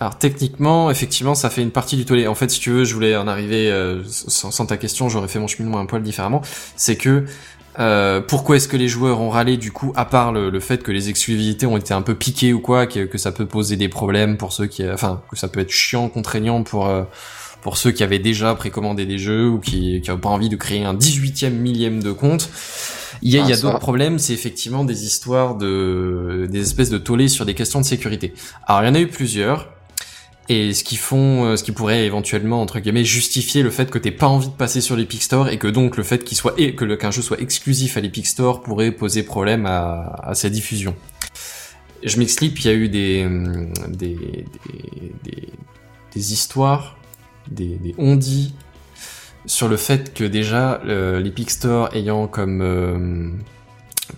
Alors techniquement, effectivement, ça fait une partie du tollé. En fait, si tu veux, je voulais en arriver euh, sans, sans ta question, j'aurais fait mon cheminement un poil différemment. C'est que euh, pourquoi est-ce que les joueurs ont râlé du coup, à part le, le fait que les exclusivités ont été un peu piquées ou quoi, que, que ça peut poser des problèmes pour ceux qui, enfin, que ça peut être chiant, contraignant pour euh, pour ceux qui avaient déjà précommandé des jeux ou qui qui n'ont pas envie de créer un 18e millième de compte. Il y a, il y a Ah, ça. d'autres problèmes, c'est effectivement des histoires de des espèces de tollés sur des questions de sécurité. Alors il y en a eu plusieurs. Et ce qui font, euh, ce qui pourrait éventuellement entre guillemets justifier le fait que t'aies pas envie de passer sur l'Epic Store et que donc le fait qu'il soit et que le- qu'un jeu soit exclusif à l'Epic Store pourrait poser problème à, à sa diffusion. Je m'explique, il y a eu des hum, des des, des, des histoires, des, des on-dit sur le fait que déjà euh, l'Epic Store ayant comme euh,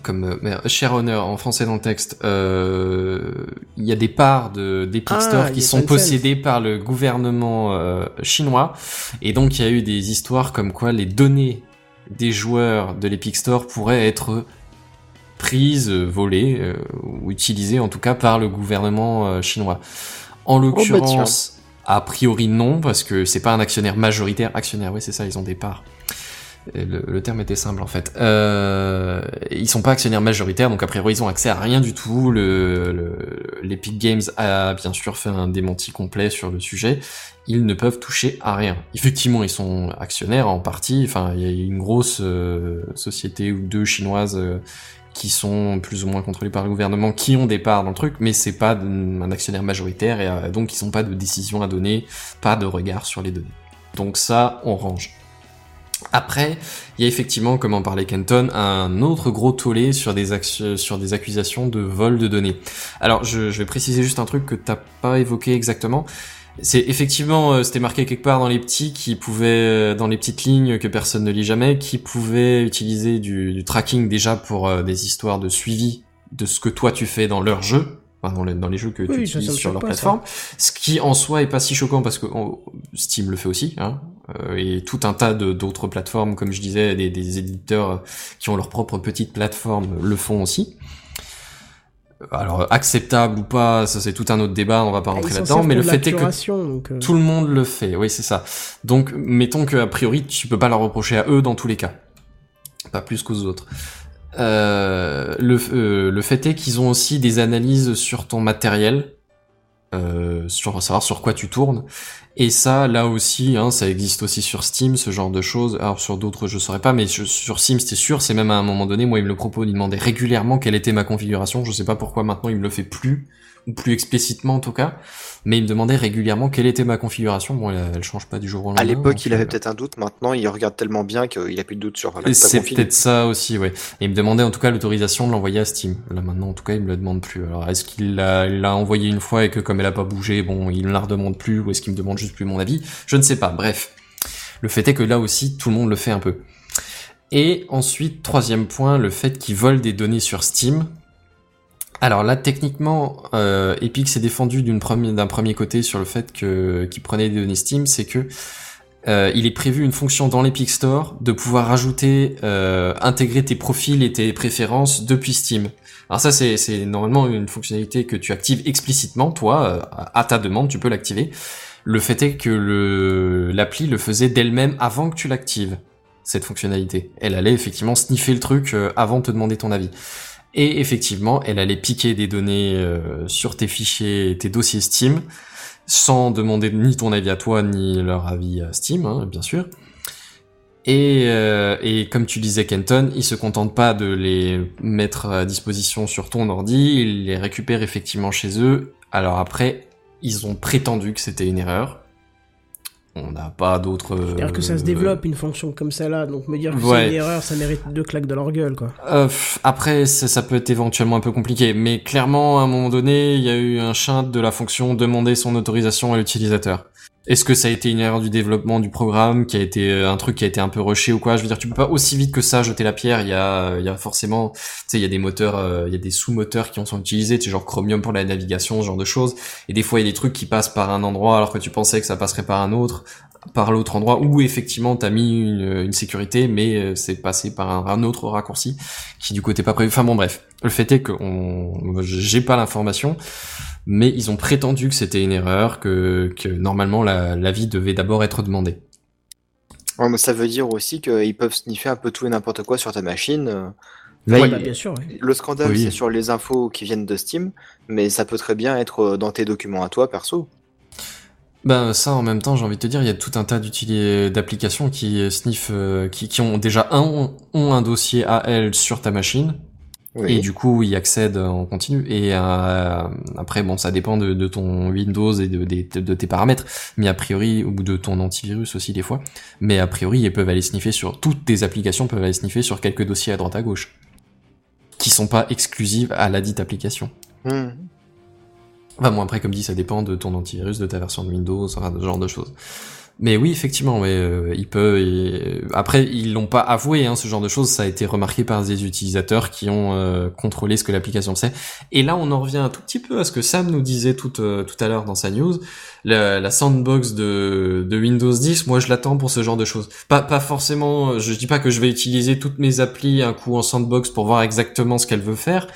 comme euh, merde, share owner en français dans le texte, euh, il y a des parts de d'Epic Ah, Store il y qui a sont Tencent. possédées par le gouvernement euh, chinois et donc il y a eu des histoires comme quoi les données des joueurs de l'Epic Store pourraient être prises, euh, volées euh, ou utilisées en tout cas par le gouvernement euh, chinois. En bah tiens. l'occurrence, a priori non, parce que c'est pas un actionnaire majoritaire. Actionnaire, oui, c'est ça, ils ont des parts. Et Le, le terme était simple en fait. Euh, ils sont pas actionnaires majoritaires, donc a priori ils ont accès à rien du tout. Le, le- l'Epic Games a bien sûr fait un démenti complet sur le sujet. Ils ne peuvent toucher à rien. Effectivement, ils sont actionnaires en partie. Enfin, il y a une grosse euh, société ou deux chinoises euh, qui sont plus ou moins contrôlés par le gouvernement, qui ont des parts dans le truc, mais c'est pas d- un actionnaire majoritaire et euh, donc ils n'ont pas de décision à donner, pas de regard sur les données. Donc ça, on range. Après, il y a effectivement, comme en parlait Kenton, un autre gros tollé sur des, actu- sur des accusations de vol de données. Alors, je, je vais préciser juste un truc que t'as pas évoqué exactement. C'est effectivement, euh, c'était marqué quelque part dans les petits qui pouvaient, euh, dans les petites lignes que personne ne lit jamais, qui pouvaient utiliser du, du tracking déjà pour euh, des histoires de suivi de ce que toi tu fais dans leur jeu, enfin, dans, le- dans les jeux que Oui, tu ça, ça utilises me hein. sur choque leur pas, ça. plateforme. Ce qui en soi est pas si choquant parce que on- Steam le fait aussi, hein, euh, et tout un tas de- d'autres plateformes, comme je disais, des, des éditeurs euh, qui ont leur propre petite plateforme le font aussi. Alors acceptable ou pas, ça c'est tout un autre débat, on va pas Ah, Ils rentrer s'en là-dedans, servent mais le pour de la fait est que curation, donc, euh, tout le monde le fait, oui c'est ça. Donc mettons que a priori tu peux pas leur reprocher à eux dans tous les cas, pas plus qu'aux autres. Euh, le, euh, le fait est qu'ils ont aussi des analyses sur ton matériel, euh, sur savoir sur quoi tu tournes. Et ça, là aussi, hein, ça existe aussi sur Steam, ce genre de choses. Alors sur d'autres, je saurais pas, mais je- sur Steam, c'était sûr. C'est même à un moment donné, moi, il me le propose, il demandait régulièrement quelle était ma configuration. Je sais pas pourquoi maintenant il me le fait plus, ou plus explicitement en tout cas. Mais il me demandait régulièrement quelle était ma configuration. Bon, elle, elle change pas du jour au lendemain. À l'époque, donc, il avait euh, peut-être un doute. Maintenant, il regarde tellement bien qu'il a plus de doute sur la et C'est config. peut-être ça aussi, ouais. Et il me demandait en tout cas l'autorisation de l'envoyer à Steam. Là maintenant, en tout cas, il me le demande plus. Alors, est-ce qu'il l'a il l'a envoyé une fois et que comme elle a pas bougé, bon, il ne la redemande plus ou est-ce qu'il me demande juste plus mon avis Je ne sais pas. Bref, le fait est que là aussi, tout le monde le fait un peu. Et ensuite, troisième point, le fait qu'ils volent des données sur Steam. Alors là, techniquement, euh, Epic s'est défendu d'une premi- d'un premier côté sur le fait que qu'ils prenaient des données Steam, c'est que euh, il est prévu une fonction dans l'Epic Store de pouvoir rajouter, euh, intégrer tes profils et tes préférences depuis Steam. Alors ça, c'est c'est normalement une fonctionnalité que tu actives explicitement, toi, euh, à ta demande, tu peux l'activer. Le fait est que le- l'appli le faisait d'elle-même avant que tu l'actives, cette fonctionnalité. Elle allait effectivement sniffer le truc euh, avant de te demander ton avis. Et effectivement, elle allait piquer des données euh, sur tes fichiers, et tes dossiers Steam, sans demander ni ton avis à toi, ni leur avis à Steam, hein, bien sûr. Et, euh, et comme tu disais, Kenton, il se contente pas de les mettre à disposition sur ton ordi, il les récupère effectivement chez eux. Alors après, ils ont prétendu que c'était une erreur. On n'a pas d'autres. C'est-à-dire que ça se développe une fonction comme ça là, donc me dire que c'est Euh, Ouais. une erreur, ça mérite deux claques dans leur gueule quoi. Euh, pff, après, ça, ça peut être éventuellement un peu compliqué, mais clairement, à un moment donné, il y a eu un chint de la fonction demander son autorisation à l'utilisateur. Est-ce que ça a été une erreur du développement du programme, qui a été euh, un truc qui a été un peu rushé ou quoi Je veux dire, tu peux pas aussi vite que ça jeter la pierre. Il y a, euh, il y a forcément, tu sais, il y a des moteurs, euh, il y a des sous-moteurs qui en sont utilisés, tu sais, genre Chromium pour la navigation, ce genre de choses. Et des fois, il y a des trucs qui passent par un endroit alors que tu pensais que ça passerait par un autre par l'autre endroit où effectivement t'as mis une, une sécurité mais euh, c'est passé par un, un autre raccourci qui du côté pas prévu enfin bon bref le fait est que on- j'ai pas l'information mais ils ont prétendu que c'était une erreur que, que normalement la- l'avis devait d'abord être demandé Ouais, mais ça veut dire aussi qu'ils peuvent sniffer un peu tout et n'importe quoi sur ta machine. euh. Là, Ouais, il- bah, bien sûr. ouais. Le scandale, Oui. c'est sur les infos qui viennent de Steam, mais ça peut très bien être euh, dans tes documents à toi, perso. ben ça en même temps j'ai envie de te dire il y a tout un tas d'utili- d'applications qui sniffent euh, qui, qui ont déjà un ont un dossier à elles sur ta machine Oui. Et du coup, il accède en continu. Et euh, après, bon, ça dépend de, de ton Windows et de, des- de tes paramètres, mais a priori, ou de ton antivirus aussi des fois. Mais a priori, ils peuvent aller sniffer sur toutes tes applications peuvent aller sniffer sur quelques dossiers à droite à gauche, qui sont pas exclusives à la dite application. Hmm. Enfin bon, après, comme dit, ça dépend de ton antivirus, de ta version de Windows, enfin, de ce genre de choses. Mais oui, effectivement, mais euh, il peut. et- euh, Après, ils l'ont pas avoué, hein, ce genre de choses. Ça a été remarqué par des utilisateurs qui ont euh, contrôlé ce que l'application sait. Et là, on en revient un tout petit peu à ce que Sam nous disait tout, euh, tout à l'heure dans sa news. La, la sandbox de, de Windows 10, moi, je l'attends pour ce genre de choses. Pas, pas forcément. euh, Je dis pas que je vais utiliser toutes mes applis un coup en sandbox pour voir exactement ce qu'elle veut faire.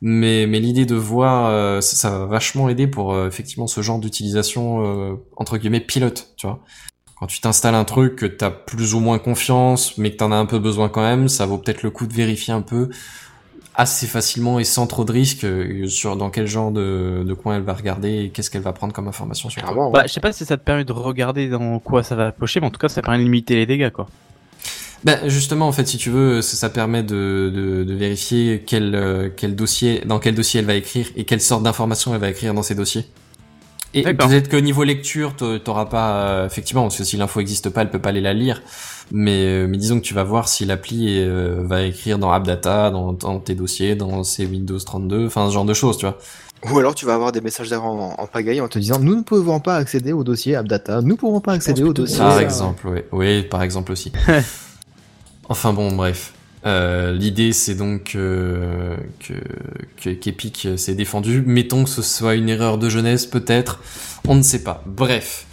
Mais, mais l'idée de voir, euh, ça, ça va vachement aider pour euh, effectivement ce genre d'utilisation euh, entre guillemets pilote, tu vois. Quand tu t'installes un truc que t'as plus ou moins confiance, mais que t'en as un peu besoin quand même, ça vaut peut-être le coup de vérifier un peu assez facilement et sans trop de risques euh, sur dans quel genre de, de coin elle va regarder et qu'est-ce qu'elle va prendre comme information sur toi. Clairement, ouais. Bah, je sais pas si ça te permet de regarder dans quoi ça va piocher, mais en tout cas, ça permet de limiter les dégâts, quoi. Ben justement, en fait, si tu veux, ça, ça permet de, de, de vérifier quel, euh, quel dossier, dans quel dossier elle va écrire et quelle sorte d'informations elle va écrire dans ces dossiers. Et D'accord. peut-être que niveau lecture, t'a- t'auras pas euh, effectivement, parce que si l'info existe pas, elle peut pas aller la lire. Mais, euh, mais disons que tu vas voir si l'appli euh, va écrire dans AppData, dans, dans tes dossiers, dans ses Windows 32, enfin ce genre de choses, tu vois. Ou alors tu vas avoir des messages d'avant en, en pagaille en te disant Nous ne pouvons pas accéder au dossier AppData, nous ne pouvons pas accéder au plutôt dossier. ça, Par ouais. exemple, oui. Oui, par exemple aussi. enfin bon, bref. Euh, L'idée, c'est donc euh, que que- qu'Epic s'est défendu. Mettons que ce soit une erreur de jeunesse, peut-être. On ne sait pas. Bref.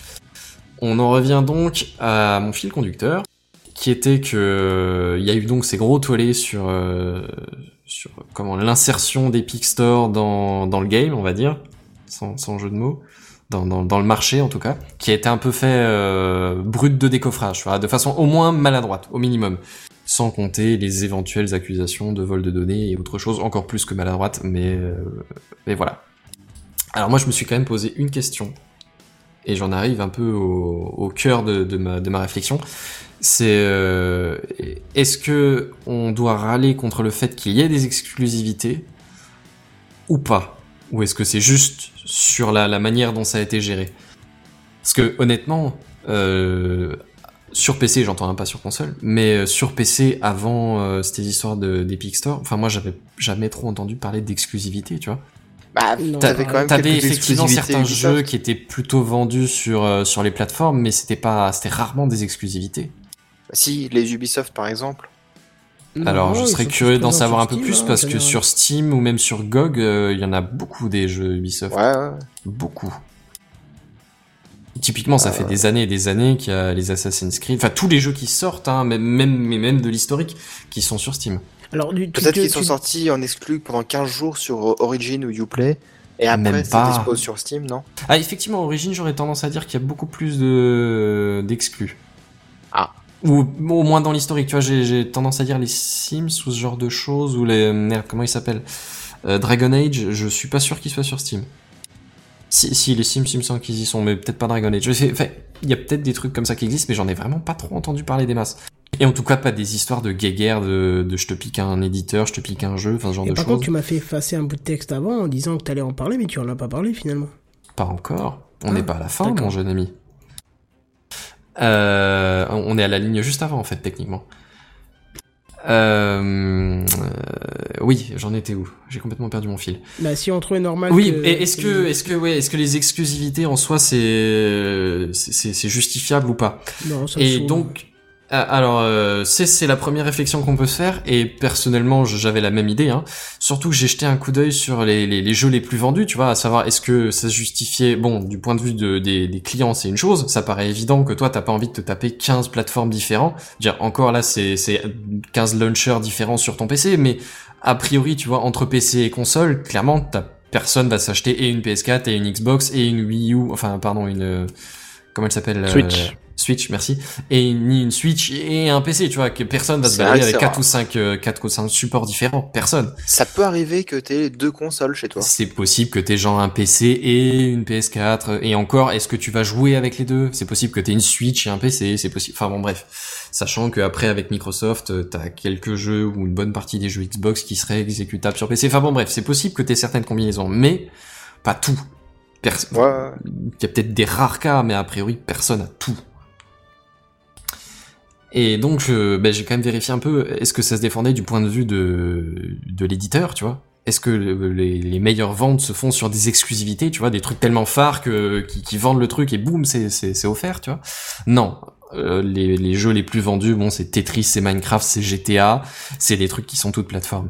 On en revient donc à mon fil conducteur, qui était que euh, il y a eu donc ces gros tollés sur euh, sur comment l'insertion d'Epic Store dans dans le game, on va dire, sans sans jeu de mots dans, dans, dans le marché en tout cas, qui a été un peu fait euh, brut de décoffrage, voilà, de façon au moins maladroite, au minimum. Sans compter les éventuelles accusations de vol de données et autre chose, encore plus que maladroite, mais, euh, mais voilà. Alors moi je me suis quand même posé une question, et j'en arrive un peu au, au cœur de, de, ma, de ma réflexion, c'est euh, est-ce que on doit râler contre le fait qu'il y ait des exclusivités ou pas ou est-ce que c'est juste sur la, la manière dont ça a été géré Parce que honnêtement, euh, sur PC, j'entends hein, pas sur console, mais euh, sur PC avant euh, ces histoires de- d'Epic Store, enfin moi j'avais jamais trop entendu parler d'exclusivité, tu vois. Bah, Non. t'avais quand même T'avais quelques effectivement exclusivités certains Ubisoft. jeux qui étaient plutôt vendus sur euh, sur les plateformes, mais c'était pas, c'était rarement des exclusivités. Si, les Ubisoft par exemple. Alors, je Non, ils serais sont curieux tous d'en présents savoir un sur peu Steam, plus hein, parce en que général. sur Steam ou même sur GOG, euh, il y en a beaucoup des jeux Ubisoft. Ouais, ouais. Beaucoup. Typiquement, ça fait des années et des années qu'il y a les Assassin's Creed, enfin tous les jeux qui sortent, hein, même, même, mais même de l'historique, qui sont sur Steam. Alors, du- tu- Peut-être tu- qu'ils sont tu- sortis en exclu pendant 15 jours sur euh, Origin ou Uplay. Et Même après, ça pas. dispose sur Steam, non Ah, effectivement, Origin, j'aurais tendance à dire qu'il y a beaucoup plus de d'exclus. Ah. ou au moins dans l'historique, tu vois, j'ai- j'ai tendance à dire les Sims ou ce genre de choses, ou les... Merde, comment ils s'appellent Euh, Dragon Age, je suis pas sûr qu'ils soient sur Steam. Si, si, les Sims, il me semble qu'ils y sont, mais peut-être pas Dragon Age. Je sais- Enfin, il y a peut-être des trucs comme ça qui existent, mais j'en ai vraiment pas trop entendu parler des masses. Et en tout cas, pas des histoires de guéguerre, de, de je te pique un éditeur, je te pique un jeu, enfin ce genre Et de par choses. contre, tu m'as fait effacer un bout de texte avant en disant que t'allais en parler, mais tu en as pas parlé finalement. Pas encore. On Ah, n'est pas à la fin, d'accord. mon jeune ami. Euh, on est à la ligne juste avant, en fait, techniquement. Euh, euh, oui, j'en étais où J'ai complètement perdu mon fil. Bah, si on trouvait normal. Oui, que- et est-ce que, est-ce que, ouais, est-ce que les exclusivités en soi, c'est, c'est, c'est justifiable ou pas Non, ça me Et saoule. donc, ah, alors, euh, c'est, c'est la première réflexion qu'on peut se faire. Et personnellement, je- j'avais la même idée. Hein. Surtout que j'ai jeté un coup d'œil sur les, les, les jeux les plus vendus, tu vois, à savoir est-ce que ça se justifiait. Bon, du point de vue de, des, des clients, c'est une chose. Ça paraît évident que toi, t'as pas envie de te taper 15 plateformes différentes. Je veux Dire encore là, c'est, c'est 15 launchers différents sur ton PC, mais a priori, tu vois, entre PC et console, clairement, t'as personne va s'acheter et une PS4 et une Xbox et une Wii U, enfin pardon, une euh, comment elle s'appelle euh, Switch. Switch, merci. Et ni une Switch et un PC, tu vois, que personne va se C'est vrai balader que avec c'est quatre rare. ou cinq euh, quatre ou cinq supports différents, personne. Ça peut arriver que t'aies deux consoles chez toi. C'est possible que t'aies genre un PC et une PS4. Et encore, est-ce que tu vas jouer avec les deux C'est possible que t'aies une Switch et un PC. C'est possible. Enfin bon, bref. Sachant que après avec Microsoft, euh, t'as quelques jeux ou une bonne partie des jeux Xbox qui seraient exécutables sur PC. Enfin bon, bref, c'est possible que t'aies certaines combinaisons, mais pas tout. Pers- Ouais, ouais. il y a peut-être des rares cas, mais a priori, personne a tout. Et donc, je- ben, j'ai quand même vérifié un peu, est-ce que ça se défendait du point de vue de, de l'éditeur, tu vois Est-ce que le- les, les meilleures ventes se font sur des exclusivités, tu vois Des trucs tellement phares que, qui, qui vendent le truc et boum, c'est- c'est c'est offert, tu vois Non. Euh, les, les jeux les plus vendus, bon, c'est Tetris, c'est Minecraft, c'est GTA, c'est des trucs qui sont toutes plateformes.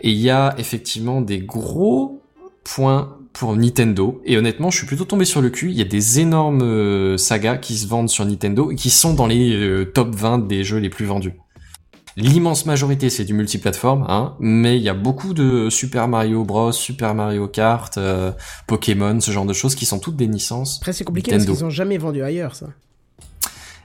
Et il y a effectivement des gros points pour Nintendo. Et honnêtement, je suis plutôt tombé sur le cul. Il y a des énormes euh, sagas qui se vendent sur Nintendo et qui sont dans les euh, top 20 des jeux les plus vendus. L'immense majorité, c'est du multiplateforme, hein, mais il y a beaucoup de Super Mario Bros, Super Mario Kart, euh, Pokémon, ce genre de choses qui sont toutes des licences. Après, c'est compliqué Nintendo. parce qu'ils ont jamais vendu ailleurs, ça.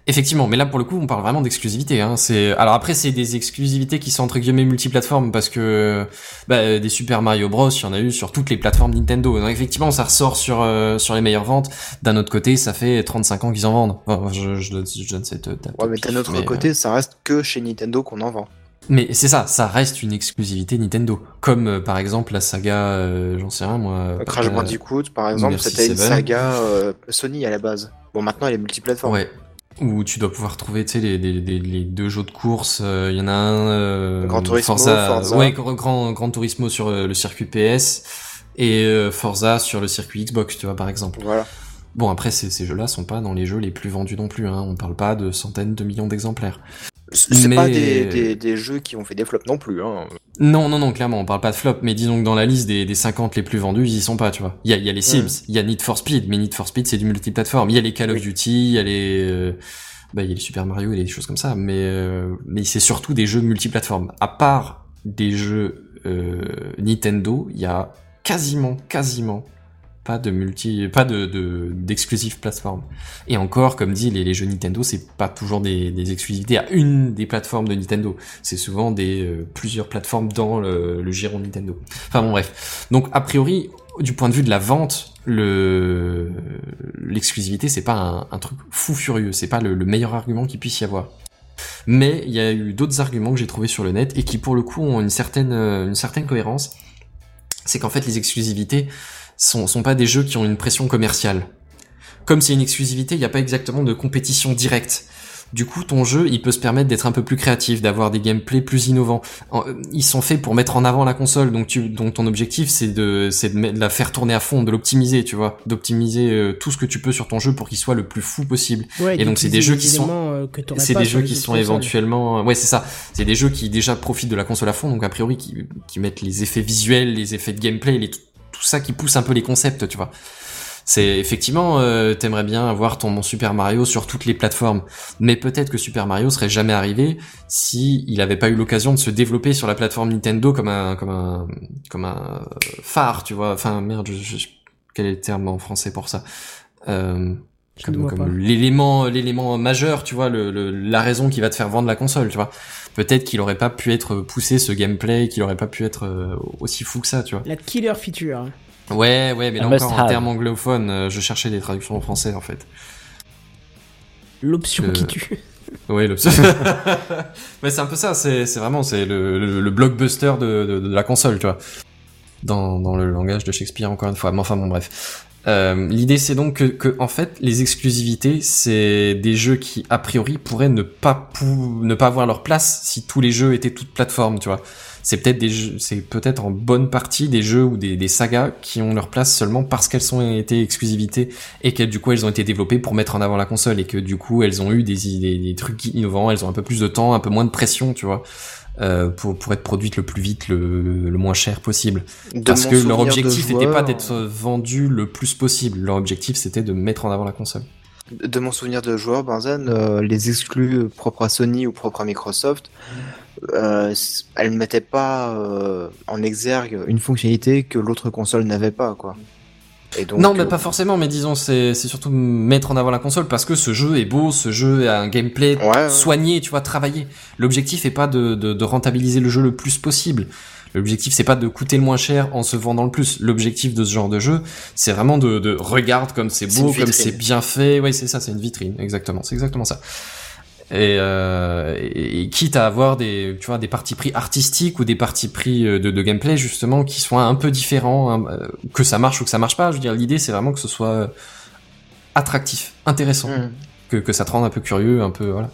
Effectivement, mais là pour le coup, on parle vraiment d'exclusivité. Hein. C'est alors après c'est des exclusivités qui sont entre guillemets multiplateformes parce que bah, des Super Mario Bros, il y en a eu sur toutes les plateformes Nintendo. Donc effectivement, ça ressort sur euh, sur les meilleures ventes. D'un autre côté, ça fait 35 ans qu'ils en vendent. Enfin, je, je donne, je donne cette date. Ouais, au mais pif, d'un autre mais, euh, côté, ça reste que chez Nintendo qu'on en vend. mais c'est ça, ça reste une exclusivité Nintendo. Comme euh, par exemple la saga, euh, j'en sais rien moi. Crash euh, Bandicoot, par exemple, Merci, c'était une Seven. saga euh, Sony à la base. Bon, maintenant, elle est multiplateforme. Ouais. Où tu dois pouvoir trouver, tu sais, les, les, les- les deux jeux de course. euh, Il y en a un. euh, Gran Turismo, Forza. Ouais, Gran- Gran, Gran Turismo sur euh, le circuit PS et euh, Forza sur le circuit Xbox, tu vois, par exemple. Voilà. Bon, après, ces, ces jeux-là sont pas dans les jeux les plus vendus non plus. Hein. On parle pas de centaines de millions d'exemplaires. C'est Mais- pas des, des, des jeux qui ont fait des flops non plus. Hein. Non, non, non, clairement, on parle pas de flop, mais disons que dans la liste des, des 50 les plus vendus, ils y sont pas, tu vois. Il y a, il y a les Sims, Ouais. il y a Need for Speed, mais Need for Speed, c'est du multiplateforme. Il y a les Call of Oui. Duty, il y a les... euh, Bah, il y a les Super Mario et les choses comme ça, mais, euh, mais c'est surtout des jeux multiplateformes. À part des jeux euh, Nintendo, il y a quasiment, quasiment pas de multi, pas de de- d'exclusif plateforme. Et encore, comme dit, les, les jeux Nintendo, c'est pas toujours des, des exclusivités à une des plateformes de Nintendo. C'est souvent des euh, plusieurs plateformes dans le, le giron Nintendo. Enfin bon, bref. Donc a priori, du point de vue de la vente, le l'exclusivité, c'est pas un, un truc fou furieux. C'est pas le, le meilleur argument qu'il puisse y avoir. Mais il y a eu d'autres arguments que j'ai trouvés sur le net et qui pour le coup ont une certaine euh, une certaine cohérence. C'est qu'en fait, les exclusivités sont sont pas des jeux qui ont une pression commerciale comme c'est une exclusivité, il n'y a pas exactement de compétition directe. Du coup, ton jeu, il peut se permettre d'être un peu plus créatif, d'avoir des gameplays plus innovants. En- euh, Ils sont faits pour mettre en avant la console, donc, tu, donc ton objectif, c'est de, c'est de mettre- de la faire tourner à fond, de l'optimiser, tu vois, d'optimiser euh, tout ce que tu peux sur ton jeu pour qu'il soit le plus fou possible. Ouais, Et donc, c'est des d'utiliser jeux qui sont- éléments, euh, que t'aurais C'est pas des sur jeux les qui autres sont consoles. éventuellement, euh, ouais, c'est ça. C'est des jeux qui déjà profitent de la console à fond, donc a priori qui, qui mettent les effets visuels, les effets de gameplay, les- tout ça qui pousse un peu les concepts, tu vois. C'est effectivement, euh, t'aimerais bien avoir ton mon Super Mario sur toutes les plateformes, mais peut-être que Super Mario serait jamais arrivé si il avait pas eu l'occasion de se développer sur la plateforme Nintendo comme un comme un comme un phare, tu vois. Enfin merde, je, je- quel est le terme en français pour ça Euh, Je ne comme, vois comme pas. l'élément l'élément majeur tu vois le, le- la raison qui va te faire vendre la console tu vois peut-être qu'il aurait pas pu être euh, poussé ce gameplay qu'il aurait pas pu être euh, aussi fou que ça tu vois La killer feature. hein. ouais ouais mais Un là must encore en have. termes anglophones euh, je cherchais des traductions en français en fait L'option Euh, qui tue. ouais le mais c'est un peu ça c'est c'est vraiment c'est le, le, le blockbuster de, de, de la console tu vois dans, dans le langage de Shakespeare encore une fois mais enfin bon bref Euh, L'idée c'est donc que, que, en fait les exclusivités c'est des jeux qui a priori pourraient ne pas pou- ne pas avoir leur place si tous les jeux étaient toutes plateformes tu vois c'est peut-être des jeux- c'est peut-être en bonne partie des jeux ou des, des sagas qui ont leur place seulement parce qu'elles ont été exclusivités et que du coup elles ont été développées pour mettre en avant la console et que du coup elles ont eu des, idées- des trucs innovants elles ont un peu plus de temps un peu moins de pression tu vois euh, pour pour être produite le plus vite le, le moins cher possible De parce mon que souvenir leur de objectif n'était joueur- euh. pas d'être vendu le plus possible. Leur objectif, c'était de mettre en avant la console. De mon souvenir de joueur, Barzan, euh, les exclus euh, propres à Sony ou propres à Microsoft, euh, s- elles ne mettaient pas euh, en exergue une fonctionnalité que l'autre console n'avait pas, quoi. Et donc, non, mais euh, pas forcément, mais disons, c'est c'est surtout mettre en avant la console parce que ce jeu est beau, ce jeu a un gameplay Ouais, ouais. soigné, tu vois, travaillé. L'objectif est pas de, de, de rentabiliser le jeu le plus possible. L'objectif, c'est pas de coûter le moins cher en se vendant le plus. L'objectif de ce genre de jeu, c'est vraiment de, de regarde comme c'est C'est beau, une comme vitrine. c'est bien fait. Oui, c'est ça, c'est une vitrine, exactement. C'est exactement ça. Et, euh, et- et quitte à avoir des, tu vois, des parties pris artistiques ou des parties pris euh, de, de gameplay justement qui soient un peu différents, hein, euh, que ça marche ou que ça marche pas. Je veux dire, l'idée, c'est vraiment que ce soit euh, attractif, intéressant hmm. que, que ça te rende un peu curieux, un peu voilà.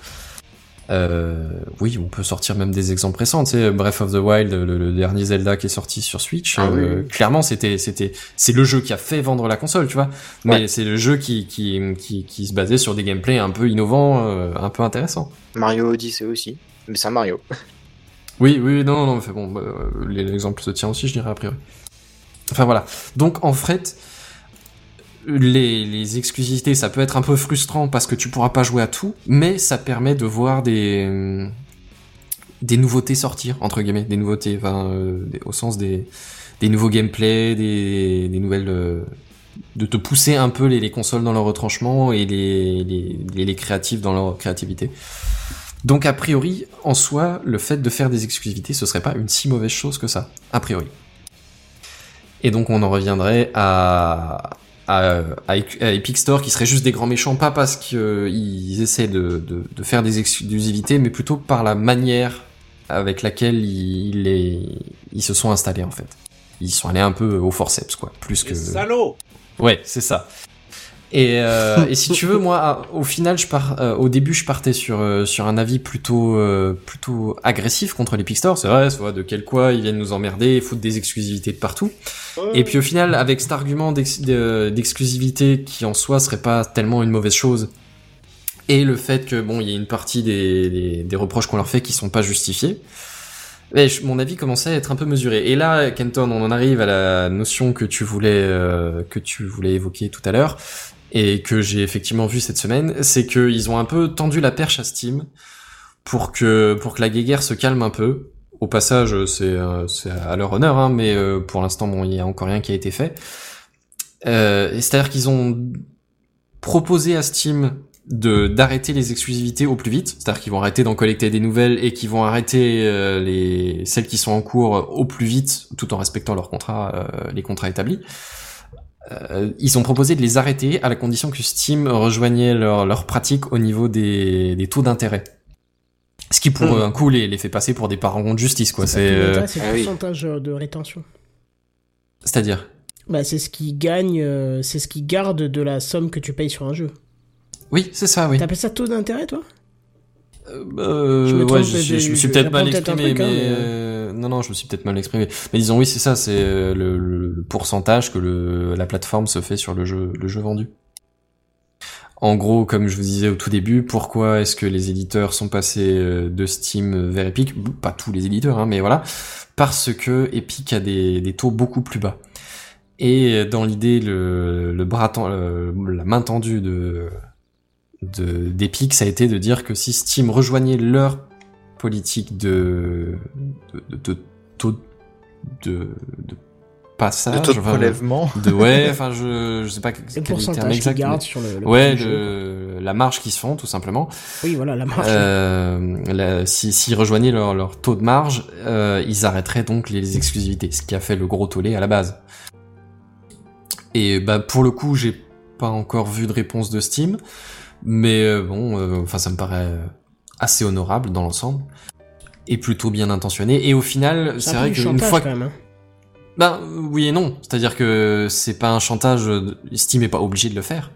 Euh, oui, on peut sortir même des exemples récents. Tu sais, Breath of the Wild, le, le dernier Zelda qui est sorti sur Switch. Ah oui, euh, Clairement, c'était, c'était, c'est le jeu qui a fait vendre la console, tu vois. Mais c'est le jeu qui, qui, qui, qui se basait sur des gameplays un peu innovants, euh, un peu intéressants. Mario Odyssey aussi. Mais c'est un Mario. Oui, oui, non, non, mais fait, bon, bah, euh, l'exemple se tient aussi, je dirais, a priori. Enfin, voilà. Donc, en fait, les, les exclusivités, ça peut être un peu frustrant parce que tu pourras pas jouer à tout, mais ça permet de voir des, euh, des nouveautés sortir, entre guillemets, des nouveautés, enfin, euh, des- au sens des, des nouveaux gameplays, des, des nouvelles... euh, de te pousser un peu les, les consoles dans leur retranchement et les, les, les, les créatifs dans leur créativité. Donc a priori, en soi, le fait de faire des exclusivités, ce serait pas une si mauvaise chose que ça, a priori. Et donc on en reviendrait à à, à- à Epic Store qui serait juste des grands méchants, pas parce qu'ils essaient de, de, de faire des exclusivités, mais plutôt par la manière avec laquelle ils, les, ils se sont installés en fait. Ils sont allés un peu au forceps quoi, plus que. Les salauds Ouais, c'est ça. Et, euh, et si tu veux, moi, à- au final, je pars, euh, au début, je partais sur euh, sur un avis plutôt euh, plutôt agressif contre les Pixstars. C'est vrai, soit de quel quoi ils viennent nous emmerder, et foutre des exclusivités de partout. Et puis au final, avec cet argument d'ex- de- d'exclusivité qui en soi serait pas tellement une mauvaise chose, et le fait que bon, il y a une partie des, des, des reproches qu'on leur fait qui sont pas justifiés, mais Eh, je- mon avis commençait à être un peu mesuré. Et là, Kenton, on en arrive à la notion que tu voulais euh, que tu voulais évoquer tout à l'heure et que j'ai effectivement vu cette semaine, c'est que ils ont un peu tendu la perche à Steam pour que pour que la guéguerre se calme un peu. Au passage, euh, c'est euh, c'est à leur honneur, hein, mais euh, pour l'instant, bon, il y a encore rien qui a été fait. Euh, et C'est-à-dire qu'ils ont proposé à Steam de d'arrêter les exclusivités au plus vite, c'est-à-dire qu'ils vont arrêter d'en collecter des nouvelles et qu'ils vont arrêter euh, les celles qui sont en cours au plus vite, tout en respectant leurs contrats, euh, les contrats établis. Euh, ils ont proposé de les arrêter à la condition que Steam rejoignait leur, leur pratique au niveau des, des taux d'intérêt. Ce qui pour Mhm. un coup les, les fait passer pour des parangons de justice, quoi. pas C'est tout euh, l'intérêt, c'est ah le oui. pourcentage euh, de rétention. c'est-à-dire. Bah, c'est ce qui gagne, euh, c'est ce qui garde de la somme que tu payes sur un jeu. Oui, c'est ça, oui. T'appelles ça taux d'intérêt, toi Euh, Je me ouais, trompe, je, je- j'ai- je me suis je- peut-être j'apprends mal peut-être un exprimé, truc, hein, mais mais, euh, non, non, je me suis peut-être mal exprimé. Mais disons, oui, c'est ça, c'est euh, le, le- le pourcentage que le, la plateforme se fait sur le jeu, le jeu vendu. En gros, comme je vous disais au tout début, pourquoi est-ce que les éditeurs sont passés euh, de Steam vers Epic Pas tous les éditeurs, hein, mais voilà, parce que Epic a des, des taux beaucoup plus bas. Et euh, dans l'idée, le, le bras ten- le- la main tendue de, de d'Epic, ça a été de dire que si Steam rejoignait leur politique de de, de, de taux de, de passage. de taux de enfin, prélèvement. de- ouais, enfin, je, je sais pas Le quel terme pourcentage qu'ils exact. mais- gardent sur le. le Ouais, prochain jeu. le- la marge qu'ils se font, tout simplement. Oui, voilà, la marge. Euh, la- si- S'ils rejoignaient leur, leur taux de marge, euh, ils arrêteraient donc les, les exclusivités, ce qui a fait le gros tollé à la base. Et bah pour le coup, j'ai pas encore vu de réponse de Steam, mais euh, bon, euh, enfin ça me paraît assez honorable dans l'ensemble et plutôt bien intentionné. Et au final, C'est c'est un peu vrai du qu'une chantage fois quand même. hein. ben oui et non, c'est-à-dire que c'est pas un chantage. euh, Steam est pas obligé de le faire.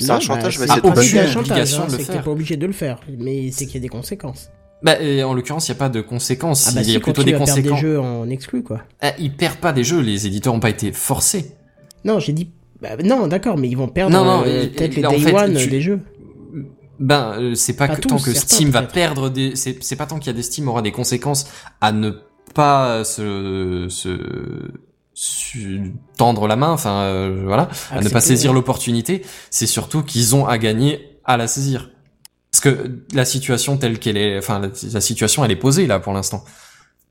C'est un Non, chantage, bah, mais c'est pas c'est de aucune du bonne guerre. chantage, obligation hein, de le c'est que t'es faire. pas obligé de le faire, mais c'est qu'il y a des conséquences. Bah, et en l'occurrence, il n'y a pas de conséquences. Ah bah il si, y a quand plutôt tu des vas perdre des conséquences. jeux en exclu quoi. Ah, ils perdent pas des jeux. Les éditeurs n'ont pas été forcés. Non, j'ai dit. bah, non, d'accord, mais ils vont perdre Non, non, euh, et- peut-être et les là, en day fait, one tu- euh, des jeux. Ben, euh, c'est pas, Pas que tous, tant que certains, Steam va peut-être. perdre des. C'est c'est pas tant qu'il y a des Steam aura des conséquences à ne pas se. se su- tendre la main, enfin euh, voilà, à ne pas Accepter, euh, saisir ouais. l'opportunité, c'est surtout qu'ils ont à gagner à la saisir. Parce que la situation telle qu'elle est, enfin la, la situation elle est posée là pour l'instant.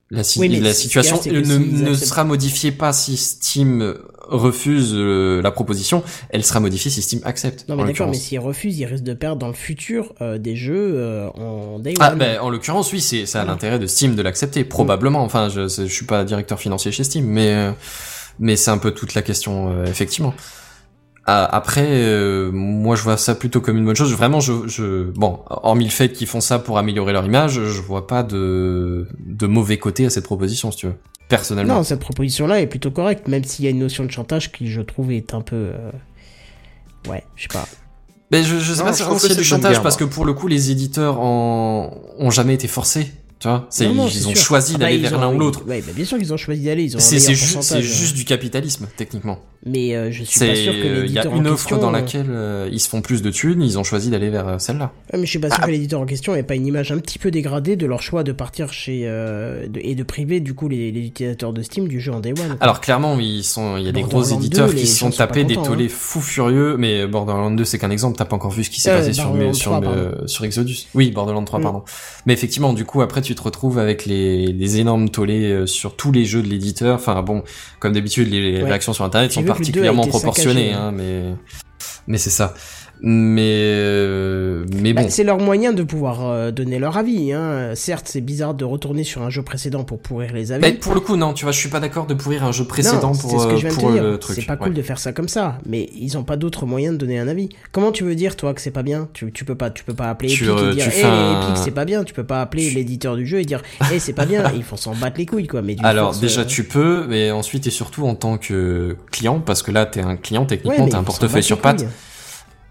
La, si- Oui, mais la ce qu'il y a, situation c'est que ne, s'ils ne acceptent- sera modifiée pas si Steam refuse euh, la proposition, elle sera modifiée si Steam accepte. Non, en mais d'accord, l'occurrence. mais s'ils refusent, ils risquent de perdre dans le futur euh, des jeux euh, en day one. Ah, ben, en l'occurrence, oui, c'est ça a Voilà. l'intérêt de Steam de l'accepter, probablement. Enfin, je, je suis pas directeur financier chez Steam, mais euh, mais c'est un peu toute la question, euh, effectivement. Ah, Après, euh, moi, je vois ça plutôt comme une bonne chose. Vraiment, je, je bon, hormis le fait qu'ils font ça pour améliorer leur image, je vois pas de de mauvais côté à cette proposition, si tu veux. Personnellement. Non, cette proposition-là est plutôt correcte, même s'il y a une notion de chantage qui, je trouve, est un peu. euh, Ouais, je sais pas. Mais je, je sais Non, pas je si trouve que c'est c'est du une bonne chantage guerre, parce que moi. pour le coup, les éditeurs en... ont jamais été forcés. Tu vois, C'est- Non, non, c'est ils ont sûr. choisi Ah bah, d'aller ils vers ont- l'un ou l'autre. Ouais, bah, bien sûr qu'ils ont choisi d'aller, ils ont un C'est c'est meilleur ju- c'est pourcentage, euh, juste du capitalisme, techniquement. Mais euh, je suis C'est pas sûr que euh, il y a l'éditeur en une offre question, dans euh, laquelle euh, ils se font plus de thunes, ils ont choisi d'aller vers euh, celle-là. ouais, mais je suis pas sûr que l'éditeur en question ait pas une image un petit peu dégradée de leur choix de partir chez euh, de- et de priver du coup les, les utilisateurs de Steam du jeu en day one. quoi. Alors clairement, ils sont il y a des Borderlands gros 2, éditeurs les qui se gens sont sont pas tapés des contents, hein. tollés fous furieux, mais Borderlands 2 c'est qu'un exemple, t'as pas encore vu ce qui s'est Euh, passé sur Borderlands mes- sur 3, mes- pardon. sur Exodus. Oui, Borderlands 3 Mm. pardon. Mais effectivement, du coup après tu te retrouves avec les, les énormes tollés euh, sur tous les jeux de l'éditeur. Enfin bon, comme d'habitude les les Ouais. réactions sur internet Tu sont veux que le 2 a particulièrement été proportionnées saccagé, hein, mais mais c'est ça. Mais euh, mais Bah, bon. c'est leur moyen de pouvoir euh, donner leur avis. Hein. Euh, Certes, c'est bizarre de retourner sur un jeu précédent pour pourrir les avis. Mais pour le coup, non, tu vois, je suis pas d'accord de pourrir un jeu précédent Non, c'est pour, ce que euh, je viens de pour te dire. le truc. C'est pas ouais. cool de faire ça comme ça, mais ils ont pas d'autre moyen de donner un avis. Comment tu veux dire toi que c'est pas bien tu, tu peux pas, tu peux pas appeler Tu, Epic euh, et dire tu Eh, fais un- Epic c'est pas bien. Tu peux pas appeler Tu- l'éditeur du jeu et dire eh c'est pas bien. Ils font s'en battre les couilles quoi. Mais d'une Alors force, déjà euh, tu peux, mais ensuite et surtout en tant que client, parce que là t'es un client ouais, techniquement, mais t'as ils font un portefeuille s'en sur battre les pattes, couilles.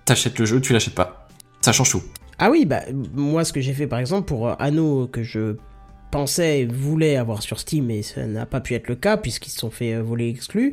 t'achètes le jeu, tu l'achètes pas. Ça change tout. Ah oui bah moi ce que j'ai fait par exemple pour euh, Anno que je pensais et voulais avoir sur Steam et ça n'a pas pu être le cas puisqu'ils se sont fait euh, voler exclus.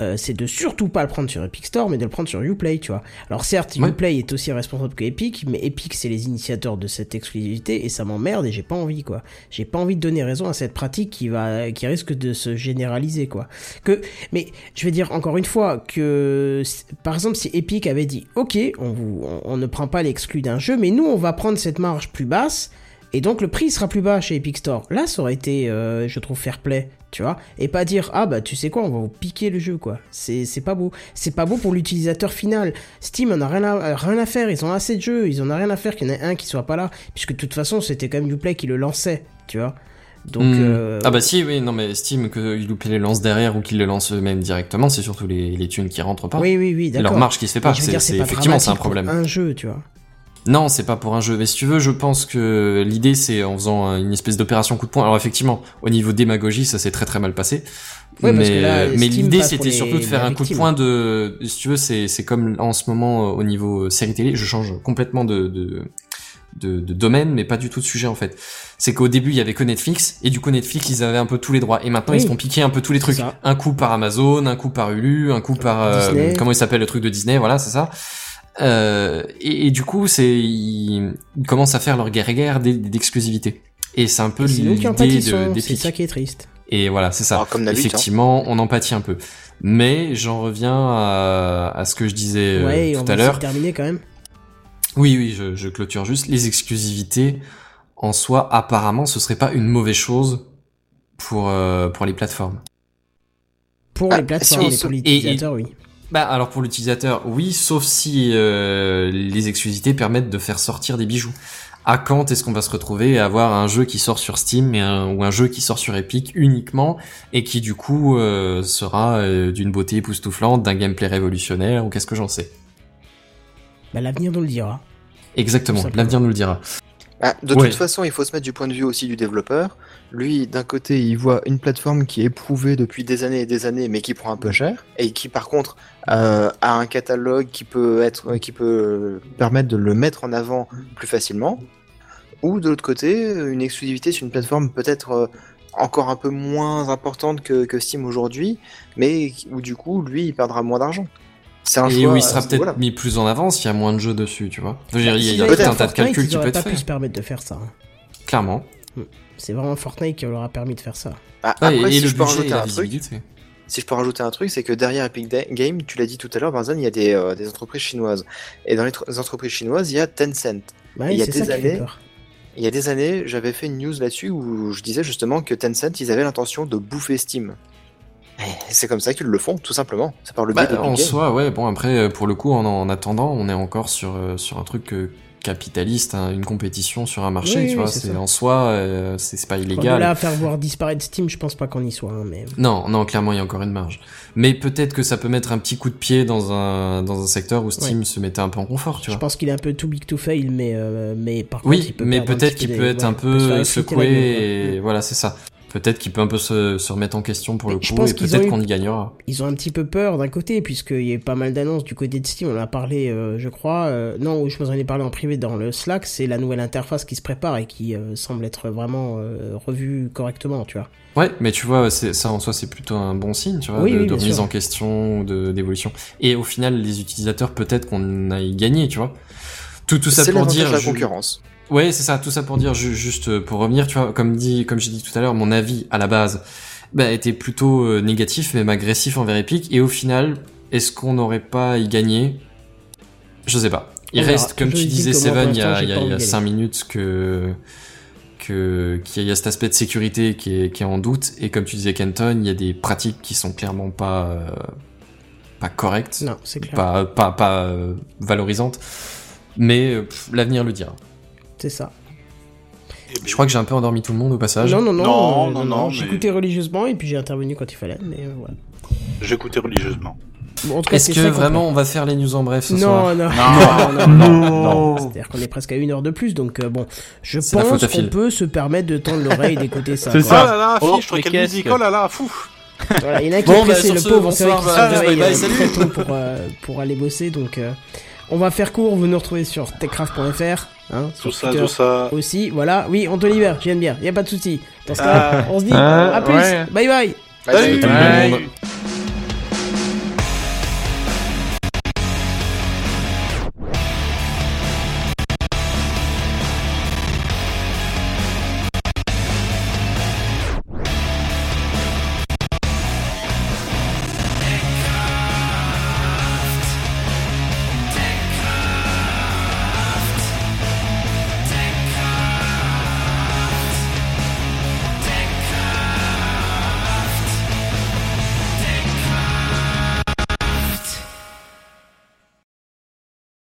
euh, c'est de surtout pas le prendre sur Epic Store, mais de le prendre sur Uplay, tu vois. Alors certes, Ouais. Uplay est aussi responsable que Epic, mais Epic c'est les initiateurs de cette exclusivité et ça m'emmerde et j'ai pas envie, quoi. J'ai pas envie de donner raison à cette pratique qui va, qui risque de se généraliser, quoi. Que, mais je vais dire encore une fois que, par exemple, si Epic avait dit, ok, on vous, on, on ne prend pas l'exclu d'un jeu, mais nous on va prendre cette marge plus basse. Et donc le prix sera plus bas chez Epic Store. Là, ça aurait été, euh, je trouve, fair play, tu vois. Et pas dire, ah bah tu sais quoi, on va vous piquer le jeu, quoi. C'est c'est pas beau. C'est pas beau pour l'utilisateur final. Steam en a rien à, rien à faire, ils ont assez de jeux, ils en ont rien à faire qu'il y en ait un qui soit pas là. Puisque de toute façon, c'était quand même Uplay qui le lançait, tu vois. Donc... Hmm. euh, Ah bah si, oui, non mais Steam que Uplay les lance derrière ou qu'ils le lancent eux-mêmes directement, c'est surtout les, les thunes qui rentrent pas. Oui, oui, oui, bah, Leur d'accord. marge qui se fait Mais pas, je veux c'est dire, c'est- pas effectivement c'est un dramatique pour problème. Un jeu, tu vois. Non, c'est pas pour un jeu. Mais si tu veux, je pense que l'idée, c'est en faisant euh, une espèce d'opération coup de poing. Alors effectivement, au niveau démagogie, ça s'est très très mal passé. Ouais, parce que mais là, mais Steam l'idée, passe pour c'était les- surtout de faire les un coup de victimes. poing de. Si tu veux, c'est c'est comme en ce moment euh, au niveau euh, série télé, je change complètement de. de de, de domaine mais pas du tout de sujet en fait c'est qu'au début il y avait que Netflix et du coup Netflix ils avaient un peu tous les droits et maintenant Oui. ils se font piquer un peu tous les trucs C'est ça. un coup par Amazon un coup par Hulu un coup par euh, Disney. comment il s'appelle le truc de Disney voilà c'est ça euh, et, et du coup, c'est ils, ils commencent à faire leur guerre-guerre d- d'exclusivité. Et c'est un peu Et c'est nous qui en l'idée de- pâtissons, hein. c'est d'Epic. ça qui est triste. Et voilà, c'est ça. Alors, comme d'habitude. hein. Effectivement, on en pâtit un peu. Mais j'en reviens à, à ce que je disais euh, ouais, et on tout à va l'heure. se terminer quand même. Oui, oui, je, je clôture juste. Les exclusivités, en soi, apparemment, ce serait pas une mauvaise chose pour, euh, pour les plateformes. Pour Ah, les plateformes, si, et pour et- l'utilisateur, oui. Bah alors pour l'utilisateur, oui, sauf si euh, les exclusivités permettent de faire sortir des bijoux. À quand est-ce qu'on va se retrouver à avoir un jeu qui sort sur Steam et un- ou un jeu qui sort sur Epic uniquement et qui du coup euh, sera euh, d'une beauté époustouflante, d'un gameplay révolutionnaire ou qu'est-ce que j'en sais Bah, l'avenir nous le dira. Exactement, Tout simplement. l'avenir nous le dira. Ah, de Ouais. toute façon, il faut se mettre du point de vue aussi du développeur. Lui, d'un côté, il voit une plateforme qui est éprouvée depuis des années et des années, mais qui prend un peu cher, et qui, par contre, euh, a un catalogue qui peut être, euh, qui peut permettre de le mettre en avant plus facilement. Ou de l'autre côté, une exclusivité sur une plateforme peut-être euh, encore un peu moins importante que, que Steam aujourd'hui, mais où du coup, lui, il perdra moins d'argent. C'est un Et choix, où il euh, sera peut-être voilà. mis plus en avant s'il y a moins de jeux dessus, tu vois. Je veux dire, Il y Bah, a, Si il y a j'avais tout fait un tas de Fortnite, calculs ils qui auraient peut être pas pu fait, se permettre de faire ça. hein. clairement. C'est vraiment Fortnite qui leur a permis de faire ça. Ah, Ouais, après, et si le je budget et peux rajouter la un truc, visibilité. Si je peux rajouter un truc, c'est que derrière Epic Da- Games, tu l'as dit tout à l'heure, Barzan, il y a des, euh, des entreprises chinoises. Et dans les tr- les entreprises chinoises, il y a Tencent. Bah Il oui, y a c'est des ça qui fait années, peur. Il y a des années, j'avais fait une news là-dessus où je disais justement que Tencent, ils avaient l'intention de bouffer Steam. Et C'est comme ça qu'ils le font, tout simplement. C'est par le biais Bah, de en Epic Games. soi, ouais, bon, après, euh, pour le coup, en, en attendant, on est encore sur, euh, sur un truc euh, capitaliste, hein, une compétition sur un marché, Oui, tu oui, vois. c'est c'est- ça. En soi, euh, c'est c'est pas Bon, de là illégal. à faire voir disparaître Steam, je pense pas qu'on y soit, hein, mais. Non, non, clairement, il y a encore une marge. Mais peut-être que ça peut mettre un petit coup de pied dans un, dans un secteur où Steam se mettait un peu en confort, tu Je vois. pense qu'il est un peu too big to fail, mais, euh, mais par contre, Oui, il peut mais perdre un peut-être petit qu'il peu peut des- être ouais, un il peut se faire expliquer peu la secoué gueule, quoi. et voilà, c'est ça. Peut-être qu'il peut un peu se, se remettre en question pour le Je coup pense et qu'ils peut-être ont eu- qu'on y gagnera. Ils ont un petit peu peur d'un côté, puisqu'il y a eu pas mal d'annonces du côté de Steam. On en a parlé, euh, je crois, euh, non, je vous en ai parlé en privé dans le Slack. C'est la nouvelle interface qui se prépare et qui euh, semble être vraiment euh, revue correctement, tu vois. Ouais, mais tu vois, c'est- ça en soi, c'est plutôt un bon signe, tu vois, Oui, de, oui, de bien remise sûr. en question, ou de d'évolution. Et au final, les utilisateurs, peut-être qu'on aille gagner, tu vois. Tout, tout ça C'est pour l'avantage dire. de la je- concurrence. Ouais, c'est ça, tout ça pour dire, ju- juste euh, pour revenir, tu vois, comme dit, comme j'ai dit tout à l'heure, mon avis à la base bah, était plutôt euh, négatif, même agressif envers Epic, et au final, est-ce qu'on n'aurait pas y gagné Je sais pas. Il On verra. reste, comme Je tu dis disais, que moi, pour Seven, il y l'instant, a, j'ai il y a- pas il y a envie d'y cinq aller. minutes que que qu'il y a cet aspect de sécurité qui est, qui est en doute, et comme tu disais, Kenton, il y a des pratiques qui sont clairement pas euh, pas correctes, Non, c'est clair. pas pas pas euh, valorisantes, mais euh, pff, l'avenir le dira. C'est ça. Eh Je ben, crois que j'ai un peu endormi tout le monde au passage. Non, non, non, Non, euh, non, non, mais- J'écoutais religieusement et puis j'ai intervenu quand il fallait, mais euh, voilà. J'écoutais religieusement. Bon, en tout cas, Est-ce c'est que très vraiment on va faire les news en bref ce complet. soir Non, non. Non, non, Non. C'est-à-dire qu'on est presque à une heure de plus, donc euh, bon, je C'est la faute pense à Phil. qu'on peut se permettre de tendre l'oreille et d'écouter ça. C'est quoi. Oh ça. là là, Oh, fiche, mais quelle qu'est-ce musique, que- oh là là, fou Voilà, il y en a qui Bon, est bah, pressé, sur le ce, pauvre, c'est vrai bonsoir, qu'il se bah, réveille bye bye, euh, salut. très tôt pour, euh, pour aller bosser, donc euh, on va faire court, vous nous retrouvez sur techcraft.fr, hein, sur Tout ça, Twitter tout ça. aussi, voilà, oui, on te libère, j'aime bien, y a pas de souci. Dans ce cas, Ah. on se dit, Ah, à plus, ouais. bye bye Allez. Salut tout le monde. Bye.